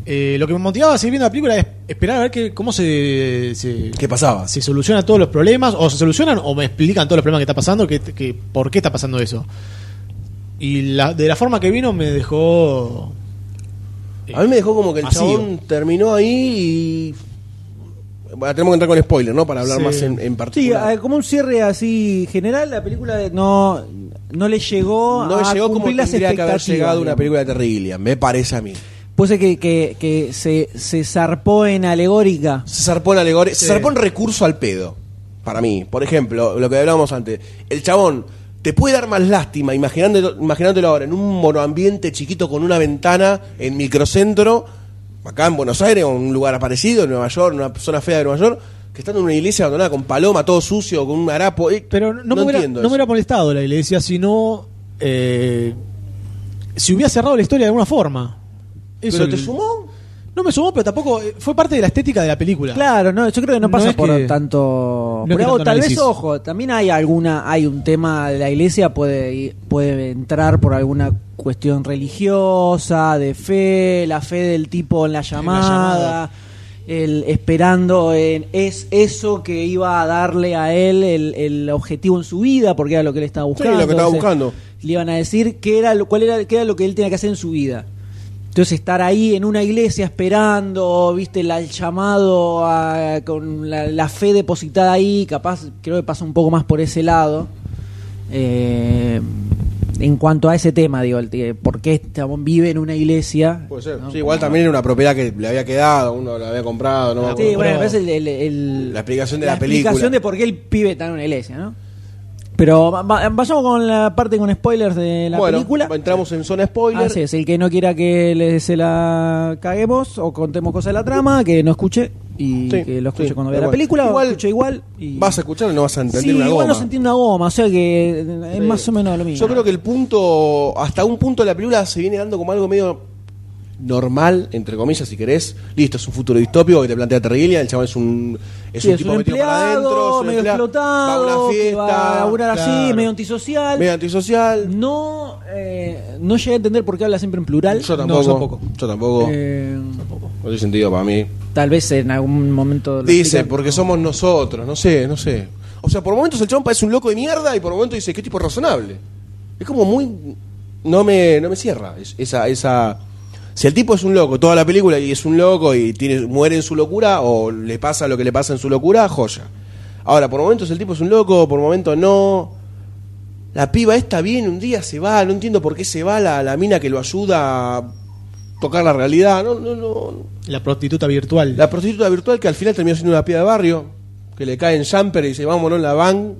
[SPEAKER 4] Eh, lo que me motivaba a seguir viendo la película es esperar a ver que, cómo se, se,
[SPEAKER 2] ¿Qué pasaba?
[SPEAKER 4] se solucionan todos los problemas, o se solucionan o me explican todos los problemas que está pasando, que, que- por qué está pasando eso. Y la, de la forma que vino me dejó...
[SPEAKER 1] Eh,
[SPEAKER 2] A mí me dejó como que el
[SPEAKER 4] Vacío.
[SPEAKER 2] chabón terminó ahí y. Bueno, tenemos que entrar con spoiler, ¿no? Para hablar
[SPEAKER 4] Sí.
[SPEAKER 2] más en, en
[SPEAKER 1] Sí,
[SPEAKER 2] particular.
[SPEAKER 1] eh, como un cierre así general, la película de- no, no le llegó
[SPEAKER 2] no
[SPEAKER 1] a
[SPEAKER 2] llegó como
[SPEAKER 1] cumplir las
[SPEAKER 2] tendría que haber
[SPEAKER 1] expectativas.
[SPEAKER 2] llegado una
[SPEAKER 1] digamos.
[SPEAKER 2] película de Terry Gilliam, me parece a mí.
[SPEAKER 1] Puede ser que, que, que se, se zarpó en alegórica.
[SPEAKER 2] Se zarpó en alegoría, se zarpó en recurso al pedo. Para mí, por ejemplo, lo que hablábamos antes, el chabón te puede dar más lástima imaginándolo, imaginándolo ahora en un monoambiente chiquito con una ventana en microcentro, acá en Buenos Aires o en un lugar parecido, en Nueva York, en una zona fea de Nueva York, que estando en una iglesia abandonada con paloma, todo sucio, con un harapo. eh,
[SPEAKER 4] Pero no, me, hubiera,
[SPEAKER 2] entiendo
[SPEAKER 4] no me
[SPEAKER 2] eso.
[SPEAKER 4] hubiera molestado la iglesia, sino... eh, si hubiera cerrado la historia de alguna forma. Eso
[SPEAKER 2] ¿Pero te
[SPEAKER 4] el-
[SPEAKER 2] sumó?
[SPEAKER 4] No me sumó, pero tampoco... eh, Fue parte de la estética de la película.
[SPEAKER 1] Claro, no, yo creo que no
[SPEAKER 4] No
[SPEAKER 1] pasa
[SPEAKER 4] es
[SPEAKER 1] por
[SPEAKER 4] que-
[SPEAKER 1] tanto.
[SPEAKER 4] no es que
[SPEAKER 1] Pero
[SPEAKER 4] tanto
[SPEAKER 1] tal
[SPEAKER 4] análisis.
[SPEAKER 1] vez, ojo, también hay alguna, hay un tema de la iglesia puede ir- puede entrar por alguna cuestión religiosa, de fe, la fe del tipo en la llamada,
[SPEAKER 4] llamada.
[SPEAKER 1] el esperando en es eso que iba a darle a él el, el objetivo en su vida, porque era lo que él estaba
[SPEAKER 2] Sí,
[SPEAKER 1] buscando.
[SPEAKER 2] lo que estaba
[SPEAKER 1] o sea,
[SPEAKER 2] buscando.
[SPEAKER 1] le iban a decir qué era lo, cuál era, qué era lo que él tenía que hacer en su vida. Entonces estar ahí en una iglesia esperando, viste, la- el llamado a- con la, la fe depositada ahí, capaz creo que pasa un poco más por ese lado. Eh, en cuanto a ese tema, digo, el, t- por qué este chabón vive en una iglesia.
[SPEAKER 2] Puede ser.
[SPEAKER 1] ¿no?
[SPEAKER 2] Sí, igual también era una propiedad que le había quedado, uno la había comprado, no me
[SPEAKER 1] Sí,
[SPEAKER 2] acuerdo.
[SPEAKER 1] bueno, pero es el- el- el-
[SPEAKER 2] La explicación de la película.
[SPEAKER 1] explicación de por qué el pibe está en una iglesia, ¿no? Pero va- va- vayamos con la parte con spoilers de la
[SPEAKER 2] Bueno,
[SPEAKER 1] película. Ah,
[SPEAKER 2] entramos en zona spoiler.
[SPEAKER 1] Así es, el que no quiera que le- se la caguemos o contemos cosas de la trama, que no escuche. y
[SPEAKER 2] Sí,
[SPEAKER 1] que lo escuche
[SPEAKER 2] sí,
[SPEAKER 1] cuando vea
[SPEAKER 2] tal
[SPEAKER 1] la
[SPEAKER 2] cual.
[SPEAKER 1] película,
[SPEAKER 2] Igual-
[SPEAKER 1] igual, escucho igual y
[SPEAKER 2] Vas a escuchar y no vas a entender
[SPEAKER 1] sí,
[SPEAKER 2] una
[SPEAKER 1] igual no
[SPEAKER 2] goma.
[SPEAKER 1] se entiende una goma, o sea que es más o menos lo mismo.
[SPEAKER 2] Yo creo que el punto, hasta un punto de la película se viene dando como algo medio normal, entre comillas, si querés. Listo, es un futuro distópico que te plantea Terrilia, el chaval es un, es
[SPEAKER 1] Sí,
[SPEAKER 2] un tipo metido para adentro, es un
[SPEAKER 1] medio
[SPEAKER 2] empleado,
[SPEAKER 1] explotado,
[SPEAKER 2] va a una
[SPEAKER 1] que
[SPEAKER 2] fiesta,
[SPEAKER 1] va a laburar así,
[SPEAKER 2] claro.
[SPEAKER 1] medio antisocial.
[SPEAKER 2] medio antisocial.
[SPEAKER 1] No, eh, no llegué a entender por qué habla siempre en plural.
[SPEAKER 2] Yo tampoco.
[SPEAKER 4] yo tampoco.
[SPEAKER 2] Yo tampoco.
[SPEAKER 1] Eh,
[SPEAKER 2] No tiene sentido para mí.
[SPEAKER 1] tal vez en algún momento. lo
[SPEAKER 2] Dice,
[SPEAKER 1] explican.
[SPEAKER 2] porque somos nosotros, no sé, no sé. O sea, por momentos el chabón parece un loco de mierda y por momentos dice, qué tipo razonable. Es como muy... No me, no me cierra es- esa, esa... Si el tipo es un loco, toda la película, y es un loco y tiene, muere en su locura o le pasa lo que le pasa en su locura, joya. Ahora, por momentos el tipo es un loco, por momentos no. La piba esta viene, un día se va, no entiendo por qué se va la, la mina que lo ayuda a tocar la realidad. No, no, no,
[SPEAKER 4] La prostituta virtual.
[SPEAKER 2] la prostituta virtual que al final terminó siendo una piba de barrio, que le cae en jumper y dice, vámonos en la van,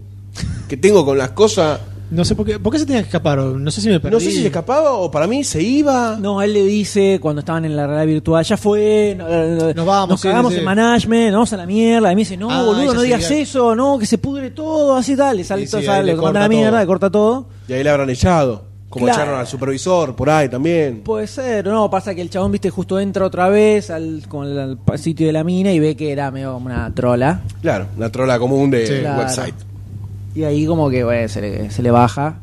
[SPEAKER 2] que tengo con las cosas.
[SPEAKER 4] No sé por qué, ¿por qué se tenía que escapar. No sé si me perdí.
[SPEAKER 2] No sé si se escapaba o para mí se iba.
[SPEAKER 1] No, él le dice cuando estaban en la realidad virtual, ya fue, no, no,
[SPEAKER 4] Nos vamos,
[SPEAKER 1] nos
[SPEAKER 4] sí,
[SPEAKER 1] cagamos
[SPEAKER 4] sí.
[SPEAKER 1] en management, nos vamos a la mierda. Y me dice, no,
[SPEAKER 4] Ah,
[SPEAKER 1] boludo,
[SPEAKER 4] ella
[SPEAKER 1] no
[SPEAKER 4] se
[SPEAKER 1] digas
[SPEAKER 4] queda-
[SPEAKER 1] eso, no, que se pudre todo, así tal. Le sale
[SPEAKER 4] Sí,
[SPEAKER 1] todo,
[SPEAKER 4] sí, ahí
[SPEAKER 1] sale,
[SPEAKER 4] le
[SPEAKER 1] lo manda
[SPEAKER 4] corta
[SPEAKER 1] a la mierda,
[SPEAKER 4] todo.
[SPEAKER 1] le corta todo.
[SPEAKER 2] Y ahí la habrán echado. Como
[SPEAKER 1] Claro.
[SPEAKER 2] echaron al supervisor por ahí también.
[SPEAKER 1] Puede ser, no, pasa que el chabón, viste, justo entra otra vez al, con el, al pa- sitio de la mina y ve que era medio como una trola.
[SPEAKER 2] Claro, la trola común de
[SPEAKER 4] Sí.
[SPEAKER 1] Claro.
[SPEAKER 2] website.
[SPEAKER 1] Y ahí como que, bueno, se le, se le baja.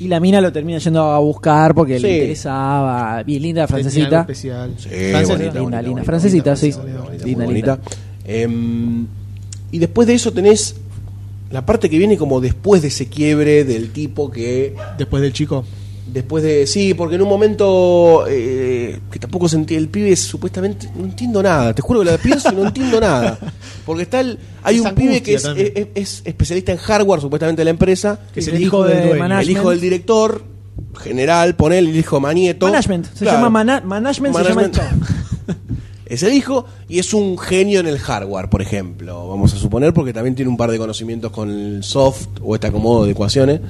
[SPEAKER 1] Y la mina lo termina yendo a buscar porque
[SPEAKER 2] Sí.
[SPEAKER 1] le interesaba. Bien linda la
[SPEAKER 4] Tenía algo
[SPEAKER 1] francesita.
[SPEAKER 4] especial.
[SPEAKER 2] Sí,
[SPEAKER 4] Francesa.
[SPEAKER 1] linda,
[SPEAKER 2] bonita, bonita,
[SPEAKER 1] linda.
[SPEAKER 2] bonita,
[SPEAKER 1] Francesita,
[SPEAKER 2] bonita,
[SPEAKER 1] sí.
[SPEAKER 2] bonita, bonita,
[SPEAKER 1] Linda,
[SPEAKER 2] muy
[SPEAKER 1] linda.
[SPEAKER 2] bonita. Em, y después de eso tenés la parte que viene como después de ese quiebre del tipo que
[SPEAKER 4] Después del chico.
[SPEAKER 2] Después de. Sí, porque en un momento. eh, que tampoco sentí. El pibe supuestamente. No entiendo nada. Te juro que lo pienso y no entiendo nada. Porque está el. Hay
[SPEAKER 4] Esa
[SPEAKER 2] un pibe que es,
[SPEAKER 4] angustia también.
[SPEAKER 2] es- es especialista en hardware, supuestamente de la empresa.
[SPEAKER 4] Que es
[SPEAKER 1] Y
[SPEAKER 4] el hijo del dueño.
[SPEAKER 1] management.
[SPEAKER 2] El hijo del director. General, ponele el hijo Manieto.
[SPEAKER 1] Management, se
[SPEAKER 2] Claro.
[SPEAKER 1] llama mana- management,
[SPEAKER 2] Management.
[SPEAKER 1] se llama el chabón.
[SPEAKER 2] [laughs] Es el hijo y es un genio en el hardware, por ejemplo. Vamos a suponer, porque también tiene un par de conocimientos con el soft o este acomodo de ecuaciones.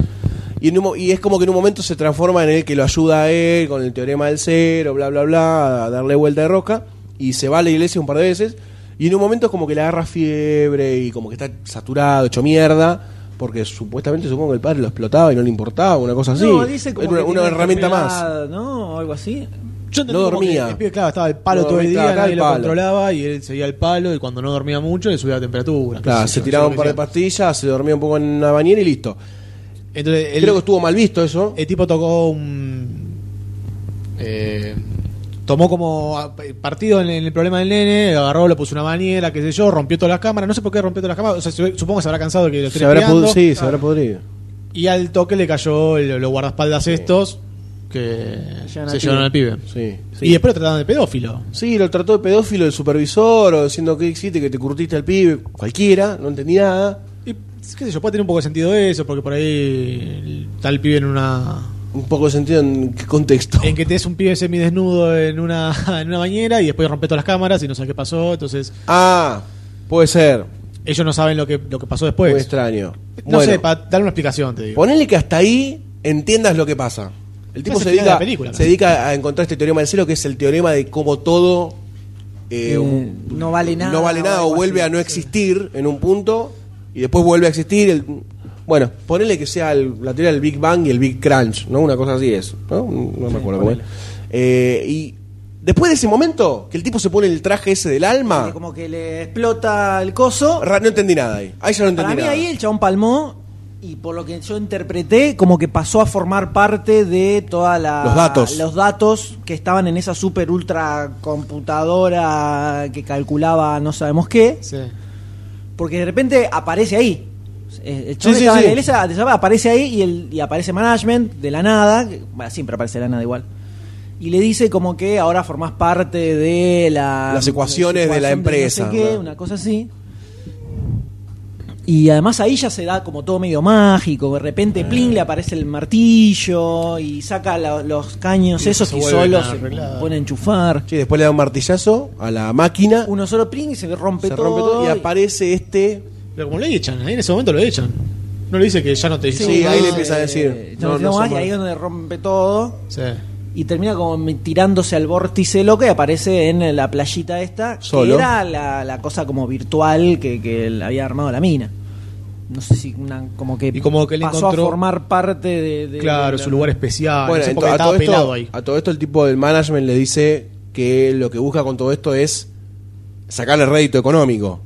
[SPEAKER 2] Y, en un mo- y es como que en un momento se transforma en el que lo ayuda a él con el teorema del cero, bla, bla, bla, a darle vuelta de roca. Y se va a la iglesia un par de veces. Y en un momento es como que le agarra fiebre y como que está saturado, hecho mierda. Porque supuestamente supongo que el padre lo explotaba y no le importaba, una cosa así.
[SPEAKER 1] No, dice como
[SPEAKER 2] Era una-
[SPEAKER 1] que
[SPEAKER 2] una,
[SPEAKER 1] tiene
[SPEAKER 2] herramienta más.
[SPEAKER 1] enfermedad, ¿No? O algo así.
[SPEAKER 4] Yo entendí
[SPEAKER 2] No
[SPEAKER 4] como que
[SPEAKER 2] dormía.
[SPEAKER 4] El pibe, claro, estaba al palo
[SPEAKER 2] No
[SPEAKER 4] todo el
[SPEAKER 2] dormía,
[SPEAKER 4] día,
[SPEAKER 2] acá
[SPEAKER 4] nadie
[SPEAKER 2] al
[SPEAKER 4] lo
[SPEAKER 2] palo.
[SPEAKER 4] controlaba y él seguía al palo y cuando no dormía mucho le subía la temperatura.
[SPEAKER 2] Claro,
[SPEAKER 4] qué sé
[SPEAKER 2] se
[SPEAKER 4] yo,
[SPEAKER 2] tiraba
[SPEAKER 4] yo
[SPEAKER 2] un par de
[SPEAKER 4] decía.
[SPEAKER 2] pastillas, se dormía un poco en la bañera y listo.
[SPEAKER 4] Entonces, él-
[SPEAKER 2] Creo que estuvo mal visto eso.
[SPEAKER 4] El tipo tocó un. eh, tomó como a- partido en el problema del nene, agarró, lo puso en una bañera, qué sé yo, rompió todas las cámaras. No sé por qué rompió todas las cámaras. O sea, se- supongo que se habrá cansado de que lo
[SPEAKER 2] Se
[SPEAKER 4] estén
[SPEAKER 2] habrá
[SPEAKER 4] espiando.
[SPEAKER 2] pod- sí, se habrá podrido.
[SPEAKER 4] Y al toque le cayó el- los guardaespaldas estos que
[SPEAKER 1] Llevan
[SPEAKER 4] se
[SPEAKER 1] al
[SPEAKER 4] llevaron al pibe.
[SPEAKER 2] Sí,
[SPEAKER 4] Y
[SPEAKER 2] sí.
[SPEAKER 4] después lo trataron de pedófilo.
[SPEAKER 2] Sí, lo trató de pedófilo el supervisor, o diciendo que existe, que te curtiste al pibe, cualquiera, no entendí nada.
[SPEAKER 4] Y qué sé yo, puede tener un poco de sentido eso, porque por ahí el- está el pibe en una.
[SPEAKER 2] Un poco de sentido en qué contexto.
[SPEAKER 4] En que te es un pibe semidesnudo en una, [laughs] en una bañera y después rompe todas las cámaras y no sabes qué pasó. Entonces,
[SPEAKER 2] Ah, puede ser.
[SPEAKER 4] ellos no saben lo que, lo que pasó después.
[SPEAKER 2] Muy extraño.
[SPEAKER 4] Pues, No
[SPEAKER 2] Bueno,
[SPEAKER 4] sé, para dar una explicación, te digo.
[SPEAKER 2] ponele que hasta ahí entiendas lo que pasa. El tipo
[SPEAKER 4] Es el
[SPEAKER 2] se
[SPEAKER 4] final de
[SPEAKER 2] dedica,
[SPEAKER 4] la película,
[SPEAKER 2] se dedica a encontrar este teorema del cielo, que es el teorema de cómo todo eh,
[SPEAKER 1] Eh,
[SPEAKER 2] un-
[SPEAKER 1] no vale nada.
[SPEAKER 2] no vale nada o
[SPEAKER 1] algo
[SPEAKER 2] vuelve
[SPEAKER 1] así,
[SPEAKER 2] a no
[SPEAKER 1] sí.
[SPEAKER 2] existir en un punto y después vuelve a existir. El, bueno, ponele que sea el- la teoría del Big Bang y el Big Crunch, ¿no? Una cosa así es, ¿no? No me acuerdo cómo es. Eh, y después de ese momento, que el tipo se pone el traje ese del alma,
[SPEAKER 1] Que Como que le explota el coso.
[SPEAKER 2] ra- no entendí nada ahí. Ahí ya no entendí
[SPEAKER 1] Para mí
[SPEAKER 2] nada.
[SPEAKER 1] ahí el chabón palmó y por lo que yo interpreté, como que pasó a formar parte de toda la
[SPEAKER 2] Los datos.
[SPEAKER 1] los datos que estaban en esa super ultra computadora que calculaba no sabemos qué,
[SPEAKER 4] Sí.
[SPEAKER 1] porque de repente aparece ahí. Eh, El chabón
[SPEAKER 2] Sí, sí,
[SPEAKER 1] estaba en
[SPEAKER 2] sí.
[SPEAKER 1] la iglesia, te llama, aparece ahí y, el, y aparece management de la nada, que, bueno, siempre aparece de la nada igual. Y le dice como que ahora formás parte de la,
[SPEAKER 2] Las ecuaciones de la
[SPEAKER 1] ecuación no sé
[SPEAKER 2] empresa,
[SPEAKER 1] qué,
[SPEAKER 2] ¿no?
[SPEAKER 1] Una cosa así. Y además ahí ya se da como todo medio mágico. De
[SPEAKER 2] Ah.
[SPEAKER 1] repente, pling, le aparece el martillo y saca la- los caños
[SPEAKER 4] Y
[SPEAKER 1] esos
[SPEAKER 4] se
[SPEAKER 1] que
[SPEAKER 4] vuelven
[SPEAKER 1] solo
[SPEAKER 4] a
[SPEAKER 1] se
[SPEAKER 4] arreglar.
[SPEAKER 1] pone a enchufar.
[SPEAKER 2] Sí, después le da un martillazo a la máquina,
[SPEAKER 1] Uno solo pling y se rompe,
[SPEAKER 2] se rompe todo, y aparece este.
[SPEAKER 4] Pero como lo echan, ahí en ese momento lo echan. No le dice que ya no te
[SPEAKER 2] Sí, ahí le
[SPEAKER 4] más.
[SPEAKER 2] empieza a decir,
[SPEAKER 1] eh, No,
[SPEAKER 2] no, no
[SPEAKER 1] no, más,
[SPEAKER 2] somos-
[SPEAKER 1] y ahí es donde rompe todo.
[SPEAKER 4] Sí.
[SPEAKER 1] y termina como tirándose al vórtice loco y aparece en la playita esta,
[SPEAKER 2] Solo.
[SPEAKER 1] que era la, la cosa como virtual que, que él había armado la mina. No sé si una, como que,
[SPEAKER 4] Y como que él
[SPEAKER 1] pasó
[SPEAKER 4] encontró-
[SPEAKER 1] a formar parte de... de-
[SPEAKER 4] Claro,
[SPEAKER 1] de-
[SPEAKER 4] su lugar especial.
[SPEAKER 2] Bueno,
[SPEAKER 4] no sé,
[SPEAKER 2] ento-
[SPEAKER 4] porque
[SPEAKER 2] a, todo
[SPEAKER 4] estaba pelado ahí.
[SPEAKER 2] esto, a todo esto el tipo del management le dice que lo que busca con todo esto es sacarle rédito económico.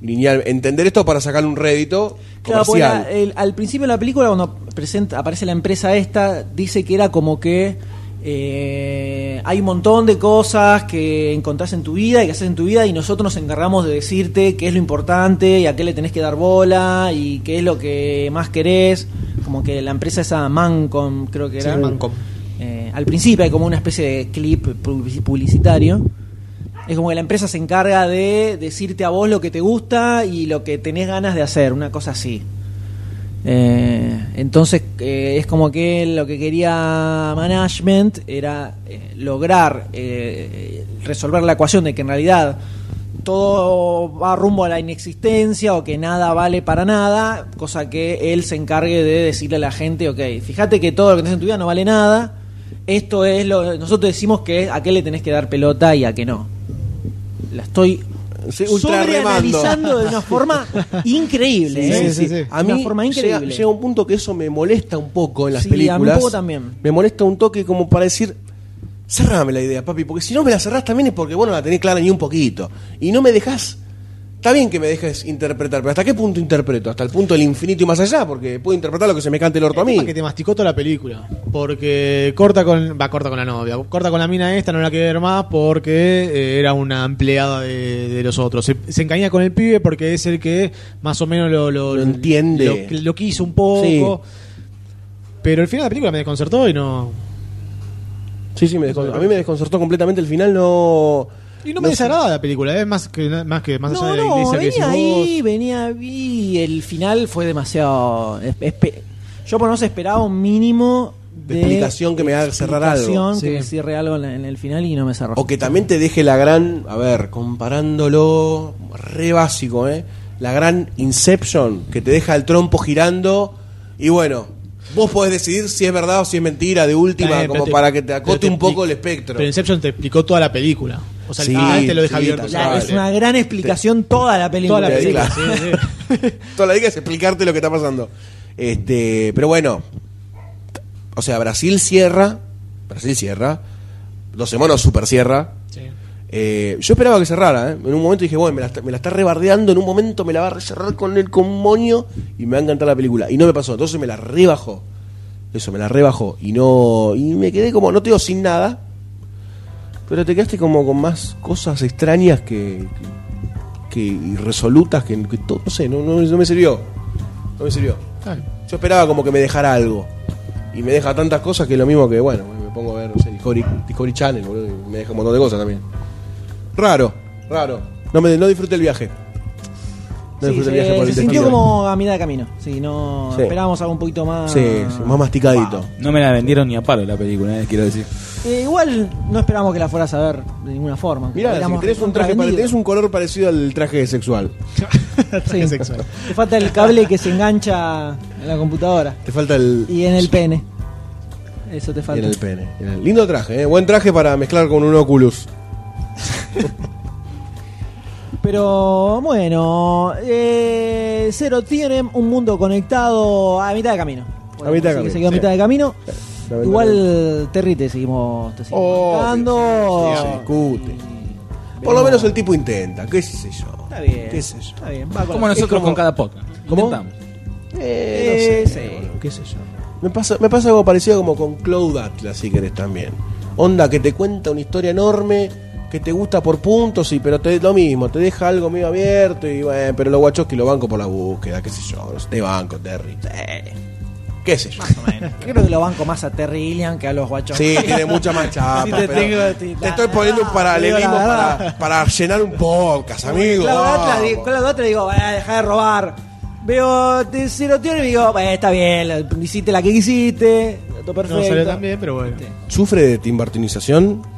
[SPEAKER 2] Lineal, entender esto para sacarle un rédito
[SPEAKER 1] Claro, porque
[SPEAKER 2] comercial.
[SPEAKER 1] la- eh, el- al principio de la película, cuando presenta, aparece la empresa esta, dice que era como que eh, hay un montón de cosas que encontrás en tu vida y que haces en tu vida y nosotros nos encargamos de decirte qué es lo importante y a qué le tenés que dar bola y qué es lo que más querés. Como que la empresa esa Mancom, creo que
[SPEAKER 4] Sí,
[SPEAKER 1] era.
[SPEAKER 4] Mancom.
[SPEAKER 1] Eh, al principio hay como una especie de clip publici- publicitario. Es como que la empresa se encarga de decirte a vos lo que te gusta y lo que tenés ganas de hacer, una cosa así. Eh, entonces eh, es como que lo que quería management era eh, lograr eh, resolver la ecuación de que en realidad todo va rumbo a la inexistencia o que nada vale para nada, cosa que él se encargue de decirle a la gente, ok, fíjate que todo lo que tenés en tu vida no vale nada, esto es lo nosotros decimos que a qué le tenés que dar pelota y a qué no. La estoy
[SPEAKER 2] Sí, ultra
[SPEAKER 1] [laughs]
[SPEAKER 2] remando.
[SPEAKER 1] sobreanalizando
[SPEAKER 2] [laughs]
[SPEAKER 1] de una forma increíble,
[SPEAKER 2] Sí,
[SPEAKER 1] ¿eh?
[SPEAKER 2] sí, sí, sí. A
[SPEAKER 1] De
[SPEAKER 2] mí
[SPEAKER 1] una forma
[SPEAKER 2] llega,
[SPEAKER 1] increíble.
[SPEAKER 2] llega un punto que eso me molesta un poco en las
[SPEAKER 1] Sí, a mí un
[SPEAKER 2] películas.
[SPEAKER 1] poco también.
[SPEAKER 2] Me molesta un toque como para decir, cerrame la idea, papi, porque si no me la cerrás también es porque vos no la tenés clara ni un poquito. Y no me dejás. Está bien que me dejes interpretar, pero ¿hasta qué punto interpreto? Hasta el punto del infinito y más allá, porque puedo interpretar lo que se me cante el orto a mí.
[SPEAKER 4] que te masticó toda la película. Porque corta con. Va, corta con la novia. Corta con la mina esta, no la quiere ver más porque eh, era una empleada de, de los otros. Se, se engaña con el pibe porque es el que más o menos lo, lo,
[SPEAKER 2] Lo entiende.
[SPEAKER 4] Lo, lo quiso un poco. Pero el final de la película me desconcertó y no.
[SPEAKER 2] Sí, sí, me descon- a mí me desconcertó completamente el final, no...
[SPEAKER 4] Y no me
[SPEAKER 2] No sé.
[SPEAKER 4] desagradaba la película, es más que más que más allá
[SPEAKER 1] No,
[SPEAKER 4] de la
[SPEAKER 1] no,
[SPEAKER 4] iglesia que decís
[SPEAKER 1] venía
[SPEAKER 4] vos.
[SPEAKER 1] ahí, venía y el final fue demasiado. espe- Yo por no se esperaba un mínimo de,
[SPEAKER 2] De explicación que me haga cerrar algo.
[SPEAKER 1] explicación que
[SPEAKER 2] Sí.
[SPEAKER 1] me cierre algo en la- en el final y no me cerró.
[SPEAKER 2] O que también te deje la gran, a ver, comparándolo, re básico, ¿eh? La gran Inception, que te deja el trompo girando y bueno, vos podés decidir si es verdad o si es mentira de última,
[SPEAKER 4] Está bien,
[SPEAKER 2] como
[SPEAKER 4] Eh, pero te-
[SPEAKER 2] para que te
[SPEAKER 4] pero
[SPEAKER 2] acote un poco
[SPEAKER 4] expli-
[SPEAKER 2] el espectro.
[SPEAKER 4] Pero Inception te explicó toda la película. O sea,
[SPEAKER 2] Sí,
[SPEAKER 4] el final te lo deja
[SPEAKER 2] sí,
[SPEAKER 4] abierto.
[SPEAKER 2] tal
[SPEAKER 1] es una gran explicación toda la película.
[SPEAKER 4] Toda la
[SPEAKER 2] Sí,
[SPEAKER 4] película.
[SPEAKER 2] claro.
[SPEAKER 4] sí, sí.
[SPEAKER 2] [laughs] Toda la idea es explicarte lo que está pasando. Este, pero bueno, t- o sea, Brasil cierra, Brasil cierra, los hermanos super cierra.
[SPEAKER 4] Sí.
[SPEAKER 2] Eh, yo esperaba que cerrara, ¿eh? En un momento dije, bueno, me la, está, me la está rebardeando, en un momento me la va a cerrar con el comonio y me va a encantar la película. Y no me pasó, entonces me la rebajó. Eso, me la rebajó. Y no. Y me quedé como, no te digo sin nada, pero te quedaste como con más cosas extrañas que. que irresolutas, que, que to- no sé, no, no- no me sirvió. No me sirvió.
[SPEAKER 4] Está bien.
[SPEAKER 2] Yo esperaba como que me dejara algo. Y me deja tantas cosas que lo mismo que, bueno, me pongo a ver, no sé, Discovery, Discovery Channel, boludo, y me deja un montón de cosas también. Raro, raro. No, me, no disfruté el viaje.
[SPEAKER 1] Sí,
[SPEAKER 2] No disfruté
[SPEAKER 1] se,
[SPEAKER 2] el viaje por
[SPEAKER 1] se
[SPEAKER 2] el
[SPEAKER 1] sintió
[SPEAKER 2] destino.
[SPEAKER 1] como a mitad de camino. Sí, no
[SPEAKER 2] Sí.
[SPEAKER 1] esperábamos algo un poquito más.
[SPEAKER 2] Sí, sí, más masticadito.
[SPEAKER 6] No me la vendieron ni a palo la película, eh, quiero decir.
[SPEAKER 1] Eh, igual no esperábamos que la fueras a ver de ninguna forma.
[SPEAKER 2] Mirá, si
[SPEAKER 1] Éramos
[SPEAKER 2] tenés un, traje pare-
[SPEAKER 1] recontravendidos.
[SPEAKER 2] tenés un color parecido al traje sexual.
[SPEAKER 1] Sí.
[SPEAKER 4] Sexual.
[SPEAKER 1] Te falta el cable que se engancha en la computadora
[SPEAKER 2] Te falta el.
[SPEAKER 1] y en el pene. Eso te
[SPEAKER 2] y
[SPEAKER 1] falta.
[SPEAKER 2] en el pene. y en el- Lindo traje, ¿eh? Buen traje para mezclar con un Oculus.
[SPEAKER 1] Pero bueno, eh, Cero tiene un mundo conectado a mitad de camino.
[SPEAKER 2] A mitad de
[SPEAKER 1] Así que
[SPEAKER 2] camino,
[SPEAKER 1] se quedó a
[SPEAKER 2] sí.
[SPEAKER 1] mitad de camino.
[SPEAKER 2] Lamentablemente.
[SPEAKER 1] Igual, Terry, te seguimos, te seguimos
[SPEAKER 2] Obvio,
[SPEAKER 1] bancando.
[SPEAKER 2] sí, se discute. Por lo menos el tipo intenta, qué sé yo.
[SPEAKER 1] Está bien.
[SPEAKER 2] ¿Qué sé yo?
[SPEAKER 1] Está bien. va con
[SPEAKER 6] Como
[SPEAKER 1] la-
[SPEAKER 6] nosotros con cada podcast.
[SPEAKER 2] ¿Cómo?
[SPEAKER 6] Intentamos.
[SPEAKER 2] Eh, no sé,
[SPEAKER 1] sí.
[SPEAKER 2] boludo, qué sé yo. Me pasa, me pasa algo parecido como con Cloud Atlas, si querés también. Onda que te cuenta una historia enorme, que te gusta por puntos, sí, pero te lo mismo, te deja algo medio abierto y bueno, pero los guachos que lo banco por la búsqueda, qué sé yo, no sé, te banco, Terry. Eh, Qué sé yo.
[SPEAKER 1] Creo que lo banco más a Terry Gilliam que a los guachos.
[SPEAKER 2] Sí, tiene mucha más
[SPEAKER 1] [laughs]
[SPEAKER 2] chapa,
[SPEAKER 1] Sí, te
[SPEAKER 2] pero
[SPEAKER 1] tengo-
[SPEAKER 2] te,
[SPEAKER 1] te-
[SPEAKER 2] estoy poniendo un paralelismo
[SPEAKER 1] digo la verdad.
[SPEAKER 2] para, para llenar un podcast, amigo.
[SPEAKER 1] Claro,
[SPEAKER 2] vamos.
[SPEAKER 1] Atlas, digo- con la otra digo, eh, deja de robar. Veo te tiene y digo, eh, está bien, la- hiciste la que quisiste, todo
[SPEAKER 4] No salió tan
[SPEAKER 1] perfecto.
[SPEAKER 4] bien, pero bueno.
[SPEAKER 2] ¿Sufre de timbartinización?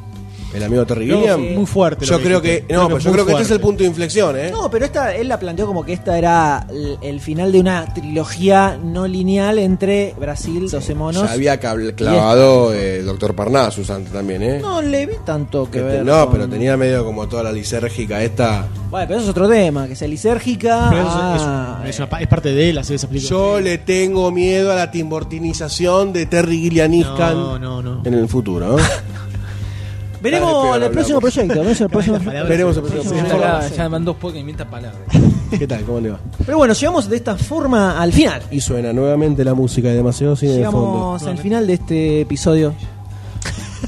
[SPEAKER 2] el amigo Terry
[SPEAKER 4] No,
[SPEAKER 2] Gilliam.
[SPEAKER 4] sí. Muy fuerte lo
[SPEAKER 2] Yo
[SPEAKER 4] que
[SPEAKER 2] creo
[SPEAKER 4] dijiste.
[SPEAKER 2] que. No,
[SPEAKER 4] Creo
[SPEAKER 2] pero
[SPEAKER 4] que
[SPEAKER 2] yo
[SPEAKER 4] muy
[SPEAKER 2] creo que este es el
[SPEAKER 4] fuerte.
[SPEAKER 2] punto de inflexión, ¿eh?
[SPEAKER 1] No, pero esta, él la planteó como que esta era el, el final de una trilogía no lineal entre Brasil, 12 monos.
[SPEAKER 2] Ya había cabl- clavado eh, Doctor Parnassus antes también, ¿eh?
[SPEAKER 1] No le vi tanto que
[SPEAKER 2] Este,
[SPEAKER 1] ver.
[SPEAKER 2] no,
[SPEAKER 1] con-
[SPEAKER 2] pero tenía medio como toda la lisérgica esta.
[SPEAKER 1] Bueno, pero eso es otro tema, que sea lisérgica. Ah,
[SPEAKER 4] Pero eso
[SPEAKER 1] a-
[SPEAKER 4] es- es, una pa- es parte de él hacer esa película.
[SPEAKER 2] Yo le tengo miedo a la timbortinización de Terry Gilliam
[SPEAKER 4] no,
[SPEAKER 2] Iskan
[SPEAKER 4] no, no.
[SPEAKER 2] en
[SPEAKER 1] [laughs]
[SPEAKER 2] el futuro, ¿no? Dale,
[SPEAKER 1] Veremos
[SPEAKER 2] peor,
[SPEAKER 1] el próximo
[SPEAKER 2] hablamos.
[SPEAKER 1] proyecto. veremos el próximo-
[SPEAKER 2] Veremos el próximo
[SPEAKER 1] próximo-
[SPEAKER 2] programa.
[SPEAKER 1] sí.
[SPEAKER 6] ya van dos podcasts y inventa palabras.
[SPEAKER 2] ¿Qué tal? ¿Cómo le va?
[SPEAKER 1] Pero bueno, llegamos de esta forma al final.
[SPEAKER 2] Y suena nuevamente la música de demasiado cine de fondo.
[SPEAKER 1] Llegamos al final de este episodio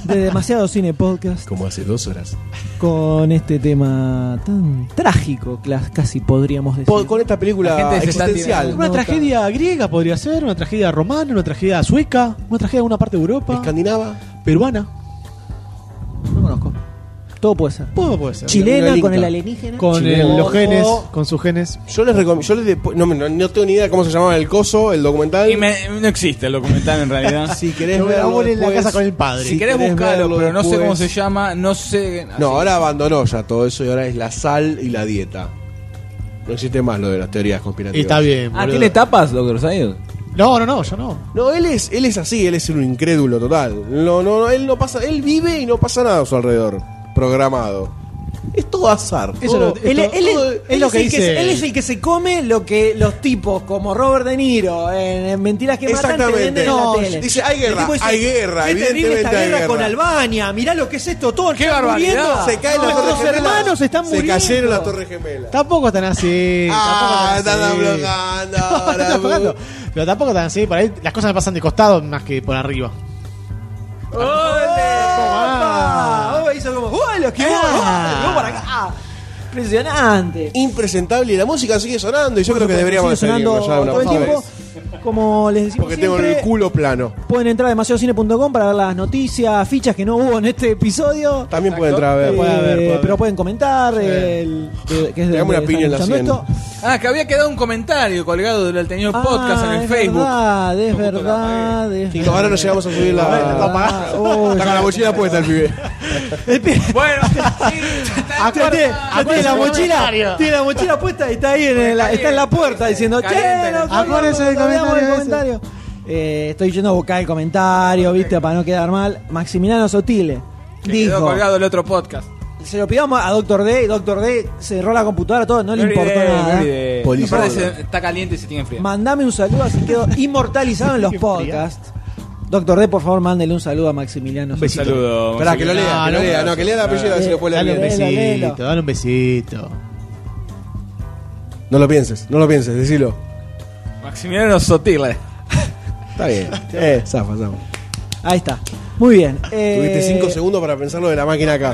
[SPEAKER 1] de Demasiado Cine Podcast
[SPEAKER 2] Como hace dos horas.
[SPEAKER 1] con este tema tan trágico, clas- casi podríamos decir.
[SPEAKER 2] Po- con esta película
[SPEAKER 6] La gente se está
[SPEAKER 2] existencial.
[SPEAKER 4] Una tragedia griega podría ser, una tragedia romana, una tragedia sueca, una tragedia de una parte de Europa,
[SPEAKER 2] Escandinava.
[SPEAKER 4] peruana.
[SPEAKER 1] No conozco. Todo puede ser.
[SPEAKER 4] Todo puede ser.
[SPEAKER 1] Chilena
[SPEAKER 2] Inca.
[SPEAKER 1] con el alienígena.
[SPEAKER 4] Con
[SPEAKER 2] Chileno.
[SPEAKER 4] el- los
[SPEAKER 2] Ojo.
[SPEAKER 4] genes, con sus genes.
[SPEAKER 2] Yo les recomiendo. Yo les depo- no, me- no, no tengo ni idea de cómo se llamaba el coso, el documental.
[SPEAKER 6] Y me- no existe el documental
[SPEAKER 1] [laughs]
[SPEAKER 6] en realidad.
[SPEAKER 2] Si querés
[SPEAKER 4] Lo
[SPEAKER 2] verlo
[SPEAKER 4] grabó en la
[SPEAKER 2] después-
[SPEAKER 4] casa con el padre.
[SPEAKER 2] si
[SPEAKER 6] Si querés buscarlo,
[SPEAKER 2] verlo
[SPEAKER 6] pero no sé cómo
[SPEAKER 2] después-
[SPEAKER 6] se llama, no sé.
[SPEAKER 2] No, ahora abandonó ya todo eso y ahora es la sal y la dieta. No existe más lo de las teorías conspirativas.
[SPEAKER 4] Está bien,
[SPEAKER 6] Ah,
[SPEAKER 4] boludo.
[SPEAKER 6] ¿tiene tapas, doctor Sayed?
[SPEAKER 4] No, no, no, yo no.
[SPEAKER 2] No, él es, él es así, él es un incrédulo total. No, no, no, él no pasa, él vive y no pasa nada a su alrededor, programado. Es todo azar.
[SPEAKER 4] Eso
[SPEAKER 2] todo-
[SPEAKER 4] lo-
[SPEAKER 1] Oh, Él,
[SPEAKER 4] Esto-
[SPEAKER 1] él es-
[SPEAKER 4] todo-
[SPEAKER 1] él
[SPEAKER 4] es lo
[SPEAKER 1] es
[SPEAKER 4] que
[SPEAKER 1] el que
[SPEAKER 4] dice-
[SPEAKER 1] se- él es el que se come lo que los tipos como Robert De Niro en, en Mentiras que matan te
[SPEAKER 2] Exactamente.
[SPEAKER 1] venden
[SPEAKER 2] No,
[SPEAKER 1] en la tele.
[SPEAKER 2] dice, hay guerra,
[SPEAKER 1] El tipo
[SPEAKER 2] hay guerra,
[SPEAKER 1] Qué terrible esta
[SPEAKER 2] evidentemente hay
[SPEAKER 1] guerra, con
[SPEAKER 2] guerra".
[SPEAKER 1] Albania. Mirá lo que es esto, todos
[SPEAKER 6] Qué
[SPEAKER 1] están
[SPEAKER 6] barbaridad.
[SPEAKER 1] muriendo.
[SPEAKER 2] se caen las
[SPEAKER 1] No,
[SPEAKER 2] torres
[SPEAKER 1] los
[SPEAKER 2] gemelas.
[SPEAKER 1] hermanos están muriendo.
[SPEAKER 2] Se cayeron las torres gemelas.
[SPEAKER 4] Tampoco están así.
[SPEAKER 2] Ah, están
[SPEAKER 4] tampoco [laughs] están así.
[SPEAKER 2] aflojando
[SPEAKER 4] No,
[SPEAKER 2] ahora,
[SPEAKER 4] están aflojando.
[SPEAKER 2] bu.
[SPEAKER 4] Pero tampoco están así. Por ahí las cosas me pasan de costado más que por arriba.
[SPEAKER 1] ¡Opa! Oh, hizo como, ¡Uy, lo esquivó!
[SPEAKER 4] Ah.
[SPEAKER 1] ¡Uy, lo para acá! Impresionante.
[SPEAKER 2] Impresentable y la música sigue sonando y yo creo que deberíamos
[SPEAKER 1] Sigue
[SPEAKER 2] seguirlo
[SPEAKER 1] sonando
[SPEAKER 2] ya de una
[SPEAKER 1] todo el
[SPEAKER 2] vez.
[SPEAKER 1] tiempo. Como les decimos
[SPEAKER 2] Porque tengo
[SPEAKER 1] siempre,
[SPEAKER 2] el culo plano.
[SPEAKER 1] pueden entrar a demasiadocine.com para ver las noticias, fichas que no hubo en este episodio.
[SPEAKER 2] También puede entrar a
[SPEAKER 1] Eh,
[SPEAKER 2] ver.
[SPEAKER 4] Puede haber, puede haber.
[SPEAKER 1] Pero pueden comentar. el- de- que es de
[SPEAKER 2] Dame una
[SPEAKER 1] donde
[SPEAKER 2] piña en la
[SPEAKER 1] están escuchando
[SPEAKER 2] sien.
[SPEAKER 1] esto.
[SPEAKER 6] Ah, que había quedado un comentario colgado del anterior
[SPEAKER 1] Ah,
[SPEAKER 6] podcast en el
[SPEAKER 1] es
[SPEAKER 6] Facebook.
[SPEAKER 1] Verdad, es
[SPEAKER 6] Yo justo la
[SPEAKER 1] verdad, es
[SPEAKER 2] Chicos, ahora no llegamos a subir
[SPEAKER 1] verdad.
[SPEAKER 2] la.
[SPEAKER 1] Oh,
[SPEAKER 2] Está con la mochila puesta el pibe.
[SPEAKER 1] [laughs]
[SPEAKER 6] Bueno, sí, está en
[SPEAKER 1] Tiene,
[SPEAKER 6] corta.
[SPEAKER 1] ya tiene la mochila, tiene la mochila puesta y está ahí en la, está en la puerta diciendo, che,
[SPEAKER 6] Caliente,
[SPEAKER 1] no,
[SPEAKER 4] acuérdense del
[SPEAKER 1] no olvidamos
[SPEAKER 4] comentario
[SPEAKER 1] comentario". Eh, estoy yendo a buscar el comentario, viste, para no quedar mal. Maximiliano Sotile
[SPEAKER 6] Que Quedó
[SPEAKER 1] dijo,
[SPEAKER 6] colgado el otro podcast.
[SPEAKER 1] se lo pidamos a Doctor D, y Doctor D cerró la computadora, todo, no le
[SPEAKER 6] Glory
[SPEAKER 1] importó
[SPEAKER 6] Day,
[SPEAKER 1] nada.
[SPEAKER 6] Glory Day.
[SPEAKER 2] Polizón.
[SPEAKER 6] Aparte se- está caliente y se tiene frío.
[SPEAKER 1] Mandame un saludo, así quedó inmortalizado en los podcasts. Doctor D, por favor, mándele un saludo a Maximiliano
[SPEAKER 6] Un
[SPEAKER 1] Sotile.
[SPEAKER 6] saludo.
[SPEAKER 2] Esperá, que lo lea, que
[SPEAKER 4] No,
[SPEAKER 2] lo
[SPEAKER 4] no,
[SPEAKER 2] lea. No, que lea la apellido a ver si lo puede
[SPEAKER 4] Dale
[SPEAKER 2] leer
[SPEAKER 4] un
[SPEAKER 1] Lelo,
[SPEAKER 2] bien.
[SPEAKER 1] lelo.
[SPEAKER 4] besito, dale un besito.
[SPEAKER 2] No lo pienses, no lo pienses, decilo.
[SPEAKER 6] Maximiliano Sotile.
[SPEAKER 2] Está bien. Eh, zafa, zafa.
[SPEAKER 1] Ahí está. Muy bien. eh,
[SPEAKER 2] Tuviste 5 segundos para pensarlo de la máquina acá.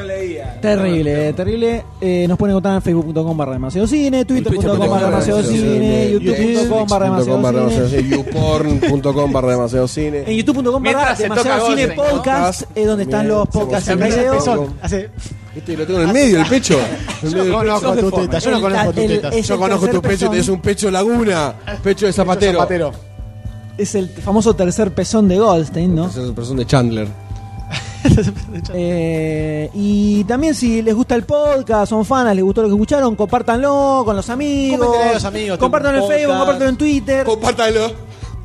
[SPEAKER 1] Terrible, eh, terrible. Eh, nos pueden encontrar en facebook.com barra demasiado cine, twitter.com barra demasiado cine, youtube.com barra demasiado cine.
[SPEAKER 2] youporn.com barra demasiado cine.
[SPEAKER 1] En youtube.com barra
[SPEAKER 6] Mientras se
[SPEAKER 1] demasiado
[SPEAKER 6] toca
[SPEAKER 1] cine
[SPEAKER 6] Goldstein, ¿no?
[SPEAKER 1] podcast es donde están
[SPEAKER 2] Bien,
[SPEAKER 1] los
[SPEAKER 2] se
[SPEAKER 1] podcasts en
[SPEAKER 2] emociona.
[SPEAKER 4] Hace
[SPEAKER 1] video.
[SPEAKER 2] Empezó.
[SPEAKER 4] pezón, hace-
[SPEAKER 2] Este lo tengo en el medio, el pecho. En
[SPEAKER 4] Yo
[SPEAKER 2] medio
[SPEAKER 4] no
[SPEAKER 2] del
[SPEAKER 4] conozco
[SPEAKER 2] pecho.
[SPEAKER 4] tu teta, yo no
[SPEAKER 1] El-
[SPEAKER 4] conozco tu
[SPEAKER 1] el-
[SPEAKER 4] teta.
[SPEAKER 1] es-
[SPEAKER 2] Yo conozco tu
[SPEAKER 1] tercer
[SPEAKER 2] pecho,
[SPEAKER 1] pezón.
[SPEAKER 2] tenés un pecho laguna, pecho de zapatero.
[SPEAKER 4] Zapatero.
[SPEAKER 1] Es el famoso tercer pezón de Goldstein, ¿no?
[SPEAKER 2] Es el personaje de Chandler.
[SPEAKER 1] Eh, y también si les gusta el podcast, son fanas, les gustó lo que escucharon, compártanlo con los amigos.
[SPEAKER 4] Coméntenle a los amigos,
[SPEAKER 1] Compártanlo en
[SPEAKER 4] tengo un
[SPEAKER 1] Facebook,
[SPEAKER 4] podcast.
[SPEAKER 1] compártanlo en Twitter.
[SPEAKER 2] Compártalo,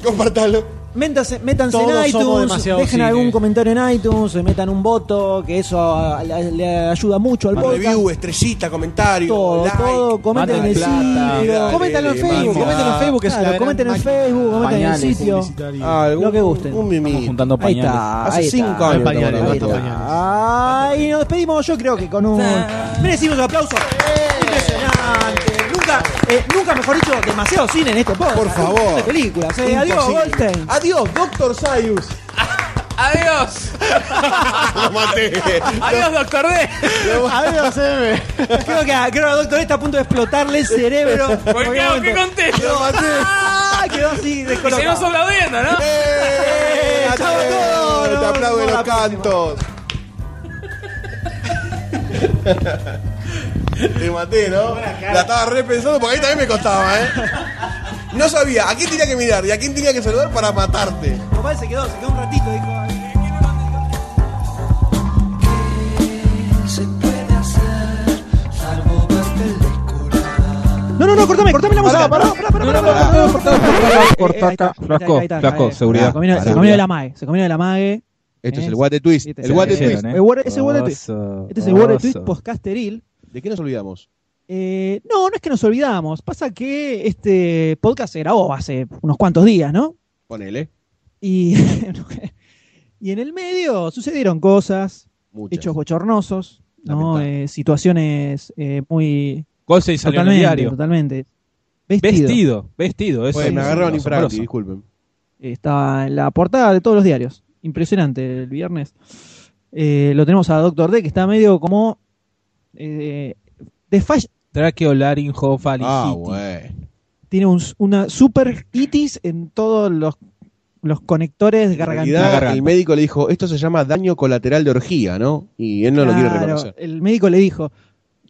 [SPEAKER 2] compártalo.
[SPEAKER 1] Métanse, métanse
[SPEAKER 4] Todos
[SPEAKER 1] en
[SPEAKER 4] somos
[SPEAKER 1] iTunes,
[SPEAKER 4] demasiado
[SPEAKER 1] dejen
[SPEAKER 4] cine.
[SPEAKER 1] algún comentario en iTunes, se metan un voto, que eso ah, le, le ayuda mucho al podcast.
[SPEAKER 2] Review, estrellita, comentario,
[SPEAKER 1] todo,
[SPEAKER 2] like.
[SPEAKER 1] todo, comenten en el
[SPEAKER 6] plata,
[SPEAKER 1] sitio.
[SPEAKER 2] dale,
[SPEAKER 1] Coméntanlo en
[SPEAKER 2] dale,
[SPEAKER 1] Facebook,
[SPEAKER 2] manda.
[SPEAKER 1] coméntenlo en Facebook, que es
[SPEAKER 4] Claro,
[SPEAKER 1] la gran comenten en
[SPEAKER 4] máquina.
[SPEAKER 1] Facebook, comenten en el
[SPEAKER 6] Pañales,
[SPEAKER 1] sitio.
[SPEAKER 2] Ah, algún-
[SPEAKER 1] Lo que gusten.
[SPEAKER 2] Un
[SPEAKER 6] Estamos
[SPEAKER 2] mimí.
[SPEAKER 6] juntando
[SPEAKER 1] Ahí
[SPEAKER 6] pañales.
[SPEAKER 1] está,
[SPEAKER 2] Hace
[SPEAKER 1] ahí está.
[SPEAKER 2] cinco años.
[SPEAKER 4] Pañales,
[SPEAKER 1] Ahí
[SPEAKER 2] estamos
[SPEAKER 4] basta
[SPEAKER 2] hablando.
[SPEAKER 4] pañales.
[SPEAKER 1] está. Ay, nos despedimos yo creo que con un... Merecimos un aplauso. Impresionante. Nunca, eh, nunca mejor dicho, demasiado cine en este podcast.
[SPEAKER 2] Por favor.
[SPEAKER 1] De películas. eh. Adiós,
[SPEAKER 2] Imposible.
[SPEAKER 1] Goldstein.
[SPEAKER 2] Adiós, Doctor [laughs] Sayus.
[SPEAKER 6] Adiós.
[SPEAKER 2] Lo maté.
[SPEAKER 6] Adiós, doctor D.
[SPEAKER 4] Adiós, M.
[SPEAKER 1] [laughs] Creo que, a- creo que a Doctor D está a punto de explotarle el cerebro.
[SPEAKER 6] ¿Por qué? ¿Por qué contesto?
[SPEAKER 2] Lo [laughs] maté.
[SPEAKER 1] Ah, quedó así
[SPEAKER 6] Y
[SPEAKER 1] descolocado.
[SPEAKER 6] seguimos aplaudiendo, ¿no?
[SPEAKER 2] ¡Eh!
[SPEAKER 1] ¡Eh! ¡Chao a todos!
[SPEAKER 2] Te
[SPEAKER 1] Nos
[SPEAKER 2] aplauden
[SPEAKER 1] vemos
[SPEAKER 2] los
[SPEAKER 1] la próxima.
[SPEAKER 2] cantos. Te maté, ¿no? La estaba repensando porque ahí también me costaba, ¿eh? No sabía a quién tenía que mirar y a quién tenía que saludar para matarte.
[SPEAKER 1] Papá se quedó, se quedó un ratito, dijo. "Ay, que no lo han dejado". cortame, cortame la música. Pará, pará, pará, pará, pará, pará, pará, pará.
[SPEAKER 18] Corta acá, flasco,
[SPEAKER 1] ahí está,
[SPEAKER 18] flasco,
[SPEAKER 1] ahí.
[SPEAKER 18] seguridad.
[SPEAKER 1] Se comió- se
[SPEAKER 18] Seguridad.
[SPEAKER 1] comió de la mague, se comió de la mague.
[SPEAKER 18] Esto
[SPEAKER 1] ¿Eh?
[SPEAKER 18] es el What the Twist.
[SPEAKER 1] Viste,
[SPEAKER 18] El
[SPEAKER 1] se
[SPEAKER 18] What the
[SPEAKER 1] hicieron,
[SPEAKER 18] Twist.
[SPEAKER 1] ¿eh? El What- ese What the Twist.
[SPEAKER 18] Oso,
[SPEAKER 1] Este es el What the
[SPEAKER 18] oso.
[SPEAKER 1] Twist podcasteril.
[SPEAKER 2] ¿De qué nos olvidamos?
[SPEAKER 1] Eh, no, no es que nos olvidamos. Pasa que este podcast se grabó hace unos cuantos días, ¿no?
[SPEAKER 2] Ponele.
[SPEAKER 1] Y, [laughs] y en el medio sucedieron cosas,
[SPEAKER 2] Muchas.
[SPEAKER 1] hechos bochornosos, ¿no? Eh, situaciones eh, muy...
[SPEAKER 3] Cosas y salió en el
[SPEAKER 1] totalmente,
[SPEAKER 3] diario.
[SPEAKER 1] Totalmente. Vestido.
[SPEAKER 3] Vestido, vestido. Eso
[SPEAKER 1] Bueno, me agarraron
[SPEAKER 3] asombroso.
[SPEAKER 1] infracti,
[SPEAKER 2] disculpen.
[SPEAKER 1] Estaba en la portada de todos los diarios. Impresionante el viernes. Eh, lo tenemos a Doctor D, que está medio como... Eh, desfall-
[SPEAKER 3] Traqueolaringo
[SPEAKER 2] Ah,
[SPEAKER 3] faringitis.
[SPEAKER 2] güey.
[SPEAKER 1] tiene un- una super itis en todos los, los conectores
[SPEAKER 2] En
[SPEAKER 1] gargantales.
[SPEAKER 2] realidad, el médico le dijo, esto se llama daño colateral de orgía, ¿no? Y él no lo quiere
[SPEAKER 1] Claro,
[SPEAKER 2] reconocer.
[SPEAKER 1] El médico le dijo,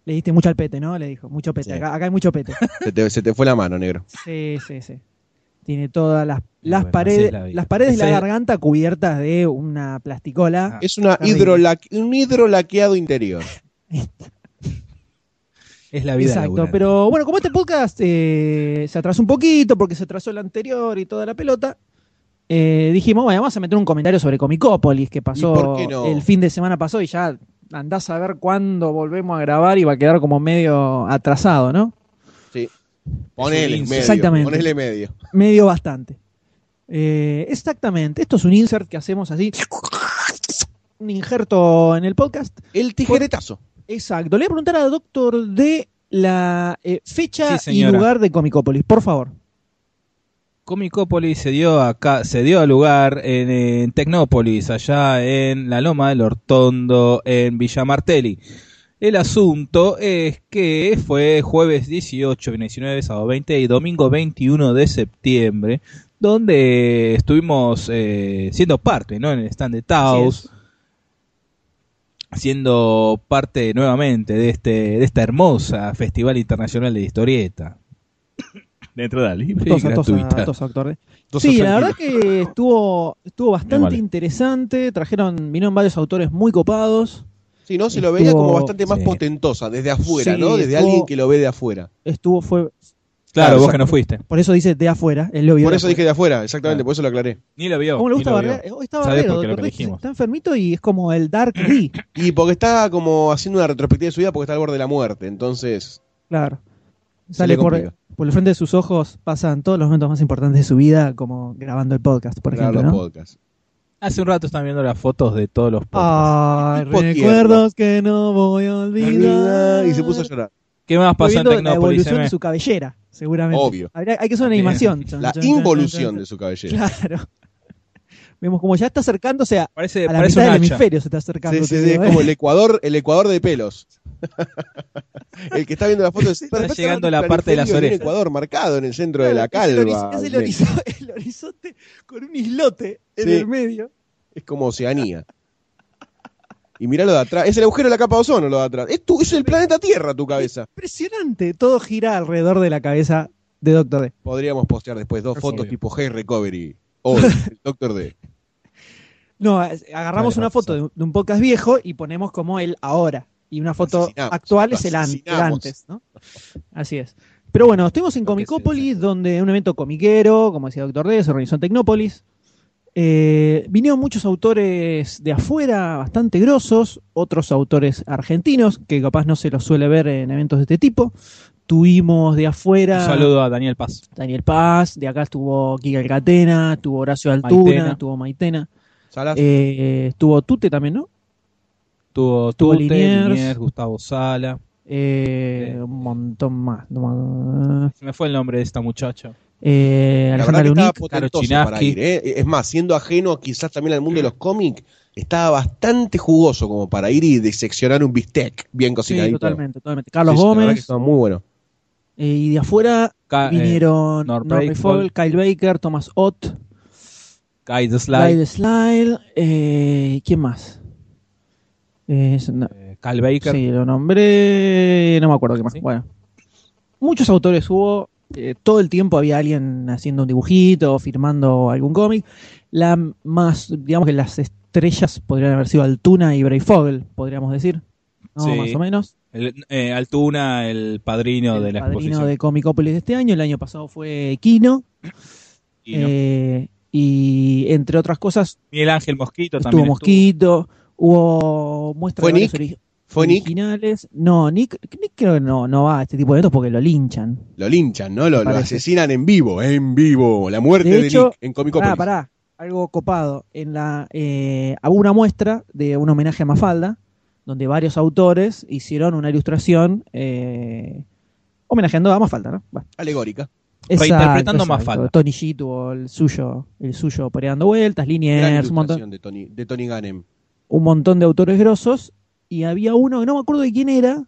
[SPEAKER 1] le diste mucho al pete, ¿no? Le dijo, mucho pete, acá, acá hay mucho
[SPEAKER 2] [laughs]
[SPEAKER 1] pete.
[SPEAKER 2] Se te, se te fue la mano, negro.
[SPEAKER 1] sí, sí, sí. Tiene todas las, las
[SPEAKER 2] bueno, así
[SPEAKER 1] paredes,
[SPEAKER 2] es la vida.
[SPEAKER 1] las paredes y la
[SPEAKER 2] Ese- Ah,
[SPEAKER 1] garganta cubiertas de una plasticola.
[SPEAKER 2] Es una
[SPEAKER 1] Terrible.
[SPEAKER 2] hidrolaque- un hidrolaqueado interior.
[SPEAKER 3] Es la vida
[SPEAKER 1] Exacto,
[SPEAKER 3] laburante.
[SPEAKER 1] pero bueno, como este podcast eh, se atrasó un poquito porque se atrasó el anterior y toda la pelota, eh, dijimos, bueno, vamos a meter un comentario sobre Comicópolis que pasó
[SPEAKER 2] ¿Y por qué no?
[SPEAKER 1] el fin de semana pasó y ya andás a ver cuándo volvemos a grabar y va a quedar como medio atrasado, ¿no?
[SPEAKER 2] Sí. Ponele
[SPEAKER 1] Es un
[SPEAKER 2] medio.
[SPEAKER 1] Exactamente.
[SPEAKER 2] Ponele medio.
[SPEAKER 1] Medio bastante. Eh, exactamente, esto es un insert que hacemos así, un injerto en el podcast.
[SPEAKER 2] El tijeretazo.
[SPEAKER 1] Exacto, le voy a preguntar a Doctor D la eh, fecha
[SPEAKER 3] Sí,
[SPEAKER 1] y
[SPEAKER 3] señora.
[SPEAKER 1] lugar de Comicópolis, por favor.
[SPEAKER 3] Comicópolis se dio acá, se dio a lugar en, en Tecnópolis, allá en la Loma del Ortondo, en Villa Martelli. El asunto es que fue jueves 18, viernes 19, sábado 20 y domingo 21 de septiembre, donde estuvimos eh, siendo parte, ¿no? En el stand de Taos, siendo parte nuevamente de este de esta hermosa Festival Internacional de Historieta. De entrada libre y
[SPEAKER 1] Tosa, tosa,
[SPEAKER 3] gratuita.
[SPEAKER 1] tosa, Doctor D.
[SPEAKER 3] Tosa,
[SPEAKER 1] Sí, la
[SPEAKER 3] tranquilo.
[SPEAKER 1] verdad que estuvo, estuvo bastante
[SPEAKER 3] vale.
[SPEAKER 1] interesante. Trajeron, vinieron varios autores muy copados.
[SPEAKER 2] Sí, ¿no? Se lo veía
[SPEAKER 1] Estuvo-
[SPEAKER 2] como bastante más
[SPEAKER 1] sí.
[SPEAKER 2] potentosa, desde afuera,
[SPEAKER 1] Sí,
[SPEAKER 2] ¿no? Desde
[SPEAKER 1] estuvo-
[SPEAKER 2] alguien que lo ve de afuera.
[SPEAKER 1] Estuvo, fue.
[SPEAKER 3] Claro, vos
[SPEAKER 2] exacto.
[SPEAKER 3] que no fuiste.
[SPEAKER 1] Por eso dice de afuera. Él lo vio
[SPEAKER 2] Por
[SPEAKER 1] de
[SPEAKER 2] eso
[SPEAKER 1] afuera.
[SPEAKER 2] dije de afuera, exactamente, por eso lo aclaré.
[SPEAKER 3] Ni lo vio.
[SPEAKER 1] ¿Cómo le gusta
[SPEAKER 2] ni lo veo.
[SPEAKER 1] barrer? Hoy está
[SPEAKER 2] ¿Sabés
[SPEAKER 1] barrero,
[SPEAKER 2] por qué lo
[SPEAKER 1] Doctor D,
[SPEAKER 2] que dijimos?
[SPEAKER 1] Está enfermito y es como el Dark D.
[SPEAKER 2] Y porque está como haciendo una retrospectiva de su vida porque está al borde de la muerte, entonces.
[SPEAKER 1] Claro.
[SPEAKER 2] Se
[SPEAKER 1] Sale
[SPEAKER 2] le
[SPEAKER 1] por,
[SPEAKER 2] complica.
[SPEAKER 1] por el frente de sus ojos, pasan todos los momentos más importantes de su vida, como grabando el podcast, por
[SPEAKER 2] Grabar
[SPEAKER 1] ejemplo.
[SPEAKER 2] los
[SPEAKER 1] ¿no?
[SPEAKER 2] podcasts.
[SPEAKER 3] Hace un rato están viendo las fotos de todos los
[SPEAKER 1] Ah, Ay,
[SPEAKER 3] Tipo
[SPEAKER 1] recuerdos que no voy a olvidar.
[SPEAKER 2] Y se puso a llorar.
[SPEAKER 3] ¿Qué más
[SPEAKER 1] Estoy
[SPEAKER 3] pasó en
[SPEAKER 1] viendo la
[SPEAKER 3] Tecnópolis?
[SPEAKER 1] evolución
[SPEAKER 3] M?
[SPEAKER 1] de su cabellera, seguramente.
[SPEAKER 2] Obvio.
[SPEAKER 1] Habría- hay que hacer una
[SPEAKER 2] eh. Bien.
[SPEAKER 1] animación.
[SPEAKER 2] La involución de su cabellera.
[SPEAKER 1] Claro. [laughs] Vemos como ya está acercándose a,
[SPEAKER 3] Parece,
[SPEAKER 1] a la
[SPEAKER 2] Eh,
[SPEAKER 1] mitad
[SPEAKER 2] parece un
[SPEAKER 1] del
[SPEAKER 2] hacha.
[SPEAKER 1] hemisferio se está acercando.
[SPEAKER 2] Sí, sí,
[SPEAKER 1] te
[SPEAKER 2] sí, es
[SPEAKER 1] digo, ¿eh?
[SPEAKER 2] como el Ecuador, el Ecuador de pelos. [laughs] el que está viendo la foto es
[SPEAKER 3] Está llegando la parte de las
[SPEAKER 2] Tiene
[SPEAKER 3] orejas.
[SPEAKER 2] un Ecuador marcado en el centro de la
[SPEAKER 1] Es [laughs] el horiz-
[SPEAKER 2] calva.
[SPEAKER 1] Es el,
[SPEAKER 2] Ven,
[SPEAKER 1] horizo- el horizonte con un islote en
[SPEAKER 2] Sí.
[SPEAKER 1] el medio.
[SPEAKER 2] es como Oceanía. Y mirá lo de atrás. Es el agujero de la capa de ozono lo de atrás. Es, tu, es el planeta Tierra tu cabeza.
[SPEAKER 1] Impresionante. Todo gira alrededor de la cabeza de Doctor D.
[SPEAKER 2] Podríamos postear después dos fotos
[SPEAKER 1] obvio.
[SPEAKER 2] tipo Hey Recovery.
[SPEAKER 1] [laughs]
[SPEAKER 2] O el Doctor D.
[SPEAKER 1] No, es- agarramos
[SPEAKER 2] Vale,
[SPEAKER 1] una foto de un, de un podcast viejo y ponemos como el ahora. Y una foto
[SPEAKER 2] Asesinamos,
[SPEAKER 1] actual
[SPEAKER 2] lo
[SPEAKER 1] es el, an- el
[SPEAKER 2] asesinamos.
[SPEAKER 1] antes, ¿no? Así es. Pero bueno, estuvimos en Comicópolis, donde un evento comiquero, como decía Doctor D, se organizó en Tecnópolis. Eh, vinieron muchos autores de afuera, bastante grosos, otros autores argentinos, que capaz no se los suele ver en eventos de este tipo. Tuvimos de afuera...
[SPEAKER 3] Un saludo a Daniel Paz.
[SPEAKER 1] Daniel Paz, de acá estuvo Kika Alcatena, estuvo Horacio Altuna,
[SPEAKER 3] Maitena.
[SPEAKER 1] estuvo Maitena,
[SPEAKER 2] Salas.
[SPEAKER 1] eh, estuvo Tute también, ¿no?
[SPEAKER 3] Tuvo
[SPEAKER 1] Tuvo
[SPEAKER 3] Tute,
[SPEAKER 1] Liniers.
[SPEAKER 3] Liniers, Gustavo Sala.
[SPEAKER 1] Eh, Un montón más. no me-
[SPEAKER 3] Se me fue el nombre de esta muchacha.
[SPEAKER 1] Eh,
[SPEAKER 2] La
[SPEAKER 1] Alejandra
[SPEAKER 2] verdad que estaba
[SPEAKER 1] Lunic,
[SPEAKER 2] potentoso
[SPEAKER 3] Caro
[SPEAKER 2] para
[SPEAKER 3] Chinaski.
[SPEAKER 2] ir, ¿eh? Es más, siendo ajeno quizás también al mundo de los cómics, estaba bastante jugoso como para ir y diseccionar un bistec bien
[SPEAKER 1] Sí,
[SPEAKER 2] cocinadito.
[SPEAKER 1] totalmente, totalmente. Carlos
[SPEAKER 2] Sí, sí, la verdad que Ah,
[SPEAKER 1] Gómez,
[SPEAKER 2] estaba muy bueno.
[SPEAKER 1] eh, y de afuera
[SPEAKER 3] Ca- eh,
[SPEAKER 1] vinieron
[SPEAKER 3] North
[SPEAKER 1] Norman
[SPEAKER 3] Breakfall.
[SPEAKER 1] Fall, Kyle Baker, Thomas Ott,
[SPEAKER 3] Guy the Slide,
[SPEAKER 1] Clyde Slyle, eh, ¿quién más? Eh, es- no-
[SPEAKER 3] Cal Baker.
[SPEAKER 1] Sí, lo nombré. No me acuerdo qué más. Bueno. Muchos autores hubo. eh, todo el tiempo había alguien haciendo un dibujito, firmando algún cómic. La más, digamos que las estrellas podrían haber sido Altuna y Brave Fogel, podríamos decir. ¿no?
[SPEAKER 3] Sí.
[SPEAKER 1] Más o menos.
[SPEAKER 3] El, eh, Altuna, el padrino de la
[SPEAKER 1] Padrino
[SPEAKER 3] exposición.
[SPEAKER 1] de Comicópolis de este año, el año pasado fue Kino.
[SPEAKER 3] Kino.
[SPEAKER 1] Eh, y entre otras cosas,
[SPEAKER 3] Miguel Ángel Mosquito
[SPEAKER 1] estuvo
[SPEAKER 3] también.
[SPEAKER 1] Mosquito, hubo muestras
[SPEAKER 2] ¿Fue
[SPEAKER 1] de varios ori-
[SPEAKER 2] Nick? ¿Fue Nick?
[SPEAKER 1] originales. No, Nick, Nick creo que no, no va a este tipo de eventos porque lo linchan.
[SPEAKER 2] Lo linchan, ¿no? Lo, lo
[SPEAKER 1] Parece.
[SPEAKER 2] asesinan en vivo, en vivo. La muerte
[SPEAKER 1] De
[SPEAKER 2] de,
[SPEAKER 1] hecho,
[SPEAKER 2] Nick en Comicopolis.
[SPEAKER 1] Pará, pará, algo copado. En la, eh, hubo una muestra de un homenaje a Mafalda, donde varios autores hicieron una ilustración eh, homenajeando a Mafalda, ¿no? Va.
[SPEAKER 2] Alegórica.
[SPEAKER 3] Reinterpretando Mafalda.
[SPEAKER 1] Tony G tuvo el suyo, el suyo peleando vueltas,
[SPEAKER 2] Gran
[SPEAKER 1] Liniers, Eh, un montón,
[SPEAKER 2] ilustración de Tony, de Tony Gannem.
[SPEAKER 1] un montón de autores grosos. Y había uno que no me acuerdo de quién era.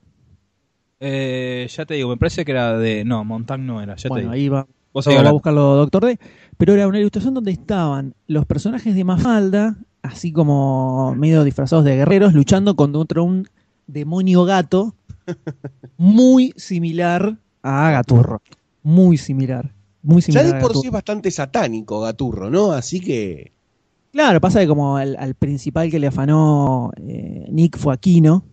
[SPEAKER 3] Eh, ya te digo, me parece que era de. No, Montagne no era, ya
[SPEAKER 1] bueno,
[SPEAKER 3] te digo.
[SPEAKER 1] ahí va,
[SPEAKER 3] Vos
[SPEAKER 1] va
[SPEAKER 3] ahí
[SPEAKER 1] a
[SPEAKER 3] hablando.
[SPEAKER 1] buscarlo Doctor D. Pero era una ilustración donde estaban los personajes de Mafalda, así como medio disfrazados de guerreros, luchando contra un demonio gato muy similar a Gaturro. Muy similar. Muy
[SPEAKER 2] Ya
[SPEAKER 1] similar.
[SPEAKER 2] de
[SPEAKER 1] a
[SPEAKER 2] por
[SPEAKER 1] Gaturro.
[SPEAKER 2] sí es bastante satánico Gaturro, ¿no? Así que.
[SPEAKER 1] Claro, pasa que como al, al principal que le afanó eh, Nick fue Aquino.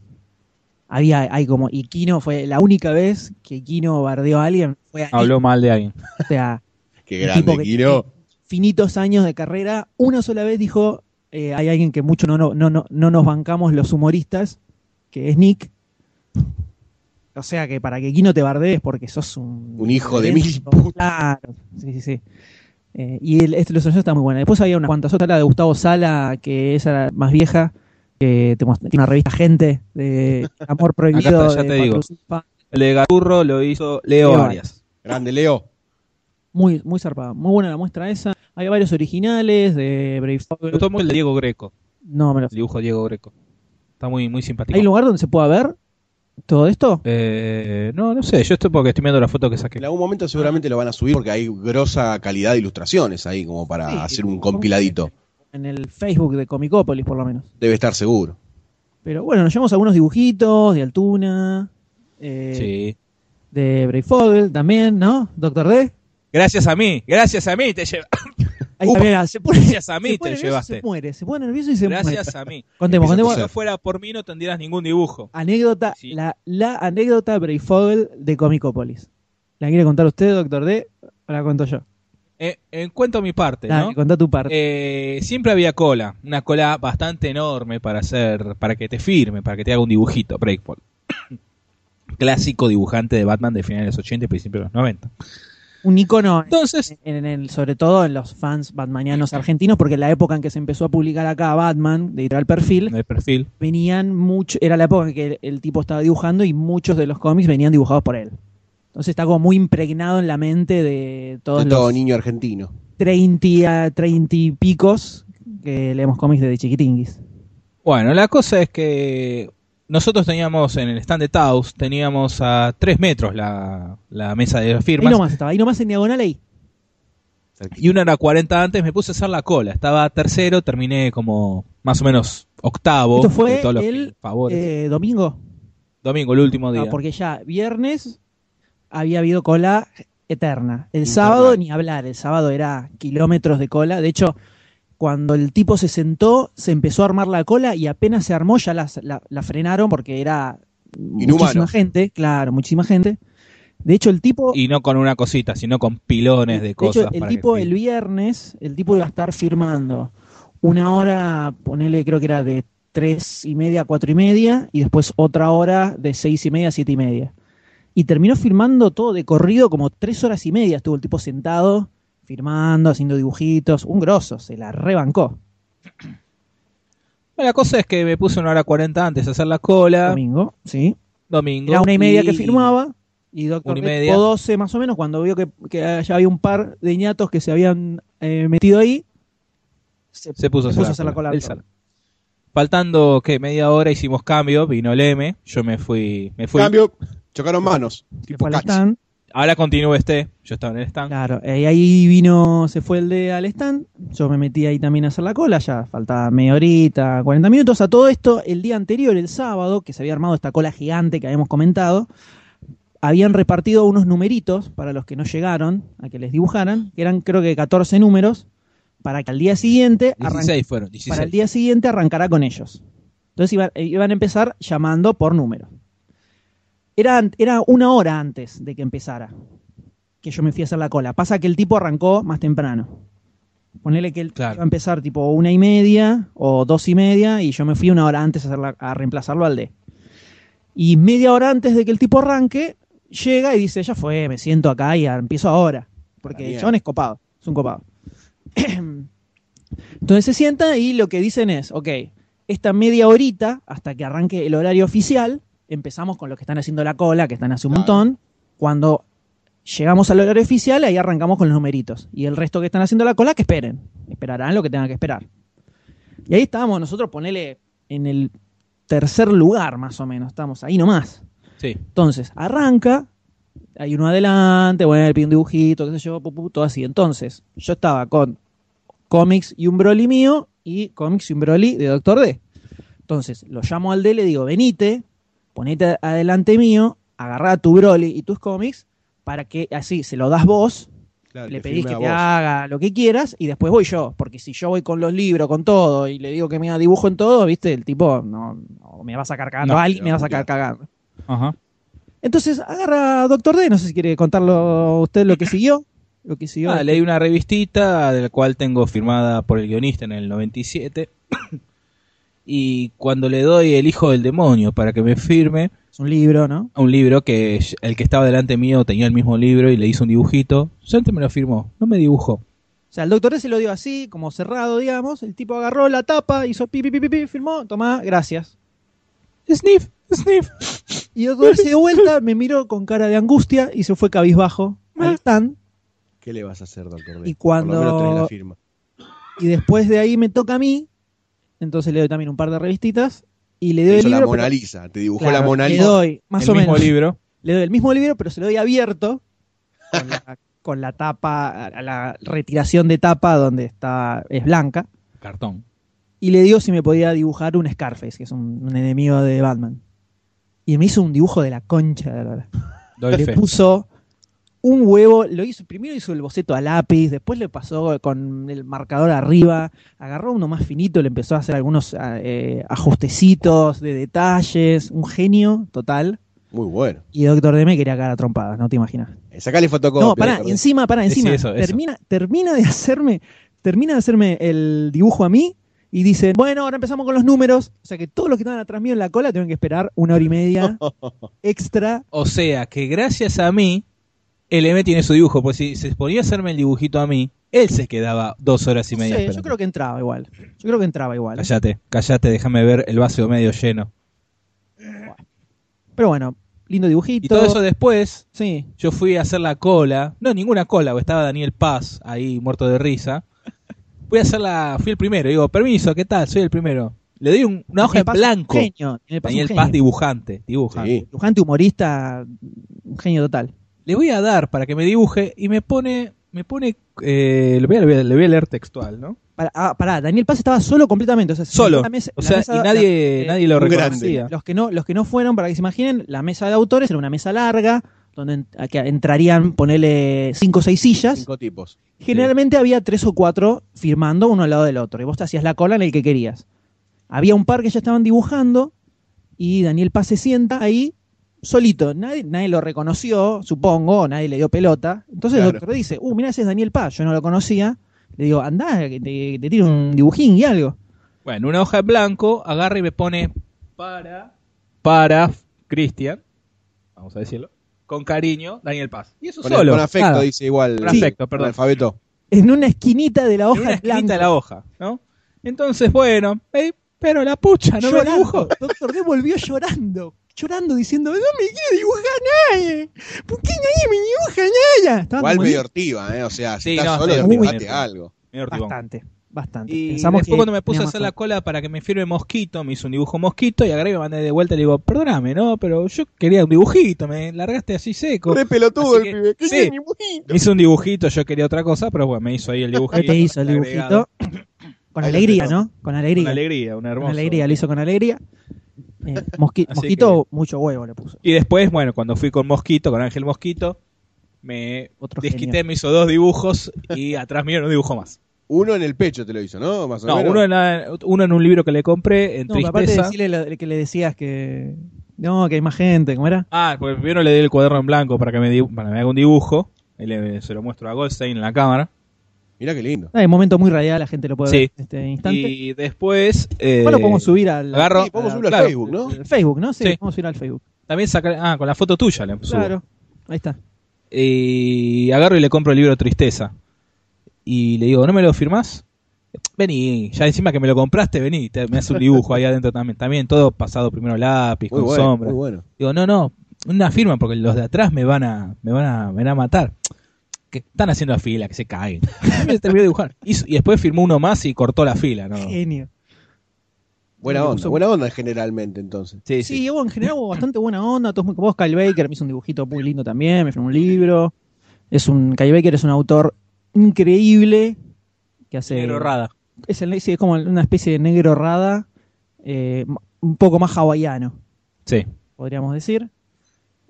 [SPEAKER 1] Había, hay como, y Kino fue la única vez que Kino bardeó a alguien. Fue a Nick.
[SPEAKER 3] Habló mal de alguien.
[SPEAKER 1] O sea,
[SPEAKER 2] Qué
[SPEAKER 1] Un
[SPEAKER 2] grande,
[SPEAKER 1] tipo que-
[SPEAKER 2] Quiro.
[SPEAKER 1] finitos años de carrera, una sola vez dijo, eh, hay alguien que mucho no, no, no, no- no nos bancamos los humoristas, que es Nick. O sea que para que Kino te bardees porque sos un...
[SPEAKER 2] Un hijo de mil
[SPEAKER 1] putas. Claro, sí, sí, sí. Eh, y el, este ilustración está muy buena. Después había unas cuantas otras, la de Gustavo Sala, que esa era más vieja, que te muestra- tiene una revista Gente de
[SPEAKER 3] [laughs]
[SPEAKER 1] Amor Prohibido.
[SPEAKER 3] está, ya
[SPEAKER 1] de
[SPEAKER 3] te digo.
[SPEAKER 1] Patrucilpa.
[SPEAKER 3] El de Gaturro lo hizo Leo
[SPEAKER 1] Leo
[SPEAKER 3] Arias.
[SPEAKER 2] Grande, Leo.
[SPEAKER 1] Muy, muy zarpada, muy buena la muestra esa. Hay varios originales de Brave
[SPEAKER 3] Me gustó mucho el de Diego Greco.
[SPEAKER 1] No, me lo
[SPEAKER 3] El dibujo de Diego Greco. Está muy, muy simpático.
[SPEAKER 1] ¿Hay lugar donde se pueda ver todo esto?
[SPEAKER 3] Eh, no, no sé. Yo estoy porque estoy mirando la foto que saqué.
[SPEAKER 2] En algún momento seguramente lo van a subir porque hay grosa calidad de ilustraciones ahí, como para
[SPEAKER 1] Sí,
[SPEAKER 2] hacer un compiladito.
[SPEAKER 1] En el Facebook de Comicópolis, por lo menos.
[SPEAKER 2] Debe estar seguro.
[SPEAKER 1] Pero bueno, nos llevamos algunos dibujitos de Altuna, eh,
[SPEAKER 3] Sí.
[SPEAKER 1] de Breifogel también, ¿no? Doctor D.
[SPEAKER 3] Gracias a mí. Gracias a mí te lleva.
[SPEAKER 1] Ahí está, mirá, se pone,
[SPEAKER 3] Gracias a mí
[SPEAKER 1] se
[SPEAKER 3] te
[SPEAKER 1] pone nervioso y
[SPEAKER 3] llevaste.
[SPEAKER 1] Se muere, se pone nervioso y se muere.
[SPEAKER 3] Gracias a mí.
[SPEAKER 1] Contemos,
[SPEAKER 2] Empieza a
[SPEAKER 1] contemos.
[SPEAKER 2] toser.
[SPEAKER 3] Si fuera por mí no tendrías ningún dibujo.
[SPEAKER 1] Anécdota,
[SPEAKER 3] Sí.
[SPEAKER 1] la, la anécdota Breifogel de Comicópolis. ¿La quiere contar usted, Doctor D? ¿O la cuento yo?
[SPEAKER 3] Eh, eh, cuento mi parte,
[SPEAKER 1] Dale,
[SPEAKER 3] ¿no?
[SPEAKER 1] contá tu parte.
[SPEAKER 3] Eh, siempre había cola, una cola bastante enorme para hacer, para que te firme, para que te haga un dibujito, Breakpoint. [coughs] Clásico dibujante de Batman de finales de los 80 y principios de los 90.
[SPEAKER 1] Un icono
[SPEAKER 3] Entonces,
[SPEAKER 1] en, en el, sobre todo en los fans batmanianos argentinos, porque en la época en que se empezó a publicar acá Batman, de literal
[SPEAKER 3] en
[SPEAKER 1] perfil,
[SPEAKER 3] el perfil,
[SPEAKER 1] venían mucho, era la época en que el, el tipo estaba dibujando y muchos de los cómics venían dibujados por él. Entonces está como muy impregnado en la mente de todos
[SPEAKER 2] De
[SPEAKER 1] los
[SPEAKER 2] todo niño argentino.
[SPEAKER 1] 30, a 30 y picos que leemos cómics desde chiquitinguis.
[SPEAKER 3] Bueno, la cosa es que nosotros teníamos en el stand de Taos, teníamos a 3 metros la, la mesa de las
[SPEAKER 1] Ahí
[SPEAKER 3] firmas.
[SPEAKER 1] nomás estaba, ahí nomás en diagonal ahí.
[SPEAKER 3] Y una hora 40 antes me puse a hacer la cola. Estaba tercero, terminé como más o menos octavo.
[SPEAKER 1] Esto fue
[SPEAKER 3] de todos los
[SPEAKER 1] el,
[SPEAKER 3] favores.
[SPEAKER 1] Eh, domingo.
[SPEAKER 3] Domingo, el último día.
[SPEAKER 1] No, porque ya viernes había habido cola eterna. El
[SPEAKER 2] Infernal.
[SPEAKER 1] sábado ni hablar, el sábado era kilómetros de cola. De hecho, cuando el tipo se sentó, se empezó a armar la cola y apenas se armó ya las- la, la frenaron porque era
[SPEAKER 2] Inhumano.
[SPEAKER 1] muchísima gente, claro, muchísima gente. De hecho, el tipo...
[SPEAKER 3] Y no con una cosita, sino con pilones de,
[SPEAKER 1] De
[SPEAKER 3] cosas.
[SPEAKER 1] hecho, el
[SPEAKER 3] para que
[SPEAKER 1] tipo
[SPEAKER 3] firme.
[SPEAKER 1] el viernes, el tipo iba a estar firmando una hora, ponele, creo que era de tres y media a cuatro y media, y después otra hora de seis y media a siete y media. Y terminó firmando todo de corrido como tres horas y media. Estuvo el tipo sentado, firmando, haciendo dibujitos, un grosso, se la rebancó.
[SPEAKER 3] Bueno, La cosa es que me puse una hora 40 antes a hacer la cola. Domingo.
[SPEAKER 1] Domingo, sí. Era una y media que firmaba. Y Doctor
[SPEAKER 3] Una y
[SPEAKER 1] Death,
[SPEAKER 3] media.
[SPEAKER 1] o 12 más o menos, cuando vio que, que ya había un par de ñatos que se habían eh, metido ahí, se,
[SPEAKER 3] Se puso,
[SPEAKER 1] se puso a hacer la cola.
[SPEAKER 3] Él sal- Faltando, ¿qué? Media hora hicimos cambio, vino el M, yo me fui, me fui.
[SPEAKER 2] Cambio, chocaron manos.
[SPEAKER 1] Se
[SPEAKER 2] Tipo
[SPEAKER 1] fue al
[SPEAKER 2] catch.
[SPEAKER 1] stand,
[SPEAKER 3] Ahora continúa este, yo estaba en el stand.
[SPEAKER 1] Claro, eh, ahí vino, se fue el de al stand, yo me metí ahí también a hacer la cola, ya faltaba media horita, 40 minutos. A todo esto, el día anterior, el sábado, que se había armado esta cola gigante que habíamos comentado, habían repartido unos numeritos para los que no llegaron a que les dibujaran, que eran creo que 14 números, para que al día siguiente arrancara
[SPEAKER 3] 16 fueron,
[SPEAKER 1] para
[SPEAKER 3] 16.
[SPEAKER 1] el día siguiente arrancará con ellos. Entonces iba- eh, iban, a empezar llamando por número. Era, an- era una hora antes de que empezara que yo me fui a hacer la cola. Pasa que el tipo arrancó más temprano. Ponele que él iba a empezar tipo una y media o dos y media y yo me fui una hora antes a, hacer la- a reemplazarlo al D. Y media hora antes de que el tipo arranque, llega y dice, ya fue, me siento acá y ah, empiezo ahora.
[SPEAKER 19] La
[SPEAKER 1] Porque
[SPEAKER 19] mierda.
[SPEAKER 1] John es copado, es un copado. [clears throat] Entonces se sienta y lo que dicen es, ok, esta media horita, hasta que arranque el horario oficial, empezamos con los que están haciendo la cola, que están hace un montón. Cuando llegamos al horario oficial, ahí arrancamos con los numeritos. Y el resto que están haciendo la cola, que esperen. Esperarán lo que tengan que esperar. Y ahí estábamos nosotros, ponele en el tercer lugar, más o menos. Estamos ahí nomás.
[SPEAKER 3] Sí.
[SPEAKER 1] Entonces, arranca, hay uno adelante, bueno, le pide un dibujito, qué sé yo, pu, pu, todo así. Entonces, yo estaba con cómics y un Broly mío y cómics y un Broly de Doctor D. Entonces, lo llamo al D, le digo, venite, ponete adelante mío, agarrá tu Broly y tus cómics para que así se lo das vos, le pedís que te haga lo que quieras y después voy yo, porque si yo voy con los libros, con todo y le digo que me haga dibujo en todo, viste, el tipo no, no, me va a sacar cagando,
[SPEAKER 3] No,
[SPEAKER 1] alguien me va a
[SPEAKER 3] no,
[SPEAKER 1] sacar cagando.
[SPEAKER 3] Ajá.
[SPEAKER 1] Entonces agarra Doctor D, no sé si quiere contarlo usted lo que siguió. Lo que siguió.
[SPEAKER 3] Ah, leí una revistita de la cual tengo firmada por el guionista en el 97. [clears throat] y cuando le doy El Hijo del Demonio para que me firme.
[SPEAKER 1] Es un libro, ¿no?
[SPEAKER 3] Un libro que sh- el que estaba delante mío tenía el mismo libro y le hizo un dibujito. Solamente me lo firmó, no me dibujó.
[SPEAKER 1] O sea, el Doctor D se lo dio así, como cerrado, digamos. El tipo agarró la tapa, hizo pi, pi, pi, pi, pi, firmó, tomá, gracias.
[SPEAKER 3] Sniff, sniff.
[SPEAKER 1] Y Doctor D se dio vuelta, me miró con cara de angustia y se fue cabizbajo al stand.
[SPEAKER 2] ¿Qué le vas a hacer, doctor? D?
[SPEAKER 1] Y cuando-
[SPEAKER 2] Por lo menos tenés la firma.
[SPEAKER 1] Y después de ahí me toca a mí. Entonces le doy también un par de revistitas. Y le doy
[SPEAKER 2] Te
[SPEAKER 1] el
[SPEAKER 2] hizo la
[SPEAKER 1] libro,
[SPEAKER 2] Mona
[SPEAKER 1] pero-
[SPEAKER 2] Lisa. Te dibujó
[SPEAKER 1] Claro,
[SPEAKER 2] la Mona Lisa.
[SPEAKER 1] Le doy, más
[SPEAKER 3] El
[SPEAKER 1] o
[SPEAKER 3] mismo
[SPEAKER 1] menos.
[SPEAKER 3] libro.
[SPEAKER 1] Le doy el mismo libro, pero se lo doy abierto. Con la, con la tapa, a la retiración de tapa donde está, es blanca.
[SPEAKER 3] Cartón.
[SPEAKER 1] Y le digo si me podía dibujar un Scarface, que es un, un enemigo de Batman. Y me hizo un dibujo de la concha de la verdad.
[SPEAKER 3] Doy
[SPEAKER 1] le
[SPEAKER 3] fe.
[SPEAKER 1] puso un huevo, lo hizo, primero hizo el boceto a lápiz, después le pasó con el marcador arriba, agarró uno más finito, le empezó a hacer algunos ah, eh, ajustecitos de detalles, un genio total.
[SPEAKER 2] Muy bueno.
[SPEAKER 1] Y Doctor D me quería cagar a trompadas, no te imaginas.
[SPEAKER 2] Eh, Sacale fotocopia.
[SPEAKER 1] No, pará,
[SPEAKER 2] doctor D.
[SPEAKER 1] encima, pará,
[SPEAKER 2] Sí, sí,
[SPEAKER 1] encima.
[SPEAKER 2] eso, eso.
[SPEAKER 1] Termina, termina de hacerme, termina de hacerme el dibujo a mí y dice, bueno, ahora empezamos con los números. O sea que todos los que estaban atrás mío en la cola tienen que esperar una hora y media extra.
[SPEAKER 3] O sea que gracias a mí, el M tiene su dibujo. Porque si se ponía a hacerme el dibujito a mí, él se quedaba dos horas y
[SPEAKER 1] No
[SPEAKER 3] media.
[SPEAKER 1] sé, yo
[SPEAKER 3] esperando.
[SPEAKER 1] creo que entraba igual. Yo creo que entraba igual.
[SPEAKER 3] Cállate, cállate, déjame ver el vaso medio lleno.
[SPEAKER 1] Pero bueno, lindo dibujito.
[SPEAKER 3] Y todo eso después,
[SPEAKER 1] Sí.
[SPEAKER 3] yo fui a hacer la cola. No, ninguna cola, porque estaba Daniel Paz ahí muerto de risa. Fui a hacer la. Fui el primero. Digo, permiso, ¿qué tal? Soy el primero. Le doy un- una hoja
[SPEAKER 1] Daniel
[SPEAKER 3] en
[SPEAKER 1] Paz,
[SPEAKER 3] blanco.
[SPEAKER 1] un genio, Daniel Paz, un
[SPEAKER 3] Daniel
[SPEAKER 1] genio.
[SPEAKER 3] Paz, dibujante. Dibujante.
[SPEAKER 1] Dibujante, humorista, un genio total.
[SPEAKER 3] Le voy a dar para que me dibuje y me pone. Me pone. eh, le, voy a, le voy a- le voy a leer textual, ¿no?
[SPEAKER 1] Pará, ah, pará, Daniel Paz estaba solo completamente. O sea, se sentó
[SPEAKER 3] Solo.
[SPEAKER 1] en la mesa-
[SPEAKER 3] O
[SPEAKER 1] la
[SPEAKER 3] sea,
[SPEAKER 1] mesa-
[SPEAKER 3] y
[SPEAKER 1] la- eh,
[SPEAKER 3] nadie- nadie lo
[SPEAKER 1] un
[SPEAKER 3] reconocía.
[SPEAKER 1] grande. Los que, no, los que no fueron, para que se imaginen, la mesa de autores era una mesa larga, donde en- a que entrarían, ponele, cinco o seis sillas.
[SPEAKER 2] Cinco tipos.
[SPEAKER 1] Generalmente había tres o cuatro firmando uno al lado del otro, y vos te hacías la cola en el que querías. Había un par que ya estaban dibujando, y Daniel Paz se sienta ahí solito. Nadie, nadie lo reconoció, supongo, o nadie le dio pelota. Entonces
[SPEAKER 2] Claro.
[SPEAKER 1] el doctor dice, uh, mirá, ese es Daniel Paz, yo no lo conocía. Le digo, andá, que te, te tiro un dibujín y algo.
[SPEAKER 3] Bueno, una hoja en blanco, agarra y me pone para, para Cristian, vamos a decirlo, con cariño, Daniel Paz. Y eso
[SPEAKER 2] Con,
[SPEAKER 3] solo.
[SPEAKER 2] con afecto,
[SPEAKER 3] nada.
[SPEAKER 2] dice igual.
[SPEAKER 3] Con afecto, perdón.
[SPEAKER 2] Con alfabeto.
[SPEAKER 1] En una esquinita de la hoja
[SPEAKER 3] en una esquinita
[SPEAKER 1] blanca.
[SPEAKER 3] de la hoja, ¿no? Entonces, bueno, eh, pero la pucha, no me
[SPEAKER 1] Llorando.
[SPEAKER 3] dibujo.
[SPEAKER 1] Doctor D volvió llorando, llorando diciendo, no me quiere dibujar nadie. ¿Por qué nadie me dibuja nada? Estaba
[SPEAKER 2] Igual
[SPEAKER 1] como
[SPEAKER 2] medio ortiva, ¿eh? O sea, si
[SPEAKER 3] Sí,
[SPEAKER 2] estás
[SPEAKER 3] no,
[SPEAKER 2] solo,
[SPEAKER 3] sí,
[SPEAKER 2] derribate
[SPEAKER 3] muy-
[SPEAKER 2] algo.
[SPEAKER 3] Medio ortibón.
[SPEAKER 1] Bastante, bastante.
[SPEAKER 3] Y
[SPEAKER 1] Pensamos
[SPEAKER 3] después
[SPEAKER 1] que
[SPEAKER 3] cuando me puse a
[SPEAKER 1] teníamos
[SPEAKER 3] hacer la
[SPEAKER 1] razón.
[SPEAKER 3] cola para que me firme Mosquito, me hizo un dibujo Mosquito y agarré y me mandé de vuelta y le digo, perdóname, ¿no? Pero yo quería un dibujito, me largaste así seco.
[SPEAKER 2] Re pelotudo
[SPEAKER 3] Así
[SPEAKER 2] el
[SPEAKER 3] que-
[SPEAKER 2] pibe. ¿Qué
[SPEAKER 3] sí.
[SPEAKER 2] tiene mi mojito?
[SPEAKER 3] Me hizo un dibujito, yo quería otra cosa, pero bueno, me hizo ahí el dibujito.
[SPEAKER 1] Él te hizo el
[SPEAKER 3] agregado.
[SPEAKER 1] dibujito. Con
[SPEAKER 2] Ahí lo
[SPEAKER 1] alegría,
[SPEAKER 2] tengo.
[SPEAKER 1] ¿no? Con alegría.
[SPEAKER 3] Con alegría, un hermoso.
[SPEAKER 1] Con alegría, lo hizo con alegría. Eh, mosqui-
[SPEAKER 3] Así
[SPEAKER 1] mosquito, mucho huevo le puso.
[SPEAKER 3] Y después, bueno, cuando fui con Mosquito, con Ángel Mosquito, me
[SPEAKER 1] Otro
[SPEAKER 3] desquité,
[SPEAKER 1] genio.
[SPEAKER 3] me hizo dos dibujos y atrás mío no dibujo más.
[SPEAKER 2] Uno en el pecho te lo hizo, ¿no? Más o
[SPEAKER 3] No,
[SPEAKER 2] menos.
[SPEAKER 3] uno en, la- uno en un libro que le compré, en
[SPEAKER 1] No, pero aparte de
[SPEAKER 3] Tristeza.
[SPEAKER 1] decirle lo- que le decías que No, que hay más gente, ¿cómo era?
[SPEAKER 3] Ah, porque primero le di el cuaderno en blanco para que me, dibu- para que me haga un dibujo. Y le- se lo muestro a Goldstein en la cámara.
[SPEAKER 2] Mira qué lindo.
[SPEAKER 1] Hay un momento muy radial, la gente lo puede
[SPEAKER 3] Sí.
[SPEAKER 1] ver en este instante.
[SPEAKER 3] Y después. eh,
[SPEAKER 1] Después lo podemos subir al
[SPEAKER 3] Agarro.
[SPEAKER 1] Sí, podemos
[SPEAKER 3] a-
[SPEAKER 1] subirlo al
[SPEAKER 3] claro,
[SPEAKER 1] Facebook, ¿no? al Facebook, ¿no? Sí,
[SPEAKER 3] Sí.
[SPEAKER 1] podemos subir al Facebook.
[SPEAKER 3] También sacar. Ah, con la foto tuya le subo.
[SPEAKER 1] Claro, ahí está.
[SPEAKER 3] Y agarro y le compro el libro Tristeza. Y le digo, ¿no me lo firmás? Vení, ya encima que me lo compraste, vení, te- me hace un dibujo ahí adentro también. También todo pasado primero lápiz,
[SPEAKER 2] Muy
[SPEAKER 3] con
[SPEAKER 2] bueno,
[SPEAKER 3] sombra.
[SPEAKER 2] muy bueno.
[SPEAKER 3] Digo, no, no, una firma porque los de atrás me van a, me van a, me van a matar. Que están haciendo la fila, que
[SPEAKER 1] [laughs]
[SPEAKER 3] se caguen. Y me terminé de dibujar. Hizo- Y, después firmó uno más y cortó la fila, ¿no?
[SPEAKER 1] Genio.
[SPEAKER 2] Buena
[SPEAKER 1] Le
[SPEAKER 2] onda,
[SPEAKER 1] puso-
[SPEAKER 2] buena onda generalmente entonces.
[SPEAKER 1] Sí, hubo en general
[SPEAKER 3] [laughs]
[SPEAKER 1] hubo bastante buena onda, todos muy copados. Kyle Baker me hizo un dibujito muy lindo también, me firmó un libro. Es un, Kyle Baker es un autor increíble que hace...
[SPEAKER 3] Negro Rada.
[SPEAKER 1] Es, el, sí, es como una especie de negro rada, eh, un poco más hawaiano.
[SPEAKER 3] Sí.
[SPEAKER 1] podríamos decir.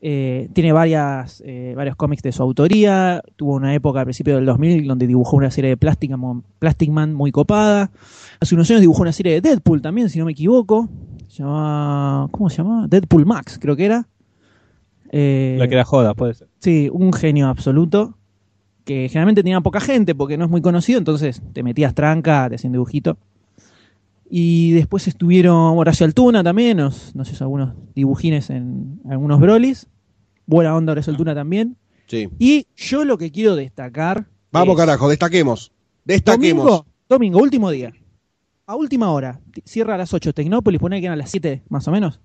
[SPEAKER 1] Eh, tiene varias, eh, varios cómics de su autoría. Tuvo una época al principio del 2000 donde dibujó una serie de Plastic Mo- Plastic Man muy copada. Hace unos años dibujó una serie de Deadpool también, si no me equivoco. Se llamaba, ¿Cómo se llamaba? Deadpool Max, creo que era. Eh,
[SPEAKER 3] La que era joda, puede ser.
[SPEAKER 1] Sí, un genio absoluto. Que generalmente tenía poca gente porque no es muy conocido, entonces te metías tranca, te hacían dibujito. Y después estuvieron Horacio Altuna también, nos, nos hizo algunos dibujines en algunos brolis. Buena onda Horacio Altuna también.
[SPEAKER 2] Sí.
[SPEAKER 1] Y yo lo que quiero destacar.
[SPEAKER 2] Vamos,
[SPEAKER 1] es-
[SPEAKER 2] carajo, destaquemos. Destaquemos.
[SPEAKER 1] Domingo, domingo, último día. A última hora. t- Cierra a las 8 Tecnópolis, pone que eran las 7 más o menos.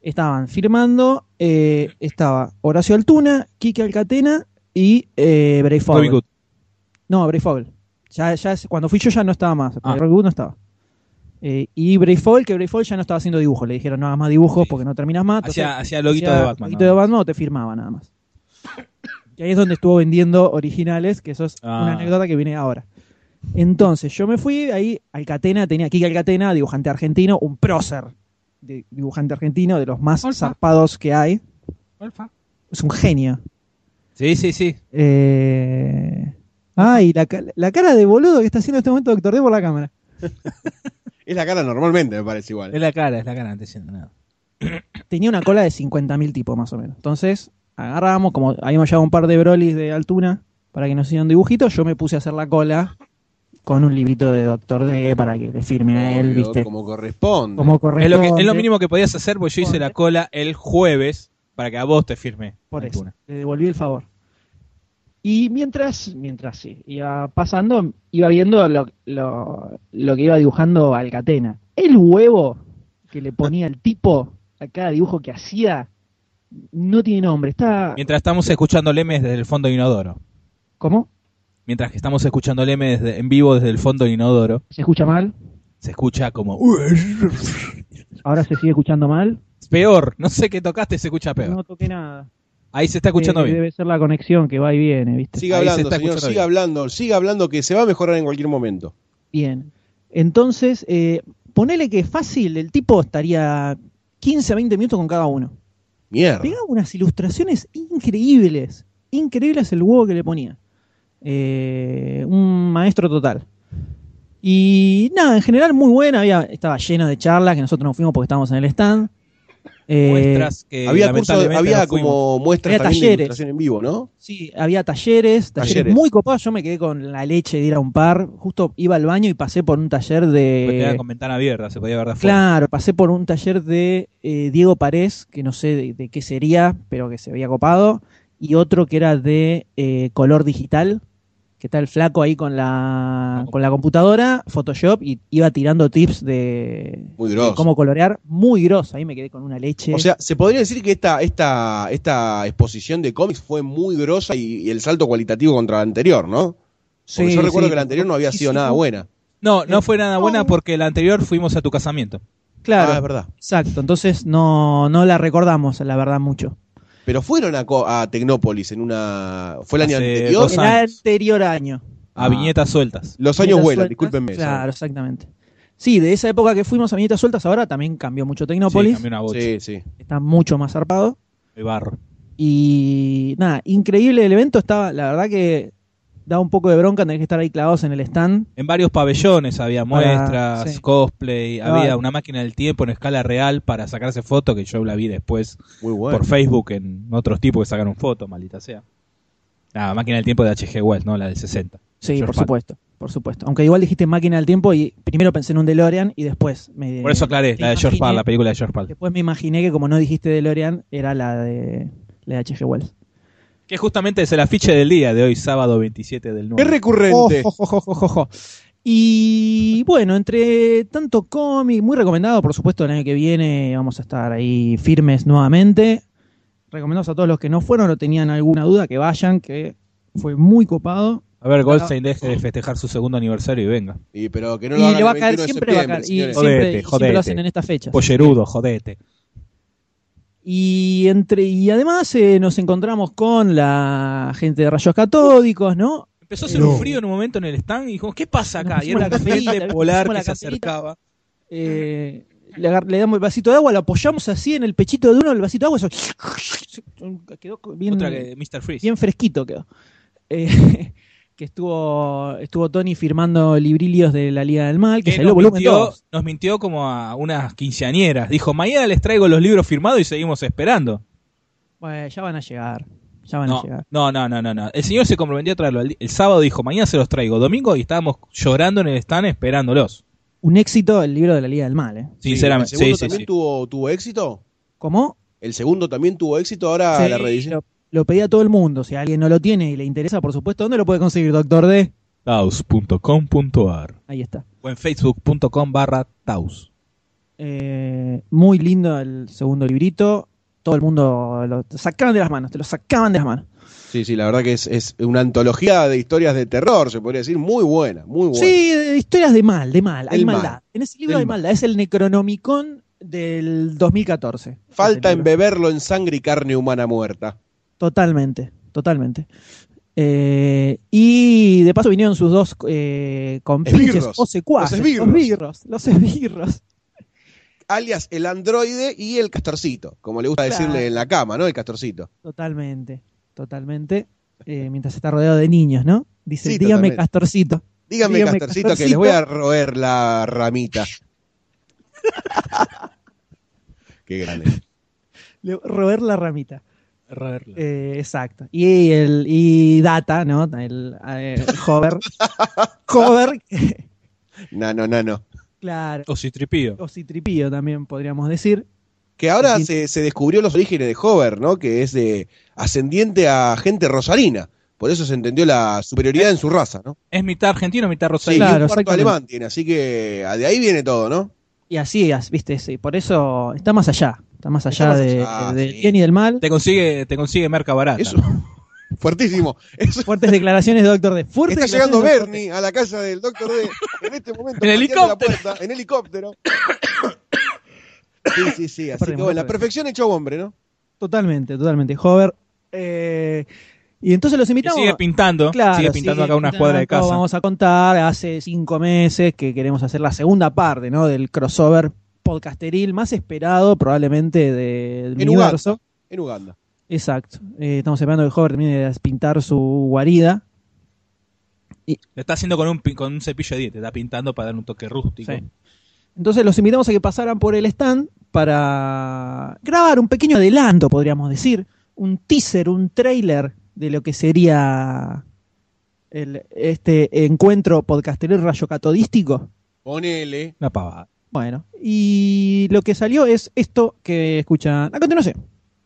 [SPEAKER 1] Estaban firmando. eh, estaba Horacio Altuna, Kike Alcatena y eh, Bray Fogel.
[SPEAKER 3] Bobby Good.
[SPEAKER 1] No, Bray Fogel. Ya, ya es- cuando fui yo ya no estaba más.
[SPEAKER 3] Ah.
[SPEAKER 1] Bobby Good no estaba. Eh, y Bray Fogel, que Bray Fogel ya no estaba haciendo dibujos. Le dijeron, no hagas más dibujos porque no terminas más.
[SPEAKER 3] Hacía-
[SPEAKER 1] Entonces,
[SPEAKER 3] hacía loguito de Batman,
[SPEAKER 1] Loguito
[SPEAKER 3] nada
[SPEAKER 1] de
[SPEAKER 3] más.
[SPEAKER 1] Batman o te firmaba nada más. Y ahí es donde estuvo vendiendo originales, que eso es una
[SPEAKER 3] Ah.
[SPEAKER 1] anécdota que viene ahora. Entonces, yo me fui, ahí Alcatena tenía, Kike Alcatena, dibujante argentino, un prócer de dibujante argentino, de los más zarpados que hay. Es un genio.
[SPEAKER 3] Sí, sí, sí.
[SPEAKER 1] Eh... Ay, la, ca- la cara de boludo que está haciendo en este momento Doctor D por la cámara.
[SPEAKER 2] Es la cara normalmente, me parece igual.
[SPEAKER 3] Es la cara, es la cara, no te siento nada.
[SPEAKER 1] Tenía una cola de 50.000 tipos más o menos. Entonces, agarrábamos, como habíamos llevado un par de brolis de altura para que nos hicieran dibujitos, yo me puse a hacer la cola con un librito de Doctor D para que le firme a él,
[SPEAKER 2] Obvio,
[SPEAKER 1] ¿viste?
[SPEAKER 2] Como corresponde.
[SPEAKER 1] Como
[SPEAKER 3] Es lo,
[SPEAKER 1] corresponde.
[SPEAKER 3] que, es lo mínimo que podías hacer porque yo hice la cola el jueves para que a vos te firme.
[SPEAKER 1] Por eso,
[SPEAKER 3] alguna.
[SPEAKER 1] le devolví el favor. Y mientras, mientras sí, iba pasando, iba viendo lo, lo- lo que iba dibujando Alcatena. El huevo que le ponía el tipo a cada dibujo que hacía no tiene nombre. Está.
[SPEAKER 3] Mientras estamos escuchando Lemes desde el fondo inodoro.
[SPEAKER 1] ¿Cómo?
[SPEAKER 3] Mientras que estamos escuchando Lemes desde- en vivo desde el fondo inodoro,
[SPEAKER 1] ¿Se escucha mal?
[SPEAKER 3] se escucha como... "Uh,
[SPEAKER 1] ¿Ahora se sigue escuchando mal?
[SPEAKER 3] es peor, no sé qué tocaste, se escucha peor.
[SPEAKER 1] No toqué nada.
[SPEAKER 3] Ahí se está escuchando
[SPEAKER 1] Eh,
[SPEAKER 3] bien.
[SPEAKER 1] Debe ser la conexión que va y viene, ¿viste?
[SPEAKER 2] Siga
[SPEAKER 3] Ahí se
[SPEAKER 2] hablando,
[SPEAKER 3] está
[SPEAKER 2] señor,
[SPEAKER 3] escuchando
[SPEAKER 2] siga
[SPEAKER 3] bien.
[SPEAKER 2] hablando, siga hablando que se va a mejorar en cualquier momento.
[SPEAKER 1] Bien. Entonces, eh, ponele que fácil, el tipo estaría 15 a 20 minutos con cada uno.
[SPEAKER 2] Mierda.
[SPEAKER 1] Pegaba unas ilustraciones increíbles. Increíbles el huevo que le ponía. Eh, un maestro total. Y nada, en general muy buena. Había, estaba lleno de charlas que nosotros no fuimos porque estábamos en el stand. Eh,
[SPEAKER 3] Muestras que
[SPEAKER 2] había cursos-
[SPEAKER 3] lamentablemente
[SPEAKER 2] había
[SPEAKER 3] no fuimos.
[SPEAKER 2] como muestras
[SPEAKER 1] Había
[SPEAKER 2] también de
[SPEAKER 1] talleres.
[SPEAKER 2] ilustración en vivo, ¿no?
[SPEAKER 1] Sí, había talleres, talleres,
[SPEAKER 2] Talleres.
[SPEAKER 1] muy copados. Yo me quedé con la leche de ir a un par. Justo iba al baño y pasé por un taller
[SPEAKER 2] Pues
[SPEAKER 3] Porque
[SPEAKER 1] de.
[SPEAKER 3] quedaba con ventana abierta, se podía ver de afuera.
[SPEAKER 1] eh, Claro, pasé por un taller de eh, Diego Parés, que no sé de, de qué sería, pero que se había copado, y otro que era de eh, color digital, que está el flaco ahí con la, con la computadora, Photoshop, y iba tirando tips de,
[SPEAKER 2] Muy grosso.
[SPEAKER 1] de cómo colorear, muy grosso, ahí me quedé con una leche.
[SPEAKER 2] O sea, se podría decir que esta, esta, esta exposición de cómics fue muy grosa y, y el salto cualitativo contra la anterior, ¿no? Porque
[SPEAKER 1] Sí,
[SPEAKER 2] yo recuerdo
[SPEAKER 1] sí.
[SPEAKER 2] que la anterior no había
[SPEAKER 1] Muchísimo.
[SPEAKER 2] sido nada buena.
[SPEAKER 3] No, no fue nada buena porque la anterior fuimos a tu casamiento.
[SPEAKER 1] claro,
[SPEAKER 2] Ah, es verdad.
[SPEAKER 1] exacto, entonces no, no la recordamos, la verdad, mucho.
[SPEAKER 2] Pero fueron a, co- a Tecnópolis en una. ¿Fue el año
[SPEAKER 3] Hace
[SPEAKER 2] anterior?
[SPEAKER 3] dos
[SPEAKER 1] El
[SPEAKER 3] años.
[SPEAKER 1] anterior año.
[SPEAKER 3] A viñetas sueltas.
[SPEAKER 2] Los años
[SPEAKER 1] Viñetas
[SPEAKER 2] vuelan,
[SPEAKER 1] sueltas,
[SPEAKER 2] discúlpenme. ¿eh?
[SPEAKER 1] Claro, exactamente. Sí, de esa época que fuimos a Viñetas Sueltas, ahora también cambió mucho Tecnópolis.
[SPEAKER 3] Sí, cambió una bocha.
[SPEAKER 2] Sí, sí.
[SPEAKER 1] está mucho más zarpado.
[SPEAKER 3] El barro.
[SPEAKER 1] Y nada, increíble el evento, estaba, la verdad que da un poco de bronca tener que estar ahí clavados en el stand.
[SPEAKER 3] En varios pabellones había muestras,
[SPEAKER 1] Ah, sí.
[SPEAKER 3] cosplay,
[SPEAKER 1] Ah.
[SPEAKER 3] había una máquina del tiempo en escala real para sacarse fotos, que yo la vi después
[SPEAKER 2] Muy bueno.
[SPEAKER 3] por Facebook en otros tipos que sacaron fotos, maldita sea. La máquina del tiempo de H.G. Wells, no la del 60.
[SPEAKER 1] Sí,
[SPEAKER 3] George
[SPEAKER 1] por
[SPEAKER 3] Pat.
[SPEAKER 1] supuesto, por supuesto. Aunque igual dijiste máquina del tiempo y primero pensé en un DeLorean y después me
[SPEAKER 3] Por eso aclaré, la de George Pal, la película de George Pal.
[SPEAKER 1] Después me imaginé que como no dijiste DeLorean era la de la de H.G. Wells.
[SPEAKER 3] Que justamente es el afiche del día de hoy, sábado 27 del 9.
[SPEAKER 1] Oh, Jo, jo, jo, jo, jo, jo. Y bueno, entre tanto cómic, muy recomendado, por supuesto, el año que viene vamos a estar ahí firmes nuevamente. Recomendamos a todos los que no fueron o tenían alguna duda que vayan, que fue muy copado.
[SPEAKER 3] A ver, Goldstein deje de festejar su segundo aniversario y venga.
[SPEAKER 2] Y, pero que no
[SPEAKER 1] Y
[SPEAKER 2] lo hagan
[SPEAKER 1] le va
[SPEAKER 2] el
[SPEAKER 1] a caer,
[SPEAKER 2] 21 de
[SPEAKER 1] siempre va a caer,
[SPEAKER 2] septiembre,
[SPEAKER 1] y
[SPEAKER 2] señores.
[SPEAKER 1] siempre- y siempre lo hacen en estas fechas.
[SPEAKER 3] Pollerudo, jodete.
[SPEAKER 1] Y entre y además eh, nos encontramos con la gente de Rayos Catódicos, ¿no?
[SPEAKER 3] Empezó a hacer un frío en un momento en el stand y dijimos, ¿qué pasa acá?
[SPEAKER 1] Nos
[SPEAKER 3] Y
[SPEAKER 1] pusimos
[SPEAKER 3] era una
[SPEAKER 1] la cafelita,
[SPEAKER 3] gente
[SPEAKER 1] nos
[SPEAKER 3] polar
[SPEAKER 1] pusimos
[SPEAKER 3] que
[SPEAKER 1] la
[SPEAKER 3] se
[SPEAKER 1] cafelita.
[SPEAKER 3] acercaba.
[SPEAKER 1] Eh, le, agar- le damos el vasito de agua, lo apoyamos así en el pechito de uno, el vasito de agua, eso [laughs] quedó bien,
[SPEAKER 3] Otra que Mr. Freeze.
[SPEAKER 1] bien fresquito quedó. Eh, [laughs] que estuvo estuvo Tony firmando librilios de la Liga del Mal, que,
[SPEAKER 3] Que
[SPEAKER 1] salió
[SPEAKER 3] nos,
[SPEAKER 1] volumen
[SPEAKER 3] Eh, mintió,
[SPEAKER 1] 2.
[SPEAKER 3] nos mintió como a unas quinceañeras. Dijo, mañana les traigo los libros firmados y seguimos esperando.
[SPEAKER 1] Bueno, ya van a llegar, ya van
[SPEAKER 3] No,
[SPEAKER 1] a llegar.
[SPEAKER 3] no, no, no, no, no. El señor se comprometió a traerlo. El, el sábado dijo, mañana se los traigo. Domingo y estábamos llorando en el stand esperándolos.
[SPEAKER 1] Un éxito el libro de la Liga del Mal, ¿eh?
[SPEAKER 3] Sinceramente.
[SPEAKER 2] ¿El segundo
[SPEAKER 3] Sí, sí,
[SPEAKER 2] también
[SPEAKER 3] sí.
[SPEAKER 2] Tuvo, tuvo éxito?
[SPEAKER 1] ¿Cómo?
[SPEAKER 2] ¿El segundo también tuvo éxito ahora
[SPEAKER 1] Sí,
[SPEAKER 2] Ah, la reedición?
[SPEAKER 1] Lo, lo pedí a todo el mundo. Si alguien no lo tiene y le interesa, por supuesto, ¿dónde lo puede conseguir, doctor D?
[SPEAKER 3] Taos.com.ar
[SPEAKER 1] Ahí está.
[SPEAKER 3] o en facebook.com barra taus.
[SPEAKER 1] Eh, muy lindo el segundo librito. Todo el mundo lo te sacaban de las manos, te lo sacaban de las manos.
[SPEAKER 2] Sí, sí, la verdad que es, es una antología de historias de terror, se podría decir, muy buena, muy buena.
[SPEAKER 1] Sí, de- de historias de mal, de mal. Hay
[SPEAKER 2] Del
[SPEAKER 1] maldad.
[SPEAKER 2] mal.
[SPEAKER 1] En ese libro
[SPEAKER 2] Del
[SPEAKER 1] hay maldad. Es el Necronomicon del 2014.
[SPEAKER 2] Falta embeberlo en sangre y carne humana muerta.
[SPEAKER 1] Totalmente, totalmente. Eh, y de paso vinieron sus dos eh, compinches
[SPEAKER 2] Esbirros.
[SPEAKER 1] o secuaces.
[SPEAKER 2] Los esbirros.
[SPEAKER 1] Los esbirros. Los esbirros.
[SPEAKER 2] Alias el androide y el castorcito, como le gusta
[SPEAKER 1] Claro.
[SPEAKER 2] decirle en la cama, ¿no? El castorcito.
[SPEAKER 1] Totalmente, totalmente. Eh, mientras está rodeado de niños, ¿no? Dice,
[SPEAKER 2] Sí,
[SPEAKER 1] dígame
[SPEAKER 2] totalmente.
[SPEAKER 1] castorcito.
[SPEAKER 2] Dígame, castorcito, que les voy a roer la
[SPEAKER 3] [laughs]
[SPEAKER 2] ramita. Qué grande.
[SPEAKER 1] Le- roer la ramita. Eh, exacto. Y el y Data, ¿no? El, eh,
[SPEAKER 2] [laughs]
[SPEAKER 1] Hover. Hover, [laughs]
[SPEAKER 2] Nano, nano.
[SPEAKER 1] claro.
[SPEAKER 3] O citripío.
[SPEAKER 1] O Citripío también podríamos decir.
[SPEAKER 2] Que ahora se, se descubrió los orígenes de Hover, ¿no? Que es de ascendiente a gente rosarina. Por eso se entendió la superioridad en su raza, ¿no?
[SPEAKER 3] Es mitad argentino, mitad
[SPEAKER 2] Sí, y
[SPEAKER 3] rosarino.
[SPEAKER 2] un cuarto alemán tiene, así que de ahí viene todo, ¿no?
[SPEAKER 1] Y así es, viste, sí. Por eso está más allá. Está más allá
[SPEAKER 2] más
[SPEAKER 1] de-
[SPEAKER 2] allá, Ah,
[SPEAKER 1] de- del
[SPEAKER 2] sí.
[SPEAKER 1] bien y del mal.
[SPEAKER 3] Te consigue, te consigue merca barata.
[SPEAKER 2] Eso. [laughs] Fuertísimo. Eso.
[SPEAKER 1] Fuertes declaraciones de Doctor D. Fuertes
[SPEAKER 2] Está llegando
[SPEAKER 1] declaraciones de Dr. D.
[SPEAKER 2] Bernie a la casa del doctor D en este momento. pateando
[SPEAKER 3] En
[SPEAKER 2] la
[SPEAKER 3] helicóptero.
[SPEAKER 2] puerta, en helicóptero. Sí, sí, sí. Así que
[SPEAKER 1] Perdemos,
[SPEAKER 2] bueno, la
[SPEAKER 1] perdemos.
[SPEAKER 2] perfección hecho hombre, ¿no?
[SPEAKER 1] Totalmente, totalmente. Hover. eh, y entonces los
[SPEAKER 3] Que
[SPEAKER 1] invitamos.
[SPEAKER 3] sigue pintando.
[SPEAKER 1] Claro,
[SPEAKER 3] sigue pintando acá unas
[SPEAKER 1] pintando,
[SPEAKER 3] cuadras de casa.
[SPEAKER 1] Vamos a contar, hace cinco meses que queremos hacer la segunda parte ¿no? del crossover podcasteril más esperado probablemente de- del
[SPEAKER 2] En
[SPEAKER 1] universo.
[SPEAKER 2] Uganda. En Uganda.
[SPEAKER 1] Exacto. Eh, estamos esperando que Hover termine de pintar su guarida.
[SPEAKER 3] Lo está haciendo con un, pi- con un cepillo de dientes. Está pintando para dar un toque rústico.
[SPEAKER 1] Sí. Entonces los invitamos a que pasaran por el stand para grabar un pequeño adelanto, podríamos decir, un teaser, un trailer de lo que sería el- este encuentro podcasteril rayo catodístico.
[SPEAKER 2] Ponele.
[SPEAKER 3] Una pavada.
[SPEAKER 1] Bueno, y lo que salió es esto que escuchan. A continuación.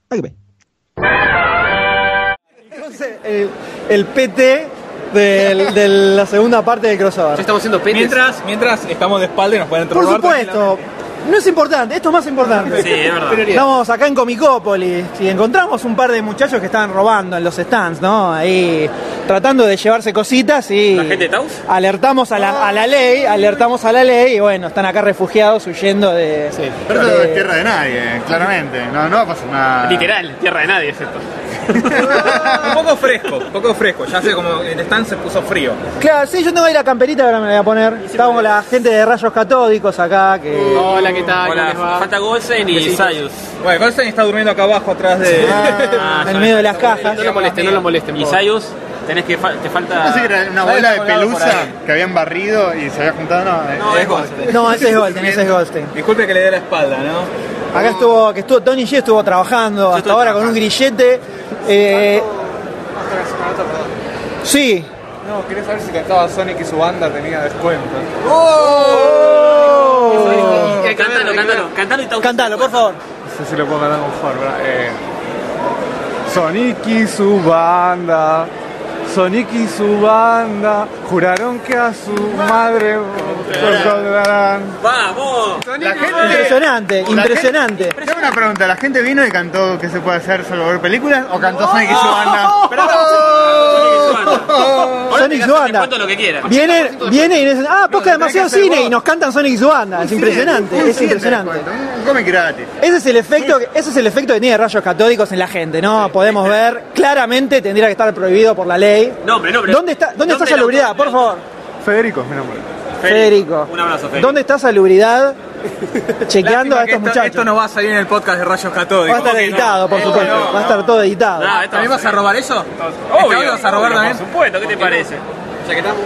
[SPEAKER 1] A que ve.
[SPEAKER 20] Entonces, el, el PT del- de la segunda parte del crossover.
[SPEAKER 3] estamos haciendo petes. Mientras, mientras estamos de espalda y nos pueden
[SPEAKER 20] Por
[SPEAKER 3] robar
[SPEAKER 20] supuesto. No es importante, esto es más importante.
[SPEAKER 3] Sí, es verdad.
[SPEAKER 20] Estamos acá en Comicópolis y encontramos un par de muchachos que estaban robando en los stands, ¿no? Ahí tratando de llevarse cositas y. ¿La gente Taus? Alertamos a la, a la ley, alertamos a la ley y bueno, están acá refugiados huyendo de.
[SPEAKER 10] Pero esto es tierra de nadie, claramente. No, no va a pasar nada.
[SPEAKER 6] Literal,
[SPEAKER 10] tierra de nadie es esto.
[SPEAKER 6] un poco fresco, un poco fresco. Ya sé como el stand se puso frío.
[SPEAKER 20] Claro, sí, yo tengo ahí la camperita, ahora me la voy a poner. Estamos con la gente de Rayos Catódicos acá que.
[SPEAKER 6] Hola, ¿qué tal? Hola, falta Goldstein y Sayus. Bueno, Goldstein está durmiendo acá abajo atrás de. [laughs]
[SPEAKER 20] en medio de las cajas.
[SPEAKER 6] molesten, no lo molesten. ¿Y Sayus?
[SPEAKER 8] Tenés que fa- te falta.
[SPEAKER 10] Pensé que Ah, era una
[SPEAKER 8] Hay
[SPEAKER 10] bola de
[SPEAKER 8] otro lado por
[SPEAKER 10] pelusa
[SPEAKER 8] ahí.
[SPEAKER 10] que habían barrido y se había juntado. No, Eh,
[SPEAKER 8] No, es Goldstein. No, ese es Goldstein, ese es
[SPEAKER 1] Goldstein.
[SPEAKER 8] Disculpe que le dé la espalda, ¿no?
[SPEAKER 1] Acá estuvo, que estuvo Tony G estuvo trabajando hasta ahora con un grillete. eh, sí,
[SPEAKER 6] No, quería saber si cantaba Sonic y su banda tenía descuento.
[SPEAKER 8] Eh, Cántalo, cántalo, cántalo y te
[SPEAKER 1] Cántalo, por favor.
[SPEAKER 6] No sé si lo puedo cantar mejor, ¿verdad? Eh, Sonic y su banda. Sonic y su banda juraron que a su madre lo colgarán.
[SPEAKER 8] ¡Vamos!
[SPEAKER 10] La gente,
[SPEAKER 1] Impresionante, impresionante.
[SPEAKER 10] Tengo una pregunta, ¿la gente vino y cantó que se puede hacer salvador películas o cantó Sonic y su banda?
[SPEAKER 8] Pero vamos
[SPEAKER 1] Sonic y su banda.
[SPEAKER 8] lo que quieras.
[SPEAKER 1] Viene, viene y dice, ah, poca demasiado
[SPEAKER 10] que hacer
[SPEAKER 1] cine
[SPEAKER 10] vos.
[SPEAKER 1] y nos cantan Sonic y su banda. Es
[SPEAKER 10] Un
[SPEAKER 1] impresionante,
[SPEAKER 10] cine, un
[SPEAKER 1] es
[SPEAKER 10] cine,
[SPEAKER 1] impresionante.
[SPEAKER 10] Un cómic gratis.
[SPEAKER 1] Ese es el efecto, que- ese es el efecto que tiene rayos catódicos en la gente, ¿no? Podemos ver, claramente tendría que estar prohibido por la ley.
[SPEAKER 8] Nombre, nombre.
[SPEAKER 1] ¿Dónde está, dónde está
[SPEAKER 8] Nombre,
[SPEAKER 1] salubridad? Por favor.
[SPEAKER 10] Federico, mi nombre.
[SPEAKER 1] Federico.
[SPEAKER 8] Un abrazo, Federico.
[SPEAKER 1] ¿Dónde está salubridad? Chequeando a estos
[SPEAKER 6] esto,
[SPEAKER 1] muchachos.
[SPEAKER 6] esto no va a salir en el podcast de Rayos
[SPEAKER 1] Va a
[SPEAKER 6] Catódicos.
[SPEAKER 1] estar editado, por supuesto. Va a estar todo editado.
[SPEAKER 6] ¿También vas a robar eso?
[SPEAKER 8] Obvio,
[SPEAKER 6] vas a robar
[SPEAKER 8] obvio,
[SPEAKER 6] también?
[SPEAKER 8] Por supuesto, ¿qué te parece?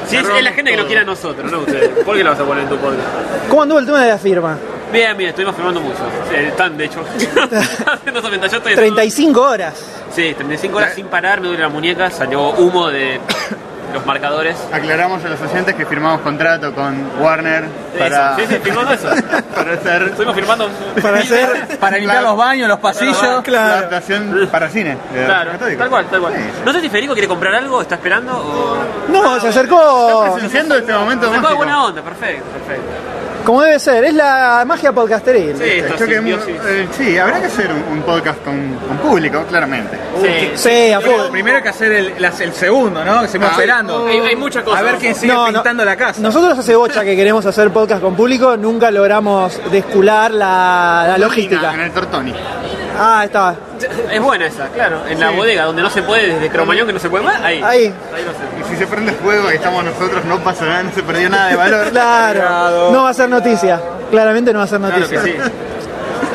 [SPEAKER 8] Si es, es la gente que nos quiere a nosotros, no ustedes. ¿Por qué lo vas a poner en tu podcast?
[SPEAKER 1] ¿Cómo anduvo el tema de la firma?
[SPEAKER 8] Bien, bien, estuvimos filmando mucho. Sí, están, de hecho. [laughs] Haciendo esa venta, yo estoy haciendo-
[SPEAKER 1] 35 horas.
[SPEAKER 8] Sí, 35 horas sin parar, me duele la muñeca, salió humo de los marcadores.
[SPEAKER 10] Aclaramos a los oyentes que firmamos contrato con Warner para...
[SPEAKER 8] Eso, sí, sí, firmando eso.
[SPEAKER 10] [laughs] para ser...
[SPEAKER 8] Estuvimos firmando.
[SPEAKER 10] Para
[SPEAKER 8] hacer-
[SPEAKER 6] Para limpiar los baños, los pasillos.
[SPEAKER 10] Claro. La adaptación para cine. de
[SPEAKER 8] Claro,
[SPEAKER 10] Rayos
[SPEAKER 8] tal cual, tal cual. No sé si Federico quiere comprar algo, está esperando o.
[SPEAKER 1] No, se acercó.
[SPEAKER 10] Presenciando este momento
[SPEAKER 8] Se fue
[SPEAKER 10] mágico.
[SPEAKER 8] buena onda, perfecto, perfecto.
[SPEAKER 1] Como debe ser, es la magia podcasteril.
[SPEAKER 8] Sí, esto
[SPEAKER 10] Yo que-
[SPEAKER 8] simbiosis.
[SPEAKER 10] eh, sí, habrá que hacer un, un podcast con, con público, claramente.
[SPEAKER 6] Sí.
[SPEAKER 1] Sí, a
[SPEAKER 6] Pero Primero hay que hacer el, las- el segundo, ¿no? Que se va
[SPEAKER 10] Ah.
[SPEAKER 6] esperando.
[SPEAKER 8] Hay- hay muchas cosas.
[SPEAKER 6] A ver quién sigue
[SPEAKER 1] No, no.
[SPEAKER 6] pintando la casa.
[SPEAKER 1] Nosotros hace bocha que queremos hacer podcast con público, nunca logramos descular la, la logística.
[SPEAKER 10] En el Tortoni.
[SPEAKER 1] Ah, está.
[SPEAKER 8] Es buena esa, claro. En la
[SPEAKER 10] Sí.
[SPEAKER 8] bodega, donde no se puede, desde Cromañón que no se puede más, ahí.
[SPEAKER 1] Ahí.
[SPEAKER 8] lo hacemos.
[SPEAKER 10] Y si se prende fuego y estamos nosotros, no pasa nada, no se perdió nada de valor.
[SPEAKER 1] Claro. No va a ser noticia. Claramente no va a ser
[SPEAKER 8] Claro
[SPEAKER 1] noticia.
[SPEAKER 8] que sí.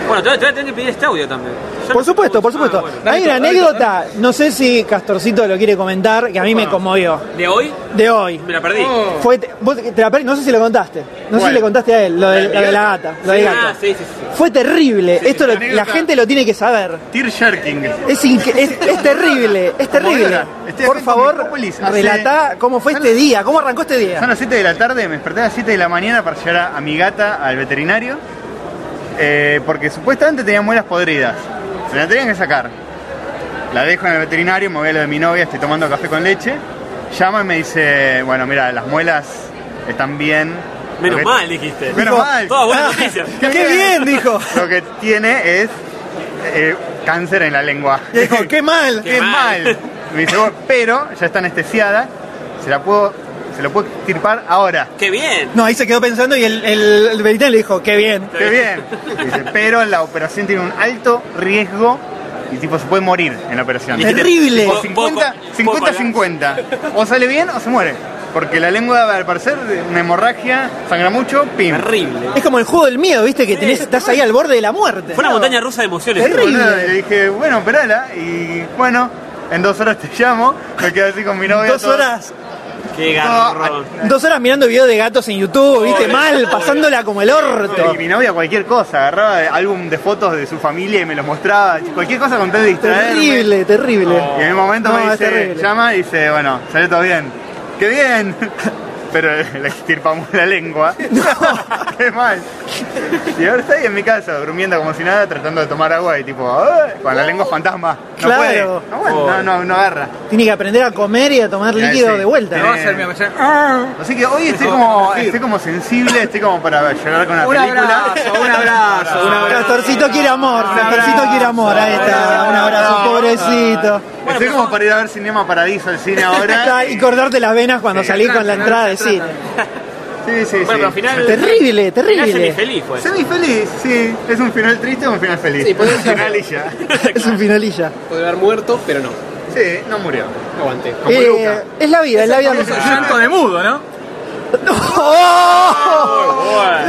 [SPEAKER 8] Bueno, te voy a te voy a tener que pedir este audio también. Yo
[SPEAKER 1] Por supuesto,
[SPEAKER 8] Ah,
[SPEAKER 1] por supuesto. Hay una anécdota, no sé si Castorcito lo quiere comentar, que a mí me conmovió.
[SPEAKER 8] no- ¿De hoy?
[SPEAKER 1] De hoy.
[SPEAKER 8] Me la perdí.
[SPEAKER 1] Fue, vos te la per- no sé si lo contaste. No sé si
[SPEAKER 8] ¿Cuál?
[SPEAKER 1] le contaste a él, lo de,
[SPEAKER 8] ¿La del
[SPEAKER 1] lo de la
[SPEAKER 8] gato?
[SPEAKER 1] gata. Lo del
[SPEAKER 8] Sí.
[SPEAKER 1] gato.
[SPEAKER 8] Ah, sí, sí, sí.
[SPEAKER 1] Fue terrible. Esto lo-
[SPEAKER 10] la
[SPEAKER 1] la
[SPEAKER 10] anécdota.
[SPEAKER 1] gente lo tiene que saber.
[SPEAKER 10] Tear jerking.
[SPEAKER 1] Es, inque-
[SPEAKER 8] [laughs]
[SPEAKER 1] es, es terrible, es terrible.
[SPEAKER 10] Conmovedora. Estoy
[SPEAKER 1] Por
[SPEAKER 10] acá en
[SPEAKER 1] favor,
[SPEAKER 10] Comunicópolis hace-
[SPEAKER 1] relatá cómo fue este día, cómo arrancó este
[SPEAKER 10] Son
[SPEAKER 1] día.
[SPEAKER 10] las 7 de la tarde, me desperté a las 7 de la mañana para llevar a, a mi gata al veterinario. eh, porque supuestamente tenía muelas podridas. Se la tenían que sacar. La dejo en el veterinario, me voy a lo de mi novia, estoy tomando café con leche. Llama y me dice, bueno, mira, las muelas están bien.
[SPEAKER 8] Menos
[SPEAKER 10] Lo que-
[SPEAKER 8] mal, dijiste.
[SPEAKER 10] Menos
[SPEAKER 8] Dijo,
[SPEAKER 10] mal.
[SPEAKER 8] Todas buenas noticias.
[SPEAKER 1] ¡Qué bien!
[SPEAKER 8] [laughs]
[SPEAKER 1] Dijo.
[SPEAKER 10] Lo que tiene es eh, cáncer en la lengua.
[SPEAKER 1] Y dijo, qué mal.
[SPEAKER 10] Qué mal. Me dice, "Bueno, pero ya está anestesiada, se la puedo, se lo puedo extirpar ahora.
[SPEAKER 8] ¡Qué bien!
[SPEAKER 1] No, ahí se quedó pensando y el, el, el veterinario le dijo, qué bien.
[SPEAKER 10] Qué bien. Me dice, pero la operación tiene un alto riesgo y tipo se puede morir en la operación.
[SPEAKER 1] Dijiste, Terrible.
[SPEAKER 10] Tipo,
[SPEAKER 1] poco-
[SPEAKER 10] 50,
[SPEAKER 8] poco-
[SPEAKER 10] 50,
[SPEAKER 8] poco,
[SPEAKER 10] 50. O sale bien o se muere. Porque la lengua al parecer una hemorragia, sangra mucho, pim.
[SPEAKER 8] Terrible.
[SPEAKER 1] Es como el juego del miedo, viste, que tenés, estás ahí al borde de la muerte.
[SPEAKER 8] Fue una montaña rusa de emociones.
[SPEAKER 10] Terrible. le dije, bueno, operala y bueno, en dos horas te llamo. Me quedé así con mi novia.
[SPEAKER 1] Dos
[SPEAKER 10] todo-
[SPEAKER 1] horas,
[SPEAKER 8] Qué
[SPEAKER 10] todo-
[SPEAKER 8] garrón.
[SPEAKER 1] dos horas mirando videos de gatos en YouTube, viste,
[SPEAKER 10] Pobre,
[SPEAKER 1] mal, pasándola como el orto.
[SPEAKER 10] Y mi novia cualquier cosa, agarraba álbum de fotos de su familia y me los mostraba, cualquier cosa con tal de distraerme.
[SPEAKER 1] Terrible, terrible.
[SPEAKER 10] Y en el momento
[SPEAKER 1] No,
[SPEAKER 10] me
[SPEAKER 1] es
[SPEAKER 10] dice,
[SPEAKER 1] terrible.
[SPEAKER 10] llama y dice, bueno, salió todo bien. ¡Qué bien! [laughs] Pero le extirpamos
[SPEAKER 1] [laughs]
[SPEAKER 10] la lengua. [laughs] ¡Qué mal! Y ahora está ahí en mi casa, durmiendo como si nada, tratando de tomar agua y tipo, "Ah", con la lengua fantasma. No
[SPEAKER 1] Claro.
[SPEAKER 10] puede. No, bueno, no, no, no agarra.
[SPEAKER 1] Tiene que aprender a comer y a tomar
[SPEAKER 10] Ya,
[SPEAKER 1] líquido
[SPEAKER 10] sí.
[SPEAKER 1] de vuelta.
[SPEAKER 10] Me va a hacer mi Así que hoy estoy como, estoy como sensible, estoy como para llorar con una
[SPEAKER 6] Un
[SPEAKER 10] película.
[SPEAKER 6] abrazo,
[SPEAKER 1] [laughs]
[SPEAKER 6] un abrazo, un abrazo.
[SPEAKER 1] Castorcito quiere amor, Castorcito quiere amor, ahí está, un abrazo, pobrecito.
[SPEAKER 10] Estoy como para ir a ver Cinema Paradiso al cine ahora.
[SPEAKER 1] [laughs] Está, y cortarte las venas cuando
[SPEAKER 10] Sí,
[SPEAKER 1] salís
[SPEAKER 10] atrás,
[SPEAKER 1] con la entrada
[SPEAKER 10] atrás,
[SPEAKER 1] de cine.
[SPEAKER 10] atrás, Sí, sí, sí.
[SPEAKER 8] Bueno, pero al final.
[SPEAKER 1] Terrible,
[SPEAKER 8] Final
[SPEAKER 1] terrible.
[SPEAKER 8] semifeliz fue.
[SPEAKER 10] Semi feliz, sí. ¿Es un final triste o un final feliz?
[SPEAKER 21] Sí,
[SPEAKER 10] [laughs]
[SPEAKER 21] puede
[SPEAKER 10] un
[SPEAKER 21] ser.
[SPEAKER 10] final y ya.
[SPEAKER 1] [laughs] Es un finalilla.
[SPEAKER 21] Podría haber muerto, pero no.
[SPEAKER 10] Sí, no murió.
[SPEAKER 21] No aguanté.
[SPEAKER 1] Eh, es la vida, es la vida.
[SPEAKER 6] Llanto de
[SPEAKER 1] [laughs]
[SPEAKER 6] mudo, ¿no?
[SPEAKER 1] ¡Oh!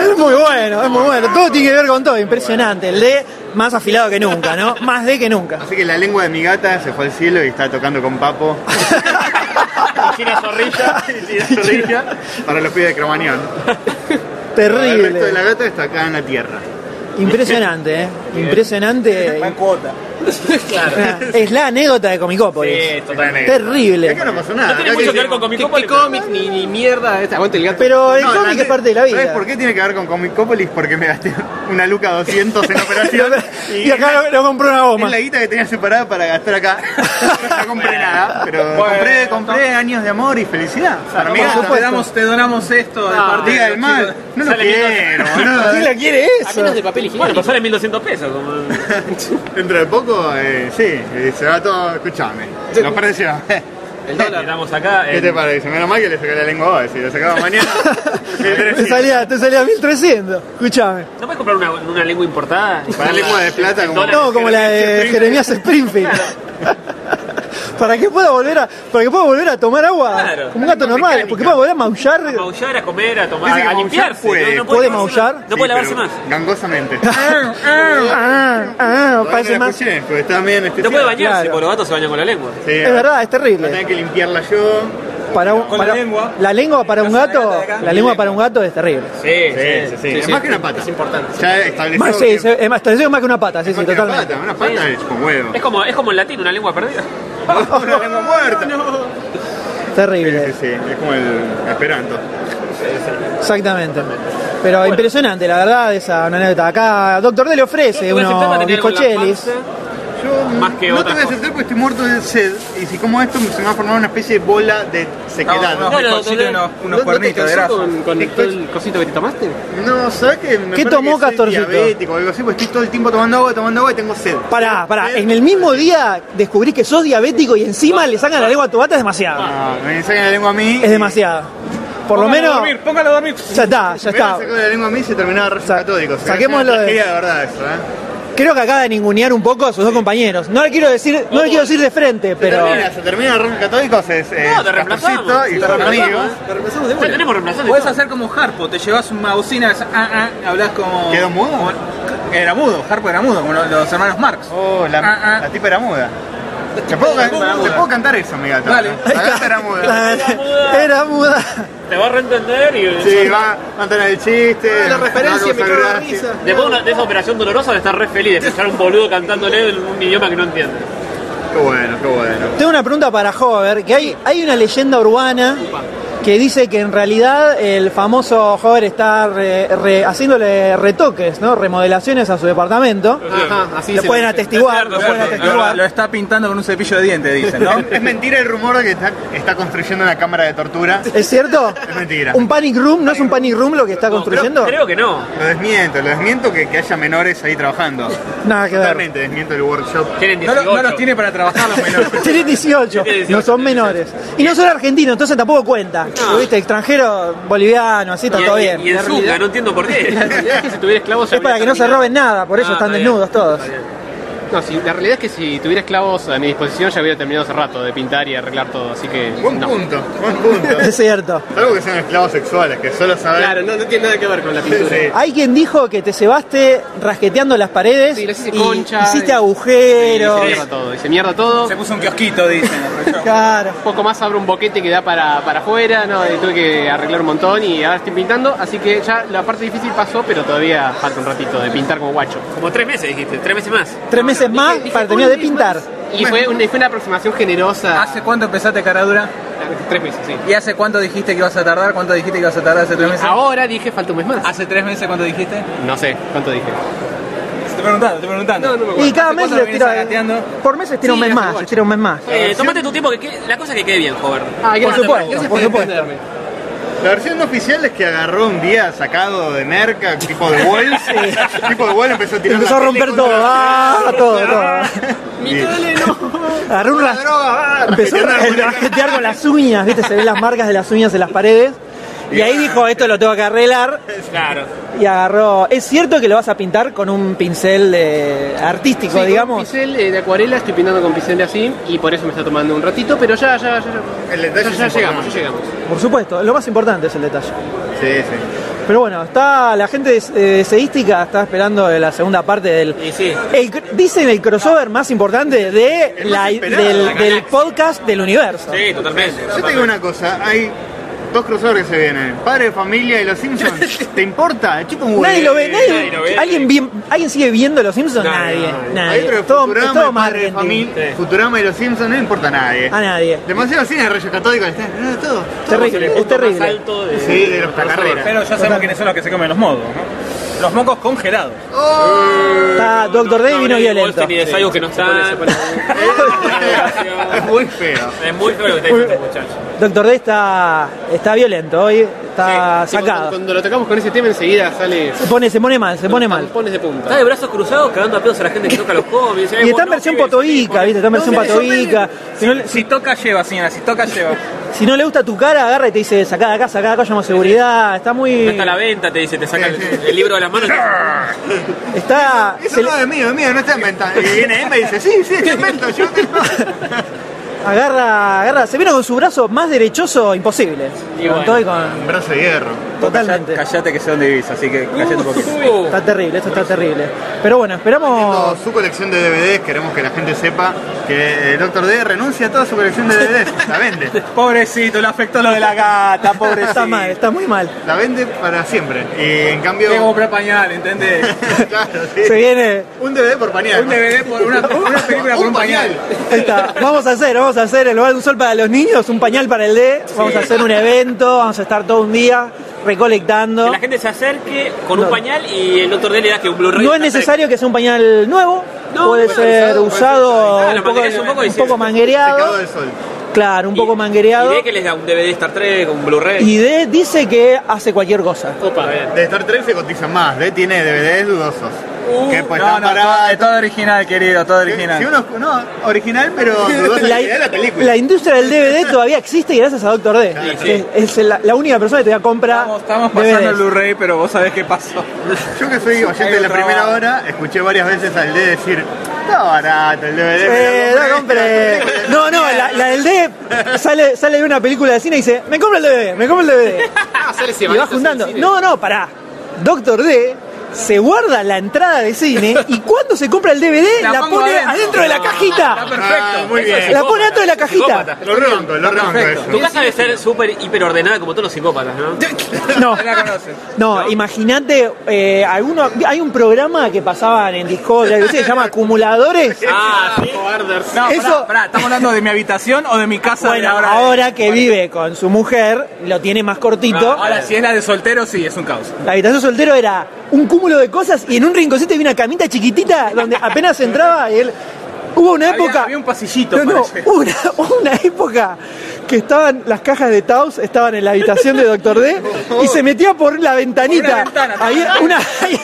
[SPEAKER 1] Es muy bueno, es muy bueno. Todo tiene que ver con todo, impresionante. El de más afilado que nunca, ¿no? Más de que nunca.
[SPEAKER 10] Así que la lengua de mi gata se fue al cielo y está tocando con papo.
[SPEAKER 8] Cocina
[SPEAKER 10] [laughs]
[SPEAKER 8] zorrilla.
[SPEAKER 10] Zorrilla para los pibes de Cromañón. El resto de la gata está acá en la tierra. [laughs]
[SPEAKER 1] Impresionante, ¿eh? Impresionante. [laughs]
[SPEAKER 10] cuota.
[SPEAKER 1] Ah, Es la anécdota de Comicópolis. Terrible.
[SPEAKER 10] Acá no pasó nada.
[SPEAKER 1] No tiene mucho que ver con
[SPEAKER 10] Comicópolis. cómic ni, mierda. Aguante el gato.
[SPEAKER 1] Pero el cómic es parte de la vida.
[SPEAKER 10] ¿Sabes por qué tiene que ver con Comicópolis? Porque me gasté una luca
[SPEAKER 1] [laughs]
[SPEAKER 10] 200 en operación.
[SPEAKER 1] Y acá lo, lo compró una
[SPEAKER 10] Es
[SPEAKER 1] bomba.
[SPEAKER 10] la guita que tenía separada para gastar acá. [laughs] No compré nada, pero compré, compré años de amor y felicidad.
[SPEAKER 1] Ah,
[SPEAKER 10] Para mi gata.
[SPEAKER 8] te donamos esto de
[SPEAKER 10] Ah,
[SPEAKER 6] eh,
[SPEAKER 10] diga el mal. No lo quiero, boludo. ¿Quién la quiere eso?
[SPEAKER 8] Aquí no es de papel higiénico. Bueno, pues sale 1200 pesos. Como...
[SPEAKER 10] Dentro de poco, eh, sí, eh, se va todo. Escuchame, los [laughs] precios.
[SPEAKER 8] El dólar damos acá.
[SPEAKER 10] ¿Qué te parece? Menos mal que le saqué la lengua hoy, si lo sacaba mañana.
[SPEAKER 1] Te salía, te salía 1300. Escuchame.
[SPEAKER 8] ¿No puedes comprar una, una lengua importada?
[SPEAKER 10] Para lengua de plata,
[SPEAKER 8] En
[SPEAKER 10] como-
[SPEAKER 8] dólares.
[SPEAKER 1] No, como la de Jeremías Springfield. [laughs] Para que pueda volver a, para que pueda volver a tomar agua
[SPEAKER 8] Claro.
[SPEAKER 1] como un gato normal, porque pueda volver a maullar.
[SPEAKER 10] Ah,
[SPEAKER 8] A maullar, a comer, a tomar,
[SPEAKER 1] Dice que
[SPEAKER 8] a
[SPEAKER 1] maullar
[SPEAKER 8] limpiarse.
[SPEAKER 1] puede.
[SPEAKER 8] No, no
[SPEAKER 1] ¿Puede
[SPEAKER 8] lavarse más.
[SPEAKER 1] maullar?
[SPEAKER 8] No puede lavarse
[SPEAKER 10] Sí,
[SPEAKER 8] más.
[SPEAKER 10] pero Gangosamente.
[SPEAKER 1] Ah, ah, ah,
[SPEAKER 10] Todavía
[SPEAKER 1] parece
[SPEAKER 10] no la
[SPEAKER 1] más.
[SPEAKER 10] escuché, porque estaba medio anestesiado.
[SPEAKER 8] No puede bañarse,
[SPEAKER 1] Claro.
[SPEAKER 8] porque los gatos se bañan con la lengua.
[SPEAKER 10] Sí,
[SPEAKER 1] Es verdad, es terrible.
[SPEAKER 10] Tengo que limpiarla yo.
[SPEAKER 1] Para un-
[SPEAKER 10] Con la
[SPEAKER 1] para-
[SPEAKER 10] lengua.
[SPEAKER 1] La lengua para un gato,
[SPEAKER 10] acá.
[SPEAKER 1] la lengua para un gato es terrible.
[SPEAKER 8] Sí,
[SPEAKER 10] sí, sí. Es más que una pata.
[SPEAKER 8] Es importante.
[SPEAKER 10] Ya estableció.
[SPEAKER 1] Más, sí,
[SPEAKER 10] que-
[SPEAKER 1] es más, estableció más que una pata, sí, sí,
[SPEAKER 10] Una
[SPEAKER 1] totalmente.
[SPEAKER 10] pata, una pata es como huevo.
[SPEAKER 8] Es como, es como en latín, una lengua perdida.
[SPEAKER 10] Una lengua muerta.
[SPEAKER 1] Terrible.
[SPEAKER 10] Sí, sí, es como el esperanto.
[SPEAKER 1] Exactamente. Pero impresionante, la verdad, esa una anécdota. Acá, Doctor D le ofrece
[SPEAKER 10] Yo te voy a aceptar
[SPEAKER 1] unos
[SPEAKER 10] para tener algo en la
[SPEAKER 1] bizcochelis.
[SPEAKER 10] Yo
[SPEAKER 8] Más que
[SPEAKER 10] no te
[SPEAKER 8] otras
[SPEAKER 10] voy a aceptar porque estoy muerto de sed y si como esto se me va a formar una especie de bola de sequedad.
[SPEAKER 8] No, no, no, no, no, no, no te cansó con- con todo el
[SPEAKER 10] cosito que te tomaste? No, ¿sabes qué? Me
[SPEAKER 1] ¿Qué
[SPEAKER 10] parece
[SPEAKER 1] tomó
[SPEAKER 10] que soy
[SPEAKER 1] Castorcito?
[SPEAKER 10] diabético o algo así, porque estoy todo el tiempo tomando agua, tomando agua y tengo sed.
[SPEAKER 1] Pará, pará, en el mismo día descubrí que sos diabético y encima le sacan la lengua a tu bata es demasiado.
[SPEAKER 10] Ah, me sacan la lengua a mí.
[SPEAKER 1] Es demasiado. Por lo menos.
[SPEAKER 10] póngalo a dormir.
[SPEAKER 1] Ya está, ya está.
[SPEAKER 10] Me sacó la lengua a mí y se terminaba re catódico. Se me
[SPEAKER 1] saquémoslo
[SPEAKER 10] hacía una
[SPEAKER 1] de-
[SPEAKER 10] tragedia de verdad eso, ¿eh?
[SPEAKER 1] Creo que acaba de ningunear un poco a sus dos compañeros. No le quiero decir, no le quiero decir de frente, pero.
[SPEAKER 10] Se termina, se termina el rock catódico, se es eh,
[SPEAKER 8] No, te reemplazamos.
[SPEAKER 10] y
[SPEAKER 8] sí,
[SPEAKER 10] son
[SPEAKER 8] te
[SPEAKER 10] amigos.
[SPEAKER 8] reemplazamos. Ya tenemos reemplazantes.
[SPEAKER 6] Podés hacer como Harpo, te llevas una bocina, haces, ah, ah, hablas como.
[SPEAKER 10] ¿Quedó mudo?
[SPEAKER 8] Ah,
[SPEAKER 6] como- era mudo, Harpo era mudo, como lo- los, hermanos Marx.
[SPEAKER 10] Oh, la, la tipa era muda. ¿Te puedo,
[SPEAKER 6] era
[SPEAKER 10] can-
[SPEAKER 6] muda.
[SPEAKER 10] te puedo cantar eso, mi gata?
[SPEAKER 6] Dale.
[SPEAKER 10] La gata
[SPEAKER 1] [laughs]
[SPEAKER 10] era muda.
[SPEAKER 1] Era muda.
[SPEAKER 8] Te va a reentender y.
[SPEAKER 10] Sí, va va a tener el chiste.
[SPEAKER 8] Ah, La referencia me
[SPEAKER 10] no causa
[SPEAKER 8] cago de
[SPEAKER 10] gracia.
[SPEAKER 8] Después de, una- de esa operación dolorosa de estar re feliz de escuchar a un boludo cantándole en un idioma que no entiende.
[SPEAKER 10] Qué bueno, qué bueno.
[SPEAKER 1] Tengo una pregunta para Hover, que hay, hay una leyenda urbana que dice que en realidad el famoso Hover está re- re- haciéndole retoques, ¿no? Remodelaciones a su departamento.
[SPEAKER 6] Ajá, así
[SPEAKER 1] lo
[SPEAKER 6] se
[SPEAKER 1] pueden
[SPEAKER 6] dice.
[SPEAKER 1] atestiguar,
[SPEAKER 6] Es
[SPEAKER 1] lo
[SPEAKER 6] cierto,
[SPEAKER 1] pueden
[SPEAKER 6] Este es cierto.
[SPEAKER 1] atestiguar.
[SPEAKER 6] Lo está pintando con un cepillo de dientes, dicen, [laughs] ¿no?
[SPEAKER 10] Es mentira el rumor de que está, está construyendo una cámara de tortura.
[SPEAKER 1] ¿Es cierto?
[SPEAKER 10] Es mentira.
[SPEAKER 1] ¿Un panic room? ¿No es un panic room lo que está construyendo?
[SPEAKER 8] que no.
[SPEAKER 10] Lo desmiento, lo desmiento que, que haya menores ahí trabajando.
[SPEAKER 1] Nada que ver.
[SPEAKER 10] Totalmente desmiento el workshop.
[SPEAKER 6] No, lo- no los tiene para trabajar los menores.
[SPEAKER 1] Tienen 18, no son menores. Y no son argentinos, entonces tampoco cuenta. ¿Viste? Extranjero, boliviano, así está
[SPEAKER 8] Y-
[SPEAKER 1] todo
[SPEAKER 8] y-
[SPEAKER 1] bien.
[SPEAKER 8] Y en Zunga, no entiendo por qué.
[SPEAKER 6] La
[SPEAKER 1] [laughs]
[SPEAKER 6] realidad
[SPEAKER 8] es que si tuviera esclavos
[SPEAKER 1] Es para que no se roben nada, por eso
[SPEAKER 8] Ah,
[SPEAKER 1] están
[SPEAKER 8] está bien.
[SPEAKER 1] desnudos todos.
[SPEAKER 8] No, si, la realidad es que si tuviera esclavos a mi disposición ya hubiera terminado hace rato de pintar y arreglar todo, así que...
[SPEAKER 10] Buen punto, buen
[SPEAKER 1] [laughs]
[SPEAKER 10] punto.
[SPEAKER 1] Es cierto.
[SPEAKER 10] Salvo que sean esclavos sexuales, que solo saben.
[SPEAKER 8] Claro, no, no tiene nada que ver con la pintura.
[SPEAKER 1] Hay quien dijo que te cebaste rasqueteando las paredes
[SPEAKER 8] Sí, les hice
[SPEAKER 1] y
[SPEAKER 8] concha, eh.
[SPEAKER 1] hiciste
[SPEAKER 8] y-
[SPEAKER 1] agujeros.
[SPEAKER 8] Y se mierda todo, y se mierda todo. Se puso un kiosquito, dicen.
[SPEAKER 1] Claro.
[SPEAKER 8] Poco más abro un boquete que da para, para afuera, no, y tuve que arreglar un montón y ahora estoy pintando, así que ya la parte difícil pasó, pero todavía falta un ratito de pintar como guacho. Como tres meses dijiste, tres meses más.
[SPEAKER 1] Tres meses más para terminar de pintar.
[SPEAKER 8] Y fue, una, fue una aproximación generosa.
[SPEAKER 6] ¿Hace cuánto empezaste caradura?
[SPEAKER 8] Tres meses, sí.
[SPEAKER 6] ¿Y hace cuánto dijiste que ibas a tardar? ¿Cuánto dijiste que ibas a tardar hace tres meses?
[SPEAKER 8] Ahora dije falta un mes más.
[SPEAKER 6] ¿Hace tres meses cuánto dijiste?
[SPEAKER 8] No sé, ¿cuánto dije?
[SPEAKER 6] Te preguntando, te preguntando.
[SPEAKER 1] Y cada mes le
[SPEAKER 6] estira
[SPEAKER 1] tira. Por mes estira un mes más, estira un mes más.
[SPEAKER 8] tómate tu tiempo, que quede- la cosa que quede bien, joven.
[SPEAKER 1] Por supuesto, por supuesto.
[SPEAKER 10] La versión no oficial es que agarró un día sacado de merca, tipo de Wall.
[SPEAKER 1] [laughs]
[SPEAKER 10] tipo de Wall empezó a tirar.
[SPEAKER 1] Empezó
[SPEAKER 10] la
[SPEAKER 1] a
[SPEAKER 8] [laughs]
[SPEAKER 1] romper
[SPEAKER 10] tele
[SPEAKER 1] todo,
[SPEAKER 10] contra la
[SPEAKER 1] ah,
[SPEAKER 10] pared.
[SPEAKER 1] todo, todo.
[SPEAKER 10] Mi tele
[SPEAKER 1] Agarró un ras- Empezó a rasquetear con las uñas, viste, se ven las marcas de las uñas en las paredes. Y ahí dijo, esto lo tengo que arreglar.
[SPEAKER 8] Claro.
[SPEAKER 1] Y agarró. ¿Es cierto que lo vas a pintar con un pincel eh, artístico, digamos?
[SPEAKER 8] pincel eh, de acuarela, estoy pintando con pincel de así y por eso me está tomando un ratito, pero ya, ya, ya. ya.
[SPEAKER 10] El detalle
[SPEAKER 8] Ya, ya
[SPEAKER 10] es
[SPEAKER 8] llegamos,
[SPEAKER 10] importante.
[SPEAKER 8] ya llegamos.
[SPEAKER 1] Por supuesto, lo más importante es el detalle.
[SPEAKER 10] Sí, sí.
[SPEAKER 1] Pero bueno, está la gente de eh, Seística está esperando la segunda parte del. El cr- dicen el crossover más importante de
[SPEAKER 8] El
[SPEAKER 1] la-
[SPEAKER 8] más esperado
[SPEAKER 1] del,
[SPEAKER 8] de la
[SPEAKER 1] del podcast del universo.
[SPEAKER 8] Sí, totalmente. Yo te digo una cosa, hay dos crossovers que se vienen, Padre de Familia y Los Simpsons. [laughs] ¿Te importa? Chupa un huevo.
[SPEAKER 1] Nadie lo ve, nadie, ¿alguien, vi- ¿alguien sigue viendo Los Simpsons? nadie, nadie.
[SPEAKER 8] Hay otro de
[SPEAKER 1] Todo-
[SPEAKER 8] Futurama,
[SPEAKER 1] es todo Ah.
[SPEAKER 8] de Padre de
[SPEAKER 1] marketing.
[SPEAKER 8] Familia, Futurama y Los Simpsons, no importa a nadie.
[SPEAKER 1] A nadie.
[SPEAKER 8] Demasiado cine de Reyes Católicos, está- no, todo, todo.
[SPEAKER 1] Terrible, es terrible.
[SPEAKER 8] Sí, de los tacarreras.
[SPEAKER 6] Ah, Pero ya sabemos quiénes son los que se comen los modos, ¿no? Los mocos congelados.
[SPEAKER 1] Está Doctor Day vino violento.
[SPEAKER 6] Ni de que no están.
[SPEAKER 8] Es [laughs] muy feo.
[SPEAKER 22] Es muy feo lo que está diciendo, muchachos.
[SPEAKER 1] Doctor D está, está violento hoy, está
[SPEAKER 22] Cuando,
[SPEAKER 1] Ah, sacado.
[SPEAKER 22] cuando lo tocamos con ese tema, enseguida sale.
[SPEAKER 1] Se pone, se pone mal, se pone mal.
[SPEAKER 22] Pones de punta.
[SPEAKER 3] Está de brazos cruzados cagando a pedos a la gente que toca los cómics.
[SPEAKER 1] Y está en versión potoica, ¿viste? Está en versión patoica. Si, no, le-
[SPEAKER 6] Si toca, lleva, señora, si toca, lleva.
[SPEAKER 1] si no le gusta tu cara, agarra y te dice, sacá de acá, sacá de acá, llama a seguridad. Está
[SPEAKER 3] No
[SPEAKER 1] muy...
[SPEAKER 3] está a la venta, te dice, te saca el, el libro de las manos.
[SPEAKER 1] Está...
[SPEAKER 8] Eso no es mío, es mío, no está inventado. Y viene Emma y dice, sí, sí, está inventado, yo te
[SPEAKER 1] Agarra, agarra. Se vino con su brazo más derechoso imposible. Con todo y con-
[SPEAKER 8] Brazo de hierro.
[SPEAKER 1] Totalmente.
[SPEAKER 6] Callate que sé dónde vivís, así que callate un poquito.
[SPEAKER 1] Está terrible, esto está terrible. Pero bueno, esperamos...
[SPEAKER 8] Su colección de DVDs, queremos que la gente sepa que eh, el Dr. D renuncia a toda su colección de DVDs. La vende.
[SPEAKER 6] Pobrecito, le afectó lo de
[SPEAKER 1] [laughs]
[SPEAKER 6] la gata, pobrecito.
[SPEAKER 1] Está mal, está muy mal.
[SPEAKER 8] La vende para siempre. Y en cambio.
[SPEAKER 6] Tengo que comprar pañal, ¿entendés?
[SPEAKER 1] [laughs]
[SPEAKER 8] [laughs] Claro, sí.
[SPEAKER 1] Se viene...
[SPEAKER 8] Un DVD por pañal.
[SPEAKER 6] Un DVD por una, una película por un pañal.
[SPEAKER 1] Ahí está. Vamos a hacer, vamos a hacer el lugar de un sol para los niños, un pañal para el D. Vamos a hacer un evento, vamos a estar todo un día recolectando.
[SPEAKER 3] Que la gente se acerque con un
[SPEAKER 1] No.
[SPEAKER 3] pañal y el doctor D le da que un Blu-ray.
[SPEAKER 1] No es necesario que sea un pañal nuevo,
[SPEAKER 3] No,
[SPEAKER 1] puede
[SPEAKER 3] puede
[SPEAKER 1] ser
[SPEAKER 3] ser
[SPEAKER 1] usado
[SPEAKER 3] Ah, lo
[SPEAKER 1] un poco,
[SPEAKER 3] manguereas un poco y
[SPEAKER 1] un
[SPEAKER 3] sí.
[SPEAKER 1] poco manguereado. Claro, un poco
[SPEAKER 3] Y
[SPEAKER 1] manguereado.
[SPEAKER 3] de que les da un DVD de Star Trek, un Blu-ray.
[SPEAKER 1] Y D dice que hace cualquier cosa.
[SPEAKER 8] De Star Trek se cotizan más, ¿eh? tiene DVDs dudosos. que pues
[SPEAKER 6] Uh, No,
[SPEAKER 8] están
[SPEAKER 6] no, todo,
[SPEAKER 8] paradas.
[SPEAKER 6] es Ah, todo original, querido, todo original.
[SPEAKER 8] Si uno, no, original, pero
[SPEAKER 6] [laughs]
[SPEAKER 8] dudosa la, de la película.
[SPEAKER 1] la industria del DVD todavía existe y gracias a Doctor D.
[SPEAKER 6] sí.
[SPEAKER 1] que Es, la, la única persona que todavía compra.
[SPEAKER 6] Estamos pasando
[SPEAKER 1] DVDs.
[SPEAKER 6] el Blu-ray, pero vos sabés qué pasó.
[SPEAKER 8] Yo que soy oyente de la primera hora, escuché varias veces al D decir, está barato el DVD.
[SPEAKER 1] Eh,
[SPEAKER 8] me lo
[SPEAKER 1] no compré. No, no, la, la del D sale, sale de una película de cine y dice, me compro el DVD, me compro el DVD. Y va juntando. No, no, pará. Doctor D se guarda la entrada de cine y cuando se compra el DVD la,
[SPEAKER 6] pongo
[SPEAKER 1] pone
[SPEAKER 6] adentro. Ah,
[SPEAKER 1] adentro de la
[SPEAKER 3] Está
[SPEAKER 1] cajita.
[SPEAKER 3] perfecto.
[SPEAKER 8] Ah, muy
[SPEAKER 3] Eso es
[SPEAKER 8] bien.
[SPEAKER 1] La pone adentro de la cajita.
[SPEAKER 3] psicópata.
[SPEAKER 8] Lo ronco, lo ronco eso.
[SPEAKER 3] Tu casa debe ser súper hiper ordenada como todos los psicópatas, ¿no?
[SPEAKER 1] No,
[SPEAKER 6] La conoces.
[SPEAKER 1] no, imagínate, eh, alguno, hay un programa que pasaban en Discord, algo así, se llama Acumuladores.
[SPEAKER 3] Ah, sí.
[SPEAKER 6] No,
[SPEAKER 1] Eso-
[SPEAKER 6] pará, pará, ¿estamos hablando de mi habitación o de mi casa de
[SPEAKER 1] Bueno,
[SPEAKER 6] la hora de-
[SPEAKER 1] ahora que vive con su mujer, lo tiene más
[SPEAKER 3] Ah,
[SPEAKER 1] cortito.
[SPEAKER 6] No, Ah, ahora, si es la de soltero, sí, es un caos.
[SPEAKER 1] La habitación soltero era un cúmulo de cosas y en un rinconcito había una camita chiquitita donde apenas entraba y él. Hubo una
[SPEAKER 6] Había-
[SPEAKER 1] época.
[SPEAKER 6] había un pasillito
[SPEAKER 1] No, no,
[SPEAKER 6] para
[SPEAKER 1] hubo una, hubo una época que estaban las cajas de Taos estaban en la habitación de Doctor D y se metía por la ventanita.
[SPEAKER 6] Por una ventana.
[SPEAKER 1] Había una, [laughs] hay,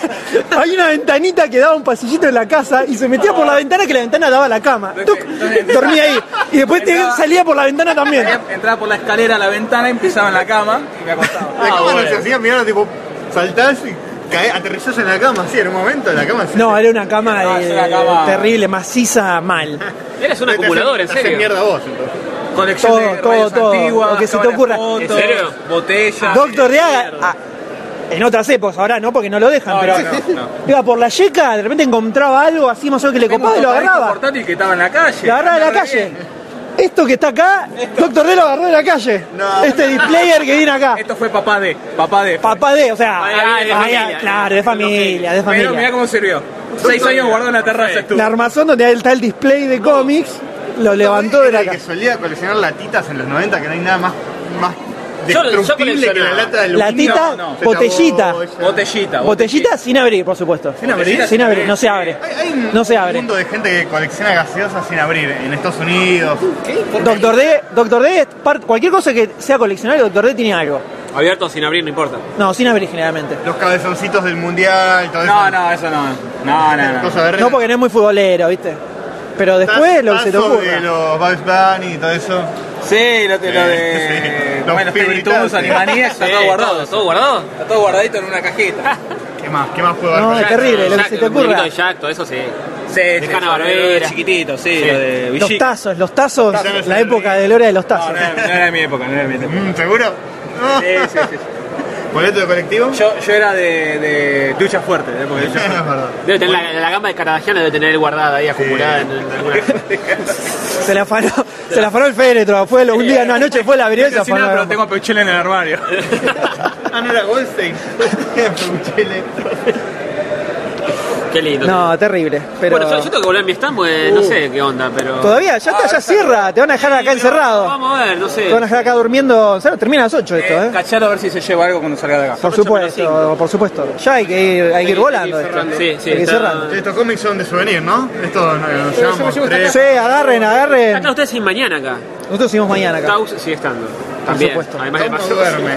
[SPEAKER 1] hay una ventanita que daba un pasillito en la casa y se metía por la ventana que la ventana daba a la cama. Tuc, dormía ahí. Y después te-
[SPEAKER 6] Entraba-
[SPEAKER 1] salía por la ventana también.
[SPEAKER 6] Entraba por la escalera a la ventana, empezaba en la cama y me acostaba.
[SPEAKER 8] La cama no se hacía mierda, tipo, saltás y cae, aterrizás en la cama, sí, en un momento la cama se
[SPEAKER 1] No, era una cama,
[SPEAKER 8] No,
[SPEAKER 1] de-
[SPEAKER 8] es una cama-
[SPEAKER 1] terrible, maciza, mal.
[SPEAKER 3] Eres un
[SPEAKER 8] Te hace-
[SPEAKER 3] acumulador, en
[SPEAKER 8] te hace
[SPEAKER 3] serio.
[SPEAKER 8] mierda vos, entonces.
[SPEAKER 6] Colección
[SPEAKER 1] Todo,
[SPEAKER 6] de
[SPEAKER 1] todo,
[SPEAKER 6] radios
[SPEAKER 1] todo.
[SPEAKER 6] antiguas,
[SPEAKER 1] Lo que se te
[SPEAKER 6] cámaras
[SPEAKER 1] ocurra.
[SPEAKER 6] fotos,
[SPEAKER 1] ¿En serio?
[SPEAKER 6] Botellas.
[SPEAKER 1] Doctor D ah, en otras épocas, ahora no, porque no lo dejan,
[SPEAKER 6] No,
[SPEAKER 1] pero
[SPEAKER 6] no, no,
[SPEAKER 1] iba por la yeca, de repente encontraba algo así más o menos que le
[SPEAKER 6] Tengo un
[SPEAKER 1] copaba y lo
[SPEAKER 6] tocadiscos
[SPEAKER 1] agarraba.
[SPEAKER 6] portátil que estaba en la calle.
[SPEAKER 1] Lo agarraba de la
[SPEAKER 6] Andaba
[SPEAKER 1] calle.
[SPEAKER 6] bien.
[SPEAKER 1] Esto que está acá, Doctor D lo agarró de la calle.
[SPEAKER 6] No.
[SPEAKER 1] Este displayer que viene acá.
[SPEAKER 6] Esto fue papá de, papá de.
[SPEAKER 1] Papá D, o sea,
[SPEAKER 6] Ah, de
[SPEAKER 1] ah,
[SPEAKER 6] familia.
[SPEAKER 1] claro, de familia, de
[SPEAKER 6] Mirá, mirá
[SPEAKER 1] familia.
[SPEAKER 6] cómo sirvió. Seis años guardado en la terraza.
[SPEAKER 1] La armazón donde ahí está el display de cómics, lo levantó de la
[SPEAKER 8] que
[SPEAKER 1] calle.
[SPEAKER 8] solía coleccionar latitas en los 90, que no hay nada más, más
[SPEAKER 3] Yo- yo
[SPEAKER 8] destructible que la
[SPEAKER 3] coleccionaba.
[SPEAKER 8] lata de aluminio.
[SPEAKER 1] Latita,
[SPEAKER 8] No, no.
[SPEAKER 1] botellita.
[SPEAKER 6] Botellita.
[SPEAKER 1] Botellita sin abrir, por supuesto.
[SPEAKER 8] ¿Sin abrir?
[SPEAKER 1] Sin abrir, no se abre. No se
[SPEAKER 8] Hay
[SPEAKER 1] abre.
[SPEAKER 8] un mundo de gente que colecciona gaseosas sin abrir en Estados Unidos.
[SPEAKER 1] Doctor D, Doctor D, es par- cualquier cosa que sea coleccionable, Doctor D tiene algo.
[SPEAKER 3] Abierto sin abrir, no importa.
[SPEAKER 1] No, sin abrir generalmente.
[SPEAKER 8] Los cabezoncitos del mundial, todo
[SPEAKER 6] No,
[SPEAKER 8] eso.
[SPEAKER 6] no, eso no. No, no, no.
[SPEAKER 8] Cosa de
[SPEAKER 1] No porque no es muy futbolero, ¿viste? Pero después lo que se te
[SPEAKER 8] Tazos de
[SPEAKER 1] ocurra.
[SPEAKER 8] los Bugs Bunny y todo eso.
[SPEAKER 6] Sí, lo, de- lo
[SPEAKER 1] [laughs]
[SPEAKER 6] de.
[SPEAKER 8] Los
[SPEAKER 6] Bueno,
[SPEAKER 8] fibritas.
[SPEAKER 6] espíritus, animanías, está
[SPEAKER 3] Sí,
[SPEAKER 6] todo guardado.
[SPEAKER 3] todo- todo guardado.
[SPEAKER 6] Está todo guardadito en
[SPEAKER 3] [laughs]
[SPEAKER 6] una cajita.
[SPEAKER 8] ¿Qué más? ¿Qué más puedo ver?
[SPEAKER 1] No, es terrible, lo que
[SPEAKER 3] Jack,
[SPEAKER 1] se te
[SPEAKER 3] el muñequito
[SPEAKER 1] ocurra.
[SPEAKER 3] de Jack, todo eso sí.
[SPEAKER 6] Sí,
[SPEAKER 3] De
[SPEAKER 6] sí,
[SPEAKER 3] Hanna
[SPEAKER 6] sí,
[SPEAKER 3] Barbera.
[SPEAKER 6] lo de Chiquitito, sí, lo de
[SPEAKER 1] Los
[SPEAKER 6] Villic.
[SPEAKER 1] tazos, los tazos,
[SPEAKER 8] Tazos, no
[SPEAKER 1] la
[SPEAKER 8] se
[SPEAKER 1] época de Lora de los tazos.
[SPEAKER 6] No era mi época, no era mi época.
[SPEAKER 8] Mm, ¿Seguro?
[SPEAKER 6] Sí, sí, sí.
[SPEAKER 10] ¿Boleto de colectivo?
[SPEAKER 6] Yo, yo era de, de ducha fuerte. ¿eh? De época de ducha fuerte.
[SPEAKER 8] Debe tener la, la gamba de Caradagiana debe tener guardada ahí acumulada en, en alguna.
[SPEAKER 10] [laughs]
[SPEAKER 1] Se la afanó, se la afanó el féretro, fue lo- un día, no, anoche fue la virgen, se
[SPEAKER 6] No sé si nada,
[SPEAKER 1] afanó.
[SPEAKER 6] pero tengo a Peuchela en el armario.
[SPEAKER 10] ah, no era
[SPEAKER 6] [laughs]
[SPEAKER 10] Goldstein. Peuchele.
[SPEAKER 8] Qué lindo.
[SPEAKER 1] No, terrible. Pero
[SPEAKER 8] Bueno, yo, yo tengo Ah, que volver a mi stand, pues, no
[SPEAKER 1] Uh.
[SPEAKER 8] sé qué onda, pero.
[SPEAKER 1] todavía, ya está, ya cierra, te van a dejar acá encerrado.
[SPEAKER 8] Vamos a ver, no
[SPEAKER 1] Te
[SPEAKER 8] sé.
[SPEAKER 1] van a dejar acá durmiendo, ¿sabes? Termina a las 8 esto, ¿eh?
[SPEAKER 6] Cachalo a ver si se lleva algo cuando salga de acá.
[SPEAKER 1] Por supuesto, por supuesto. Ya hay que ir, hay que ir volando esto. Hay que ir cerrando.
[SPEAKER 10] Estos cómics son de souvenir, ¿no? Estos
[SPEAKER 8] eh,
[SPEAKER 10] no, nos llevamos tres.
[SPEAKER 1] Sí, agarren, agarren.
[SPEAKER 8] Acá ustedes sin mañana acá.
[SPEAKER 1] Nosotros seguimos mañana acá.
[SPEAKER 8] Taus sigue estando. También.
[SPEAKER 1] supuesto.
[SPEAKER 8] Además,
[SPEAKER 10] Taus
[SPEAKER 8] además
[SPEAKER 10] no duerme.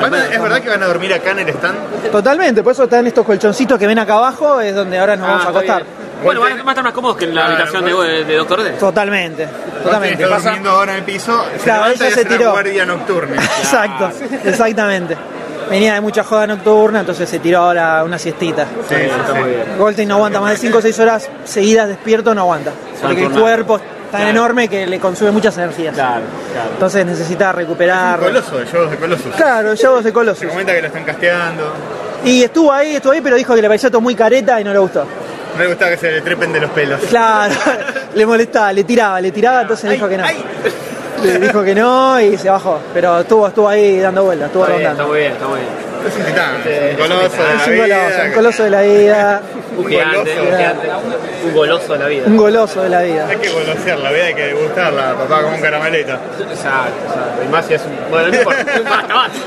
[SPEAKER 10] ¿Van a- ¿Es verdad que van a dormir acá en el stand?
[SPEAKER 1] Totalmente, por eso están estos colchoncitos que ven acá abajo, es donde ahora nos
[SPEAKER 8] Ah,
[SPEAKER 1] vamos a
[SPEAKER 8] está
[SPEAKER 1] acostar.
[SPEAKER 8] bien. Bueno, van a van a estar más cómodos que en la
[SPEAKER 10] Claro,
[SPEAKER 8] habitación de,
[SPEAKER 10] bueno.
[SPEAKER 8] de, Doctor D.
[SPEAKER 1] Totalmente, totalmente.
[SPEAKER 10] Está
[SPEAKER 1] Pasa-
[SPEAKER 10] durmiendo ahora en el piso. Se
[SPEAKER 1] Claro,
[SPEAKER 10] levanta
[SPEAKER 1] ella
[SPEAKER 10] y
[SPEAKER 1] se
[SPEAKER 10] hace una
[SPEAKER 1] tiró.
[SPEAKER 10] guardia nocturna.
[SPEAKER 1] Exacto, exactamente. Venía de mucha joda nocturna, entonces se tiró ahora una siestita.
[SPEAKER 10] Sí, sí, está muy bien.
[SPEAKER 1] Goldstein no aguanta, más de 5 o 6 horas seguidas despierto no aguanta. Porque el
[SPEAKER 10] turnando.
[SPEAKER 1] cuerpo es tan enorme que le consume muchas energías. Entonces necesita recuperar.
[SPEAKER 10] Coloso, de Juegos de Colossus.
[SPEAKER 1] Claro, Shadows de Colossus.
[SPEAKER 10] Se comenta que lo están casteando.
[SPEAKER 1] Y estuvo ahí, estuvo ahí, pero dijo que le pareció todo muy careta y no le gustó.
[SPEAKER 10] No le gustaba que se le trepen de los pelos.
[SPEAKER 1] Claro, [laughs] le molestaba, le tiraba, le tiraba, entonces dijo que no. Le dijo que no y se bajó. Pero estuvo, estuvo ahí dando vueltas, estuvo
[SPEAKER 8] Está bien,
[SPEAKER 1] rondando.
[SPEAKER 8] está muy bien, está muy bien.
[SPEAKER 10] Es un titán, es un coloso de
[SPEAKER 1] Es
[SPEAKER 10] la
[SPEAKER 1] un goloso, un
[SPEAKER 10] vida.
[SPEAKER 1] goloso de la vida.
[SPEAKER 8] Un gigante, un gigante. Un goloso de la vida.
[SPEAKER 1] Un goloso de la vida.
[SPEAKER 10] Hay que golosear la vida, hay que degustarla, papá, como un caramelito.
[SPEAKER 8] Exacto, exacto. Y más si es un. Bueno, no
[SPEAKER 10] [laughs]
[SPEAKER 8] importa. Basta, basta.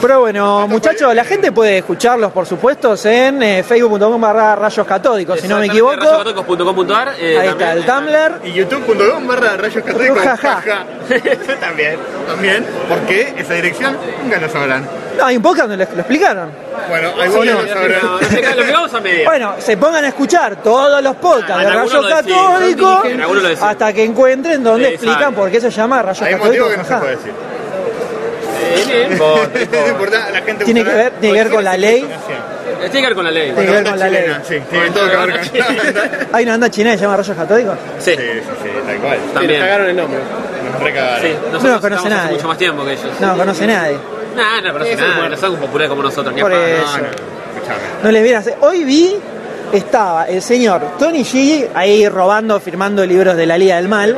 [SPEAKER 1] Pero bueno, muchachos, la gente puede escucharlos, por supuesto, en eh, facebook.com barra rayos catódicos, si no me equivoco.
[SPEAKER 8] Rayoscatólicos.com.ar, eh,
[SPEAKER 1] Ahí
[SPEAKER 8] también,
[SPEAKER 1] está el
[SPEAKER 8] eh,
[SPEAKER 1] Tumblr.
[SPEAKER 10] Y youtube.com barra rayos católicos.
[SPEAKER 1] Jaja.
[SPEAKER 10] Jaja. también, también. Porque esa dirección nunca lo sabrán.
[SPEAKER 1] No, Ah, hay un podcast donde lo, lo explicaron.
[SPEAKER 10] Bueno,
[SPEAKER 1] ¿O
[SPEAKER 10] algunos
[SPEAKER 1] no?
[SPEAKER 10] lo sabrán.
[SPEAKER 8] No, no sé, lo pegamos a media.
[SPEAKER 1] Bueno, se pongan a escuchar todos los podcasts
[SPEAKER 8] Ah, en
[SPEAKER 1] de Rayos
[SPEAKER 8] alguno lo decís,
[SPEAKER 1] Católicos
[SPEAKER 8] en alguno lo decís.
[SPEAKER 1] hasta que encuentren donde
[SPEAKER 8] Sí,
[SPEAKER 1] explican
[SPEAKER 8] exacto.
[SPEAKER 1] por qué se llama Rayos
[SPEAKER 10] Hay motivo
[SPEAKER 1] Catódicos.
[SPEAKER 10] que no se
[SPEAKER 1] ajá.
[SPEAKER 10] puede decir.
[SPEAKER 8] Eh, no importa, no
[SPEAKER 10] No
[SPEAKER 8] importa.
[SPEAKER 10] importa, la gente
[SPEAKER 1] Tiene que
[SPEAKER 10] buscará
[SPEAKER 1] ver- tiene que ver con la ley.
[SPEAKER 10] información.
[SPEAKER 8] Tiene que ver con la ley.
[SPEAKER 1] Tiene que ver con la ley.
[SPEAKER 10] Chilena, Sí, tiene todo que ver con
[SPEAKER 1] Hay una banda china que se llama Rayos Catódicos.
[SPEAKER 8] Sí,
[SPEAKER 10] sí, sí, tal cual.
[SPEAKER 8] También.
[SPEAKER 10] Nos cagaron el nombre. Nos recagaron.
[SPEAKER 8] Sí, nosotros
[SPEAKER 1] No lo conoce
[SPEAKER 8] estamos hace
[SPEAKER 1] nadie.
[SPEAKER 8] mucho más tiempo que ellos.
[SPEAKER 1] No, conoce nadie.
[SPEAKER 8] Nah, no conoce
[SPEAKER 1] Sí, sí,
[SPEAKER 8] nada,
[SPEAKER 1] bueno.
[SPEAKER 8] no son populares como nosotros, ni a
[SPEAKER 1] Por
[SPEAKER 8] palo.
[SPEAKER 1] eso.
[SPEAKER 8] No, no.
[SPEAKER 1] No les vieras. Hoy vi, estaba el señor Tony G ahí robando, firmando libros de la Liga del Mal.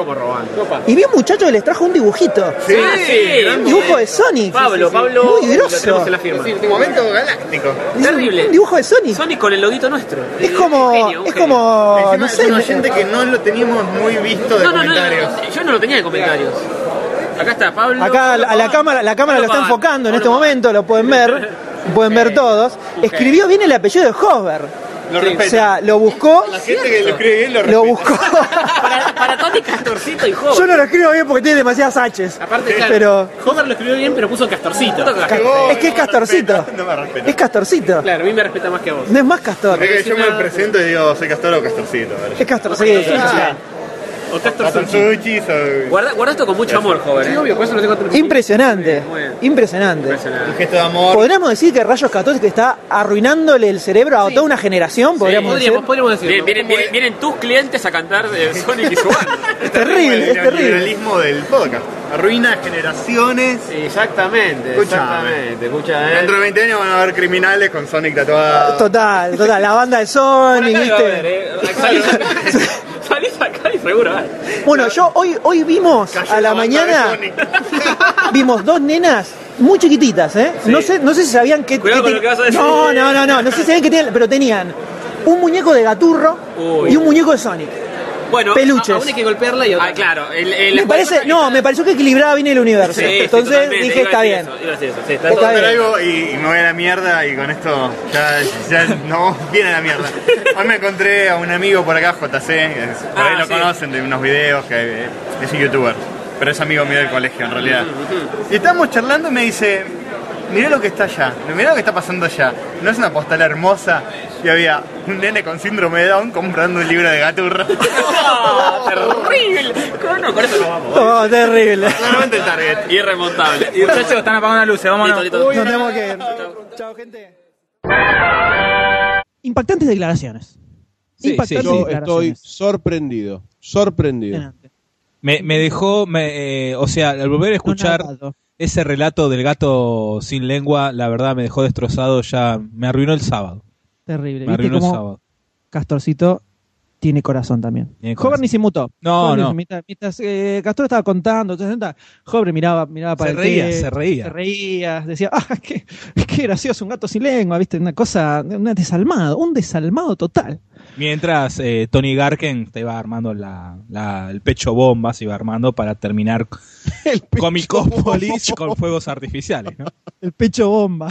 [SPEAKER 1] Y vi un muchacho que les trajo un dibujito.
[SPEAKER 10] Sí,
[SPEAKER 8] Ah, sí,
[SPEAKER 10] gran
[SPEAKER 1] Un
[SPEAKER 10] momento.
[SPEAKER 1] dibujo de Sonic.
[SPEAKER 8] Pablo, Pablo.
[SPEAKER 1] Muy
[SPEAKER 8] Lo tenemos
[SPEAKER 1] grosso.
[SPEAKER 8] en la firma.
[SPEAKER 10] Sí, momento galáctico.
[SPEAKER 1] Es un-
[SPEAKER 8] Terrible.
[SPEAKER 1] Un dibujo de Sonic.
[SPEAKER 8] Sonic con el loguito nuestro.
[SPEAKER 1] Es como.
[SPEAKER 8] genio, un
[SPEAKER 1] es
[SPEAKER 8] genio.
[SPEAKER 1] como.
[SPEAKER 10] Encima
[SPEAKER 1] No
[SPEAKER 10] es
[SPEAKER 1] sé.
[SPEAKER 10] un oyente que no lo teníamos muy visto de
[SPEAKER 8] No, no, no,
[SPEAKER 10] comentarios.
[SPEAKER 8] no, yo no lo tenía de comentarios. Acá está Pablo.
[SPEAKER 1] Acá a la, a la cámara, la cámara lo está enfocando en este momento, lo pueden ver, pueden ver todos. Escribió bien el apellido de Hover.
[SPEAKER 10] Lo respeto.
[SPEAKER 1] O sea, lo buscó,
[SPEAKER 10] La gente que lo escribe bien lo
[SPEAKER 1] lo buscó.
[SPEAKER 8] Para,
[SPEAKER 10] [laughs]
[SPEAKER 8] para Tony Castorcito y Hover.
[SPEAKER 1] [laughs] Yo no lo escribo bien porque tiene demasiadas H's.
[SPEAKER 8] Aparte, claro,
[SPEAKER 1] pero
[SPEAKER 23] Homer lo escribió bien, pero puso Castorcito.
[SPEAKER 1] ca- es que es castorcito.
[SPEAKER 10] No me respeto.
[SPEAKER 1] Es castorcito.
[SPEAKER 8] Claro, a mí me respeta más que a vos.
[SPEAKER 1] No es más castor.
[SPEAKER 10] Es que yo me presento y digo, soy Castor o Castorcito.
[SPEAKER 1] Es castorcito.
[SPEAKER 10] Ah.
[SPEAKER 8] O Castorcito.
[SPEAKER 10] Catorzuchi, soy...
[SPEAKER 8] Guarda, guarda esto con mucho amor, Hover.
[SPEAKER 23] Sí,
[SPEAKER 8] ¿eh?
[SPEAKER 23] obvio, por eso lo tengo
[SPEAKER 1] Impresionante.
[SPEAKER 23] Muy bien.
[SPEAKER 1] Impresionante.
[SPEAKER 10] Un gesto de amor.
[SPEAKER 1] Podríamos decir que Rayos Católicos está arruinándole el cerebro a toda una generación, podríamos decir.
[SPEAKER 8] Vienen, vienen- vienen- vienen tus clientes a cantar [laughs] de Sonic y su banda.
[SPEAKER 1] Es terrible,
[SPEAKER 10] El
[SPEAKER 1] es terrible.
[SPEAKER 10] neoliberalismo del podcast. Arruina generaciones.
[SPEAKER 8] Exactamente, exactamente. Escucha,
[SPEAKER 10] Dentro de 20 años van a haber criminales con Sonic tatuado.
[SPEAKER 1] Total, total, la banda de Sonic, ¿viste?
[SPEAKER 8] ¿eh? Salís acá y seguro. hay.
[SPEAKER 1] Bueno, yo hoy, hoy vimos
[SPEAKER 10] Cayó
[SPEAKER 1] a la
[SPEAKER 10] banda de
[SPEAKER 1] mañana, [laughs]
[SPEAKER 10] Sonic.
[SPEAKER 1] vimos dos nenas muy chiquititas, ¿eh? No, sé, no sé si sabían qué...
[SPEAKER 8] Cuidado
[SPEAKER 1] qué
[SPEAKER 8] con lo que vas a decir.
[SPEAKER 1] No, no, no, no, no sé si sabían qué tenían, pero tenían un muñeco de Gaturro
[SPEAKER 8] Uy.
[SPEAKER 1] y un muñeco de Sonic.
[SPEAKER 8] Bueno,
[SPEAKER 1] Peluches.
[SPEAKER 8] a- a una hay que golpearla y otra. Ah, claro. el- el-
[SPEAKER 1] Me
[SPEAKER 8] la-
[SPEAKER 1] parece, no, me pareció que equilibraba bien el universo.
[SPEAKER 8] Sí, sí,
[SPEAKER 1] Entonces
[SPEAKER 8] totalmente,
[SPEAKER 1] dije,
[SPEAKER 8] iba a
[SPEAKER 1] está
[SPEAKER 8] decir
[SPEAKER 1] bien.
[SPEAKER 8] eso, iba a decir eso, sí, está
[SPEAKER 1] Está
[SPEAKER 8] todo- [laughs]
[SPEAKER 10] Pero
[SPEAKER 1] bien.
[SPEAKER 10] algo y, y me voy a la mierda y con esto ya, ya no viene a la mierda. Hoy me encontré a un amigo por acá, JC, que es- por ahí
[SPEAKER 8] Ah,
[SPEAKER 10] lo
[SPEAKER 8] sí.
[SPEAKER 10] conocen de unos videos, que eh, es un youtuber, pero es amigo mío del colegio en realidad. Y estábamos charlando y me dice, mirá lo que está allá, mirá lo que está pasando allá. ¿No es una postal hermosa? Y había un nene con síndrome de Down comprando un libro de gaturro.
[SPEAKER 8] ¡Ah, terrible. No, con eso nos vamos.
[SPEAKER 1] Oh, terrible.
[SPEAKER 10] Claramente el target.
[SPEAKER 8] Irremontable.
[SPEAKER 6] Muchachos, están apagando las luces, vámonos.
[SPEAKER 8] Listo, listo.
[SPEAKER 1] Nos tenemos que ir. Chao, gente.
[SPEAKER 24] Impactantes declaraciones. Impactantes
[SPEAKER 2] Yo estoy
[SPEAKER 24] declaraciones.
[SPEAKER 2] sorprendido. Sorprendido.
[SPEAKER 24] Impresionante.
[SPEAKER 3] Me, me dejó, me, eh, o sea, al volver a escuchar
[SPEAKER 24] No, no, no, no.
[SPEAKER 3] ese relato del gato sin lengua, la verdad me dejó destrozado, ya me arruinó el sábado. Me
[SPEAKER 8] Terrible. ¿Viste
[SPEAKER 3] arruinó el
[SPEAKER 8] cómo
[SPEAKER 3] sábado.
[SPEAKER 8] Castorcito tiene corazón también.
[SPEAKER 3] Tiene corazón.
[SPEAKER 8] Joven ni se mutó.
[SPEAKER 3] No,
[SPEAKER 8] Joven ni
[SPEAKER 3] no.
[SPEAKER 8] se mutó. Mientras, eh, Castor estaba contando, entonces, anda, Joven miraba, miraba para
[SPEAKER 3] Se
[SPEAKER 8] el
[SPEAKER 3] reía,
[SPEAKER 8] techo,
[SPEAKER 3] se reía.
[SPEAKER 8] Se reía, decía, ah, qué, qué gracioso, un gato sin lengua, viste, una cosa, un desalmado, un desalmado total.
[SPEAKER 3] Mientras eh, Tony Garken te va armando la, la- el pecho bomba, se iba armando para
[SPEAKER 8] [laughs]
[SPEAKER 3] terminar con Micópolis con fuegos artificiales. ¿no?
[SPEAKER 8] El pecho bomba.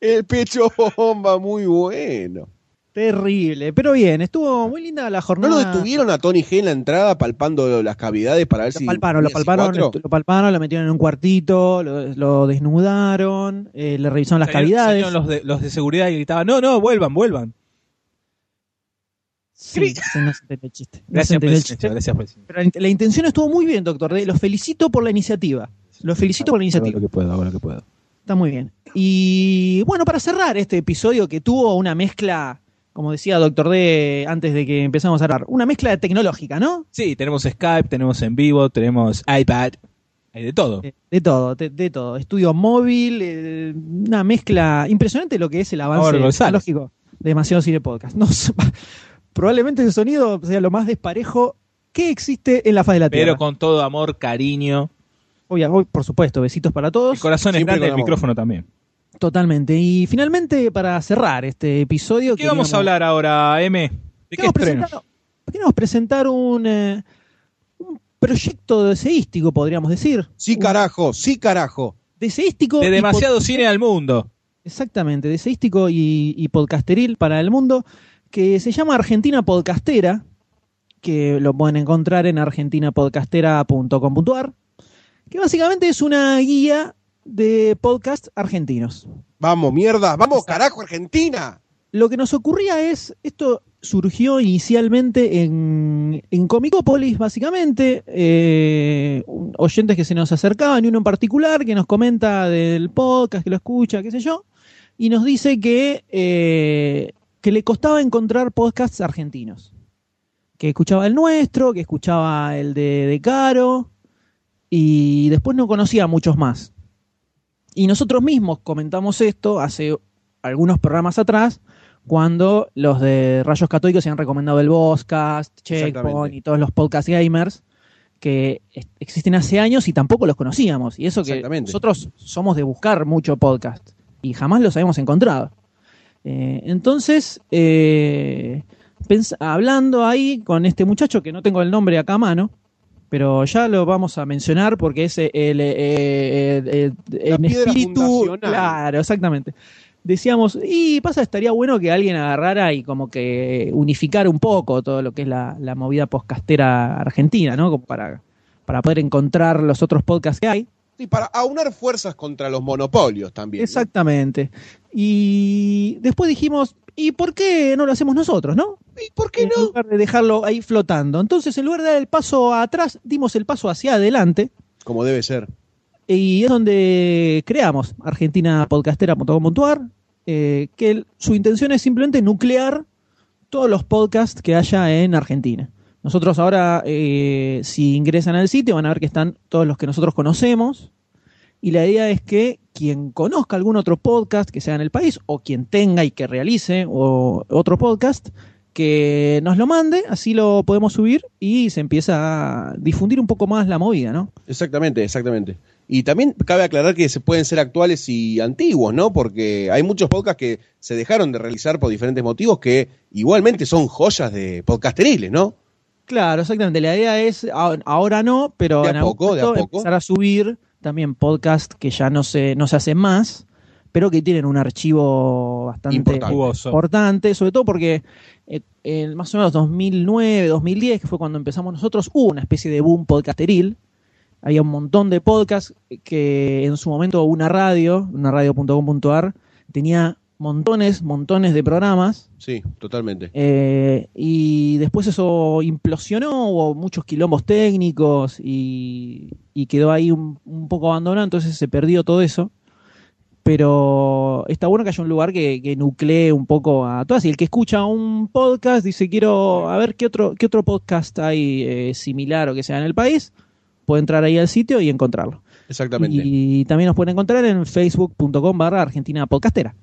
[SPEAKER 2] El pecho bomba, muy bueno.
[SPEAKER 8] Terrible, pero bien, estuvo muy linda la
[SPEAKER 2] ¿No
[SPEAKER 8] jornada.
[SPEAKER 1] Ah.
[SPEAKER 2] lo detuvieron a Tony G en la entrada palpando las cavidades para ver si.
[SPEAKER 8] palparon, lo
[SPEAKER 2] tenía
[SPEAKER 8] palparon,
[SPEAKER 2] C4?
[SPEAKER 8] estu- lo palparon, lo metieron en un cuartito, lo, lo desnudaron, eh, le revisaron las
[SPEAKER 3] Salieron-
[SPEAKER 8] cavidades.
[SPEAKER 3] salieron los de, los de seguridad y gritaban, no, no, vuelvan, vuelvan.
[SPEAKER 8] Sí, sí, no se entendió el chiste. No
[SPEAKER 3] Gracias
[SPEAKER 8] se
[SPEAKER 3] por
[SPEAKER 8] entendió
[SPEAKER 3] el
[SPEAKER 8] el
[SPEAKER 3] silencio,
[SPEAKER 8] chiste.
[SPEAKER 3] gracias por el silencio.
[SPEAKER 8] Pero la int- la intención estuvo muy bien, doctor. D. Los felicito por la iniciativa. Los felicito por
[SPEAKER 3] Hago
[SPEAKER 8] la
[SPEAKER 3] lo
[SPEAKER 8] iniciativa.
[SPEAKER 3] que puedo, hago lo que puedo.
[SPEAKER 8] Está muy bien. Y bueno, para cerrar este episodio que tuvo una mezcla, como decía doctor D antes de que empezamos a hablar, una mezcla tecnológica, ¿no?
[SPEAKER 3] Sí, tenemos Skype, tenemos en vivo, tenemos iPad, hay de todo.
[SPEAKER 8] Eh, De todo, de, de todo. Estudio móvil, eh, una mezcla impresionante lo que es el avance
[SPEAKER 3] Ahora, González.
[SPEAKER 8] tecnológico de Demasiado Cine Podcast. No [laughs] sé, probablemente el sonido sea lo más desparejo que existe en la faz de la Tierra.
[SPEAKER 3] Pero con todo amor, cariño.
[SPEAKER 8] Obvia- hoy, por supuesto, besitos para todos.
[SPEAKER 3] El corazón es grande, el micrófono también.
[SPEAKER 8] Totalmente. Y finalmente, para cerrar este episodio...
[SPEAKER 3] ¿Qué vamos
[SPEAKER 8] queríamos-
[SPEAKER 3] a hablar ahora, M? ¿De qué
[SPEAKER 8] queríamos
[SPEAKER 3] estreno?
[SPEAKER 8] presentar, queríamos presentar un, eh, un proyecto deseístico, podríamos decir.
[SPEAKER 2] Sí, carajo, sí, carajo.
[SPEAKER 8] Deseístico...
[SPEAKER 3] De
[SPEAKER 8] y
[SPEAKER 3] demasiado
[SPEAKER 8] pot-
[SPEAKER 3] cine al mundo.
[SPEAKER 8] Exactamente, deseístico y, y podcasteril para el mundo, que se llama Argentina Podcastera, que lo pueden encontrar en argentinapodcastera.com.ar, que básicamente es una guía de podcast argentinos.
[SPEAKER 2] Vamos, mierda, vamos, carajo, Argentina.
[SPEAKER 8] Lo que nos ocurría es, esto surgió inicialmente en, en Comicópolis, básicamente, eh, un- oyentes que se nos acercaban y uno en particular que nos comenta del podcast, que lo escucha, qué sé yo, y nos dice que, eh, que le costaba encontrar podcasts argentinos, que escuchaba el nuestro, que escuchaba el de, de Caro, y después no conocía muchos más. Y nosotros mismos comentamos esto hace algunos programas atrás, cuando los de Rayos Católicos se han recomendado el Voscast, Checkpoint
[SPEAKER 2] Exactamente.
[SPEAKER 8] y todos los podcast gamers que es- existen hace años y tampoco los conocíamos. Y eso que
[SPEAKER 2] Exactamente.
[SPEAKER 8] nosotros somos de buscar mucho podcast y jamás los habíamos encontrado. Eh, entonces, eh, pens- hablando ahí con este muchacho que no tengo el nombre acá a mano, pero ya lo vamos a mencionar porque es el, el, el- el- en
[SPEAKER 2] piedra
[SPEAKER 8] espíritu.
[SPEAKER 2] fundacional.
[SPEAKER 8] Claro, exactamente. Decíamos, y pasa, estaría bueno que alguien agarrara y como que unificar un poco todo lo que es la, la movida podcastera argentina, ¿no? Como para, para poder encontrar los otros podcasts que hay.
[SPEAKER 2] Y para aunar fuerzas contra los monopolios también.
[SPEAKER 8] Exactamente. Y después dijimos, ¿y por qué no lo hacemos nosotros, no?
[SPEAKER 2] ¿Y por qué
[SPEAKER 8] no? En lugar de dejarlo ahí flotando. Entonces, en lugar de dar el paso atrás, dimos el paso hacia adelante.
[SPEAKER 2] Como debe ser.
[SPEAKER 8] Y es donde creamos argentinapodcastera.com.ar, eh, que el- su intención es simplemente nuclear todos los podcasts que haya en Argentina. Nosotros ahora, eh, si ingresan al sitio, van a ver que están todos los que nosotros conocemos. Y la idea es que quien conozca algún otro podcast que sea en el país, o quien tenga y que realice o- otro podcast, que nos lo mande, así lo podemos subir y se empieza a difundir un poco más la movida, ¿no?
[SPEAKER 2] Exactamente, exactamente. Y también cabe aclarar que se pueden ser actuales y antiguos, ¿no? Porque hay muchos podcasts que se dejaron de realizar por diferentes motivos que igualmente son joyas de podcasteriles, ¿no?
[SPEAKER 8] Claro, exactamente. La idea es, ah- ahora no, pero
[SPEAKER 2] De a
[SPEAKER 8] en algún
[SPEAKER 2] poco, de a
[SPEAKER 8] momento
[SPEAKER 2] poco.
[SPEAKER 8] empezar a subir también podcast que ya no se, no se hacen más, pero que tienen un archivo bastante
[SPEAKER 2] Importante. Jugoso.
[SPEAKER 8] importante, sobre todo porque eh, en más o menos 2009, 2010, que fue cuando empezamos nosotros, hubo una especie de boom podcasteril. Había un montón de podcasts que en su momento una radio, una radio.com.ar, tenía montones, montones de programas
[SPEAKER 2] Sí, totalmente.
[SPEAKER 8] eh, y después eso implosionó, hubo muchos quilombos técnicos y, y quedó ahí un, un poco abandonado, entonces se perdió todo eso. Pero está bueno que haya un lugar que, que nuclee un poco a todas. Y el que escucha un podcast dice, quiero a ver qué otro, qué otro podcast hay eh, similar o que sea en el país, puede entrar ahí al sitio y encontrarlo.
[SPEAKER 2] Exactamente.
[SPEAKER 8] Y también nos pueden encontrar en facebook.com barra Argentina Podcastera.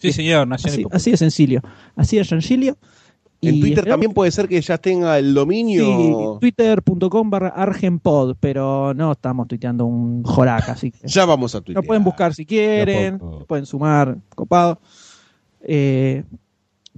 [SPEAKER 3] Sí, señor, Nación
[SPEAKER 8] Así, así de sencillo. Así de sencillo.
[SPEAKER 2] en
[SPEAKER 8] Y
[SPEAKER 2] Twitter
[SPEAKER 8] esperamos-
[SPEAKER 2] también puede ser que ya tenga el dominio.
[SPEAKER 8] Sí, twitter.com barra argenpod, pero no estamos tuiteando un joraca, así que
[SPEAKER 2] [laughs] Ya vamos a
[SPEAKER 8] lo
[SPEAKER 2] Twitter.
[SPEAKER 8] pueden buscar si quieren, lo pueden sumar, copado. Eh,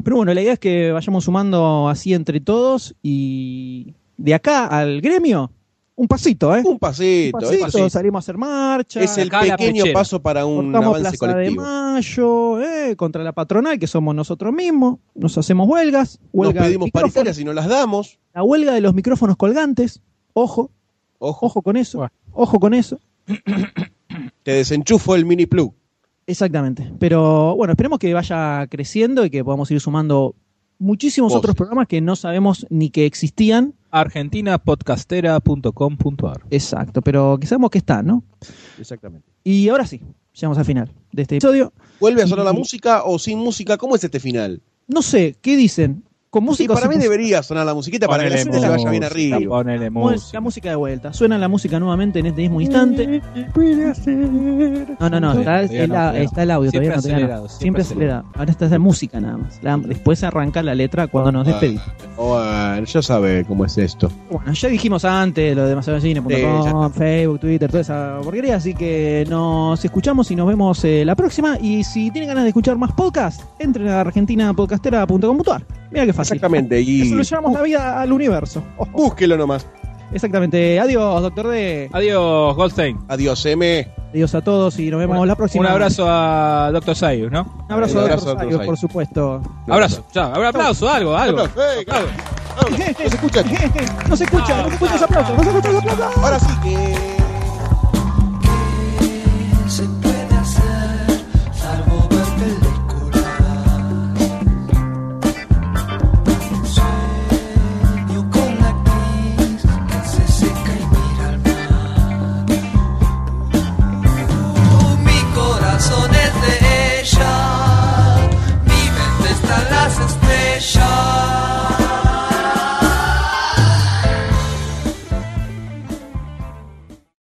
[SPEAKER 8] pero bueno, la idea es que vayamos sumando así entre todos y de acá al gremio, un pasito, ¿eh?
[SPEAKER 2] Un pasito,
[SPEAKER 8] un
[SPEAKER 2] un pasito.
[SPEAKER 8] salimos a hacer marcha.
[SPEAKER 2] Es el pequeño paso para un
[SPEAKER 8] Cortamos
[SPEAKER 2] avance
[SPEAKER 8] Plaza
[SPEAKER 2] colectivo.
[SPEAKER 8] de Mayo, eh, contra la patronal, que somos nosotros mismos. Nos hacemos huelgas. huelga
[SPEAKER 2] Nos
[SPEAKER 8] de
[SPEAKER 2] pedimos
[SPEAKER 8] micrófonos.
[SPEAKER 2] paritarias y no las damos.
[SPEAKER 8] La huelga de los micrófonos colgantes. Ojo.
[SPEAKER 2] Ojo,
[SPEAKER 8] con eso. Ojo con eso.
[SPEAKER 2] Te desenchufo el mini plug.
[SPEAKER 8] Exactamente. Pero bueno, esperemos que vaya creciendo y que podamos ir sumando muchísimos
[SPEAKER 3] Voces.
[SPEAKER 8] otros programas que no sabemos ni que existían.
[SPEAKER 3] Argentinapodcastera.com.ar
[SPEAKER 8] Exacto, pero que sabemos que están, ¿no?
[SPEAKER 2] Exactamente.
[SPEAKER 8] Y ahora sí, llegamos al final de este episodio.
[SPEAKER 2] ¿Vuelve a sonar la
[SPEAKER 8] Y-
[SPEAKER 2] música o sin música? ¿Cómo es este final?
[SPEAKER 8] No sé, ¿qué dicen? ¿Con música
[SPEAKER 2] Y
[SPEAKER 8] o
[SPEAKER 2] para
[SPEAKER 8] sin
[SPEAKER 2] mí
[SPEAKER 8] música?
[SPEAKER 2] debería sonar la musiquita para que la
[SPEAKER 3] Ponele
[SPEAKER 2] gente se vaya bien
[SPEAKER 3] música,
[SPEAKER 2] arriba.
[SPEAKER 3] Ponele
[SPEAKER 8] Pon
[SPEAKER 3] música.
[SPEAKER 8] la música de vuelta. Suena la música nuevamente en este mismo instante. No, no, no, está,
[SPEAKER 3] Todavía
[SPEAKER 8] es
[SPEAKER 3] no,
[SPEAKER 8] la-
[SPEAKER 3] todavía no.
[SPEAKER 8] está el audio
[SPEAKER 3] Siempre
[SPEAKER 8] todavía no, todavía no.
[SPEAKER 3] acelerado, siempre
[SPEAKER 8] Siempre, acelerado. Ahora está esa música nada más. La- después arranca la letra cuando nos despedimos.
[SPEAKER 2] Bueno, ya sabe cómo es esto.
[SPEAKER 8] Bueno, ya dijimos antes lo de MacedoCine.com,
[SPEAKER 2] Sí, ya
[SPEAKER 8] Facebook, Twitter, toda esa porquería. Así que nos escuchamos y nos vemos eh, la próxima. Y si tienen ganas de escuchar más podcasts, entren a argentinapodcastera.com.ar. Mira qué fácil.
[SPEAKER 2] Exactamente.
[SPEAKER 8] Eso
[SPEAKER 2] Y
[SPEAKER 8] lo llevamos la vida al universo.
[SPEAKER 2] búsquelo nomás.
[SPEAKER 8] Exactamente. Adiós, doctor D.
[SPEAKER 3] Adiós, Goldstein.
[SPEAKER 2] Adiós, M.
[SPEAKER 8] Adiós a todos y nos vemos la próxima.
[SPEAKER 3] Un abrazo a Dr. Sayus, ¿no?
[SPEAKER 8] Un abrazo,
[SPEAKER 3] Un
[SPEAKER 8] a
[SPEAKER 3] abrazo
[SPEAKER 8] Dr.
[SPEAKER 3] a Dr.
[SPEAKER 8] Sayus, por
[SPEAKER 3] Sayus.
[SPEAKER 8] supuesto.
[SPEAKER 3] Abrazo, ya, un aplauso, algo, algo.
[SPEAKER 2] Aplausos, eh, claro. Aplausos. No se escucha.
[SPEAKER 8] No se escucha, no se escucha los aplausos, no se escucha los aplausos.
[SPEAKER 2] Ahora sí que.